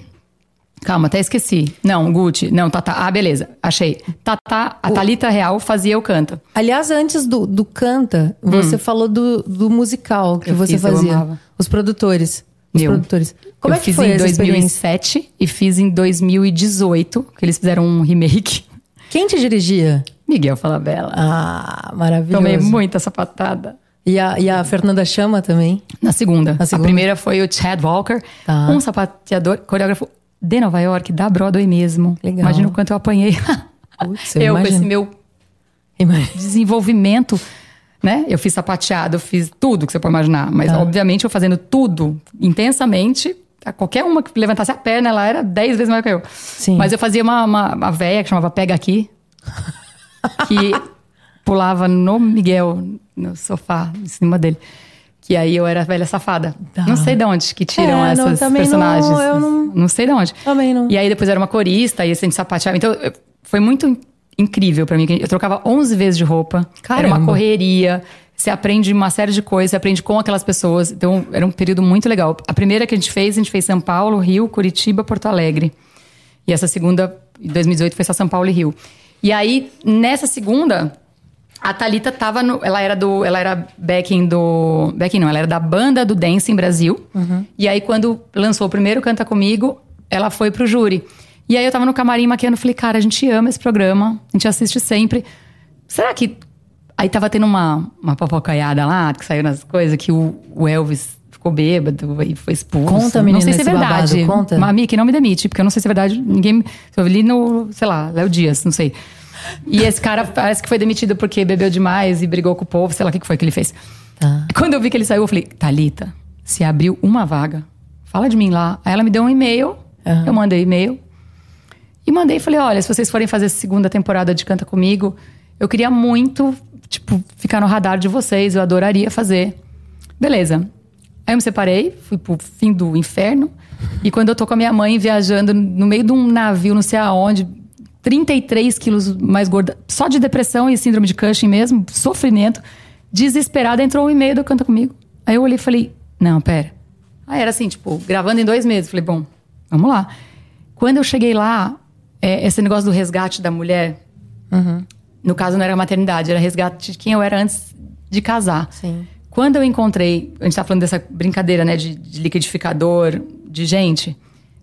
Speaker 2: Calma, até esqueci. Não, Gucci. Não, Tata. Ah, beleza. Achei. Tata, a Thalita Real fazia eu canta.
Speaker 1: Aliás, antes do, do Canta, você falou do, do musical que
Speaker 2: Hum. Eu
Speaker 1: você
Speaker 2: fiz, eu
Speaker 1: fazia.
Speaker 2: amava.
Speaker 1: Os produtores. Os
Speaker 2: Meu.
Speaker 1: produtores. Como
Speaker 2: eu
Speaker 1: é que
Speaker 2: fiz
Speaker 1: foi
Speaker 2: em
Speaker 1: essa experiência?
Speaker 2: 2007 e fiz em 2018, que eles fizeram um remake.
Speaker 1: Quem te dirigia?
Speaker 2: Miguel Falabella.
Speaker 1: Ah, maravilhoso.
Speaker 2: Tomei muita sapatada.
Speaker 1: E a, e a Fernanda Chama também.
Speaker 2: Na segunda.
Speaker 1: Na segunda.
Speaker 2: A primeira foi o Chad Walker,
Speaker 1: Tá.
Speaker 2: um sapateador, coreógrafo de Nova York, da Broadway mesmo.
Speaker 1: Legal.
Speaker 2: Imagina o quanto eu apanhei.
Speaker 1: Putz, eu
Speaker 2: eu, com
Speaker 1: imagino.
Speaker 2: esse meu
Speaker 1: Imagina.
Speaker 2: desenvolvimento, né? Eu
Speaker 1: Tá.
Speaker 2: fiz sapateado, eu fiz tudo que você pode imaginar. Mas, obviamente, eu fazendo tudo intensamente, a qualquer uma que levantasse a perna, ela era 10 vezes maior que eu.
Speaker 1: Sim.
Speaker 2: Mas eu fazia uma, uma, uma véia que chamava Pega Aqui, que pulava no Miguel, no sofá, em cima dele. Que aí eu era a velha safada. Não sei de onde que tiram
Speaker 1: Tá. É, não,
Speaker 2: essas
Speaker 1: também não,
Speaker 2: personagens.
Speaker 1: eu não-
Speaker 2: sei de onde.
Speaker 1: Também não.
Speaker 2: E aí depois eu era uma corista, ia sempre sapateava. Então eu- foi muito in- incrível pra mim. que Eu trocava 11 vezes de roupa. Era
Speaker 1: Caramba.
Speaker 2: uma correria. Você aprende uma série de coisas, você aprende com aquelas pessoas. Então era um período muito legal. A primeira que a gente fez, a gente fez São Paulo, Rio, Curitiba, Porto Alegre. E essa segunda, em 2018, foi só São Paulo e Rio. E aí, nessa segunda, a Thalita tava no. Ela era do. Ela era backing do. Backing não, ela era da banda do Dance em Brasil.
Speaker 1: Uhum.
Speaker 2: E aí, quando lançou o primeiro Canta Comigo, ela foi pro júri. E aí eu tava no camarim maquiando, falei, cara, a gente ama esse programa, a gente assiste sempre. Será que. Aí tava tendo uma, uma papocaiada lá, que saiu nas coisas, que o, o Elvis ficou bêbado e foi expulso.
Speaker 1: Conta,
Speaker 2: Não
Speaker 1: menina,
Speaker 2: sei se é
Speaker 1: esse babado,
Speaker 2: verdade.
Speaker 1: conta.
Speaker 2: Mas Mickey, não me demite, porque eu não sei se é verdade. Ninguém. me- Eu li no, sei lá, Léo Dias, não sei. E esse cara parece que foi demitido porque bebeu demais e brigou com o povo, sei lá o que que foi que ele fez.
Speaker 1: Tá.
Speaker 2: Quando eu vi que ele saiu, eu falei, Thalita, se abriu uma vaga, fala de mim lá. Aí ela me deu um e-mail,
Speaker 1: Aham.
Speaker 2: eu mandei e-mail. E mandei e falei, olha, se vocês forem fazer a segunda temporada de Canta Comigo, eu queria muito, tipo, ficar no radar de vocês, eu adoraria fazer. Beleza. Aí eu me separei, fui pro fim do inferno. E quando eu tô com a minha mãe viajando no meio de um navio, não sei aonde, 33 quilos mais gorda, só de depressão e síndrome de Cushing mesmo, sofrimento, desesperada, entrou um e-mail do Canta Comigo. Aí eu olhei e falei, não, pera. Aí era assim, tipo, gravando em dois meses. Falei, bom, vamos lá. Quando eu cheguei lá, é, esse negócio do resgate da mulher, no caso não era maternidade, era resgate de quem eu era antes de casar.
Speaker 4: Sim.
Speaker 2: Quando eu encontrei, a gente tá falando dessa brincadeira, né, de, de liquidificador, de gente.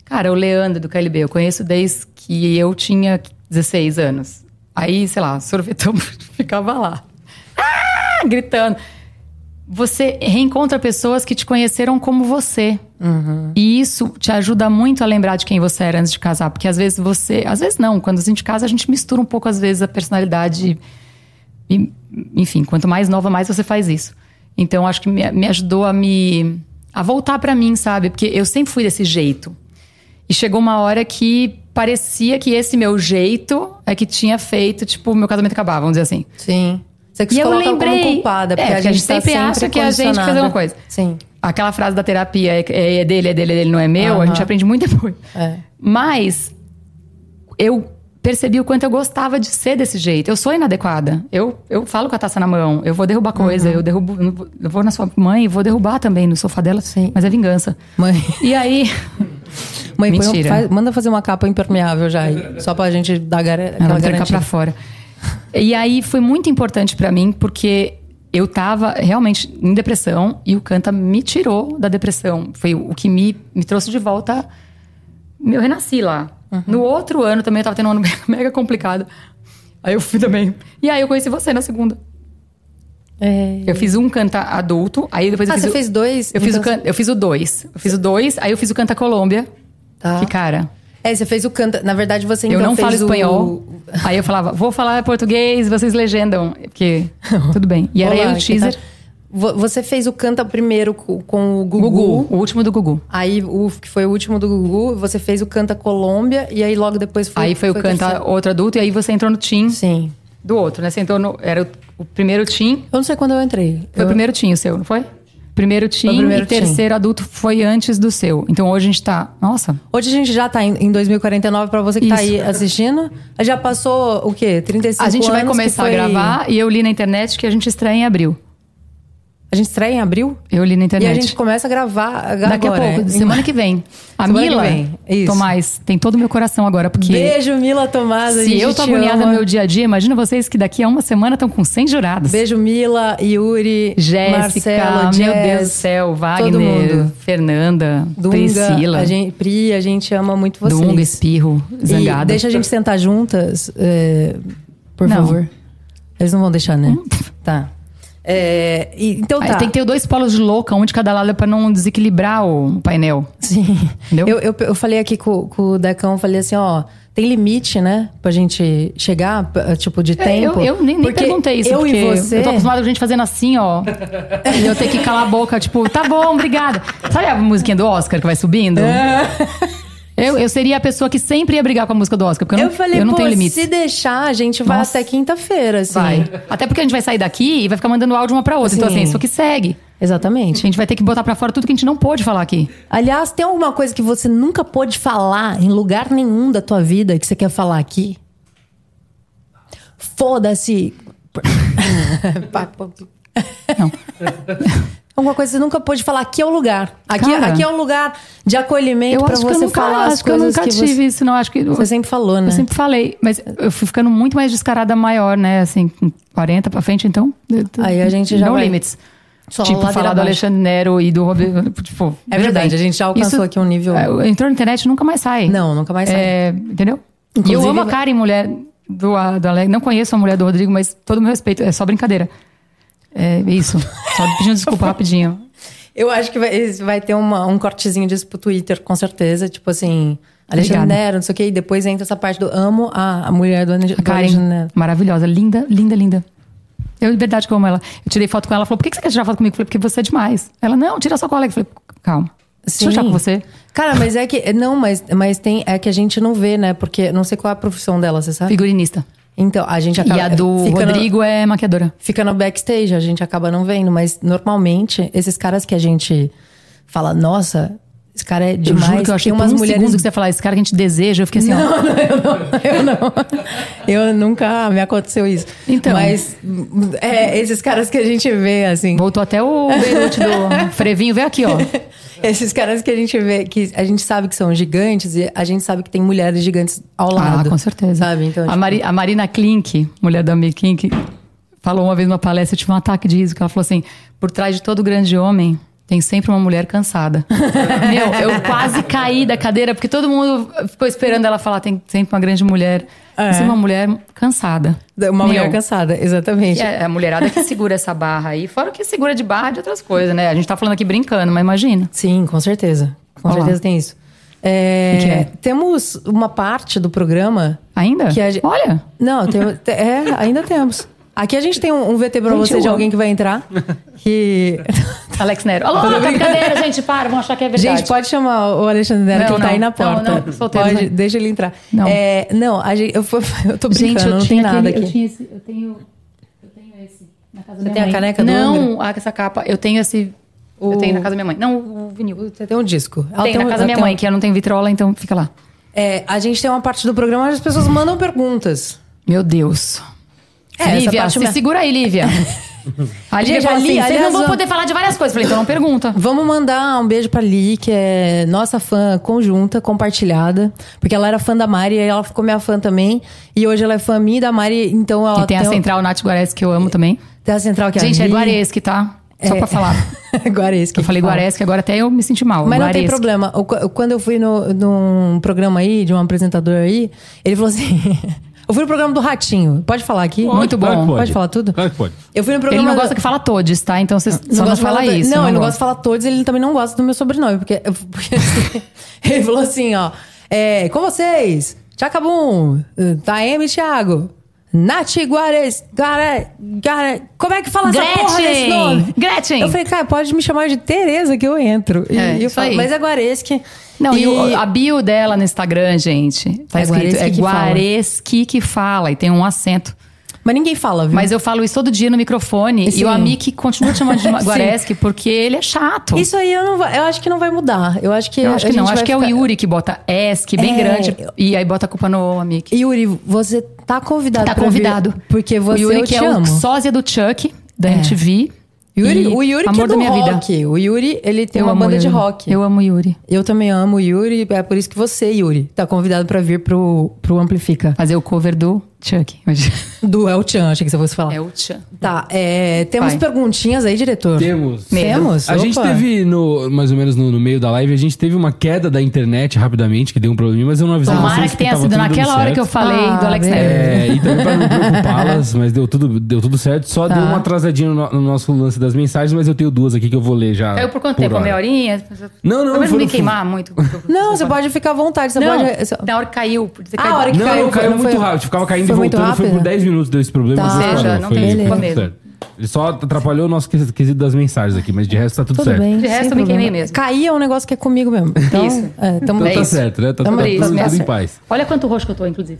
Speaker 2: Cara, o Leandro do KLB, eu conheço desde que eu tinha 16 anos. Aí, sei lá, sorvetão ficava lá. Ah! Gritando. Você reencontra pessoas que te conheceram como você. E isso te ajuda muito a lembrar de quem você era antes de casar. Porque às vezes você. Às vezes não. Quando a gente casa, a gente mistura um pouco, às vezes, a personalidade e, enfim, quanto mais nova, mais você faz isso. Então, acho que me, me ajudou a me. a voltar pra mim, sabe? Porque eu sempre fui desse jeito. E chegou uma hora que parecia que esse meu jeito é que tinha feito, tipo, meu casamento acabar, vamos dizer assim.
Speaker 4: Sim. Você que
Speaker 2: E
Speaker 4: se
Speaker 2: eu
Speaker 4: coloca como
Speaker 2: lembrei-
Speaker 4: culpada,
Speaker 2: É,
Speaker 4: porque a, gente tá
Speaker 2: sempre acha que a gente fez
Speaker 4: condicionada.
Speaker 2: uma coisa.
Speaker 4: Sim.
Speaker 2: Aquela frase da terapia é, é dele, é dele, é dele, não é meu, a gente aprende muito depois.
Speaker 4: É.
Speaker 2: Mas eu percebi o quanto eu gostava de ser desse jeito. Eu sou inadequada. Eu, eu falo com a taça na mão, eu vou derrubar coisa, eu derrubo. eu vou- Eu vou na sua mãe e vou derrubar também no sofá dela,
Speaker 1: Sim.
Speaker 2: mas é vingança.
Speaker 1: Mãe,
Speaker 2: E aí,
Speaker 1: mãe põe um-
Speaker 2: Mentira.
Speaker 1: faz- manda fazer uma capa impermeável já aí. Só pra gente dar gar
Speaker 2: ela
Speaker 1: aquela
Speaker 2: vai trancar pra
Speaker 1: garantia.
Speaker 2: fora. E aí foi muito importante pra mim, porque eu tava realmente em depressão e o canta me tirou da depressão. Foi o que me, me trouxe de volta eu renasci lá.
Speaker 4: Uhum.
Speaker 2: No outro ano também eu tava tendo um ano mega complicado. Aí eu fui também. E aí eu conheci você na segunda.
Speaker 1: É.
Speaker 2: Eu fiz um canta adulto, aí depois
Speaker 4: Ah,
Speaker 2: eu fiz
Speaker 4: você
Speaker 2: o-
Speaker 4: fez dois?
Speaker 2: Eu fiz,
Speaker 4: Então-
Speaker 2: o can- eu fiz o dois. Eu fiz o dois, aí eu fiz o canta Colômbia.
Speaker 1: tá.
Speaker 2: Que cara.
Speaker 4: É, você fez o canta. Na verdade, você
Speaker 2: Eu
Speaker 4: então
Speaker 2: não falo
Speaker 4: fez o-
Speaker 2: espanhol. Aí eu falava, vou falar português, vocês legendam. Porque tudo bem. E era
Speaker 4: Olá,
Speaker 2: eu e o
Speaker 4: que tá-
Speaker 2: teaser.
Speaker 4: Vo- Você fez o canta primeiro co- com o Gugu.
Speaker 2: Gugu, o último do Gugu.
Speaker 4: Aí, o que foi o último do Gugu, você fez o Canta Colômbia, e aí logo depois foi.
Speaker 2: Aí foi o canta
Speaker 4: terceiro.
Speaker 2: outro adulto, e aí você entrou no team
Speaker 4: Sim.
Speaker 2: do outro, né? Você entrou no. Era o, o primeiro team.
Speaker 1: Eu não sei quando eu entrei.
Speaker 2: Foi
Speaker 1: Eu-
Speaker 2: o primeiro team o seu, não foi? Primeiro team
Speaker 1: primeiro
Speaker 2: e terceiro adulto foi antes do seu. Então hoje a gente tá. Nossa,
Speaker 1: Hoje a gente já tá em, em 2049, pra você que tá
Speaker 2: Isso.
Speaker 1: aí assistindo. Já passou o quê? 35
Speaker 2: a gente vai
Speaker 1: anos que
Speaker 2: começar
Speaker 1: foi-
Speaker 2: a gravar e eu li na internet que a gente estreia em abril.
Speaker 1: A gente estreia em abril?
Speaker 2: Eu li
Speaker 1: E
Speaker 2: na
Speaker 1: a
Speaker 2: internet.
Speaker 1: gente começa a gravar agora.
Speaker 2: Daqui a pouco,
Speaker 1: é.
Speaker 2: semana que vem. A
Speaker 1: Semana que
Speaker 2: Mila
Speaker 1: vem, isso.
Speaker 2: Tomás tem todo o meu coração agora, porque
Speaker 1: Beijo, Mila Tomás. a
Speaker 2: se
Speaker 1: gente
Speaker 2: eu tô
Speaker 1: te
Speaker 2: agoniada
Speaker 1: ama.
Speaker 2: no meu dia a dia, imagina vocês que daqui a uma semana estão com 100 jurados.
Speaker 1: Beijo, Mila, Yuri,
Speaker 2: Jéssica,
Speaker 1: Marcelo,
Speaker 2: meu
Speaker 1: Jess,
Speaker 2: Deus do céu,
Speaker 1: todo
Speaker 2: Wagner,
Speaker 1: mundo.
Speaker 2: Fernanda,
Speaker 1: Dunga,
Speaker 2: Priscila,
Speaker 1: a gente, Pri, a gente ama muito vocês.
Speaker 2: Dunga, Espirro,
Speaker 1: E
Speaker 2: Zangado.
Speaker 1: deixa a gente sentar juntas, é, por
Speaker 2: Não.
Speaker 1: favor. Eles não vão deixar, né? Tá. É, e- então
Speaker 2: Aí
Speaker 1: tá.
Speaker 2: Tem que ter dois polos de louca, um de cada lado, pra não desequilibrar o painel.
Speaker 1: Sim.
Speaker 2: Entendeu?
Speaker 1: Eu, eu, eu falei aqui com, com o Decão, falei assim, ó, Tem limite, né? Pra gente chegar, p- tipo, de tempo.
Speaker 2: É, Eu, eu nem, nem
Speaker 1: Porque
Speaker 2: perguntei isso,
Speaker 1: Eu
Speaker 2: porque
Speaker 1: e você.
Speaker 2: eu tô acostumada com gente fazendo assim, ó. e eu tenho que calar a boca, tipo, tá bom, obrigada. Sabe a musiquinha do Oscar que vai subindo?
Speaker 1: É.
Speaker 2: Eu, eu seria a pessoa que sempre ia brigar com a música do Oscar, porque eu não,
Speaker 1: Eu falei,
Speaker 2: eu não
Speaker 1: pô,
Speaker 2: tenho limites.
Speaker 1: se deixar, a gente vai
Speaker 2: Nossa.
Speaker 1: até quinta-feira, assim.
Speaker 2: Vai. Até porque a gente vai sair daqui e vai ficar mandando áudio uma pra outra. Então,
Speaker 1: Sim.
Speaker 2: assim, isso que segue. A
Speaker 1: Exatamente.
Speaker 2: gente vai ter que botar pra fora tudo que a gente não pôde falar aqui.
Speaker 1: Aliás, tem alguma coisa que você nunca pôde falar em lugar nenhum da tua vida que você quer falar aqui? Foda-se.
Speaker 2: Não.
Speaker 1: Alguma coisa que você nunca pôde falar. Aqui é o lugar. Aqui,
Speaker 2: Cara,
Speaker 1: aqui é um lugar de acolhimento
Speaker 2: Eu
Speaker 1: pra
Speaker 2: acho que eu
Speaker 1: você
Speaker 2: nunca,
Speaker 1: falar as
Speaker 2: acho que eu
Speaker 1: coisas
Speaker 2: nunca
Speaker 1: que
Speaker 2: tive
Speaker 1: você...
Speaker 2: isso, não. Acho que.
Speaker 1: Você sempre falou, né?
Speaker 2: Eu sempre falei, mas eu fui ficando muito mais descarada maior, né? Assim, com 40 pra frente, então. eu tô-
Speaker 1: Aí a gente já
Speaker 2: No
Speaker 1: vai-
Speaker 2: limits.
Speaker 1: Só
Speaker 2: tipo,
Speaker 1: ladeira
Speaker 2: falar do
Speaker 1: abaixo.
Speaker 2: Alexandre Nero e do Roberto. Tipo,
Speaker 1: É
Speaker 2: veja
Speaker 1: verdade,
Speaker 2: bem,
Speaker 1: a gente já alcançou
Speaker 2: isso-
Speaker 1: aqui um nível-
Speaker 2: É, Entrou na internet nunca mais sai.
Speaker 1: Não, nunca mais sai.
Speaker 2: É, entendeu? e
Speaker 1: Inclusive- né?
Speaker 2: eu amo a Karen, mulher do, a- do Alex. Não conheço a mulher do Rodrigo, mas todo o meu respeito. É só brincadeira. É isso. Só pedindo desculpa rapidinho.
Speaker 1: Eu acho que vai, esse vai ter uma- um cortezinho disso pro Twitter, com certeza. Tipo assim, Alexandre
Speaker 2: Obrigada.
Speaker 1: Nero, não sei o quê. E depois entra essa parte do amo a, a mulher do, Ane-
Speaker 2: A
Speaker 1: do
Speaker 2: Karen,
Speaker 1: Alexandre Nero.
Speaker 2: maravilhosa, linda, linda, linda. Eu, de verdade, que eu amo ela. Eu tirei foto com ela, ela falou, por que que você quer tirar foto comigo? Eu falei, porque você é demais. Ela, não, tira só com a Alex. Eu falei, calma, deixa eu
Speaker 1: Sim.
Speaker 2: tirar com você.
Speaker 1: Cara, mas é que. Não, mas, mas tem. É que a gente não vê, né? Porque não sei qual é a profissão dela, você sabe?
Speaker 2: Figurinista.
Speaker 1: Então, a gente acaba.
Speaker 2: E a do
Speaker 1: fica no-
Speaker 2: Rodrigo é maquiadora.
Speaker 1: fica no backstage, a gente acaba não vendo. Mas normalmente, esses caras que a gente fala, nossa, esse cara é demais.
Speaker 2: eu juro que eu achei
Speaker 1: tem
Speaker 2: por
Speaker 1: umas
Speaker 2: um
Speaker 1: mulheres.
Speaker 2: segundo que você ia falar, esse cara que a gente deseja, eu fiquei assim, ó.
Speaker 1: Eu não. Eu nunca me aconteceu isso.
Speaker 2: Então.
Speaker 1: Mas é, esses caras que a gente vê, assim.
Speaker 2: Voltou até o Beirute do Frevinho, veio aqui, ó.
Speaker 1: Esses caras que a gente vê, que a gente sabe que são gigantes e a gente sabe que tem mulheres gigantes ao lado.
Speaker 2: Ah, com certeza.
Speaker 1: Sabe? Então,
Speaker 2: a,
Speaker 1: tipo,
Speaker 2: Mari- a Marina Klink, mulher da Ami Klink, falou uma vez numa palestra, eu tive um ataque de riso, que ela falou assim, por trás de todo grande homem, tem sempre uma mulher cansada. Meu, eu quase caí da cadeira, porque todo mundo ficou esperando ela falar, tem sempre uma grande mulher. Tem sempre uma mulher cansada.
Speaker 1: É. tipo, Uma mulher
Speaker 2: Meu,
Speaker 1: cansada, exatamente.
Speaker 2: É a mulherada que segura essa barra aí, fora o que segura de barra de outras coisas, né? A gente tá falando aqui brincando, mas imagina.
Speaker 1: Sim, com certeza. Com
Speaker 2: Olá.
Speaker 1: certeza tem isso. É,
Speaker 2: O que é?
Speaker 1: Temos uma parte do programa.
Speaker 2: Ainda?
Speaker 1: Que a gente-
Speaker 2: Olha,
Speaker 1: Não, tem- te- é, ainda temos. Aqui a gente tem um, um VT pra
Speaker 2: Gente,
Speaker 1: você de
Speaker 2: eu
Speaker 1: alguém que vai entrar. Que.
Speaker 2: Alex Nero. Alô, tá brincadeira, gente, para, vão achar que é verdade.
Speaker 1: Gente, pode chamar o Alexandre Nero,
Speaker 2: Não,
Speaker 1: que ele tá
Speaker 2: não.
Speaker 1: aí na
Speaker 2: Não,
Speaker 1: porta.
Speaker 2: não, solteiro,
Speaker 1: pode,
Speaker 2: né?
Speaker 1: deixa ele entrar.
Speaker 2: Não.
Speaker 1: É, não, a gente, eu, fui- eu tô brincando,
Speaker 2: Gente, eu
Speaker 1: não tem
Speaker 2: tinha
Speaker 1: nada aqui.
Speaker 2: aquele- Eu, tinha esse, eu tenho. Eu tenho esse. Na casa da minha
Speaker 1: tem a
Speaker 2: mãe.
Speaker 1: caneca do
Speaker 2: Não, ah, essa capa. Eu tenho esse. Eu tenho na casa da minha mãe. Não, o vinil.
Speaker 1: Você tem um disco. Ela
Speaker 2: Tem na
Speaker 1: um-
Speaker 2: casa da minha
Speaker 1: ela
Speaker 2: mãe,
Speaker 1: tem
Speaker 2: que eu não tenho vitrola, então fica lá.
Speaker 1: um- É, a gente tem uma parte do programa onde as pessoas mandam perguntas.
Speaker 2: Meu Deus.
Speaker 1: É, essa
Speaker 2: Lívia,
Speaker 1: parte
Speaker 2: se
Speaker 1: mesmo.
Speaker 2: segura aí, Lívia. A Lívia
Speaker 1: Gente,
Speaker 2: falou
Speaker 1: a Li-
Speaker 2: assim, vocês não
Speaker 1: aliás,
Speaker 2: vão
Speaker 1: eu-
Speaker 2: poder falar de várias coisas. Eu Falei, então não pergunta.
Speaker 1: Vamos mandar um beijo pra Li, que é nossa fã conjunta, compartilhada. Porque ela era fã da Mari, e ela ficou minha fã também. E hoje ela é fã minha e da Mari, então ela
Speaker 2: E tem a central Nath Guareschi, que eu amo também.
Speaker 1: tem a central que
Speaker 2: Gente,
Speaker 1: a
Speaker 2: é
Speaker 1: Li.
Speaker 2: Guareschi, tá? Só pra falar.
Speaker 1: Guaresque.
Speaker 2: Eu falei
Speaker 1: que fala.
Speaker 2: Guareschi, agora até eu me senti mal.
Speaker 1: Mas não tem
Speaker 2: Guareschi.
Speaker 1: problema. O qu- Quando eu fui no, num programa aí, de um apresentador aí, ele falou assim... eu fui no programa do Ratinho. Pode falar aqui?
Speaker 3: Pode,
Speaker 2: Muito
Speaker 3: claro
Speaker 2: bom.
Speaker 3: que
Speaker 1: Pode. falar tudo?
Speaker 3: Claro que pode.
Speaker 1: Eu fui no
Speaker 2: Ele
Speaker 1: programa...
Speaker 2: não
Speaker 1: do-
Speaker 2: gosta que fala todos, tá? Então vocês só não
Speaker 1: gosta de
Speaker 2: fala
Speaker 1: falar-
Speaker 2: isso.
Speaker 1: Não, ele não gosta
Speaker 2: gosta.
Speaker 1: de falar todos, ele também não gosta do meu sobrenome, porque, porque assim, ele falou assim, ó, é, com vocês, Tchacabum, eh, Taeme e Thiago, Nath Guares, Gara, Gara, como é que fala essa porra desse
Speaker 2: Gretchen!
Speaker 1: nome?
Speaker 2: Gretchen!
Speaker 1: Eu falei, cara, pode me chamar de Tereza que eu entro. E,
Speaker 2: É,
Speaker 1: e eu
Speaker 2: isso
Speaker 1: falo,
Speaker 2: aí.
Speaker 1: mas é Guaresque.
Speaker 2: Não, e, o-
Speaker 1: E-
Speaker 2: a bio dela no Instagram, gente, tá
Speaker 1: É
Speaker 2: escrito
Speaker 1: Guareschi
Speaker 2: é
Speaker 1: que fala.
Speaker 2: Guareschi que fala e tem um acento.
Speaker 1: Mas ninguém fala, viu?
Speaker 2: Mas eu falo isso todo dia no microfone
Speaker 1: Sim.
Speaker 2: e o Amik continua te chamando de
Speaker 1: Sim.
Speaker 2: Guareschi porque ele é chato.
Speaker 1: Isso aí eu, não, va- eu acho que não vai mudar. Eu acho que,
Speaker 2: Eu acho
Speaker 1: a
Speaker 2: que não,
Speaker 1: gente
Speaker 2: acho
Speaker 1: vai
Speaker 2: que é o
Speaker 1: ficar-
Speaker 2: Yuri que bota ESC bem
Speaker 1: É,
Speaker 2: grande
Speaker 1: eu-
Speaker 2: e aí bota a culpa no Amik.
Speaker 1: Yuri, você tá convidado
Speaker 2: Tá
Speaker 1: pra vir,
Speaker 2: convidado.
Speaker 1: porque você
Speaker 2: o Yuri
Speaker 1: eu
Speaker 2: que
Speaker 1: te
Speaker 2: é
Speaker 1: amo. É.
Speaker 2: o sósia do Chuck da MTV.
Speaker 1: Yuri,
Speaker 2: e
Speaker 1: o Yuri que
Speaker 2: amor
Speaker 1: é
Speaker 2: da
Speaker 1: do
Speaker 2: minha vida.
Speaker 1: rock. O Yuri, ele tem
Speaker 2: Eu
Speaker 1: uma
Speaker 2: amo o
Speaker 1: banda de
Speaker 2: Yuri.
Speaker 1: rock. Eu...
Speaker 2: Eu amo o Yuri.
Speaker 1: também amo o Yuri, é por isso que você, Yuri, tá convidado pra vir pro, pro Amplifica.
Speaker 2: Fazer o cover do Chuck.
Speaker 1: Do El Chan, achei que você fosse falar.
Speaker 2: o Chan.
Speaker 1: Tá, é, temos
Speaker 2: Vai.
Speaker 1: perguntinhas aí, diretor?
Speaker 3: Temos.
Speaker 1: Temos.
Speaker 3: A gente
Speaker 1: opa.
Speaker 3: teve, no, mais ou menos no, no meio da live, a gente teve uma queda da internet rapidamente, que deu um probleminha, mas eu não avisei
Speaker 2: Tomara
Speaker 3: vocês
Speaker 2: que tenha
Speaker 3: tava
Speaker 2: sido
Speaker 3: tudo dando
Speaker 2: naquela hora
Speaker 3: certo.
Speaker 2: que eu falei
Speaker 1: Ah,
Speaker 2: do Alex
Speaker 1: bem.
Speaker 2: Neves.
Speaker 3: É, e também pra não preocupá-las, mas deu tudo, deu tudo certo. Só
Speaker 2: Tá.
Speaker 3: deu uma atrasadinha no, no nosso lance das mensagens, mas eu tenho duas aqui que eu vou ler já.
Speaker 2: Caiu É, por quanto tempo?
Speaker 3: hora.
Speaker 2: Uma meia horinha?
Speaker 3: Não, não,
Speaker 2: Talvez não
Speaker 3: foi
Speaker 2: me
Speaker 3: no fim.
Speaker 2: queimar muito.
Speaker 1: Não, você pode ficar à vontade. Você
Speaker 2: Não,
Speaker 1: pode. você-
Speaker 2: na hora que caiu. por dizer
Speaker 1: Ah,
Speaker 2: caiu.
Speaker 1: a hora que
Speaker 3: Não,
Speaker 1: caiu,
Speaker 3: não,
Speaker 1: foi-
Speaker 3: caiu
Speaker 1: não
Speaker 3: muito
Speaker 1: foi-
Speaker 3: rápido. Ficava caindo
Speaker 1: foi
Speaker 3: e
Speaker 1: muito
Speaker 3: voltando. Foi por
Speaker 1: rápido?
Speaker 3: 10 minutos deu esse problema.
Speaker 1: Tá.
Speaker 3: mas
Speaker 1: Ou
Speaker 3: parou,
Speaker 2: seja, não
Speaker 3: foi,
Speaker 2: tem
Speaker 3: foi
Speaker 2: desculpa
Speaker 3: tudo
Speaker 2: mesmo.
Speaker 3: certo. Ele só atrapalhou o nosso quesi- quesito das mensagens aqui, mas de resto tá tudo,
Speaker 1: Tudo
Speaker 3: certo.
Speaker 1: bem.
Speaker 2: De resto,
Speaker 1: sem
Speaker 2: eu me queimei
Speaker 1: problema.
Speaker 2: mesmo.
Speaker 1: Cair é um negócio que é comigo mesmo. Então,
Speaker 2: Isso.
Speaker 1: É, tamo-
Speaker 3: Então
Speaker 2: É
Speaker 3: tá
Speaker 2: isso.
Speaker 3: certo, né? Tá,
Speaker 1: Tamo
Speaker 3: tá
Speaker 1: aí,
Speaker 3: tudo-
Speaker 1: tá
Speaker 3: tudo em
Speaker 1: certo.
Speaker 3: paz.
Speaker 2: Olha quanto roxo que eu tô, inclusive.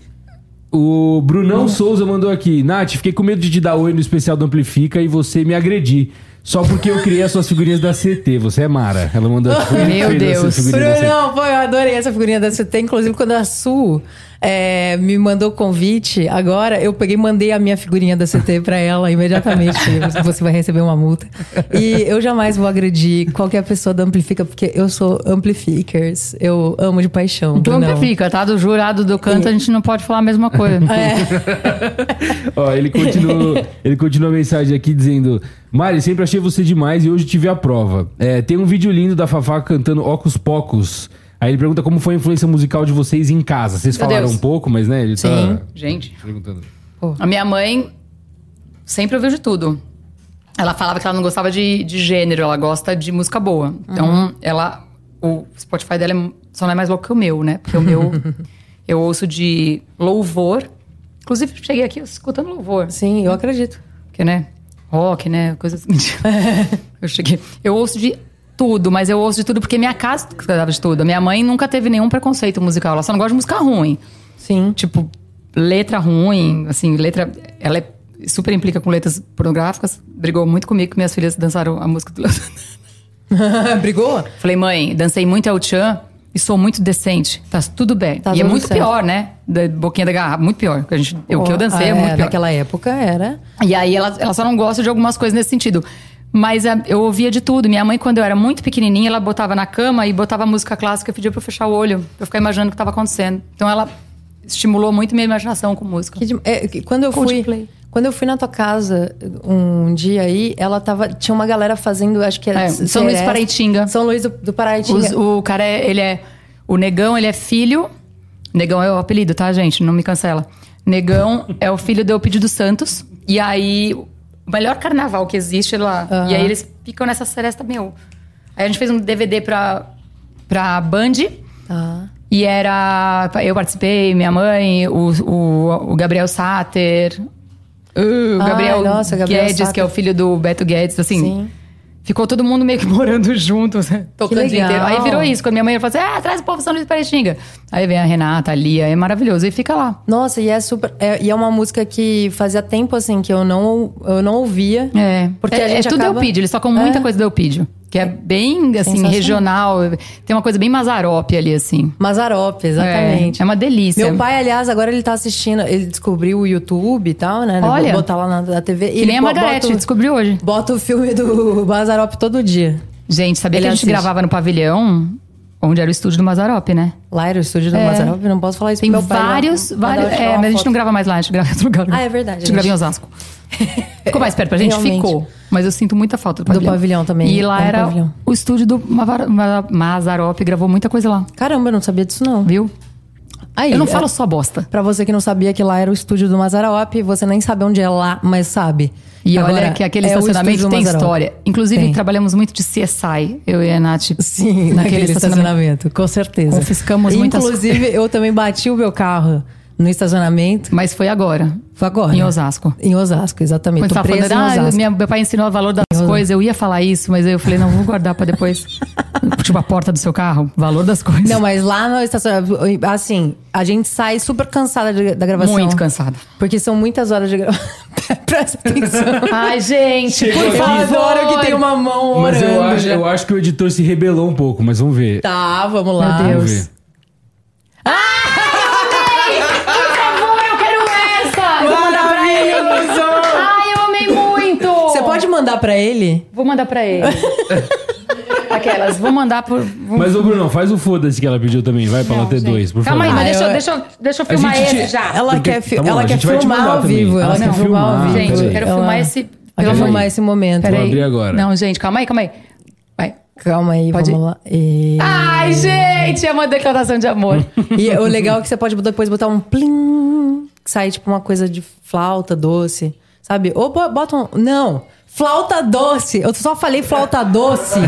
Speaker 3: O Brunão Souza mandou aqui. Nath, fiquei com medo de te dar oi no especial do Amplifica e você me agredir. Só porque eu criei as suas figurinhas da CT. Você é Mara. Ela mandou. "Fui eu que
Speaker 2: Meu
Speaker 3: fiz essas
Speaker 2: Deus.
Speaker 3: figurinhas da CT."
Speaker 1: Brunão, pô, eu adorei essa figurinha da CT. Inclusive, quando a Su é, me mandou o convite, agora eu peguei e mandei a minha figurinha da CT pra ela imediatamente. Falei, "Você- Você vai receber uma multa. E eu jamais vou agredir qualquer pessoa da Amplifica, porque eu sou Amplificers. Eu amo de paixão.
Speaker 2: Do
Speaker 1: Brunão.
Speaker 2: amplifica, tá? Do jurado do canto, a gente não pode falar a mesma coisa.
Speaker 1: É,
Speaker 3: Ó, ele continua, ele continua a mensagem aqui dizendo: Mari, sempre achei você demais e hoje tive a prova. É, tem um vídeo lindo da Fafá cantando Ocos Pocos. Aí ele pergunta como foi a influência musical de vocês em casa. Vocês
Speaker 2: Meu
Speaker 3: falaram
Speaker 2: Deus.
Speaker 3: um pouco, mas né, ele tá
Speaker 2: Gente,
Speaker 3: perguntando.
Speaker 2: a minha mãe sempre ouviu de tudo. Ela falava que ela não gostava de, de gênero, ela gosta de música boa. Então, ela. O Spotify dela é- só não é mais louco que o meu, né? Porque o meu. eu ouço de louvor. Inclusive, cheguei aqui escutando louvor.
Speaker 1: Sim, eu acredito.
Speaker 2: Porque, né? Rock, né? Coisas. eu cheguei. Eu ouço de tudo, mas eu ouço de tudo porque minha casa gostava de tudo. A Minha mãe nunca teve nenhum preconceito musical. Ela só não gosta de música ruim.
Speaker 1: Sim.
Speaker 2: Tipo, letra ruim, assim, letra. Ela é super implica com letras pornográficas. Brigou muito comigo que minhas filhas dançaram a música do Léo Santana.
Speaker 1: Brigou?
Speaker 2: Falei, mãe, dancei muito El Chan e sou muito decente. Tá tudo bem.
Speaker 1: Tá
Speaker 2: e é
Speaker 1: tudo
Speaker 2: muito
Speaker 1: certo.
Speaker 2: pior, né? Da boquinha da garrafa, muito pior. Que a gente, o que eu dancei é,
Speaker 1: Ah,
Speaker 2: muito pior.
Speaker 1: Naquela época era.
Speaker 2: E aí ela, ela só não gosta de algumas coisas nesse sentido. Mas a- eu ouvia de tudo. Minha mãe, quando eu era muito pequenininha, ela botava na cama e botava música clássica e pedia pra eu fechar o olho, pra eu ficar imaginando o que tava acontecendo. Então ela estimulou muito minha imaginação com música.
Speaker 1: Que de- é, que quando eu fui
Speaker 2: Coldplay.
Speaker 1: quando eu fui na tua casa um dia aí, ela tava tinha uma galera fazendo, acho que era
Speaker 2: É,
Speaker 1: s-
Speaker 2: São Luís
Speaker 1: seresta.
Speaker 2: do Paraitinga.
Speaker 1: São Luís do, do Paraitinga.
Speaker 2: Os- o cara, é, ele é. O Negão, ele é filho. Negão é o apelido, tá, gente? Não me cancela. Negão é o filho do Eupidio dos Santos. E aí, o melhor carnaval que existe lá. E aí eles ficam nessa seresta, meu. Aí a gente fez um DVD pra, pra Band.
Speaker 1: Tá.
Speaker 2: E era. Eu participei, minha mãe, o, o, o Gabriel Sater. uh, o
Speaker 1: Ai,
Speaker 2: Gabriel,
Speaker 1: nossa, Gabriel
Speaker 2: Guedes,
Speaker 1: Sater.
Speaker 2: que é o filho do Beto Guedes, assim.
Speaker 1: Sim.
Speaker 2: Ficou todo mundo meio que morando juntos, né? tocando o dia
Speaker 1: legal.
Speaker 2: inteiro. Aí virou isso. Quando minha mãe falou assim: ah, traz o povo São Luís Parexinga. Aí vem a Renata, a Lia, é maravilhoso. E fica lá.
Speaker 1: Nossa, e é super é- e é uma música que fazia tempo assim que eu não eu não ouvia.
Speaker 2: É.
Speaker 1: Porque
Speaker 2: é,
Speaker 1: a gente
Speaker 2: é tudo
Speaker 1: acaba...
Speaker 2: Eupídio, eles tocam muita coisa do Eupídio. Que é bem, assim,
Speaker 1: Sensacional.
Speaker 2: regional. Tem uma coisa bem mazarope ali, assim.
Speaker 1: Mazarope,
Speaker 2: É,
Speaker 1: exatamente.
Speaker 2: é uma delícia.
Speaker 1: Meu pai, aliás, agora ele tá assistindo, ele descobriu o YouTube e tal, né?
Speaker 2: Olha.
Speaker 1: Botar lá na, na TV.
Speaker 2: que
Speaker 1: ele
Speaker 2: nem a
Speaker 1: bo-
Speaker 2: Margarete,
Speaker 1: bota, o-
Speaker 2: descobriu hoje.
Speaker 1: bota o filme do Mazarope todo dia.
Speaker 2: Gente, sabia
Speaker 1: Ele
Speaker 2: É que a gente
Speaker 1: assiste.
Speaker 2: gravava no pavilhão, onde era o estúdio do Mazarop, né?
Speaker 1: Lá era o estúdio do
Speaker 2: É.
Speaker 1: Mazarope, não posso falar isso
Speaker 2: Tem
Speaker 1: pro meu pai. não.
Speaker 2: vários,
Speaker 1: Mandar eu
Speaker 2: vários.
Speaker 1: tirar
Speaker 2: É,
Speaker 1: uma
Speaker 2: mas a gente
Speaker 1: foto.
Speaker 2: não grava mais lá, a gente grava em outro lugar.
Speaker 1: Ah, é verdade,
Speaker 2: A gente grava
Speaker 1: gente.
Speaker 2: em Osasco. Ficou mais perto pra gente?
Speaker 1: Realmente.
Speaker 2: Ficou. Mas eu sinto muita falta do pavilhão.
Speaker 1: pavilhão também,
Speaker 2: E lá
Speaker 1: amo
Speaker 2: era
Speaker 1: pavilhão.
Speaker 2: o estúdio do Mavar- Ma- Mazarop, gravou muita coisa lá,
Speaker 1: Caramba, eu não sabia disso não.
Speaker 2: viu?
Speaker 1: Aí,
Speaker 2: Eu não
Speaker 1: é,
Speaker 2: falo só bosta.
Speaker 1: Pra você que não sabia que lá era o estúdio do Mazaraop, você nem sabe onde é lá, mas sabe.
Speaker 2: E olha
Speaker 1: Agora,
Speaker 2: que aquele
Speaker 1: é o
Speaker 2: estacionamento
Speaker 1: estúdio do
Speaker 2: tem
Speaker 1: Mazzaropi.
Speaker 2: história. Inclusive,
Speaker 1: Tem.
Speaker 2: trabalhamos muito de CSI, eu e a Nath.
Speaker 1: Sim, naquele estacionamento, com certeza.
Speaker 2: Confiscamos muitas
Speaker 1: Inclusive, eu também bati o meu carro no estacionamento.
Speaker 2: Mas foi agora.
Speaker 1: Foi agora.
Speaker 2: Em Osasco.
Speaker 1: Em Osasco, exatamente.
Speaker 2: Quando
Speaker 1: Tô
Speaker 2: tava
Speaker 1: presa
Speaker 2: falando,
Speaker 1: em
Speaker 2: ah,
Speaker 1: Osasco.
Speaker 2: minha- meu pai ensinou o valor das coisas, eu ia falar isso, mas aí eu falei, não, vou guardar pra depois. tipo, a porta do seu carro, valor das coisas.
Speaker 1: Não, mas lá no estacionamento, assim, a gente sai super cansada de- da gravação.
Speaker 2: Muito cansada.
Speaker 1: Porque são muitas horas de gravação. Presta atenção.
Speaker 2: Ai, gente,
Speaker 3: Chegou
Speaker 2: por
Speaker 3: aqui.
Speaker 2: favor.
Speaker 1: Adoro que tem uma mão orando.
Speaker 3: Mas eu acho,
Speaker 1: já.
Speaker 3: eu acho que o editor se rebelou um pouco, mas vamos ver.
Speaker 1: Tá, vamos lá.
Speaker 2: Meu
Speaker 3: Vamos
Speaker 2: Deus.
Speaker 3: ver.
Speaker 2: Amor, eu quero essa! Vou mandar pra ele. Ai, eu amei muito!
Speaker 1: Você pode mandar pra ele?
Speaker 2: Vou mandar pra ele. Aquelas, vou mandar por. vou-
Speaker 3: Mas, ô Bruno, faz o foda-se que ela pediu também. Vai pra ela ter dois, por
Speaker 2: Calma aí,
Speaker 3: favor.
Speaker 2: mas
Speaker 1: Ah,
Speaker 2: deixa, eu,
Speaker 1: eu-
Speaker 2: deixa, eu, deixa eu filmar
Speaker 3: gente
Speaker 2: esse
Speaker 3: te-
Speaker 2: já.
Speaker 1: Ela
Speaker 3: Porque-
Speaker 1: quer fi-
Speaker 3: tá bom,
Speaker 1: ela
Speaker 3: a
Speaker 1: quer
Speaker 3: gente vai te
Speaker 1: filmar
Speaker 3: mandar
Speaker 1: ao
Speaker 3: também.
Speaker 1: vivo,
Speaker 3: Ela
Speaker 1: ela
Speaker 3: quer
Speaker 1: quer filmar ao
Speaker 3: filmar,
Speaker 1: vivo.
Speaker 2: Gente, eu
Speaker 3: peraí.
Speaker 2: quero
Speaker 1: Ela-
Speaker 2: filmar esse.
Speaker 1: Quero
Speaker 3: Peraí.
Speaker 1: filmar esse momento.
Speaker 3: Vou abrir agora.
Speaker 2: Não, gente, calma aí, calma aí. Vai.
Speaker 1: Calma aí,
Speaker 2: Pode
Speaker 1: vamos lá. E...
Speaker 2: Ai, gente, é uma declaração de amor.
Speaker 1: E o legal é que você pode depois botar um plim, que sai tipo uma coisa de flauta doce, sabe? Ou bo- bota um. Não! Flauta doce! Eu só falei flauta doce!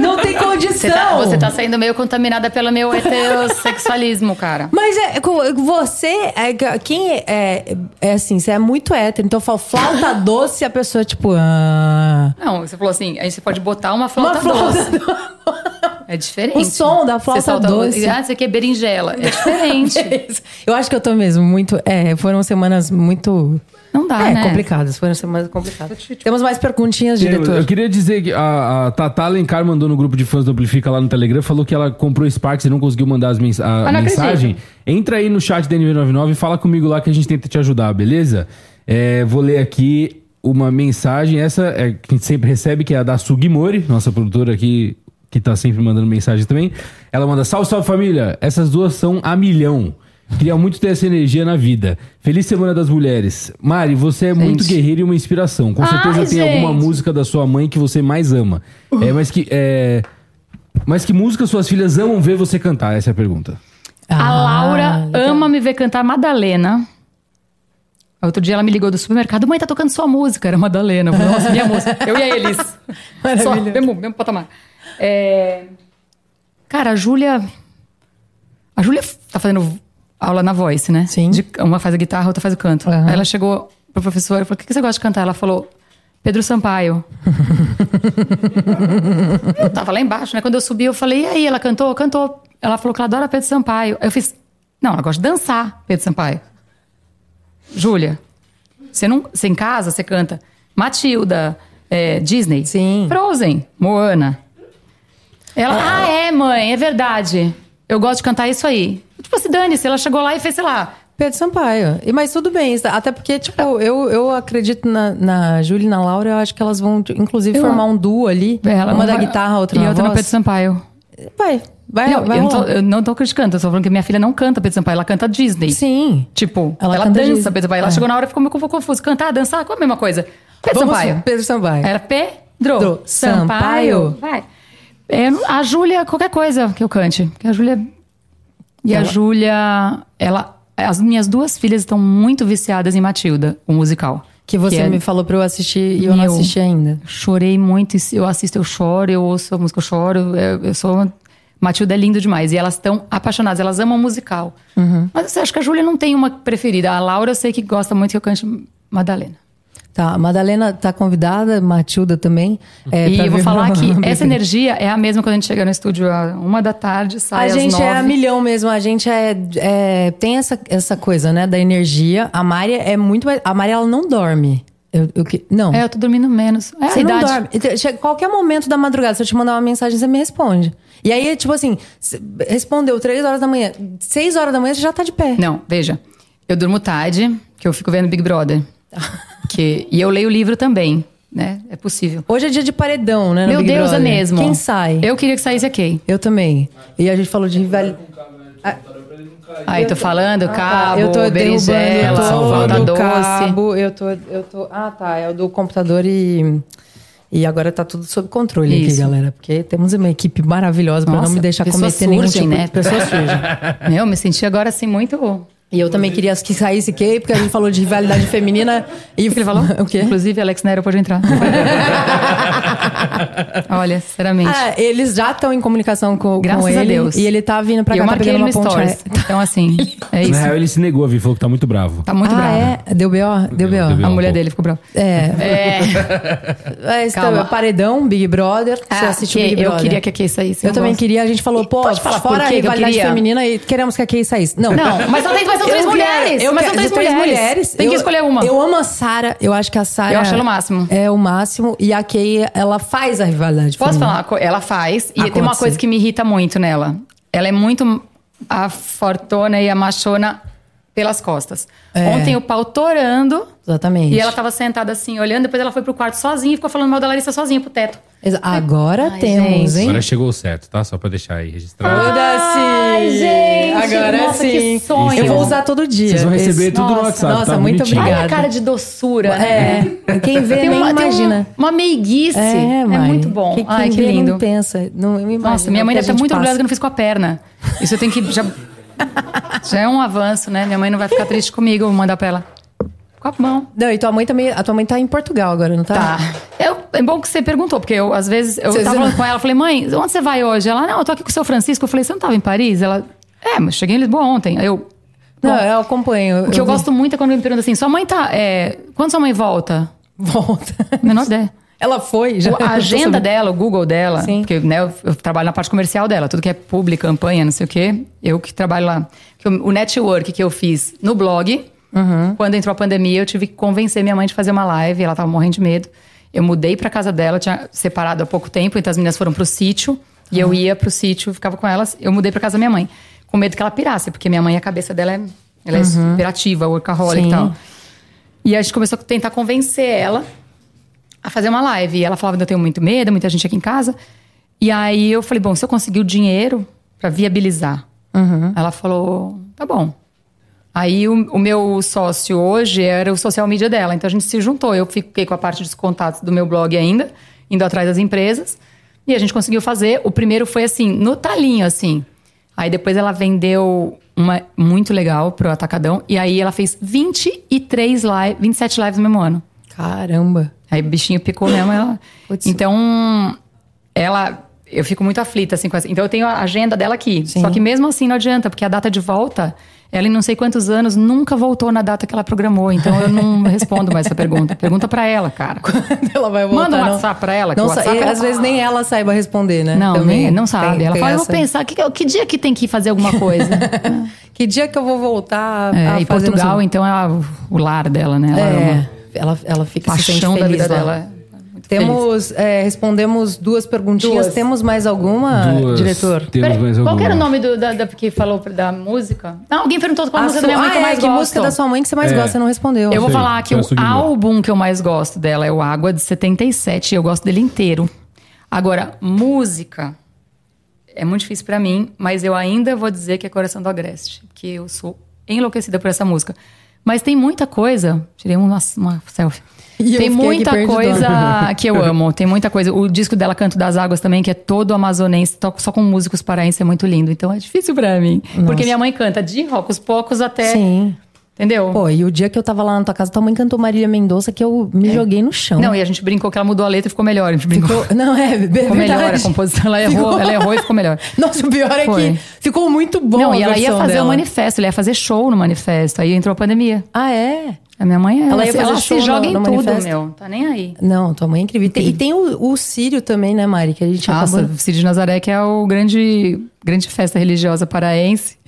Speaker 1: Não tem
Speaker 2: Você
Speaker 1: condição!
Speaker 2: tá, você tá saindo meio contaminada pelo meu heterossexualismo, cara.
Speaker 1: Mas é, co- você. É, quem é, é, é assim, você é muito hétero, então eu falo flauta doce e a pessoa, tipo. Ah,
Speaker 2: Não, você falou assim, aí você pode botar uma
Speaker 1: uma
Speaker 2: flauta
Speaker 1: flauta
Speaker 2: doce.
Speaker 1: doce.
Speaker 2: É diferente.
Speaker 1: O som da flauta
Speaker 2: Você solta-
Speaker 1: doce.
Speaker 2: Ah, você quer berinjela. É diferente.
Speaker 1: É isso. Eu acho que eu tô mesmo muito. É, foram semanas muito.
Speaker 2: Não dá,
Speaker 1: é,
Speaker 2: né?
Speaker 1: complicadas. Foram semanas complicadas. Temos mais perguntinhas,
Speaker 3: Eu,
Speaker 1: diretor.
Speaker 3: eu queria dizer que a, a Tatá Alencar mandou no grupo de fãs do Amplifica lá no Telegram, falou que ela comprou Sparks e não conseguiu mandar as mens a
Speaker 2: Ah, não
Speaker 3: mensagem. Entra aí no chat da NV99 e fala comigo lá que a gente tenta te ajudar, beleza? É, vou ler aqui uma mensagem, essa é que a gente sempre recebe, que é a da Sugimori, nossa produtora aqui, que tá sempre mandando mensagem também. Ela manda, salve, salve família, essas duas são a milhão. Queria muito ter essa energia na vida. Feliz Semana das Mulheres. Mari, você é muito guerreira e uma inspiração. Com
Speaker 2: Ai,
Speaker 3: certeza tem alguma
Speaker 2: gente.
Speaker 3: música da sua mãe que você mais ama. É, mas que é, mas que música suas filhas amam ver você cantar? Essa é a pergunta.
Speaker 2: A
Speaker 1: Ah,
Speaker 2: Laura ama me ver cantar Madalena. Outro dia ela me ligou do supermercado, mãe, tá tocando sua música. Era Madalena. Eu falei, Nossa, minha música. Eu e a Elis. Só,
Speaker 1: Maravilhoso.
Speaker 2: mesmo, mesmo patamar. É... Cara, a Júlia... A Júlia tá fazendo aula na voice, né?
Speaker 1: Sim.
Speaker 2: De- uma faz a guitarra, outra faz o canto.
Speaker 1: Aham.
Speaker 2: Aí ela chegou pro professor e falou, o que, que você gosta de cantar? Ela falou... Pedro Sampaio. eu tava lá embaixo, né? Quando eu subi, eu falei, e aí, ela cantou? Cantou. Ela falou que ela adora Pedro Sampaio. Eu fiz, não, ela gosta de dançar Pedro Sampaio. Júlia, você não. Você em casa, você canta Matilda, é, Disney.
Speaker 1: Sim.
Speaker 2: Frozen, Moana. Ela, ah. é, mãe, é verdade. Eu gosto de cantar isso aí. Tipo assim, dane-se, ela chegou lá e fez, sei lá.
Speaker 1: Pedro Sampaio. E, mas tudo bem, isso- até porque, tipo, eu, eu acredito na, na Júlia e na Laura, eu acho que elas vão, inclusive,
Speaker 2: Eu- É,
Speaker 1: formar um duo ali.
Speaker 2: Ela,
Speaker 1: uma da guitarra, outra
Speaker 2: E
Speaker 1: na
Speaker 2: outra no
Speaker 1: voz.
Speaker 2: Pedro Sampaio.
Speaker 1: Vai, vai,
Speaker 2: não,
Speaker 1: vai
Speaker 2: eu, não tô,
Speaker 1: rolar.
Speaker 2: eu não tô criticando, eu tô falando que minha filha não canta Pedro Sampaio, ela canta Disney.
Speaker 1: Sim.
Speaker 2: Tipo, ela,
Speaker 1: Ela canta
Speaker 2: dança
Speaker 1: Disney.
Speaker 2: Pedro Sampaio. Ela
Speaker 1: É.
Speaker 2: chegou na hora e ficou meio confuso. Cantar, dançar, qual a mesma coisa? Pedro
Speaker 1: Vamos-
Speaker 2: Sampaio. É,
Speaker 1: Pedro Sampaio.
Speaker 2: Era Pedro
Speaker 1: Do
Speaker 2: Sampaio.
Speaker 1: Sampaio.
Speaker 2: Vai. É, a Júlia, qualquer coisa que eu cante. Porque a Júlia. E a
Speaker 1: Ela-
Speaker 2: Júlia, ela. As minhas duas filhas estão muito viciadas em Matilda, o musical.
Speaker 1: Que você
Speaker 2: é-
Speaker 1: me falou pra eu assistir e eu não
Speaker 2: Meu.
Speaker 1: assisti ainda.
Speaker 2: Chorei muito, e se eu assisto, eu choro, eu ouço a música, eu choro. Eu, eu sou. uma- Matilda é lindo demais. E elas estão apaixonadas, elas amam musical.
Speaker 1: Uhum.
Speaker 2: Mas você acha que a Júlia não tem uma preferida? A Laura eu sei que gosta muito que eu cante Madalena.
Speaker 1: Tá, a Madalena tá convidada, Matilda também. é,
Speaker 2: e
Speaker 1: pra
Speaker 2: eu vou
Speaker 1: vir
Speaker 2: falar
Speaker 1: no-
Speaker 2: que
Speaker 1: no
Speaker 2: essa
Speaker 1: Big
Speaker 2: energia é a mesma quando a gente chega no estúdio a uma da tarde, sai
Speaker 1: A
Speaker 2: às
Speaker 1: gente é a
Speaker 2: nove.
Speaker 1: milhão mesmo, a gente é, é- tem essa, essa coisa, né, da energia. A Mari é muito mais, a Mari ela não dorme. Eu, eu que- não.
Speaker 2: É, eu tô dormindo menos. É a
Speaker 1: você não
Speaker 2: idade.
Speaker 1: dorme. Então, chega- Qualquer momento da madrugada, se eu te mandar uma mensagem, você me responde. E aí, tipo assim, cê- respondeu três horas da manhã, seis horas da manhã, você já tá de pé.
Speaker 2: Não, veja. Eu durmo tarde, que eu fico vendo Big Brother.
Speaker 1: Tá.
Speaker 2: Que, e eu leio o livro também, né? É possível.
Speaker 1: Hoje é dia de paredão, né? no
Speaker 2: Meu
Speaker 1: Big
Speaker 2: Deus,
Speaker 1: Brother.
Speaker 2: é mesmo.
Speaker 1: Quem sai?
Speaker 2: Eu queria que saísse a Kay.
Speaker 1: Eu também. E a gente falou de rival...
Speaker 2: Aí tô falando, cabo,
Speaker 1: Ah, tá. eu tô
Speaker 2: berinjela,
Speaker 1: derrubando
Speaker 2: falta
Speaker 1: eu tô do
Speaker 2: doce.
Speaker 1: cabo, eu tô, eu tô... Ah, tá, é o do computador e... E agora tá tudo sob controle
Speaker 2: Isso.
Speaker 1: aqui, galera. Porque temos uma equipe maravilhosa pra
Speaker 2: Nossa,
Speaker 1: não me deixar cometer
Speaker 2: pessoas
Speaker 1: nenhum
Speaker 2: surgem,
Speaker 1: tipo
Speaker 2: né?
Speaker 1: de pessoa suja.
Speaker 2: Meu, me senti agora assim muito...
Speaker 1: E eu também queria que saísse gay, porque a gente falou de rivalidade feminina. E o que ele falou? O quê?
Speaker 2: Inclusive, Alex Nero pode entrar. Olha, sinceramente.
Speaker 1: Ah, eles já estão em comunicação com,
Speaker 2: Graças
Speaker 1: com
Speaker 2: a
Speaker 1: ele.
Speaker 2: Deus.
Speaker 1: E ele tá vindo pra
Speaker 2: E
Speaker 1: cá
Speaker 2: eu
Speaker 1: tá
Speaker 2: marquei
Speaker 1: pegando
Speaker 2: ele no
Speaker 1: uma ponte.
Speaker 2: Stories. Então, assim, é
Speaker 3: Na
Speaker 2: isso.
Speaker 3: real, ele se negou a vir, falou que tá muito bravo.
Speaker 2: Tá muito
Speaker 1: ah,
Speaker 2: bravo.
Speaker 1: é? Deu B.O.? Deu
Speaker 3: Deu B.O.
Speaker 1: B.O.
Speaker 2: A mulher dele ficou brava.
Speaker 1: É.
Speaker 2: É.
Speaker 1: é então,
Speaker 2: Calma.
Speaker 1: Paredão, Big Brother. você
Speaker 2: Ah,
Speaker 1: assistiu
Speaker 2: que
Speaker 1: Big
Speaker 2: eu
Speaker 1: Brother.
Speaker 2: queria que a Kay saísse.
Speaker 1: Eu também
Speaker 2: gosto.
Speaker 1: queria, a gente falou, pô,
Speaker 2: pode falar por
Speaker 1: fora a
Speaker 2: que que eu
Speaker 1: rivalidade
Speaker 2: queria?
Speaker 1: feminina e queremos que a Kay saísse. Não.
Speaker 2: Não, mas não tem, mas são três
Speaker 1: Eu
Speaker 2: mulheres.
Speaker 1: quero- eu
Speaker 2: mas
Speaker 1: quero-
Speaker 2: são três,
Speaker 1: de três
Speaker 2: mulheres.
Speaker 1: mulheres.
Speaker 2: Tem que
Speaker 1: Eu-
Speaker 2: escolher uma.
Speaker 1: Eu amo a Sara, eu acho que a Sara.
Speaker 2: Eu acho ela o máximo.
Speaker 1: É o máximo. E a Kay, ela faz a rivalidade.
Speaker 2: Posso
Speaker 1: feminina.
Speaker 2: falar? uma co- Ela faz. E tem uma
Speaker 1: Acontece.
Speaker 2: coisa que me irrita muito nela. Ela é muito a fortona e a machona pelas costas.
Speaker 1: É.
Speaker 2: Ontem o pau torando.
Speaker 1: Exatamente.
Speaker 2: tá- E ela tava sentada assim, olhando. Depois ela foi pro quarto sozinha e ficou falando mal da Larissa sozinha pro teto.
Speaker 1: Exa- Agora temos,
Speaker 2: gente.
Speaker 1: hein?
Speaker 3: Agora chegou o certo, tá? Só pra deixar aí registrado.
Speaker 2: Ah.
Speaker 1: Agora
Speaker 4: Ai,
Speaker 1: sim!
Speaker 4: gente,
Speaker 1: Agora
Speaker 4: nossa,
Speaker 1: sim!
Speaker 4: que sonho.
Speaker 1: Eu vou usar todo dia.
Speaker 3: Vocês vão receber
Speaker 1: esse.
Speaker 3: tudo no
Speaker 1: Nossa,
Speaker 3: WhatsApp,
Speaker 1: Nossa,
Speaker 3: tá
Speaker 1: muito
Speaker 3: bonitinho.
Speaker 1: obrigada.
Speaker 4: Olha a cara de doçura.
Speaker 2: né?
Speaker 1: É, quem vê
Speaker 2: Tem
Speaker 1: nem
Speaker 2: uma, tem
Speaker 1: imagina.
Speaker 2: uma, uma meiguice. É,
Speaker 1: Mari.
Speaker 2: muito bom.
Speaker 1: Que,
Speaker 2: Ai,
Speaker 1: quem
Speaker 2: que
Speaker 1: vê
Speaker 2: lindo.
Speaker 1: Não pensa, não eu me
Speaker 2: Nossa,
Speaker 1: imagino
Speaker 2: minha mãe
Speaker 1: o que a
Speaker 2: deve estar
Speaker 1: gente
Speaker 2: muito orgulhosa
Speaker 1: passa.
Speaker 2: que eu não fiz com a perna. Isso eu tenho que. Já, já é um avanço, né? Minha mãe não vai ficar triste comigo, vou mandar pra ela. Com a mão.
Speaker 1: Não, e tua mãe também, a tua mãe tá em Portugal agora, não tá?
Speaker 2: Tá. Eu- é bom que você perguntou, porque eu, às vezes, eu
Speaker 1: Você-
Speaker 2: tava
Speaker 1: você
Speaker 2: falando
Speaker 1: não-
Speaker 2: com ela, eu falei, mãe, onde você vai hoje? Ela, não, eu tô aqui com o seu Francisco. Eu falei, você não tava em Paris? Ela, é, mas cheguei em Lisboa ontem. Aí eu.
Speaker 1: Não,
Speaker 2: bom,
Speaker 1: eu acompanho.
Speaker 2: o que eu
Speaker 1: vi.
Speaker 2: gosto muito é quando me perguntam assim, sua mãe tá. é, quando sua mãe volta?
Speaker 1: Volta.
Speaker 2: Menor ideia.
Speaker 1: Ela foi já.
Speaker 2: A agenda dela, o Google dela,
Speaker 1: Sim.
Speaker 2: porque né, eu, eu trabalho na parte comercial dela, tudo que é público, campanha, não sei o quê, eu que trabalho lá. Que eu- O network que eu fiz no blog,
Speaker 1: Uhum.
Speaker 2: quando entrou a pandemia, eu tive que convencer minha mãe de fazer uma live, ela tava morrendo de medo. Eu mudei pra casa dela, tinha separado há pouco tempo, então as meninas foram pro sítio, e
Speaker 1: Uhum.
Speaker 2: eu ia pro sítio, ficava com elas, eu mudei pra casa da minha mãe, com medo que ela pirasse, porque minha mãe, a cabeça dela é, ela é
Speaker 1: Uhum.
Speaker 2: hiperativa, workaholic
Speaker 1: Sim.
Speaker 2: e tal. E a gente começou a tentar convencer ela a fazer uma live. E ela falava, eu tenho muito medo, muita gente aqui em casa. E aí eu falei, bom, se eu conseguir o dinheiro pra viabilizar. Ela falou, tá bom. Aí o, o meu sócio hoje era o social media dela. Então a gente se juntou. Eu fiquei com a parte dos contatos do meu blog ainda, indo atrás das empresas. E a gente conseguiu fazer. O primeiro foi assim, no talinho, assim. Aí depois ela vendeu uma muito legal pro Atacadão. E aí ela fez 23 lives, 27 lives no mesmo ano.
Speaker 1: Caramba.
Speaker 2: Aí o bichinho picou mesmo. Ela...
Speaker 1: Putz.
Speaker 2: Então, ela. Eu fico muito aflita, assim, com essa. Então eu tenho a agenda dela aqui. Só que mesmo assim não adianta, porque a data de volta, ela em não sei quantos anos nunca voltou na data que ela programou. Então eu não respondo mais essa pergunta. Pergunta pra ela, cara.
Speaker 1: Ela vai voltar.
Speaker 2: Manda um
Speaker 1: não.
Speaker 2: WhatsApp pra ela, que
Speaker 1: Não
Speaker 2: o
Speaker 1: sa-
Speaker 2: WhatsApp
Speaker 1: e
Speaker 2: ela-
Speaker 1: Às vezes nem ela saiba responder, né?
Speaker 2: Não,
Speaker 1: Também
Speaker 2: nem, não sabe.
Speaker 1: tem-
Speaker 2: ela
Speaker 1: tem
Speaker 2: fala, eu vou
Speaker 1: essa.
Speaker 2: pensar, que, que dia que tem que fazer alguma coisa?
Speaker 1: Que dia que eu vou voltar
Speaker 2: é,
Speaker 1: a
Speaker 2: e
Speaker 1: fazer não sei
Speaker 2: Portugal,
Speaker 1: o
Speaker 2: então, é a- o lar dela, né?
Speaker 1: quê?
Speaker 2: Ela é,
Speaker 1: Ah, assim. É, ela,
Speaker 2: uma
Speaker 1: ela fica se sente
Speaker 2: paixão
Speaker 1: feliz
Speaker 2: da vida
Speaker 1: lá.
Speaker 2: dela. Muito feliz.
Speaker 1: Temos, é, respondemos duas perguntinhas.
Speaker 2: Duas.
Speaker 1: Temos mais alguma,
Speaker 3: Duas.
Speaker 1: diretor?
Speaker 3: Temos
Speaker 2: Peraí,
Speaker 3: mais
Speaker 2: qual que era o nome
Speaker 3: alguma.
Speaker 2: do, da, da- que falou pra- da música? Não, alguém perguntou qual a música da minha mãe
Speaker 1: sua-
Speaker 2: que
Speaker 1: Ah,
Speaker 2: eu
Speaker 1: é,
Speaker 2: mais
Speaker 1: que
Speaker 2: gosto.
Speaker 1: música da sua mãe que você mais
Speaker 3: É.
Speaker 1: gosta? Você não respondeu.
Speaker 2: Eu vou
Speaker 3: Sei,
Speaker 2: falar que o
Speaker 3: traço de mulher.
Speaker 2: álbum que eu mais gosto dela é o Água de 77. Eu gosto dele inteiro. Agora, música é muito difícil pra mim, mas eu ainda vou dizer que é Coração do Agreste, porque eu sou enlouquecida por essa música. Mas tem muita coisa. Tirei uma, uma selfie.
Speaker 1: E eu
Speaker 2: tem
Speaker 1: fiquei aqui
Speaker 2: muita
Speaker 1: perdidona.
Speaker 2: coisa que eu amo. Tem muita coisa. O disco dela, Canto das Águas, também, que é todo amazonense, to- só com músicos paraenses, é muito lindo. Então é difícil pra mim. Porque minha mãe canta de rocos poucos até.
Speaker 1: Sim.
Speaker 2: Entendeu?
Speaker 1: Pô, e o dia que eu tava lá na tua casa, tua mãe cantou Marília Mendonça que eu me joguei no chão.
Speaker 2: É. Não, e a gente brincou que ela mudou a letra e ficou melhor. A gente brincou.
Speaker 1: Ficou- não é, be-
Speaker 2: Ficou melhor
Speaker 1: verdade.
Speaker 2: a composição. Ela errou,
Speaker 1: Ficou-
Speaker 2: ela errou e ficou melhor.
Speaker 1: Nossa, o pior é
Speaker 2: Foi.
Speaker 1: que ficou muito bom.
Speaker 2: não,
Speaker 1: a
Speaker 2: e ela ia
Speaker 1: versão
Speaker 2: fazer
Speaker 1: dela.
Speaker 2: o manifesto, ela ia fazer show no manifesto. Aí entrou a pandemia.
Speaker 1: Ah, é?
Speaker 2: A minha mãe, ela,
Speaker 1: Ela ia
Speaker 2: se-
Speaker 1: fazer
Speaker 2: ela
Speaker 1: show
Speaker 2: se joga
Speaker 1: no-
Speaker 2: em
Speaker 1: no
Speaker 2: tudo,
Speaker 1: manifesto.
Speaker 2: meu. Tá nem aí.
Speaker 1: Não, tua mãe é incrível. E tem, e tem o, o Sírio também, né, Mari? Que a gente
Speaker 2: Nossa,
Speaker 1: acabou...
Speaker 2: o Cid de Nazaré que é o grande, grande festa religiosa paraense.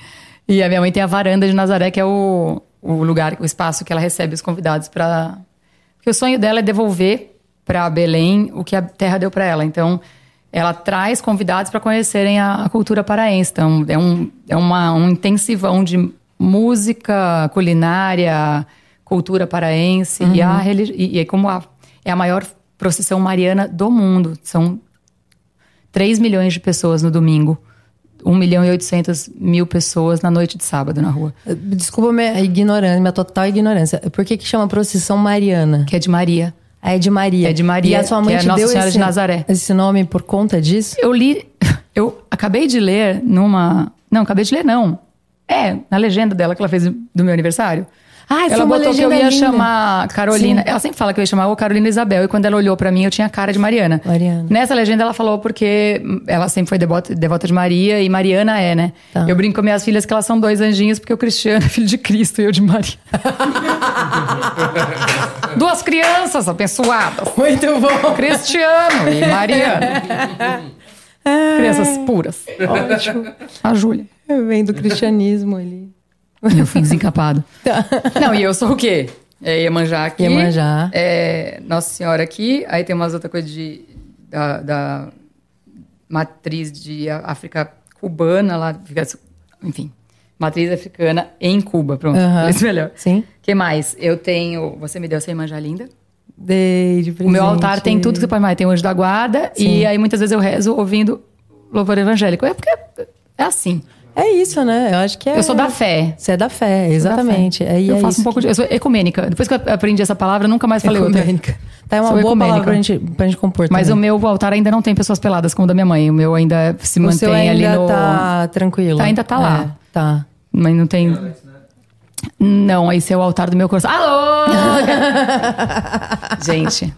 Speaker 2: E a minha mãe tem a varanda de Nazaré, que é o, o lugar, o espaço que ela recebe os convidados para Porque o sonho dela é devolver para Belém o que a terra deu para ela. Então, ela traz convidados para conhecerem a, a cultura paraense. Então, é um, é uma, um intensivão de música, culinária, cultura paraense. E, a, religi- e, e como a, é a maior procissão mariana do mundo. São 3 milhões de pessoas no domingo. 1 milhão e 800 mil pessoas na noite de sábado na rua.
Speaker 1: Desculpa minha ignorância, minha total ignorância. Por que que chama procissão mariana?
Speaker 2: Que é de Maria.
Speaker 1: É de Maria.
Speaker 2: É de Maria,
Speaker 1: E a sua mãe
Speaker 2: que é
Speaker 1: te
Speaker 2: Nossa
Speaker 1: deu
Speaker 2: Senhora
Speaker 1: esse,
Speaker 2: de Nazaré.
Speaker 1: esse nome por conta disso?
Speaker 2: Eu li. Eu acabei de ler numa. Não, acabei de ler, não. É, na legenda dela que ela fez do meu aniversário.
Speaker 1: Ah, foi
Speaker 2: ela
Speaker 1: uma
Speaker 2: botou que eu
Speaker 1: legenda
Speaker 2: ia
Speaker 1: linda.
Speaker 2: chamar Carolina. Ela sempre fala que eu ia chamar o Carolina Isabel. E quando ela olhou pra mim, eu tinha a cara de Mariana.
Speaker 1: Mariana.
Speaker 2: Nessa legenda ela falou porque ela sempre foi devota, devota de Maria e Mariana é, né?
Speaker 1: Tá.
Speaker 2: Eu brinco com minhas filhas que elas são dois anjinhos porque o Cristiano é filho de Cristo e eu de Maria. Duas crianças abençoadas.
Speaker 1: Muito bom.
Speaker 2: Cristiano e Mariano. Crianças puras. A Júlia.
Speaker 1: Vem do cristianismo ali. Tá.
Speaker 2: Eu fui desencapado. Não, e eu sou o quê? É Iemanjá aqui.
Speaker 1: Iemanjá.
Speaker 2: É Nossa Senhora aqui. Aí tem umas outras coisas de, da, da matriz de Á- África cubana lá. fica- Enfim, matriz africana em Cuba. Pronto,
Speaker 1: Aham.
Speaker 2: isso é melhor.
Speaker 1: Sim.
Speaker 2: que mais? Eu tenho... Você me deu essa Iemanjá linda.
Speaker 1: dei de presente.
Speaker 2: O meu altar tem tudo que você pode mais. Tem o anjo da guarda. E aí muitas vezes eu rezo ouvindo louvor evangélico. É porque é assim.
Speaker 1: É isso, né? Eu acho que é.
Speaker 2: Eu sou da fé.
Speaker 1: Você é da fé, exatamente.
Speaker 2: Da fé.
Speaker 1: É, e
Speaker 2: eu
Speaker 1: é
Speaker 2: faço
Speaker 1: isso
Speaker 2: um pouco de. Eu sou ecumênica. Depois que eu aprendi essa palavra, eu nunca mais
Speaker 1: que-
Speaker 2: falei outra.
Speaker 1: ecumênica. Tá, é uma
Speaker 2: Sou
Speaker 1: boa palavra pra
Speaker 2: ecumênica.
Speaker 1: gente, pra gente compor
Speaker 2: Mas o
Speaker 1: também.
Speaker 2: meu altar ainda não tem pessoas peladas como o da minha mãe. O meu ainda se
Speaker 1: o
Speaker 2: mantém
Speaker 1: seu ainda
Speaker 2: ali no.
Speaker 1: tá tranquilo.
Speaker 2: Tá, ainda tá lá.
Speaker 1: É, tá.
Speaker 2: Mas não tem. Não, esse é o altar do meu coração. Alô! Gente.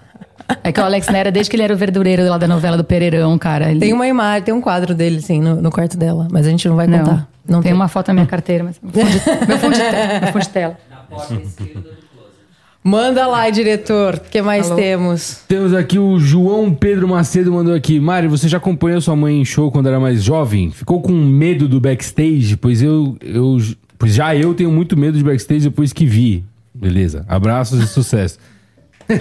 Speaker 2: É que o Alex Nera, desde que ele era o verdureiro lá da novela do Pereirão, cara. Ele...
Speaker 1: Tem uma imagem, tem um quadro dele, sim, no, no quarto dela. Mas a gente não vai
Speaker 2: Não,
Speaker 1: contar.
Speaker 2: não tem, uma foto na minha carteira, mas. Meu fundo de, meu fundo de tela. Meu fundo de tela.
Speaker 1: Manda lá, diretor. O que mais
Speaker 2: Alô?
Speaker 1: temos?
Speaker 3: Temos aqui o João Pedro Macedo mandou aqui. Mari, você já acompanhou sua mãe em show quando era mais jovem? Ficou com medo do backstage? Pois eu, eu pois já eu tenho muito medo de backstage depois que vi. Beleza. Abraços e sucesso. Eu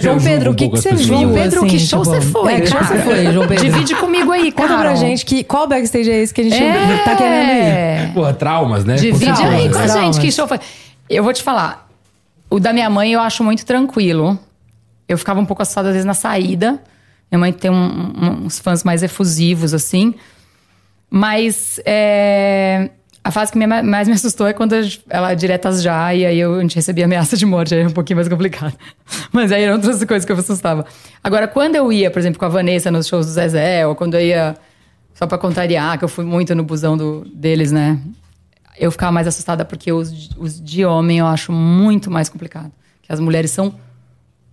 Speaker 1: João
Speaker 3: julgo
Speaker 1: Pedro,
Speaker 3: um
Speaker 1: o que, que
Speaker 3: pouco as
Speaker 1: você
Speaker 3: pessoas,
Speaker 1: viu?
Speaker 3: né?
Speaker 2: Pedro, que show você foi,
Speaker 1: É, que show
Speaker 2: cara?
Speaker 1: você foi, João Pedro?
Speaker 2: Divide comigo aí, cara.
Speaker 1: Conta pra gente que, qual backstage é esse que a gente
Speaker 2: É.
Speaker 1: tá querendo ir.
Speaker 3: Porra, traumas, né?
Speaker 2: Divide
Speaker 3: certeza,
Speaker 2: aí
Speaker 3: né?
Speaker 2: com a
Speaker 1: Traumas.
Speaker 2: gente que show foi. Eu vou te falar. O da minha mãe eu acho muito tranquilo. Eu ficava um pouco assustada às vezes na saída. Minha mãe tem um- um- uns fãs mais efusivos, assim. Mas é, a fase que me- mais me assustou é quando ela diretas já, e aí eu, a gente recebia ameaça de morte, aí é um pouquinho mais complicado. Mas aí eram outras coisas que eu me assustava. Agora, quando eu ia, por exemplo, com a Vanessa nos shows do Zezé, ou quando eu ia, só pra contrariar, que eu fui muito no busão do, deles, né? Eu ficava mais assustada porque os, de- os de homem eu acho muito mais complicado. Que as mulheres são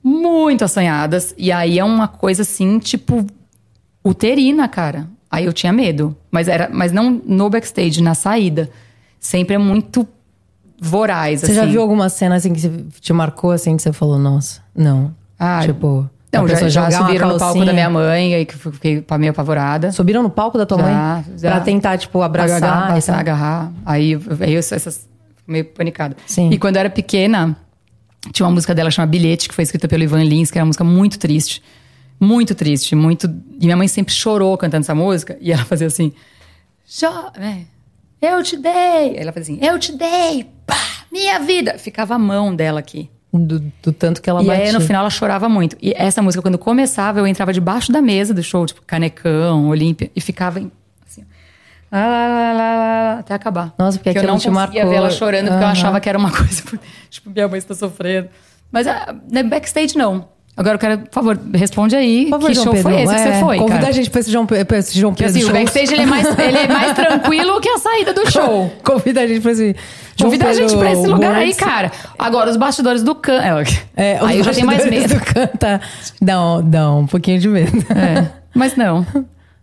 Speaker 2: muito assanhadas, e aí é uma coisa assim, tipo, uterina, cara. Aí eu tinha medo. Mas era, mas não no backstage, na saída. Sempre é muito voraz,
Speaker 1: Você
Speaker 2: assim.
Speaker 1: já viu alguma cena assim que você- te marcou, assim, que você falou, nossa, não.
Speaker 2: Ah,
Speaker 1: tipo,
Speaker 2: Não,
Speaker 1: a
Speaker 2: já,
Speaker 1: pessoa
Speaker 2: já
Speaker 1: jogar uma
Speaker 2: subiram no palco
Speaker 1: calcinha.
Speaker 2: da minha mãe, aí que eu fiquei pa- meio apavorada.
Speaker 1: Subiram no palco da tua
Speaker 2: Já,
Speaker 1: mãe?
Speaker 2: já.
Speaker 1: Pra tentar, tipo, abraçar.
Speaker 2: agarrar,
Speaker 1: e tal.
Speaker 2: abraçar, agarrar. Aí, eu- aí eu sou essas, fico meio panicada.
Speaker 1: Sim.
Speaker 2: E quando eu era pequena, tinha uma música dela chamada Bilhete, que foi escrita pelo Ivan Lins, que era uma música muito triste. Muito triste, muito. E minha mãe sempre chorou cantando essa música. E ela fazia assim: "Jo- é, eu te dei. Ela fazia assim: eu te dei, pá, minha vida. Ficava a mão dela aqui.
Speaker 1: Do, do tanto que ela
Speaker 2: E
Speaker 1: batia.
Speaker 2: aí, no final, ela chorava muito. E essa música, quando começava, eu entrava debaixo da mesa do show, tipo, Canecão, Olímpia, e ficava em- assim, ó, lá, lá, lá, lá, lá, lá, até acabar.
Speaker 1: Nossa, porque
Speaker 2: eu
Speaker 1: aquilo
Speaker 2: não
Speaker 1: te
Speaker 2: conseguia
Speaker 1: marcou.
Speaker 2: ver ela chorando, porque eu
Speaker 1: Aham.
Speaker 2: achava que era uma coisa, tipo, minha mãe está sofrendo. Mas ah, né, backstage, não. Agora eu quero, por favor, responde aí.
Speaker 1: Por favor,
Speaker 2: que
Speaker 1: João
Speaker 2: show
Speaker 1: Pedro,
Speaker 2: foi esse que
Speaker 1: é,
Speaker 2: você foi,
Speaker 1: Convida
Speaker 2: cara?
Speaker 1: a gente pra esse João, Pe- pra esse João
Speaker 2: Porque,
Speaker 1: Pedro.
Speaker 2: assim, o
Speaker 1: show.
Speaker 2: backstage ele é, mais, ele é mais tranquilo que a saída do show.
Speaker 1: Convida a gente pra esse João
Speaker 2: Convida a
Speaker 1: Pedro
Speaker 2: gente pra esse lugar aí,
Speaker 1: Gomes.
Speaker 2: cara. Agora, os bastidores do can...
Speaker 1: É, os
Speaker 2: aí eu já tenho mais
Speaker 1: bastidores
Speaker 2: medo.
Speaker 1: Do canta. Dá, um- dá um pouquinho de medo.
Speaker 2: É, mas não.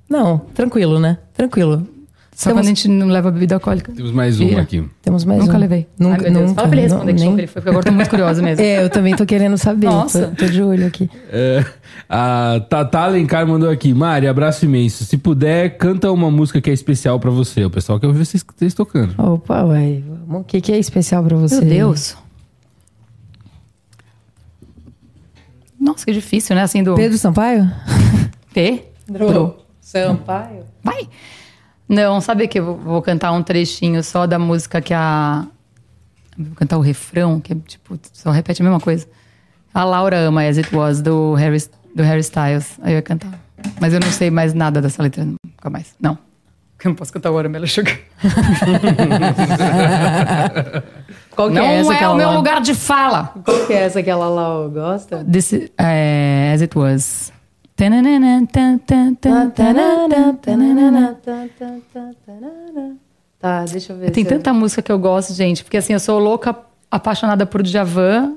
Speaker 1: Não, tranquilo, né? Tranquilo.
Speaker 2: Só
Speaker 1: Temos-
Speaker 2: quando a gente não leva bebida alcoólica.
Speaker 3: Temos mais um
Speaker 2: Gira.
Speaker 3: aqui.
Speaker 1: Temos mais
Speaker 2: nunca
Speaker 1: um.
Speaker 2: levei.
Speaker 1: Nunca,
Speaker 2: Ai, meu Deus.
Speaker 1: nunca,
Speaker 2: Fala pra ele
Speaker 1: não-
Speaker 2: responder que show que ele foi, porque agora eu tô muito curiosa mesmo.
Speaker 1: É, eu também tô querendo saber.
Speaker 2: Nossa.
Speaker 1: Tô, tô de olho aqui.
Speaker 3: É, a Tata Alencar mandou aqui. Mari, abraço imenso. Se puder, canta uma música que é especial pra você. O pessoal quer ouvir vocês, vocês tocando.
Speaker 1: Opa, ué. O que, que é especial pra você?
Speaker 2: Meu Deus. Nossa, que difícil, né? Assim, do
Speaker 1: Pedro Sampaio?
Speaker 2: P.
Speaker 1: é um Sampaio?
Speaker 2: Vai. Não, sabe que eu vou- vou cantar um trechinho só da música que a... Vou cantar o refrão, que é tipo, só repete a mesma coisa. A Laura ama As It Was, do Harry, do Harry Styles. Aí eu ia cantar. Mas eu não sei mais nada dessa letra, nunca mais. Não. Porque eu não posso cantar o Watermelon Sugar.
Speaker 1: Qual que
Speaker 2: Não
Speaker 1: é essa
Speaker 2: é,
Speaker 1: que ela
Speaker 2: o meu
Speaker 1: lá-
Speaker 2: lugar de fala.
Speaker 1: Qual que é essa que ela lá gosta?
Speaker 2: Desse, é, as it was. Tananana, tan, tan, tan, tanana, tananana.
Speaker 1: Tá, deixa eu ver.
Speaker 2: Tem
Speaker 1: se eu-
Speaker 2: tanta música que eu gosto, gente, porque assim, eu sou louca, apaixonada por Djavan,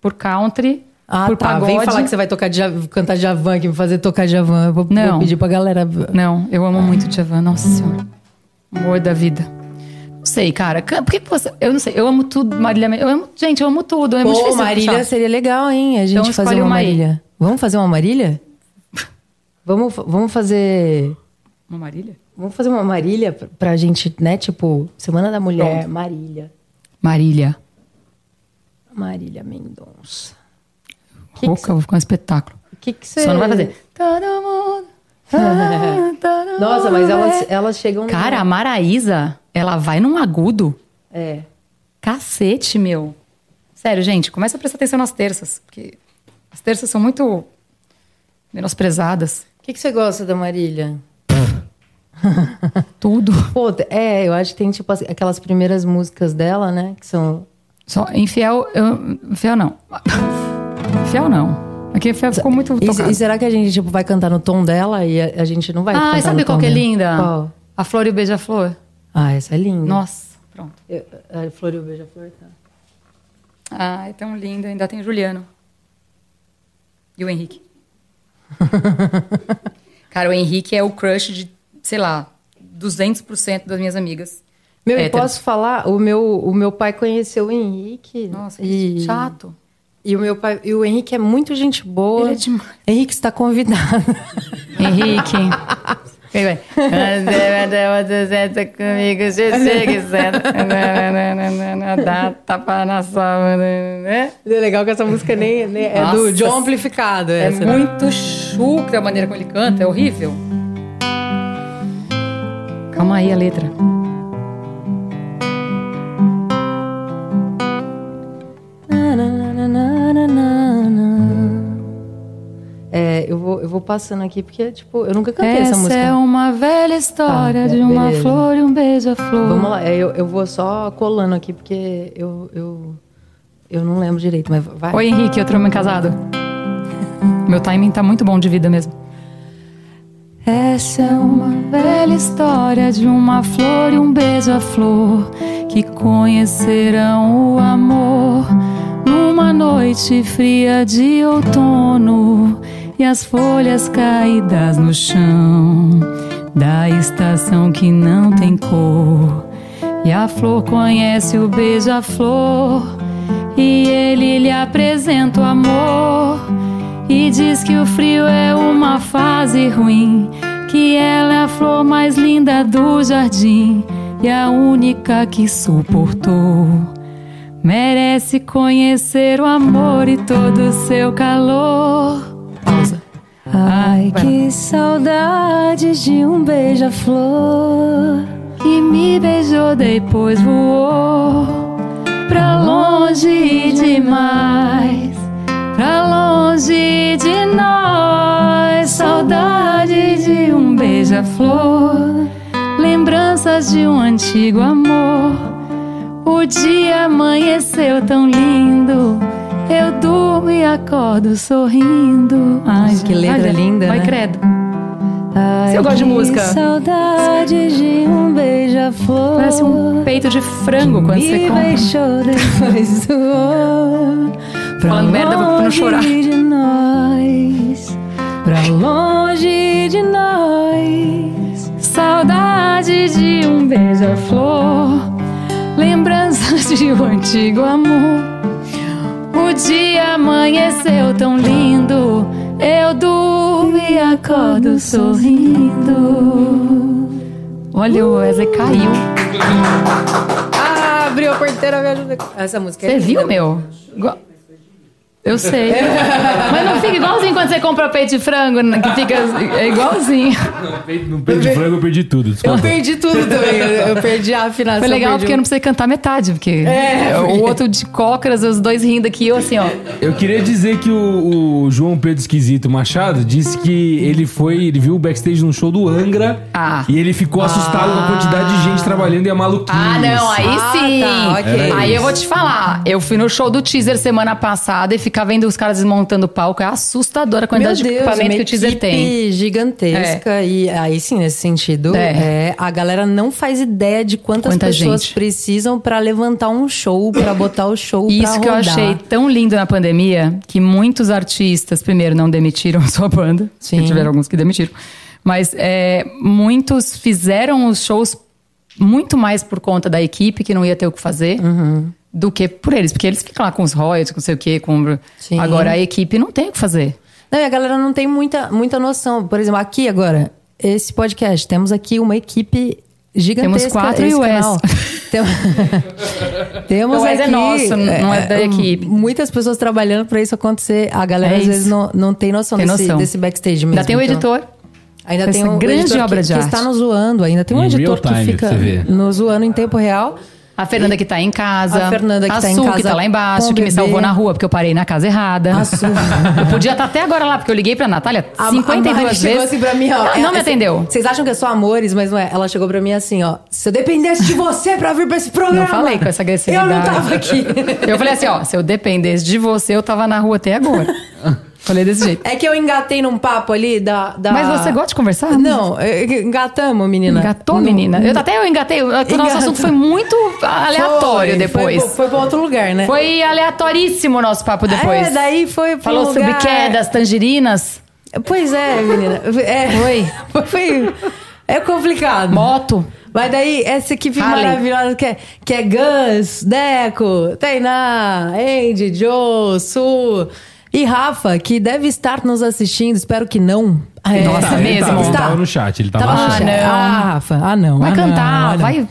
Speaker 2: por country,
Speaker 1: Ah,
Speaker 2: por
Speaker 1: tá.
Speaker 2: pagode.
Speaker 1: Vem falar que você vai tocar Djav- cantar Djavan aqui, me fazer tocar Djavan. Eu vou, vou
Speaker 2: Não. É
Speaker 1: pedir pra galera.
Speaker 2: Não, eu amo muito Djavan, nossa senhora. Amor da vida. Não sei, cara. can- Por que que você. Eu não sei, eu amo tudo, Marília. Me- Eu amo, gente, eu amo tudo. É muito
Speaker 1: Pô,
Speaker 2: difícil eu
Speaker 1: Marília
Speaker 2: puxar.
Speaker 1: seria legal, hein? A gente
Speaker 2: Então
Speaker 1: fazer
Speaker 2: escolhe
Speaker 1: uma
Speaker 2: uma aí.
Speaker 1: Marília. Vamos fazer uma Marília? vamos, fa- vamos fazer.
Speaker 2: Uma Marília?
Speaker 1: Vamos fazer uma Marília pra- pra gente, né? Tipo, Semana da Mulher, Marília.
Speaker 2: Marília.
Speaker 1: Marília Mendonça. que
Speaker 2: Rouca, vou ficar um espetáculo.
Speaker 1: O que que você...
Speaker 2: Só não vai fazer. Todo mundo. ah, todo
Speaker 1: Nossa,
Speaker 2: mundo
Speaker 1: mas
Speaker 2: é
Speaker 1: elas, elas chegam... no-
Speaker 2: Cara, a Maraísa, ela vai num agudo.
Speaker 1: É.
Speaker 2: Cacete, meu. Sério, gente, começa a prestar atenção nas terças. Porque As terças são muito menosprezadas.
Speaker 1: O que, que você gosta da Marília?
Speaker 2: Tudo.
Speaker 1: Pô, é, eu acho que tem, tipo, as- aquelas primeiras músicas dela, né? Que são.
Speaker 2: Só infiel, eu, infiel não. Infiel não. Aqui infiel ficou muito
Speaker 1: E,
Speaker 2: tocado.
Speaker 1: e será que a gente, tipo, vai cantar no tom dela e a, a gente não vai cantar
Speaker 2: ah,
Speaker 1: no
Speaker 2: sabe
Speaker 1: tom
Speaker 2: qual que é
Speaker 1: dela?
Speaker 2: linda?
Speaker 1: Qual?
Speaker 2: A Flor e o Beija-Flor.
Speaker 1: Ah, essa é linda.
Speaker 2: Nossa, pronto.
Speaker 1: Eu, a Flor e o Beija-Flor, tá.
Speaker 2: Ah, é tão linda. Ainda tem o Juliano. E o Henrique. Cara, o Henrique é o crush de, sei lá, 200% das minhas amigas.
Speaker 1: Meu, e
Speaker 2: héteras.
Speaker 1: posso falar? O meu, o meu pai conheceu o Henrique.
Speaker 2: Nossa,
Speaker 1: e,
Speaker 2: que chato.
Speaker 1: E o meu pai. E o Henrique é muito gente boa.
Speaker 2: Ele é demais.
Speaker 1: Henrique está convidado.
Speaker 2: Henrique. é, Vem, vai. Senta comigo, se você quiser. Dá tapa na sua. né?
Speaker 1: É legal que essa música nem, nem- é
Speaker 2: Nossa.
Speaker 1: do John amplificado.
Speaker 2: É
Speaker 1: Essa.
Speaker 2: muito chucra a maneira como ele canta, é horrível. Calma aí a letra.
Speaker 1: É, eu vou, eu vou passando aqui porque, tipo, eu nunca cantei essa um
Speaker 2: Essa Ah,
Speaker 1: música.
Speaker 2: é uma velha história
Speaker 1: Tá,
Speaker 2: de uma
Speaker 1: beleza.
Speaker 2: flor e um beija-flor.
Speaker 1: Vamos lá, é, eu, eu vou só colando aqui porque eu, eu, eu não lembro direito, mas vai.
Speaker 2: Oi, Henrique, outro homem casado. Meu timing tá muito bom de vida mesmo. Essa é uma velha história de uma flor e um beija-flor que conhecerão o amor numa noite fria de outono e as folhas caídas no chão da estação que não tem cor. E a flor conhece o beija-flor e ele lhe apresenta o amor. E diz que o frio é uma fase ruim, que ela é a flor mais linda do jardim e a única que suportou. Merece conhecer o amor e todo o seu calor. Pausa. Ai, que saudades de um beija-flor que me beijou, depois voou pra longe demais, pra longe de nós. Saudade de um beija-flor, lembranças de um antigo amor. O dia amanheceu tão lindo. Eu durmo e acordo sorrindo. Ai,
Speaker 1: que letra
Speaker 2: olha,
Speaker 1: linda,
Speaker 2: Vai,
Speaker 1: né?
Speaker 2: credo.
Speaker 1: Ai,
Speaker 2: Se eu gosto de
Speaker 1: que
Speaker 2: música.
Speaker 1: Saudade de um beija-flor.
Speaker 2: Parece um peito de frango quando você
Speaker 1: Me
Speaker 2: compra.
Speaker 1: beijou depois do outro. Pra
Speaker 2: Falando merda, eu vou- pra não
Speaker 1: longe
Speaker 2: chorar.
Speaker 1: de nós. Pra longe de nós.
Speaker 2: Saudade de um beija-flor, lembranças de um antigo amor. O dia amanheceu tão lindo, eu durmo e acordo sorrindo. Olha, o Wesley caiu.
Speaker 1: Ah, abriu a porteira, me ajuda. Essa música é
Speaker 2: Você viu,
Speaker 1: linda.
Speaker 2: meu? Igual- Eu sei. Mas não fica igualzinho quando você compra peito de frango, né, que fica é igualzinho.
Speaker 3: No peito de frango eu perdi tudo,
Speaker 1: Eu
Speaker 3: desculpa.
Speaker 1: perdi tudo também. Eu eu perdi a afinação.
Speaker 2: Foi legal porque eu não
Speaker 1: perdi É.
Speaker 2: precisei cantar metade, porque o outro de cócaras, os dois rindo aqui, eu assim, ó.
Speaker 3: Eu queria dizer que o, o João Pedro Esquisito Machado disse que ele foi, ele viu o backstage num show do Angra
Speaker 2: Ah.
Speaker 3: e ele ficou assustado com a quantidade de gente trabalhando e a maluquice.
Speaker 2: Ah, não, aí
Speaker 1: Ah,
Speaker 2: sim.
Speaker 1: tá, ok.
Speaker 3: Era
Speaker 2: Aí eu
Speaker 3: isso.
Speaker 2: vou te falar. Eu fui no show do teaser semana passada e ficava vendo os caras desmontando o palco. É assustadora a
Speaker 1: Meu
Speaker 2: quantidade
Speaker 1: Deus,
Speaker 2: de equipamento
Speaker 1: uma
Speaker 2: que o teaser
Speaker 1: equipe
Speaker 2: tem.
Speaker 1: gigantesca. E aí sim, nesse sentido,
Speaker 2: É.
Speaker 1: é, a galera não faz ideia de quantas
Speaker 2: Quanta
Speaker 1: pessoas
Speaker 2: gente.
Speaker 1: precisam pra levantar um show, pra botar o show
Speaker 2: E
Speaker 1: pra
Speaker 2: Isso que eu
Speaker 1: rodar.
Speaker 2: achei tão lindo na pandemia, que muitos artistas, primeiro, não demitiram sua banda.
Speaker 1: Sim.
Speaker 2: Tiveram alguns que demitiram. Mas é, muitos fizeram os shows muito mais por conta da equipe, que não ia ter o que fazer,
Speaker 1: Uhum.
Speaker 2: do que por eles. Porque eles ficam lá com os royalties, com não sei o quê. Com...
Speaker 1: Sim.
Speaker 2: Agora a equipe não tem o que fazer.
Speaker 1: Não, e a galera não tem muita, muita noção. Por exemplo, aqui agora, esse podcast, temos aqui uma equipe gigantesca.
Speaker 2: Temos quatro
Speaker 1: esse
Speaker 2: e o Wes.
Speaker 1: canal. Tem- Temos
Speaker 2: O Wes é
Speaker 1: aqui, um,
Speaker 2: nosso, não é da equipe.
Speaker 1: Muitas pessoas trabalhando pra isso acontecer. A galera
Speaker 2: É
Speaker 1: às vezes
Speaker 2: isso.
Speaker 1: não, não tem noção,
Speaker 2: Tem
Speaker 1: desse,
Speaker 2: noção.
Speaker 1: desse backstage mesmo.
Speaker 2: Ainda tem o
Speaker 1: então.
Speaker 2: editor.
Speaker 1: Ainda
Speaker 2: Essa
Speaker 1: tem um
Speaker 2: grande
Speaker 1: editor
Speaker 2: obra
Speaker 1: que,
Speaker 2: de
Speaker 1: que
Speaker 2: arte.
Speaker 1: está nos zoando ainda. Tem um
Speaker 3: Em
Speaker 1: editor
Speaker 3: real time,
Speaker 1: que fica
Speaker 3: pra você ver.
Speaker 1: nos zoando em tempo real.
Speaker 2: A Fernanda que tá em casa.
Speaker 1: A Fernanda que
Speaker 2: a
Speaker 1: tá em
Speaker 2: Su, que
Speaker 1: casa
Speaker 2: tá lá embaixo,
Speaker 1: com o
Speaker 2: que me
Speaker 1: bebê.
Speaker 2: salvou na rua porque eu parei na casa errada.
Speaker 1: A Su.
Speaker 2: Eu podia estar até agora lá, porque eu liguei pra Natália
Speaker 1: A- a
Speaker 2: 52
Speaker 1: Mari
Speaker 2: vezes.
Speaker 1: chegou assim pra mim, ó.
Speaker 2: Ela
Speaker 1: é-
Speaker 2: não me
Speaker 1: é-
Speaker 2: atendeu.
Speaker 1: Vocês acham que é só amores, mas não é. Ela chegou pra mim assim, ó. Se eu dependesse de você pra vir pra esse programa.
Speaker 2: Não falei com essa agressividade.
Speaker 1: Eu não tava aqui.
Speaker 2: Eu falei assim, ó, se eu dependesse de você, eu tava na rua até agora. falei desse jeito.
Speaker 1: É que eu engatei num papo ali da. da-
Speaker 2: Mas você gosta de conversar?
Speaker 1: Ah.
Speaker 2: né?
Speaker 1: Não, eh, engatamos, menina.
Speaker 2: Engatou,
Speaker 1: Não-
Speaker 2: menina? Eu até eu engatei. O nosso
Speaker 1: Engatou.
Speaker 2: assunto foi muito aleatório
Speaker 1: Foi,
Speaker 2: depois.
Speaker 1: Foi,
Speaker 2: Foi,
Speaker 1: foi pra outro lugar, né?
Speaker 2: aleatoríssimo o nosso papo depois.
Speaker 1: É, daí foi pra
Speaker 2: Falou
Speaker 1: um lugar...
Speaker 2: sobre quedas, tangerinas,
Speaker 1: Pois é, menina. É. Foi. Foi. É complicado.
Speaker 2: moto.
Speaker 1: Mas daí, essa equipe
Speaker 2: Harley.
Speaker 1: maravilhosa que é, que é Gus, Deco, Tainá, Andy, Joe, Su e Rafa, que deve estar nos assistindo, espero que não. É,
Speaker 2: Nossa,
Speaker 3: Tá, ele
Speaker 2: mesmo.
Speaker 3: tava, ele
Speaker 2: Tá.
Speaker 3: tava no chat, ele tava,
Speaker 1: Tava
Speaker 3: no
Speaker 1: no
Speaker 2: Ah,
Speaker 3: chat.
Speaker 1: chat.
Speaker 2: não.
Speaker 1: Ah, Rafa, ah não.
Speaker 2: Vai
Speaker 1: ah, não,
Speaker 2: cantar,
Speaker 1: ah, não.
Speaker 2: vai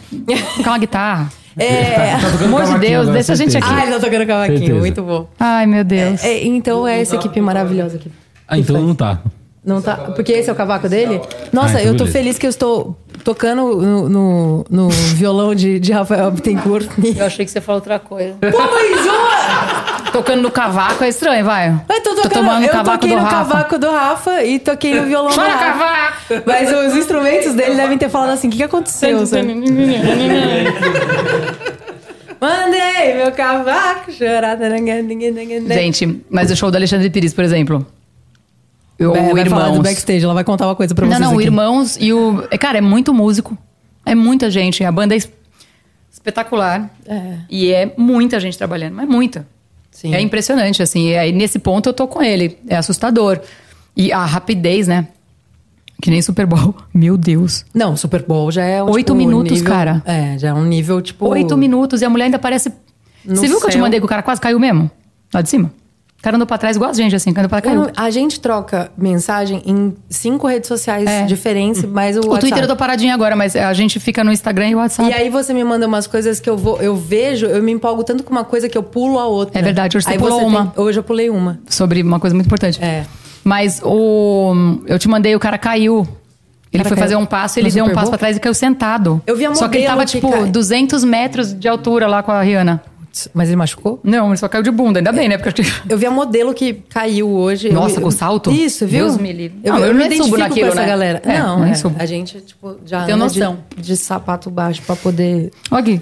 Speaker 2: tocar uma guitarra.
Speaker 1: É,
Speaker 2: Pelo amor de Deus,
Speaker 3: né,
Speaker 2: deixa a gente aqui.
Speaker 1: Ah, ele tá tocando cavaquinho,
Speaker 3: Certeza.
Speaker 1: muito bom.
Speaker 2: Ai, meu Deus.
Speaker 1: É, então é essa equipe maravilhosa aqui.
Speaker 3: Ah, então não tá.
Speaker 1: Não tá, porque esse é o cavaco dele? Nossa,
Speaker 3: Ah, então
Speaker 1: eu tô
Speaker 3: beleza.
Speaker 1: feliz que eu estou tocando no, no- no violão de, de Rafael Bittencourt.
Speaker 2: Eu achei que você falou outra coisa.
Speaker 1: Pô, mas ó,
Speaker 2: Tocando no cavaco é estranho, vai.
Speaker 1: Eu tô tocando,
Speaker 2: tomando
Speaker 1: eu
Speaker 2: cavaco
Speaker 1: toquei
Speaker 2: do
Speaker 1: no
Speaker 2: Rafa.
Speaker 1: cavaco do Rafa e toquei no violão do
Speaker 2: Chora,
Speaker 1: Rafa.
Speaker 2: cavaco!
Speaker 1: Mas os instrumentos dele devem ter falado assim, o que, que aconteceu? sabe? Mandei meu cavaco chorar. né,
Speaker 2: Gente, mas o show do Alexandre Pires, por exemplo. Eu,
Speaker 1: Bé,
Speaker 2: o
Speaker 1: vai falar do
Speaker 2: Irmãos.
Speaker 1: backstage, ela vai contar uma coisa pra
Speaker 2: Não,
Speaker 1: vocês
Speaker 2: não, o
Speaker 1: aqui.
Speaker 2: Irmãos e o... é, Cara, é muito músico. É muita gente. A banda é es- espetacular.
Speaker 1: É.
Speaker 2: E é muita gente trabalhando, mas muita.
Speaker 1: Sim.
Speaker 2: É impressionante, assim. E aí, nesse ponto, eu tô com ele. É assustador. E a rapidez, né? Que nem Super Bowl. Meu Deus.
Speaker 1: Não, Super Bowl já é um,
Speaker 2: Oito
Speaker 1: tipo,
Speaker 2: minutos,
Speaker 1: nível-
Speaker 2: cara.
Speaker 1: É, já é um nível tipo...
Speaker 2: Oito minutos e a mulher ainda parece.
Speaker 1: No
Speaker 2: Você viu que eu te
Speaker 1: céu.
Speaker 2: mandei que o cara quase caiu mesmo? Lá de cima? O cara andou pra trás igual a gente, assim, que andou pra
Speaker 1: Eu
Speaker 2: trás,
Speaker 1: não-
Speaker 2: caiu.
Speaker 1: a gente troca mensagem em cinco redes sociais
Speaker 2: É.
Speaker 1: diferentes, mas o,
Speaker 2: O Twitter eu
Speaker 1: WhatsApp.
Speaker 2: tô paradinha agora, mas a gente fica no Instagram e WhatsApp.
Speaker 1: E aí você me manda umas coisas que eu vou, eu vejo, eu me empolgo tanto com uma coisa que eu pulo a outra.
Speaker 2: É verdade, hoje você
Speaker 1: Aí
Speaker 2: pulou
Speaker 1: tem-
Speaker 2: uma.
Speaker 1: hoje eu pulei uma.
Speaker 2: Sobre uma coisa muito importante.
Speaker 1: É.
Speaker 2: Mas o. Eu te mandei, o cara caiu. Ele
Speaker 1: Cara caiu
Speaker 2: foi fazer um passo, ele
Speaker 1: no
Speaker 2: deu um
Speaker 1: Super
Speaker 2: passo
Speaker 1: Bowl?
Speaker 2: pra trás e caiu sentado.
Speaker 1: Eu vi a
Speaker 2: Só que ele
Speaker 1: modelo
Speaker 2: tava,
Speaker 1: que
Speaker 2: tipo,
Speaker 1: cai.
Speaker 2: 200 metros de altura lá com a Rihanna.
Speaker 1: Mas ele machucou?
Speaker 2: Não, ele só caiu de bunda, ainda bem, né? Porque eu tinha-
Speaker 1: Eu vi a modelo que caiu hoje.
Speaker 2: Nossa,
Speaker 1: eu,
Speaker 2: com o salto?
Speaker 1: Isso, viu?
Speaker 2: Deus me livre.
Speaker 1: Eu,
Speaker 2: Não,
Speaker 1: eu,
Speaker 2: eu
Speaker 1: me
Speaker 2: nem subo
Speaker 1: identifico
Speaker 2: naquilo,
Speaker 1: com essa
Speaker 2: né?
Speaker 1: galera.
Speaker 2: É,
Speaker 1: não,
Speaker 2: nem
Speaker 1: é,
Speaker 2: subo.
Speaker 1: a gente, tipo, já
Speaker 2: Tenho
Speaker 1: anda
Speaker 2: noção.
Speaker 1: De, de sapato baixo pra poder...
Speaker 2: Ó, Gui.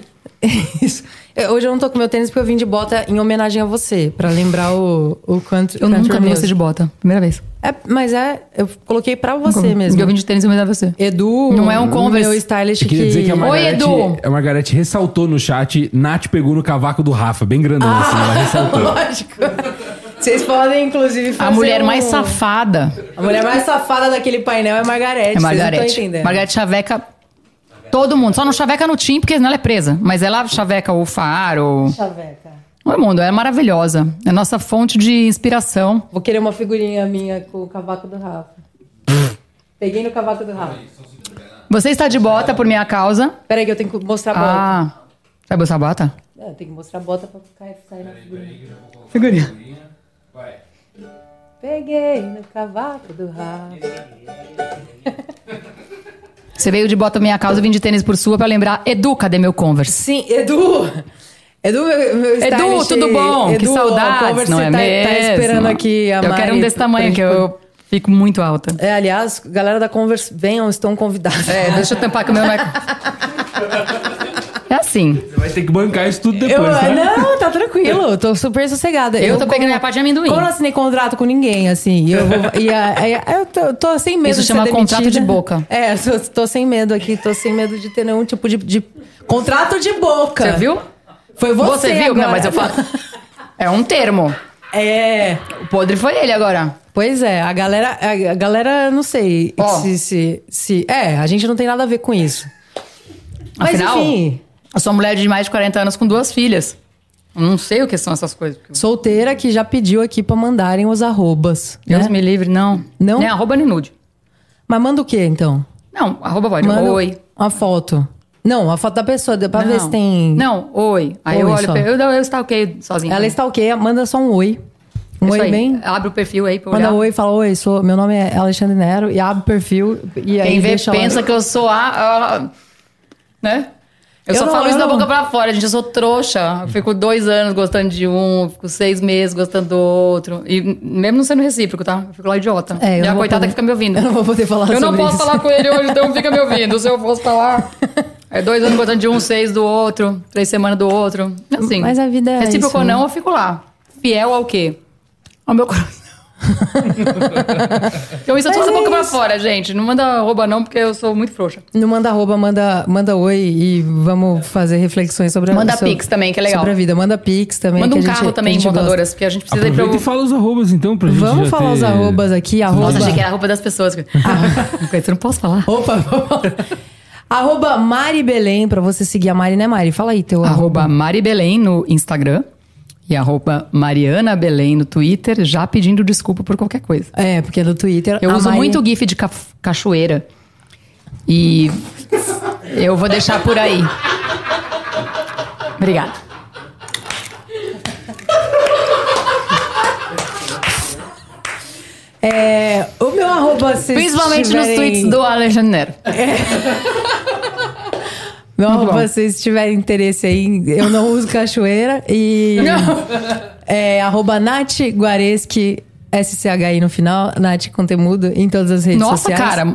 Speaker 1: Isso. Eu- Hoje eu não tô com meu tênis porque eu vim de bota em homenagem a você. Pra lembrar o, o country,
Speaker 2: Eu
Speaker 1: country
Speaker 2: nunca vi você
Speaker 1: music.
Speaker 2: de bota. Primeira vez.
Speaker 1: É, mas é, eu coloquei pra você
Speaker 2: Nunca vi.
Speaker 1: mesmo.
Speaker 2: Eu vim de tênis e você.
Speaker 1: Edu,
Speaker 2: Não é um Converse.
Speaker 1: meu stylist
Speaker 3: Queria dizer que é a
Speaker 2: Mar-
Speaker 3: Margarete,
Speaker 2: Edu!
Speaker 3: a Margarete ressaltou no chat, Nath pegou no cavaco do Rafa, bem grandão assim, ela ressaltou.
Speaker 1: Lógico. Vocês podem, inclusive, fazer
Speaker 2: A mulher
Speaker 1: um-
Speaker 2: mais safada
Speaker 1: A mulher mais safada daquele painel é Margarete.
Speaker 2: é
Speaker 1: Vocês não
Speaker 2: Margarete.
Speaker 1: estão entendendo.
Speaker 2: Margarete chaveca todo mundo. Só não chaveca no Tim, porque senão ela é presa. Mas ela chaveca o faro.
Speaker 1: Chaveca.
Speaker 2: O mundo, ela é maravilhosa. É nossa fonte de inspiração.
Speaker 1: Vou querer uma figurinha minha com o cavaco do Rafa. Peguei no cavaco do Rafa.
Speaker 2: Você está de bota por minha causa.
Speaker 1: Peraí que eu tenho que mostrar a bota.
Speaker 2: Ah. Sabe essa bota?
Speaker 1: É, eu tenho que mostrar a bota pra ficar sair na figurinha.
Speaker 2: Figurinha.
Speaker 1: Peguei no cavaco do Rafa.
Speaker 2: Você veio de bota por minha causa, eu vim de tênis por sua pra lembrar. Edu, cadê meu Converse?
Speaker 1: Sim, Edu! Edu, meu, meu
Speaker 2: Edu,
Speaker 1: stylist-
Speaker 2: tudo bom? que
Speaker 1: Edu, ó, a
Speaker 2: saudades,
Speaker 1: Converse
Speaker 2: não é
Speaker 1: tá,
Speaker 2: mesmo?
Speaker 1: tá esperando aqui a
Speaker 2: Eu quero um
Speaker 1: Mari
Speaker 2: desse
Speaker 1: pra
Speaker 2: tamanho,
Speaker 1: gente
Speaker 2: que eu fico muito alta.
Speaker 1: É, aliás, galera da Converse, venham, estão convidados.
Speaker 2: É, deixa eu tampar que o meu não é... É assim.
Speaker 3: Você vai ter que bancar isso tudo depois,
Speaker 1: Eu,
Speaker 3: né?
Speaker 1: não, tá tranquilo, eu tô super sossegada.
Speaker 2: é. Eu tô pegando
Speaker 1: como-
Speaker 2: minha parte de amendoim.
Speaker 1: Como eu não assinei contrato com ninguém, assim, e eu vou. e a- e a- eu tô, tô sem medo
Speaker 2: Isso
Speaker 1: de
Speaker 2: chama
Speaker 1: ser
Speaker 2: contrato
Speaker 1: demitida.
Speaker 2: de boca.
Speaker 1: É, eu tô, tô sem medo aqui, tô sem medo de ter nenhum tipo de. de- Contrato de boca!
Speaker 2: Você viu?
Speaker 1: Foi você.
Speaker 2: viu?
Speaker 1: agora.
Speaker 2: Não, mas eu falo... É um termo.
Speaker 1: É.
Speaker 2: O podre foi ele agora.
Speaker 1: Pois é, a galera. A galera, não sei
Speaker 2: Ó.
Speaker 1: se, se, se- É, a gente não tem nada a ver com isso. Mas
Speaker 2: Afinal,
Speaker 1: enfim.
Speaker 2: eu sou uma mulher de mais de 40 anos com duas filhas. Eu Não sei o que são essas coisas. porque-
Speaker 1: Solteira que já pediu aqui pra mandarem os arrobas.
Speaker 2: Deus
Speaker 1: né?
Speaker 2: me livre, não.
Speaker 1: Não?
Speaker 2: Nem arroba nem nude.
Speaker 1: Mas manda o quê, então?
Speaker 2: Não, arroba pode.
Speaker 1: Manda
Speaker 2: Oi.
Speaker 1: uma foto. Não, a foto da pessoa, deu pra
Speaker 2: Não.
Speaker 1: ver se tem.
Speaker 2: Não, oi. Aí eu
Speaker 1: Oi
Speaker 2: olho.
Speaker 1: só.
Speaker 2: pra- Eu, eu, eu stalkeio sozinha.
Speaker 1: Ela stalkeia, manda só um oi. Um
Speaker 2: Isso
Speaker 1: oi
Speaker 2: aí.
Speaker 1: bem.
Speaker 2: Abre o perfil aí pra
Speaker 1: Manda
Speaker 2: olhar.
Speaker 1: oi, fala oi, sou, meu nome é Alexandre Nero e abre o perfil e aí
Speaker 2: Quem vê
Speaker 1: deixa lá.
Speaker 2: pensa que eu sou a... a- né?
Speaker 5: Eu, só
Speaker 1: não-
Speaker 5: falo
Speaker 1: eu
Speaker 5: isso da
Speaker 1: não-
Speaker 5: boca pra fora, gente. Eu sou trouxa. Eu fico dois anos gostando de um, fico seis meses gostando do outro. E n- mesmo não sendo recíproco, tá? Eu fico lá idiota.
Speaker 1: É, eu
Speaker 5: e
Speaker 1: não
Speaker 5: a
Speaker 1: vou
Speaker 5: coitada
Speaker 1: poder-
Speaker 5: que fica me ouvindo.
Speaker 1: Eu não vou poder falar
Speaker 5: Eu não
Speaker 1: sobre
Speaker 5: posso
Speaker 1: isso.
Speaker 5: falar com ele hoje, então fica me ouvindo. Se eu fosse falar. É dois anos gostando de um, seis do outro, três semanas do outro. Assim.
Speaker 1: Mas a vida é
Speaker 5: Recíproco
Speaker 1: isso,
Speaker 5: ou não,
Speaker 1: né?
Speaker 5: eu fico lá. Fiel ao quê? Ao meu coração. então isso é tudo
Speaker 1: Mas
Speaker 5: da
Speaker 1: é
Speaker 5: boca pra
Speaker 1: isso.
Speaker 5: fora, gente. Não manda rouba não, porque eu sou muito frouxa.
Speaker 1: Não manda arroba, manda, manda oi e vamos fazer reflexões sobre a
Speaker 5: Manda
Speaker 1: sobre-
Speaker 5: pix também, que é legal.
Speaker 1: Sobre a vida. Manda pix também.
Speaker 5: Manda
Speaker 1: é que
Speaker 5: um
Speaker 1: a gente-
Speaker 5: carro
Speaker 1: que a
Speaker 5: também,
Speaker 1: gente gosta.
Speaker 5: montadoras, porque a gente precisa
Speaker 2: um
Speaker 3: Aproveita
Speaker 5: ir
Speaker 3: e
Speaker 5: pra.
Speaker 3: fala os arrobas então pra gente
Speaker 1: Vamos
Speaker 3: já
Speaker 1: falar
Speaker 3: ter-
Speaker 1: os arrobas aqui. Arroba...
Speaker 5: Nossa, achei que era a roupa das pessoas.
Speaker 1: Ah,
Speaker 5: Coisa, eu não posso falar.
Speaker 1: Opa, Arroba Mari Belém, pra você seguir a Mari, né, Mari? Fala aí, teu arroba.
Speaker 2: Arroba Mari Belém no Instagram e arroba Mariana Belém no Twitter, já pedindo desculpa por qualquer coisa.
Speaker 1: É, porque no Twitter.
Speaker 2: Eu
Speaker 1: a
Speaker 2: uso
Speaker 1: Mari-
Speaker 2: muito GIF de ca- cachoeira. E eu vou deixar por aí. Obrigada.
Speaker 1: É, o meu arroba. se
Speaker 2: Principalmente nos
Speaker 1: tiverem-
Speaker 2: tweets do Alexandre Nero.
Speaker 1: Meu
Speaker 2: Muito
Speaker 1: arroba,
Speaker 2: bom.
Speaker 1: se vocês tiverem interesse aí, em- eu não uso cachoeira. E. É, arroba Nath Guareschi, SCHI no final, Nath Contemudo, em todas as redes
Speaker 2: Nossa,
Speaker 1: sociais.
Speaker 2: cara.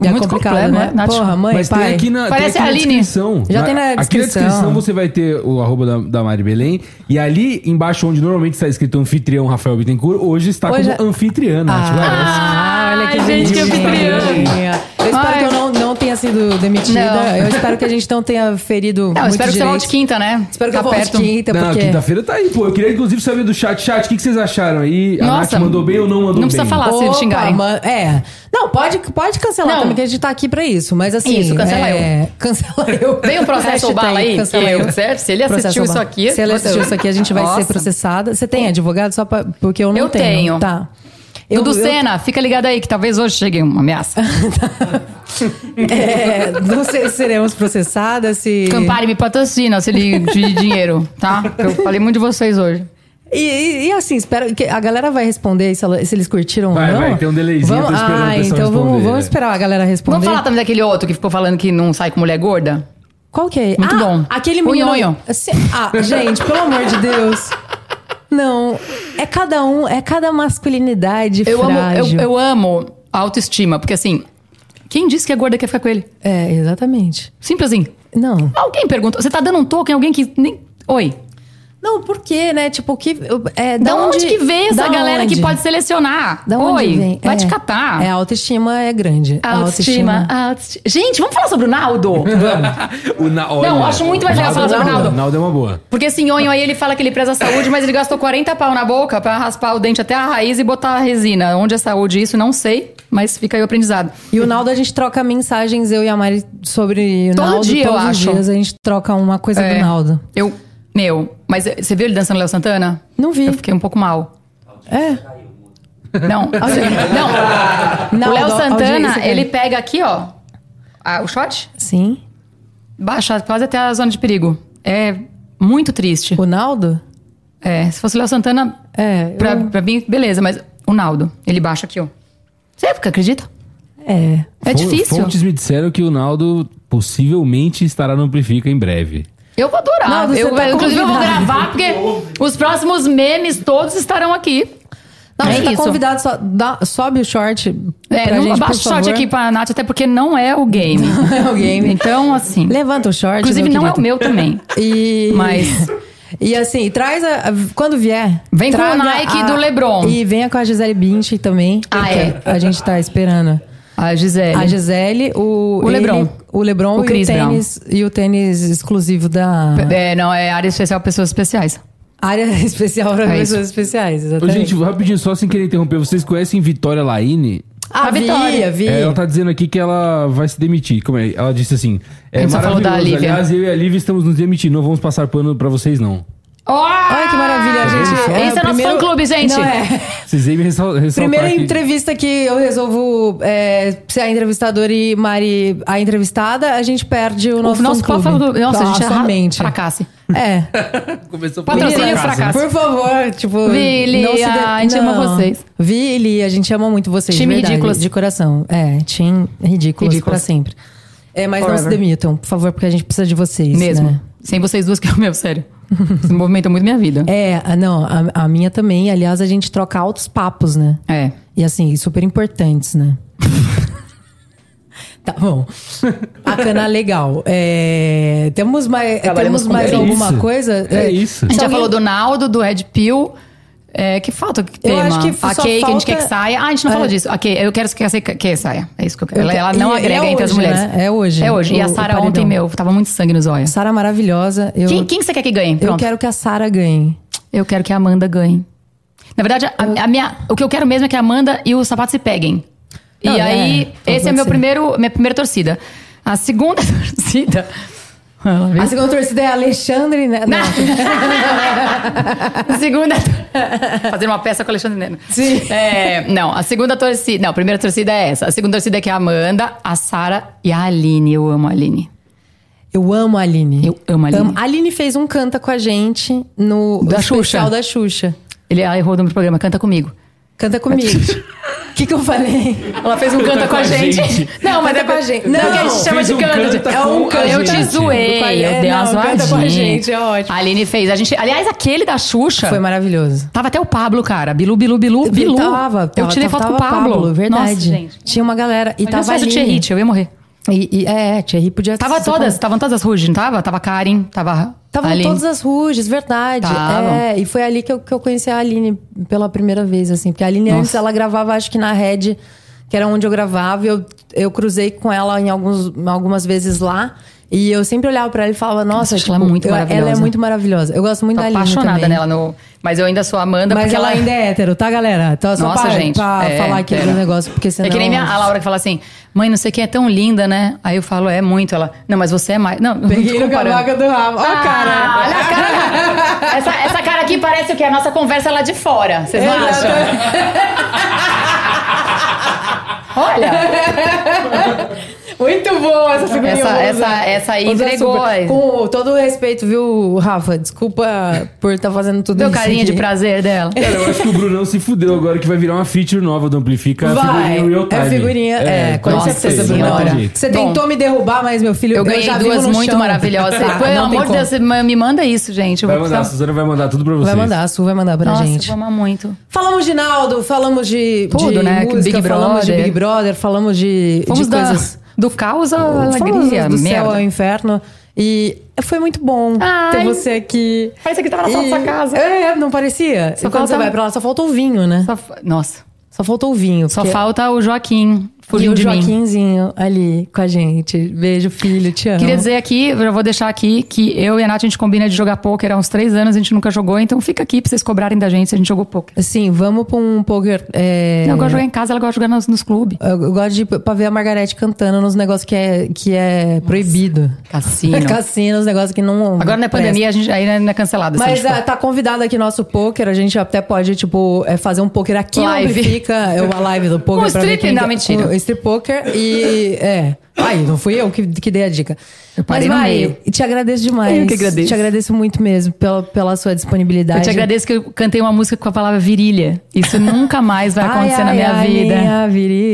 Speaker 1: É
Speaker 2: muito
Speaker 1: complicado,
Speaker 2: completo,
Speaker 1: né?
Speaker 2: Nath?
Speaker 1: Porra, mãe,
Speaker 3: Mas
Speaker 1: pai.
Speaker 3: tem aqui na,
Speaker 2: Parece
Speaker 3: tem aqui
Speaker 2: a
Speaker 3: na
Speaker 2: Aline.
Speaker 3: descrição.
Speaker 1: Já tem na descrição.
Speaker 3: Aqui na descrição você vai ter o arroba da, da Mari Belém. E ali embaixo, onde normalmente está escrito anfitrião Rafael Bittencourt, hoje está
Speaker 1: Hoje
Speaker 3: como né? Tipo, anfitriana. Nath Guareschi.
Speaker 1: Ah, olha que
Speaker 5: Ai, gente, que
Speaker 1: bonitinha. Eu espero
Speaker 2: Ai.
Speaker 1: que eu não, não tenha sido demitida.
Speaker 2: Não.
Speaker 1: Eu espero que a gente não tenha ferido.
Speaker 2: Não,
Speaker 1: muito
Speaker 2: espero que você
Speaker 1: direito.
Speaker 2: volte quinta, né?
Speaker 1: Espero que
Speaker 2: tá
Speaker 1: eu volte
Speaker 2: perto.
Speaker 1: quinta,
Speaker 3: Não,
Speaker 1: porque.
Speaker 3: quinta-feira tá aí, pô. Eu queria, inclusive, saber do chat. Chat, o que, que vocês acharam aí? A
Speaker 2: Nossa,
Speaker 3: Nath mandou bem ou não mandou bem?
Speaker 2: não precisa falar. se
Speaker 1: Opa,
Speaker 2: xingarem.
Speaker 1: man- É. Não, pode, pode cancelar
Speaker 5: Não.
Speaker 1: também, que a gente tá aqui pra isso. Mas assim.
Speaker 5: Isso, cancela
Speaker 1: é... eu. Cancela eu.
Speaker 2: um
Speaker 5: Vem o processo
Speaker 1: Hashtag
Speaker 5: Obala aí,
Speaker 1: cancela
Speaker 5: que
Speaker 1: eu.
Speaker 5: eu- certo? Se ele
Speaker 1: Processo
Speaker 5: assistiu isso
Speaker 1: Obala.
Speaker 5: aqui,
Speaker 1: Se ele assistiu
Speaker 5: aconteceu.
Speaker 1: isso aqui, a gente vai
Speaker 5: Nossa.
Speaker 1: ser processada. Você tem advogado? Só pra... porque eu não
Speaker 5: Eu tenho.
Speaker 1: Tá.
Speaker 2: Eu, do Senna, fica ligado aí, que talvez hoje chegue uma ameaça.
Speaker 1: É, não sei se seremos processadas, se.
Speaker 2: Campari me patrocina se ele de dinheiro, tá? Eu falei muito de vocês hoje.
Speaker 1: E, e- e, assim, espero que a galera vai responder se, ela- se eles curtiram
Speaker 3: Vai,
Speaker 1: ou não.
Speaker 3: vai, tem um delayzinho, eu tô
Speaker 1: Vamos,
Speaker 3: esperando o
Speaker 1: ah,
Speaker 3: pessoal
Speaker 1: então vamos,
Speaker 3: responder.
Speaker 1: vamos esperar a galera responder.
Speaker 2: Vamos falar também daquele outro que ficou falando que não sai com mulher gorda?
Speaker 1: Qual que é?
Speaker 2: Muito
Speaker 1: ah,
Speaker 2: bom.
Speaker 1: Aquele
Speaker 2: O
Speaker 1: menino...
Speaker 2: nhonho.
Speaker 1: Se- Ah, gente, pelo amor de Deus. Não, é cada um, é cada masculinidade
Speaker 2: Eu amo,
Speaker 1: frágil.
Speaker 2: eu, eu amo a autoestima, porque assim, quem disse que é gorda quer ficar com ele?
Speaker 1: É, exatamente.
Speaker 2: Simples assim.
Speaker 1: Não.
Speaker 2: Alguém pergunta, você tá dando um token, alguém que nem... Oi,
Speaker 1: Não, por quê, né? Tipo, que... É,
Speaker 2: da, onde, que vem essa
Speaker 1: da
Speaker 2: galera que
Speaker 1: onde?
Speaker 2: pode selecionar?
Speaker 1: Da onde
Speaker 2: Oi,
Speaker 1: vem?
Speaker 2: vai
Speaker 1: É.
Speaker 2: te catar.
Speaker 1: É, a autoestima é grande. A
Speaker 2: autoestima, autoestima. Gente, vamos falar sobre o Naldo?
Speaker 3: O Na-
Speaker 5: Não,
Speaker 3: olha,
Speaker 5: acho muito mais legal
Speaker 3: Naldo
Speaker 5: falar sobre
Speaker 3: é uma
Speaker 5: o
Speaker 3: boa,
Speaker 5: Naldo.
Speaker 3: é uma boa.
Speaker 5: Porque Sinhonho aí ele fala que ele preza a saúde, mas ele gastou 40 pau na boca pra raspar o dente até a raiz e botar a resina. Onde é saúde isso, não sei, mas fica aí o aprendizado.
Speaker 1: E o Naldo, a gente troca mensagens, eu e a Mari, sobre o
Speaker 2: Todo
Speaker 1: Naldo.
Speaker 2: dia, eu
Speaker 1: todos os
Speaker 2: acho.
Speaker 1: dias a gente troca uma coisa
Speaker 2: É.
Speaker 1: do Naldo.
Speaker 2: Eu, meu, mas eh, você viu ele dançando Léo Santana?
Speaker 1: Não vi.
Speaker 2: Eu fiquei um pouco mal.
Speaker 1: É.
Speaker 2: Não, não.
Speaker 1: Não,
Speaker 2: o Léo
Speaker 1: não, audiência,
Speaker 2: Santana,
Speaker 1: cara.
Speaker 2: ele pega aqui, ó, a- o shot,
Speaker 1: Sim.
Speaker 2: baixa quase até a zona de perigo. É muito triste.
Speaker 1: O Naldo?
Speaker 2: É, se fosse o Léo Santana,
Speaker 1: É.
Speaker 2: pra,
Speaker 1: eu-
Speaker 2: pra mim, beleza, mas o Naldo, ele baixa aqui, ó. Você fica, acredita?
Speaker 1: É.
Speaker 2: É
Speaker 3: Fon-
Speaker 2: difícil.
Speaker 3: Fontes me disseram que o Naldo possivelmente estará no Amplifica em breve.
Speaker 2: Eu vou adorar.
Speaker 1: Naldo, você
Speaker 2: eu,
Speaker 1: tá
Speaker 2: eu- inclusive, eu vou
Speaker 1: convidado.
Speaker 2: gravar, porque os próximos memes todos estarão aqui.
Speaker 1: Não,
Speaker 2: é
Speaker 1: você tá
Speaker 2: isso.
Speaker 1: convidado, só, dá- sobe o short.
Speaker 2: É,
Speaker 1: pra
Speaker 2: não
Speaker 1: gente,
Speaker 2: abaixa
Speaker 1: por
Speaker 2: o shot
Speaker 1: favor.
Speaker 2: aqui pra Nath, até porque não é o game.
Speaker 1: É o game.
Speaker 2: Então, assim.
Speaker 1: Levanta o short.
Speaker 2: Inclusive, não é o meu também.
Speaker 1: é o E.
Speaker 2: Mas-
Speaker 1: E assim, traz a. a- Quando vier.
Speaker 2: Vem com o
Speaker 1: traga
Speaker 2: Nike do LeBron.
Speaker 1: E venha com a Gisele Bündchen também.
Speaker 2: Ah,
Speaker 1: que
Speaker 2: é.
Speaker 1: A gente tá esperando.
Speaker 2: A Gisele.
Speaker 1: A Gisele, o.
Speaker 2: O LeBron.
Speaker 1: ele- o Lebron
Speaker 2: O
Speaker 1: e, o
Speaker 2: Chris Brown.
Speaker 1: tênis, e o tênis exclusivo da
Speaker 2: É, não, é área especial pessoas especiais.
Speaker 1: área especial para
Speaker 2: É isso.
Speaker 1: pessoas especiais.
Speaker 3: Ô,
Speaker 1: Exatamente.
Speaker 3: gente, rapidinho, só sem querer interromper. Vocês conhecem Vitória Laine?
Speaker 1: a,
Speaker 2: a
Speaker 1: Vitória,
Speaker 2: Ah, Vitória.
Speaker 1: Ah, Vi.
Speaker 3: É, ela tá dizendo aqui que ela vai se demitir. Como é? Ela disse assim: é
Speaker 2: gente só falou
Speaker 3: maravilhoso.
Speaker 2: da Lívia.
Speaker 3: Aliás, eu e a Lívia estamos nos demitindo. Não vamos passar pano pra vocês, não.
Speaker 1: Olha que maravilha, gente.
Speaker 2: Esse é nosso fã-clube, gente.
Speaker 1: Não, é.
Speaker 3: Vocês devem ressal ressaltar
Speaker 1: Primeira
Speaker 3: que-
Speaker 1: entrevista que eu resolvo é, ser a entrevistadora e Mari a entrevistada, a gente perde o nosso,
Speaker 2: nosso
Speaker 1: fã-clube.
Speaker 2: fã-clube. Nossa, a gente arra-
Speaker 1: mente.
Speaker 2: fracasse.
Speaker 1: É.
Speaker 3: Começou por
Speaker 2: Patrocínio
Speaker 3: casa.
Speaker 2: fracasso.
Speaker 1: Por favor, tipo...
Speaker 2: Vili,
Speaker 1: não se
Speaker 2: a gente ama
Speaker 1: não.
Speaker 2: vocês.
Speaker 1: Vili, a gente ama muito vocês,
Speaker 2: Time
Speaker 1: de verdade,
Speaker 2: ridículos.
Speaker 1: De coração. É, time ridículos,
Speaker 2: Ridículos.
Speaker 1: pra sempre. É, mas não se
Speaker 2: Forever.
Speaker 1: demitam, por favor, porque a gente precisa de vocês.
Speaker 2: Mesmo.
Speaker 1: né?
Speaker 2: Sem vocês duas, que é o meu, sério. Vocês movimentam muito minha vida.
Speaker 1: É, a- não, a, a minha também. Aliás, a gente troca altos papos, né?
Speaker 2: É.
Speaker 1: E assim, super importantes, né? tá bom. Bacana, legal. É, temos mais,
Speaker 2: Trabalhamos
Speaker 1: temos
Speaker 2: com
Speaker 1: mais
Speaker 3: É
Speaker 1: alguma
Speaker 3: isso.
Speaker 1: coisa?
Speaker 3: É isso.
Speaker 2: A gente
Speaker 1: Se
Speaker 2: já
Speaker 1: alguém-
Speaker 2: falou do Naldo, do Red Pill. É, que falta que
Speaker 1: Eu
Speaker 2: tema?
Speaker 1: acho que
Speaker 2: a
Speaker 1: só
Speaker 2: Kay, que a gente
Speaker 1: falta-
Speaker 2: quer que saia. Ah, a gente não
Speaker 1: É.
Speaker 2: falou disso. A Kay, eu quero que a Kay saia. É isso que eu quero.
Speaker 1: Eu
Speaker 2: Ela,
Speaker 1: que-
Speaker 2: ela não
Speaker 1: e- e
Speaker 2: agrega
Speaker 1: é
Speaker 2: entre as
Speaker 1: hoje,
Speaker 2: mulheres.
Speaker 1: né? É hoje
Speaker 2: É hoje. E
Speaker 1: o-
Speaker 2: a
Speaker 1: o
Speaker 2: Sara
Speaker 1: paredão.
Speaker 2: ontem, meu, tava muito sangue nos olhos.
Speaker 1: Sara maravilhosa. Eu,
Speaker 2: Quem, quem que você quer que ganhe?
Speaker 1: eu
Speaker 2: Pronto.
Speaker 1: quero que a Sara ganhe.
Speaker 2: Eu quero que a Amanda ganhe. Na verdade, a, a minha, o que eu quero mesmo é que a Amanda e o sapato se peguem.
Speaker 1: Não,
Speaker 2: e
Speaker 1: é,
Speaker 2: aí,
Speaker 1: pode
Speaker 2: esse é meu
Speaker 1: ser.
Speaker 2: primeiro, minha primeira torcida. A segunda torcida.
Speaker 1: A segunda torcida é a Alexandre, né? Não.
Speaker 2: A segunda. Fazer uma peça com o Alexandre Neno.
Speaker 1: Sim.
Speaker 2: É, não, a segunda torcida. Não, a primeira torcida é essa. A segunda torcida é que é a Amanda, a Sara e a Aline. Eu amo a Aline.
Speaker 1: Eu amo a Aline.
Speaker 2: Eu amo a Aline.
Speaker 1: A Aline fez um canta com a gente no
Speaker 2: Da
Speaker 1: especial
Speaker 2: Xuxa.
Speaker 1: da Xuxa.
Speaker 2: Ele, ela errou o nome do programa, canta comigo.
Speaker 1: Canta comigo. O que, que eu falei?
Speaker 2: Ela fez um canta, com a gente. Não, mas
Speaker 1: Canta
Speaker 2: é
Speaker 1: com a gente. Não,
Speaker 2: porque a gente chama
Speaker 3: fez
Speaker 2: de
Speaker 3: um
Speaker 2: canta.
Speaker 3: canta
Speaker 2: gente.
Speaker 3: com a
Speaker 2: Eu te
Speaker 3: gente.
Speaker 2: zoei.
Speaker 1: É,
Speaker 2: Eu dei
Speaker 1: não,
Speaker 2: umas
Speaker 1: canta com a
Speaker 2: zoadinhas.
Speaker 1: gente, é ótimo.
Speaker 2: A Aline fez. A gente, aliás, aquele da Xuxa.
Speaker 1: Foi maravilhoso.
Speaker 2: Tava até o Pablo, cara. Bilu, Bilu, Bilu, Bilu.
Speaker 1: Tava,
Speaker 2: eu
Speaker 1: tava,
Speaker 2: tirei foto
Speaker 1: tava
Speaker 2: com o Pablo.
Speaker 1: verdade.
Speaker 2: Nossa, gente. um
Speaker 1: Tinha uma galera. E
Speaker 2: Tava
Speaker 1: tava
Speaker 2: faz o
Speaker 1: Aline.
Speaker 2: Tcherrit, eu ia morrer.
Speaker 1: E, e- é, Thierry podia
Speaker 2: Tava todas, estavam todas as ruas, não tava? Tava Karen, tava.
Speaker 1: Estavam
Speaker 2: Aline.
Speaker 1: todas as ruges, verdade.
Speaker 2: Tavam.
Speaker 1: É, e foi ali que eu, que eu conheci a Aline pela primeira vez, assim. Porque a Aline antes ela gravava, acho que na Red, que era onde eu gravava. E eu, eu cruzei com ela em alguns, algumas vezes lá. E eu sempre olhava pra ela e falava, nossa,
Speaker 2: acho ela muito
Speaker 1: eu- Ela é
Speaker 2: maravilhosa.
Speaker 1: muito maravilhosa. Eu gosto muito
Speaker 2: Tô
Speaker 1: da Aline.
Speaker 2: apaixonada
Speaker 1: também.
Speaker 2: nela no. Mas eu ainda sou a Amanda,
Speaker 1: Mas
Speaker 2: porque
Speaker 1: ela ainda é hétero, tá, galera? Então, só
Speaker 2: Nossa,
Speaker 1: pra,
Speaker 2: gente.
Speaker 1: pra
Speaker 2: É,
Speaker 1: falar aqui
Speaker 2: pera.
Speaker 1: do negócio, porque senão...
Speaker 2: É que nem minha, a Laura que fala assim, mãe, não sei quem é tão linda, né? Aí eu falo, é muito. Ela, não, mas você é mais. Não, não
Speaker 1: Peguei
Speaker 2: tô
Speaker 1: no
Speaker 2: comparando.
Speaker 1: cavaco do rabo. Ó,
Speaker 2: Ah,
Speaker 1: a cara.
Speaker 2: Olha a cara. Essa, essa cara aqui parece o quê? A nossa conversa lá de fora. Vocês não acham? Olha,
Speaker 1: Muito boa essa figurinha.
Speaker 2: Essa-
Speaker 1: vamos
Speaker 2: essa-
Speaker 1: usar.
Speaker 2: essa aí
Speaker 1: Vamos usar
Speaker 2: entregou,
Speaker 1: super.
Speaker 2: aí.
Speaker 1: Com todo o respeito, viu, Rafa? Desculpa por estar fazendo tudo
Speaker 2: deu
Speaker 1: isso
Speaker 2: carinha
Speaker 1: aqui.
Speaker 2: de prazer dela.
Speaker 3: Cara, eu acho que o Brunão se fudeu agora que vai virar uma feature nova do Amplifica. É a
Speaker 1: Vai.
Speaker 3: figurinha real time.
Speaker 1: é figurinha, é, com
Speaker 3: pode
Speaker 1: certeza,
Speaker 3: ser, não
Speaker 1: Brunão.
Speaker 3: tem
Speaker 2: Senhora.
Speaker 3: jeito.
Speaker 1: Você tentou me derrubar, mas, meu filho,
Speaker 2: Eu ganhei
Speaker 1: já vivo
Speaker 2: duas
Speaker 1: no
Speaker 2: muito
Speaker 1: chão.
Speaker 2: maravilhosas.
Speaker 1: Tá,
Speaker 2: Pelo
Speaker 1: não tem
Speaker 2: amor de
Speaker 1: como.
Speaker 2: Deus, você me manda isso, gente. Eu
Speaker 3: Vai
Speaker 2: vou
Speaker 3: mandar, a
Speaker 2: precisar-
Speaker 3: Suzana vai mandar tudo pra vocês.
Speaker 1: Vai mandar, a Su vai mandar pra
Speaker 2: Nossa,
Speaker 1: gente.
Speaker 2: eu vou amar muito.
Speaker 1: Falamos de Naldo, falamos de,
Speaker 2: Tudo,
Speaker 1: de
Speaker 2: né?
Speaker 1: música,
Speaker 2: Big
Speaker 1: falamos de
Speaker 2: Brother.
Speaker 1: Big Brother, falamos de,
Speaker 2: Fomos
Speaker 1: de
Speaker 2: da-
Speaker 1: coisas...
Speaker 2: do caos à
Speaker 1: Fomos
Speaker 2: alegria,
Speaker 1: do céu
Speaker 2: merda.
Speaker 1: ao inferno. E foi muito bom ter
Speaker 2: Ai.
Speaker 1: você aqui.
Speaker 2: Parece que tava na sala
Speaker 1: E-
Speaker 2: da sua casa.
Speaker 1: É, não parecia?
Speaker 2: Só
Speaker 1: E quando você
Speaker 2: falta-
Speaker 1: vai pra lá, só falta o vinho, né? Só,
Speaker 2: Só fa- Nossa,
Speaker 1: faltou o vinho.
Speaker 2: só
Speaker 1: porque-
Speaker 2: falta o Joaquim
Speaker 1: E
Speaker 2: fugindo
Speaker 1: o
Speaker 2: de mim.
Speaker 1: Joaquinzinho ali com a gente. Beijo, filho, te amo.
Speaker 2: Queria dizer aqui, eu já vou deixar aqui, que eu e a Nath, a gente combina de jogar pôquer há uns três anos, a gente nunca jogou, então fica aqui pra vocês cobrarem da gente se a gente jogou pôquer.
Speaker 1: Assim, vamos pra um poker. é,
Speaker 2: Eu gosto de jogar em casa, ela gosta de jogar nos, nos clubes.
Speaker 1: Eu eu gosto de ir pra ver a Margarete cantando nos negócios que é, que é proibido.
Speaker 2: Cassino.
Speaker 1: Cassino, os negócios que não.
Speaker 2: Agora na
Speaker 1: presta.
Speaker 2: pandemia, a gente aí não é cancelado. se a
Speaker 1: Mas
Speaker 2: gente for.
Speaker 1: ah, tá convidado aqui nosso poker. A gente até pode, tipo, é, fazer um poker aqui
Speaker 2: Live.
Speaker 1: onde fica é uma live do poker.
Speaker 2: Um
Speaker 1: pra ver
Speaker 2: strip?
Speaker 1: quem-
Speaker 2: Não,
Speaker 1: Um
Speaker 2: mentira.
Speaker 1: strip poker e. É. Aí, não fui eu que, que dei a dica. Mas,
Speaker 2: parei no meio.
Speaker 1: Mari, te agradeço demais.
Speaker 2: Eu que agradeço.
Speaker 1: Te agradeço muito mesmo pela, pela sua disponibilidade.
Speaker 2: Eu te agradeço que eu cantei uma música com a palavra virilha. Isso nunca mais vai acontecer
Speaker 1: ai,
Speaker 2: na
Speaker 1: ai,
Speaker 2: minha
Speaker 1: ai,
Speaker 2: vida.
Speaker 1: Minha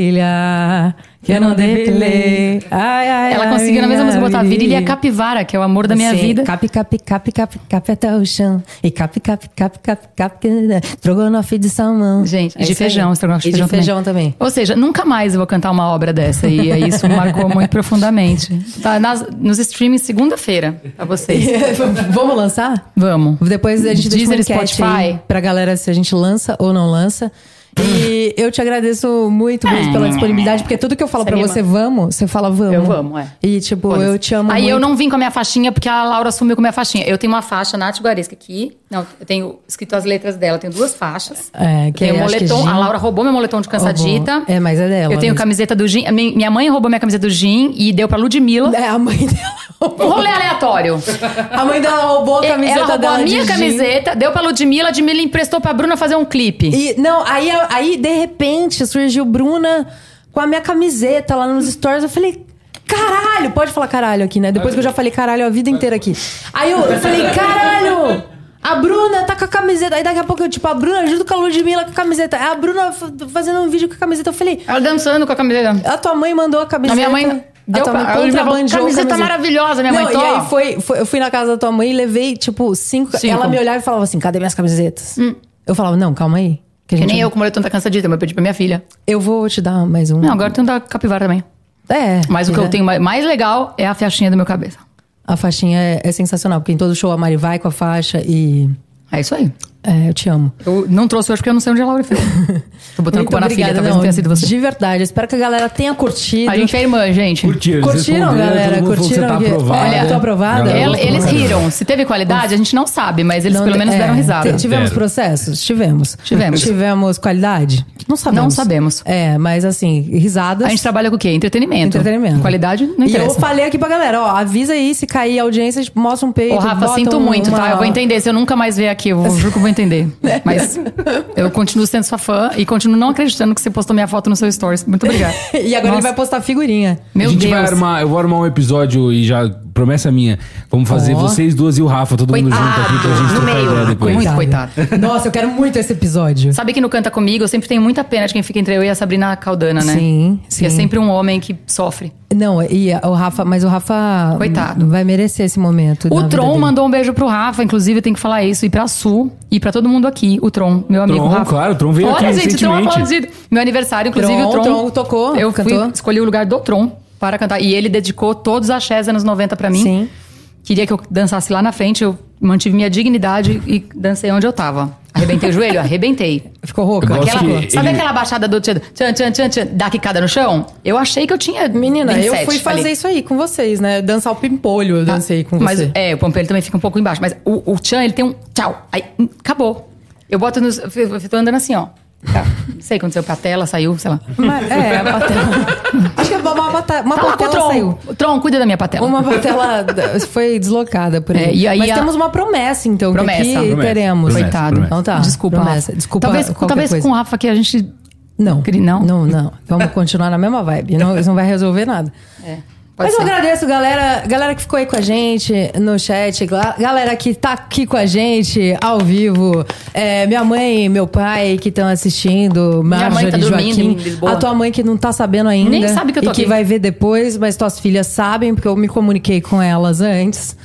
Speaker 1: virilha, que eu não depilei. Ai, ai,
Speaker 2: Ela
Speaker 1: ai,
Speaker 2: conseguiu na mesma
Speaker 1: minha
Speaker 2: música botar virilha e capivara, que é o amor da minha
Speaker 1: Sim.
Speaker 2: vida.
Speaker 1: Cap, cap, cap, cap, cap até o chão. E cap, cap, cap, cap, cap, que- trogonofe de salmão.
Speaker 2: Gente,
Speaker 1: É
Speaker 2: e de
Speaker 1: isso aí.
Speaker 2: feijão, estrogonofe
Speaker 1: E de feijão também.
Speaker 2: Ou seja, nunca mais eu vou cantar uma obra dessa. E aí isso marcou muito profundamente. Tá nas- nos streams segunda-feira, pra vocês.
Speaker 1: Vamos lançar?
Speaker 2: Vamos.
Speaker 1: Depois a gente deixa uma
Speaker 2: Deezer,
Speaker 1: enquete aí
Speaker 2: Spotify.
Speaker 1: pra galera se a gente lança ou não lança. E eu te agradeço muito mesmo pela disponibilidade, porque tudo que eu falo
Speaker 2: É. Você
Speaker 1: pra
Speaker 2: anima.
Speaker 1: você, vamos, você fala vamos.
Speaker 2: Eu vamo, é.
Speaker 1: E tipo, eu te amo
Speaker 2: Aí
Speaker 1: muito.
Speaker 2: eu não vim com a minha faixinha, porque a Laura sumiu com a minha faixinha. Eu tenho uma faixa Nath Guaresca aqui. Não, eu tenho escrito as letras dela. Eu tenho duas faixas.
Speaker 1: É, que
Speaker 2: Tem
Speaker 1: eu
Speaker 2: o
Speaker 1: acho que
Speaker 2: moletom.
Speaker 1: Jean-
Speaker 2: a Laura roubou meu moletom de cansadita.
Speaker 1: Roubou. É, mas é dela
Speaker 2: Eu tenho
Speaker 1: mesmo.
Speaker 2: camiseta do Gin. mi- Minha mãe roubou minha camiseta do Gin e deu pra Ludmilla.
Speaker 1: É, a mãe dela.
Speaker 2: Um rolê aleatório.
Speaker 1: A mãe dela roubou a camiseta
Speaker 2: É, ela roubou
Speaker 1: dela
Speaker 2: a
Speaker 1: de
Speaker 2: minha
Speaker 1: jeans.
Speaker 2: camiseta, deu pra Ludmilla, a Ludmilla emprestou pra Bruna fazer um clipe.
Speaker 1: E, não, aí, aí de repente surgiu Bruna com a minha camiseta lá nos stories. Eu falei, caralho! Pode falar caralho aqui, né? Depois que eu já falei caralho a vida inteira aqui. Aí eu, eu falei, caralho! A Bruna tá com a camiseta. Aí daqui a pouco eu, tipo, a Bruna junto com a Ludmilla com a camiseta. Aí a Bruna f- fazendo um vídeo com a camiseta. Eu falei,
Speaker 2: Ela dançando com a camiseta.
Speaker 1: a tua mãe mandou a
Speaker 2: A
Speaker 1: camiseta. Ah, tá,
Speaker 2: minha mãe.
Speaker 1: Deu
Speaker 2: Deu
Speaker 1: tua mãe
Speaker 2: pra- eu levava-
Speaker 1: contrabandeou
Speaker 2: camiseta maravilhosa, minha mãe,
Speaker 1: Não,
Speaker 2: tô.
Speaker 1: E aí foi, foi- eu fui na casa da tua mãe e levei, tipo, cinco.
Speaker 2: Cinco. Hum.
Speaker 1: Ela me olhava e falava assim: cadê minhas camisetas? Eu falava: não, calma aí. Que a
Speaker 2: Que
Speaker 1: gente
Speaker 2: nem eu com o moletom tá cansadita, mas eu pedi pra minha filha.
Speaker 1: Eu vou te dar mais um.
Speaker 2: Não, agora tem um da capivara também.
Speaker 1: É.
Speaker 2: Mas o que
Speaker 1: né?
Speaker 2: eu tenho mais, mais legal é a faixinha do meu cabeça.
Speaker 1: A faixinha é, é sensacional, porque em todo show a Mari vai com a faixa e.
Speaker 2: É isso aí.
Speaker 1: é, eu te amo.
Speaker 2: Eu não trouxe hoje porque eu não sei onde a Laura fez. Tô botando a
Speaker 1: Muito
Speaker 2: culpa na filha,
Speaker 1: obrigada,
Speaker 2: talvez não tenha sido você.
Speaker 1: De verdade, eu espero que a galera tenha curtido.
Speaker 2: A gente é irmã, gente.
Speaker 3: Curtiram, eles
Speaker 1: Curtiram,
Speaker 3: responderam,
Speaker 1: galera?
Speaker 3: todo mundo falou que
Speaker 1: Curtiram?
Speaker 3: Você
Speaker 1: que-
Speaker 3: tá aprovada.
Speaker 1: Olha, tô aprovada.
Speaker 3: Galera,
Speaker 2: Ela-
Speaker 3: eu tô
Speaker 2: eles
Speaker 3: aprovada.
Speaker 2: riram. Se teve qualidade, a gente não sabe, mas eles
Speaker 1: Não-
Speaker 2: pelo menos
Speaker 1: é,
Speaker 2: deram risada.
Speaker 1: te- Tivemos
Speaker 3: Deram.
Speaker 1: processos? Tivemos.
Speaker 2: Tivemos.
Speaker 1: Tivemos qualidade? Não sabemos.
Speaker 2: Não sabemos.
Speaker 1: É, mas assim, risadas.
Speaker 2: A gente trabalha com o quê? Entretenimento.
Speaker 1: Entretenimento.
Speaker 2: Qualidade não
Speaker 1: E eu
Speaker 2: interessa.
Speaker 1: falei aqui pra galera, ó, avisa aí se cair a audiência, tipo, mostra um peito.
Speaker 2: Ô, Rafa,
Speaker 1: bota
Speaker 2: sinto
Speaker 1: um-
Speaker 2: muito,
Speaker 1: uma- É.
Speaker 2: tá? Eu vou entender. Se eu nunca mais ver aqui, eu vou, juro que eu vou entender. Mas eu continuo sendo sua fã e continuo não acreditando que você postou minha foto no seu stories. Muito obrigada.
Speaker 1: E agora ele
Speaker 2: Nossa.
Speaker 1: vai postar figurinha.
Speaker 2: Meu
Speaker 3: a gente
Speaker 2: Deus.
Speaker 3: vai armar, eu vou armar um episódio e já, promessa minha, vamos fazer
Speaker 1: Ó.
Speaker 3: vocês duas e o Rafa, todo mundo junto aqui pra gente
Speaker 2: no
Speaker 3: trocar
Speaker 2: meio.
Speaker 3: ideia depois.
Speaker 2: Muito coitado.
Speaker 1: Nossa, eu quero muito esse episódio.
Speaker 2: Sabe que no Canta Comigo eu sempre tenho muita pena de quem fica entre eu e a Sabrina Caldana, né?
Speaker 1: Sim,
Speaker 2: Que é
Speaker 1: sim.
Speaker 2: sempre um homem que sofre.
Speaker 1: Não, e o Rafa, mas o Rafa
Speaker 2: Coitado.
Speaker 1: vai merecer esse momento. na
Speaker 2: O
Speaker 1: vida
Speaker 2: Tron
Speaker 1: dele.
Speaker 2: mandou um beijo pro Rafa, inclusive tem que falar isso, e pra Su, e pra todo mundo aqui. O Tron, meu amigo
Speaker 3: Tron,
Speaker 2: Rafa.
Speaker 3: claro, o Tron veio
Speaker 2: Olha,
Speaker 3: aqui
Speaker 2: gente, o Tron
Speaker 3: recentemente.
Speaker 2: aplaudido. Meu aniversário, inclusive
Speaker 1: Tron,
Speaker 2: o Tron.
Speaker 1: Tron tocou,
Speaker 2: Eu fui-
Speaker 1: cantou.
Speaker 2: escolhi o lugar do Tron para cantar. E ele dedicou todos os axés anos 90 pra mim.
Speaker 1: Sim.
Speaker 2: Queria que eu dançasse lá na frente, eu mantive minha dignidade e dancei onde eu tava. Arrebentei o joelho? Arrebentei.
Speaker 1: Ficou
Speaker 3: Eu
Speaker 1: rouca?
Speaker 3: gosto
Speaker 2: Aquela-
Speaker 3: que
Speaker 2: sabe
Speaker 3: ele-
Speaker 2: aquela baixada do tchan, tchan, tchan, tchan, tchan, da quicada no chão? Eu achei que eu tinha.
Speaker 1: Menina,
Speaker 2: 27,
Speaker 1: eu fui fazer
Speaker 2: falei. Tá. "Ah,
Speaker 1: isso aí com vocês, né? Dançar o pimpolho, eu dancei com
Speaker 2: mas,
Speaker 1: você.
Speaker 2: É, o Pompeu também fica um pouco embaixo. Mas o, o Chan, ele tem um tchau. Aí, hum, acabou. Eu boto nos. Eu fico- eu tô andando assim, ó. Tá. Não sei, aconteceu pra tela, saiu, sei lá.
Speaker 1: Mas, é, a patela. Acho que uma, pata- uma
Speaker 2: Tá lá com o
Speaker 1: patela
Speaker 2: Tron.
Speaker 1: saiu.
Speaker 2: O Tron, cuida da minha patela.
Speaker 1: Uma patela d- foi deslocada por aí.
Speaker 2: É, e aí
Speaker 1: Mas
Speaker 2: a-
Speaker 1: temos uma promessa, então,
Speaker 2: Promessa.
Speaker 1: que aqui
Speaker 2: Promessa,
Speaker 1: teremos.
Speaker 3: promessa,
Speaker 2: Coitado.
Speaker 3: promessa.
Speaker 1: Então tá.
Speaker 2: Desculpa.
Speaker 1: Promessa.
Speaker 2: Rafa.
Speaker 1: Desculpa
Speaker 2: Talvez,
Speaker 1: qualquer
Speaker 2: talvez
Speaker 1: coisa.
Speaker 2: com o Rafa que a gente.
Speaker 1: Não.
Speaker 2: Cri- não?
Speaker 1: Não, não. Vamos continuar na mesma vibe. Não, isso não vai resolver nada.
Speaker 2: Pode
Speaker 1: Mas eu
Speaker 2: ser.
Speaker 1: agradeço, galera. Galera que ficou aí com a gente no chat. gla- Galera que tá aqui com a gente ao vivo. É, minha mãe e meu pai que estão assistindo.
Speaker 2: Minha
Speaker 1: Marjorie
Speaker 2: mãe tá dormindo
Speaker 1: Joaquim.
Speaker 2: em Lisboa.
Speaker 1: A tua mãe que não tá sabendo ainda.
Speaker 2: Nem sabe que eu tô
Speaker 1: E que
Speaker 2: aqui.
Speaker 1: vai ver depois, mas tuas filhas sabem, porque eu me comuniquei com elas antes.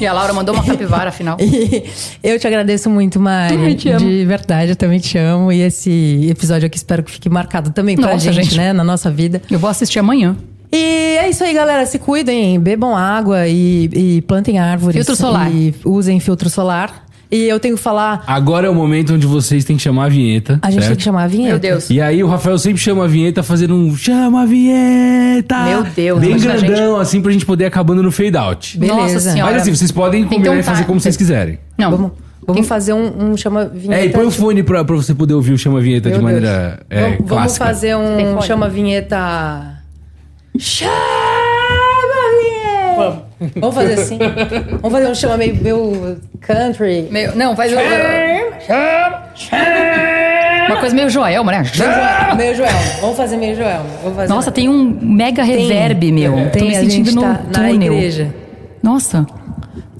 Speaker 2: E a Laura mandou uma capivara, afinal.
Speaker 1: E eu te agradeço muito, Mari.
Speaker 2: Também te amo.
Speaker 1: De verdade, eu também te amo. E esse episódio aqui espero que fique marcado também pra
Speaker 2: Nossa,
Speaker 1: gente,
Speaker 2: gente.
Speaker 1: né? Na nossa vida.
Speaker 2: Eu vou assistir amanhã.
Speaker 1: E é isso aí, galera. Se cuidem, bebam água e, e plantem árvores.
Speaker 2: Filtro solar.
Speaker 1: E usem filtro solar. E eu tenho que falar.
Speaker 3: Agora é o momento onde vocês têm que chamar a vinheta.
Speaker 1: A gente
Speaker 3: certo?
Speaker 1: tem que chamar a vinheta.
Speaker 2: Meu Deus.
Speaker 3: E aí o Rafael sempre chama a vinheta fazendo um chama a vinheta.
Speaker 2: Meu Deus,
Speaker 3: Bem
Speaker 2: imagina a
Speaker 3: grandão, assim pra gente poder ir acabando no fade out.
Speaker 1: Beleza.
Speaker 2: Nossa senhora.
Speaker 3: Mas assim, vocês podem combinar
Speaker 1: um
Speaker 2: Então
Speaker 3: e fazer
Speaker 2: tá.
Speaker 3: como vocês quiserem.
Speaker 2: Não.
Speaker 1: Vamos, vamos fazer um, um chama vinheta.
Speaker 3: É, e põe o fone pra, pra você poder ouvir o chama a vinheta
Speaker 1: Meu
Speaker 3: de
Speaker 1: Deus.
Speaker 3: maneira é,
Speaker 1: vamos, vamos
Speaker 3: clássica.
Speaker 1: fazer
Speaker 2: tem
Speaker 1: um
Speaker 2: fone?
Speaker 1: chama vinheta. Chama vinheta! Vamos. fazer assim. Vamos fazer um chama meio, meio country.
Speaker 2: Meio- não, faz uma, uma coisa meio Joel, né?
Speaker 1: Meio Joel, meio Joel. Vamos fazer meio Joel. Vamos fazer
Speaker 2: Nossa, tem um mega reverb, meu. Tô me
Speaker 1: a
Speaker 2: sentindo
Speaker 1: gente
Speaker 2: num
Speaker 1: tá na
Speaker 2: túnel.
Speaker 1: igreja. É,
Speaker 2: Nossa,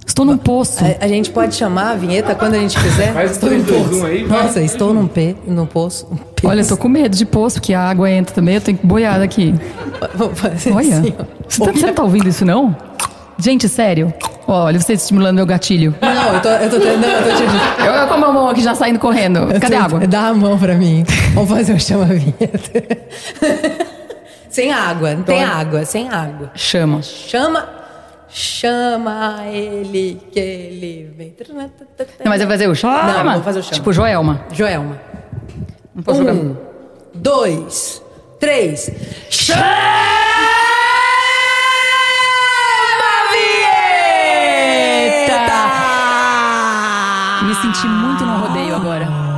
Speaker 2: estou num poço.
Speaker 1: A, a gente pode chamar a vinheta quando a gente quiser.
Speaker 3: Faz
Speaker 1: estou
Speaker 3: três,
Speaker 1: num
Speaker 3: dois,
Speaker 1: poço.
Speaker 3: um aí, vai.
Speaker 1: Nossa, estou num, pe, num poço. Um pe-
Speaker 2: Olha, eu tô com medo de poço, porque a água entra também. Eu tenho que boiar daqui.
Speaker 1: Vamos fazer
Speaker 2: Olha,
Speaker 1: assim, ó.
Speaker 2: você, tá, você não tá ouvindo isso, não? Gente, sério. Olha, você estimulando meu gatilho.
Speaker 1: Não, eu tô, eu tô, não, eu tô te dizendo.
Speaker 2: Eu, eu com a minha mão aqui já saindo correndo.
Speaker 1: Eu
Speaker 2: Cadê
Speaker 1: tô-
Speaker 2: a água?
Speaker 1: Dá a mão pra mim. Vamos fazer um chama-vinheta. sem água, não tem
Speaker 3: Então é-
Speaker 2: Adoro.
Speaker 1: água, sem água.
Speaker 2: Chama.
Speaker 1: Chama. Chama ele que ele vem.
Speaker 2: Não, mas vai fazer o chama.
Speaker 1: Não, vou fazer o chama.
Speaker 2: Tipo Joelma.
Speaker 1: Joelma.
Speaker 2: Não posso jogar.
Speaker 1: Um, dois, três. Chama a vinheta!
Speaker 2: Me senti muito no rodeio agora.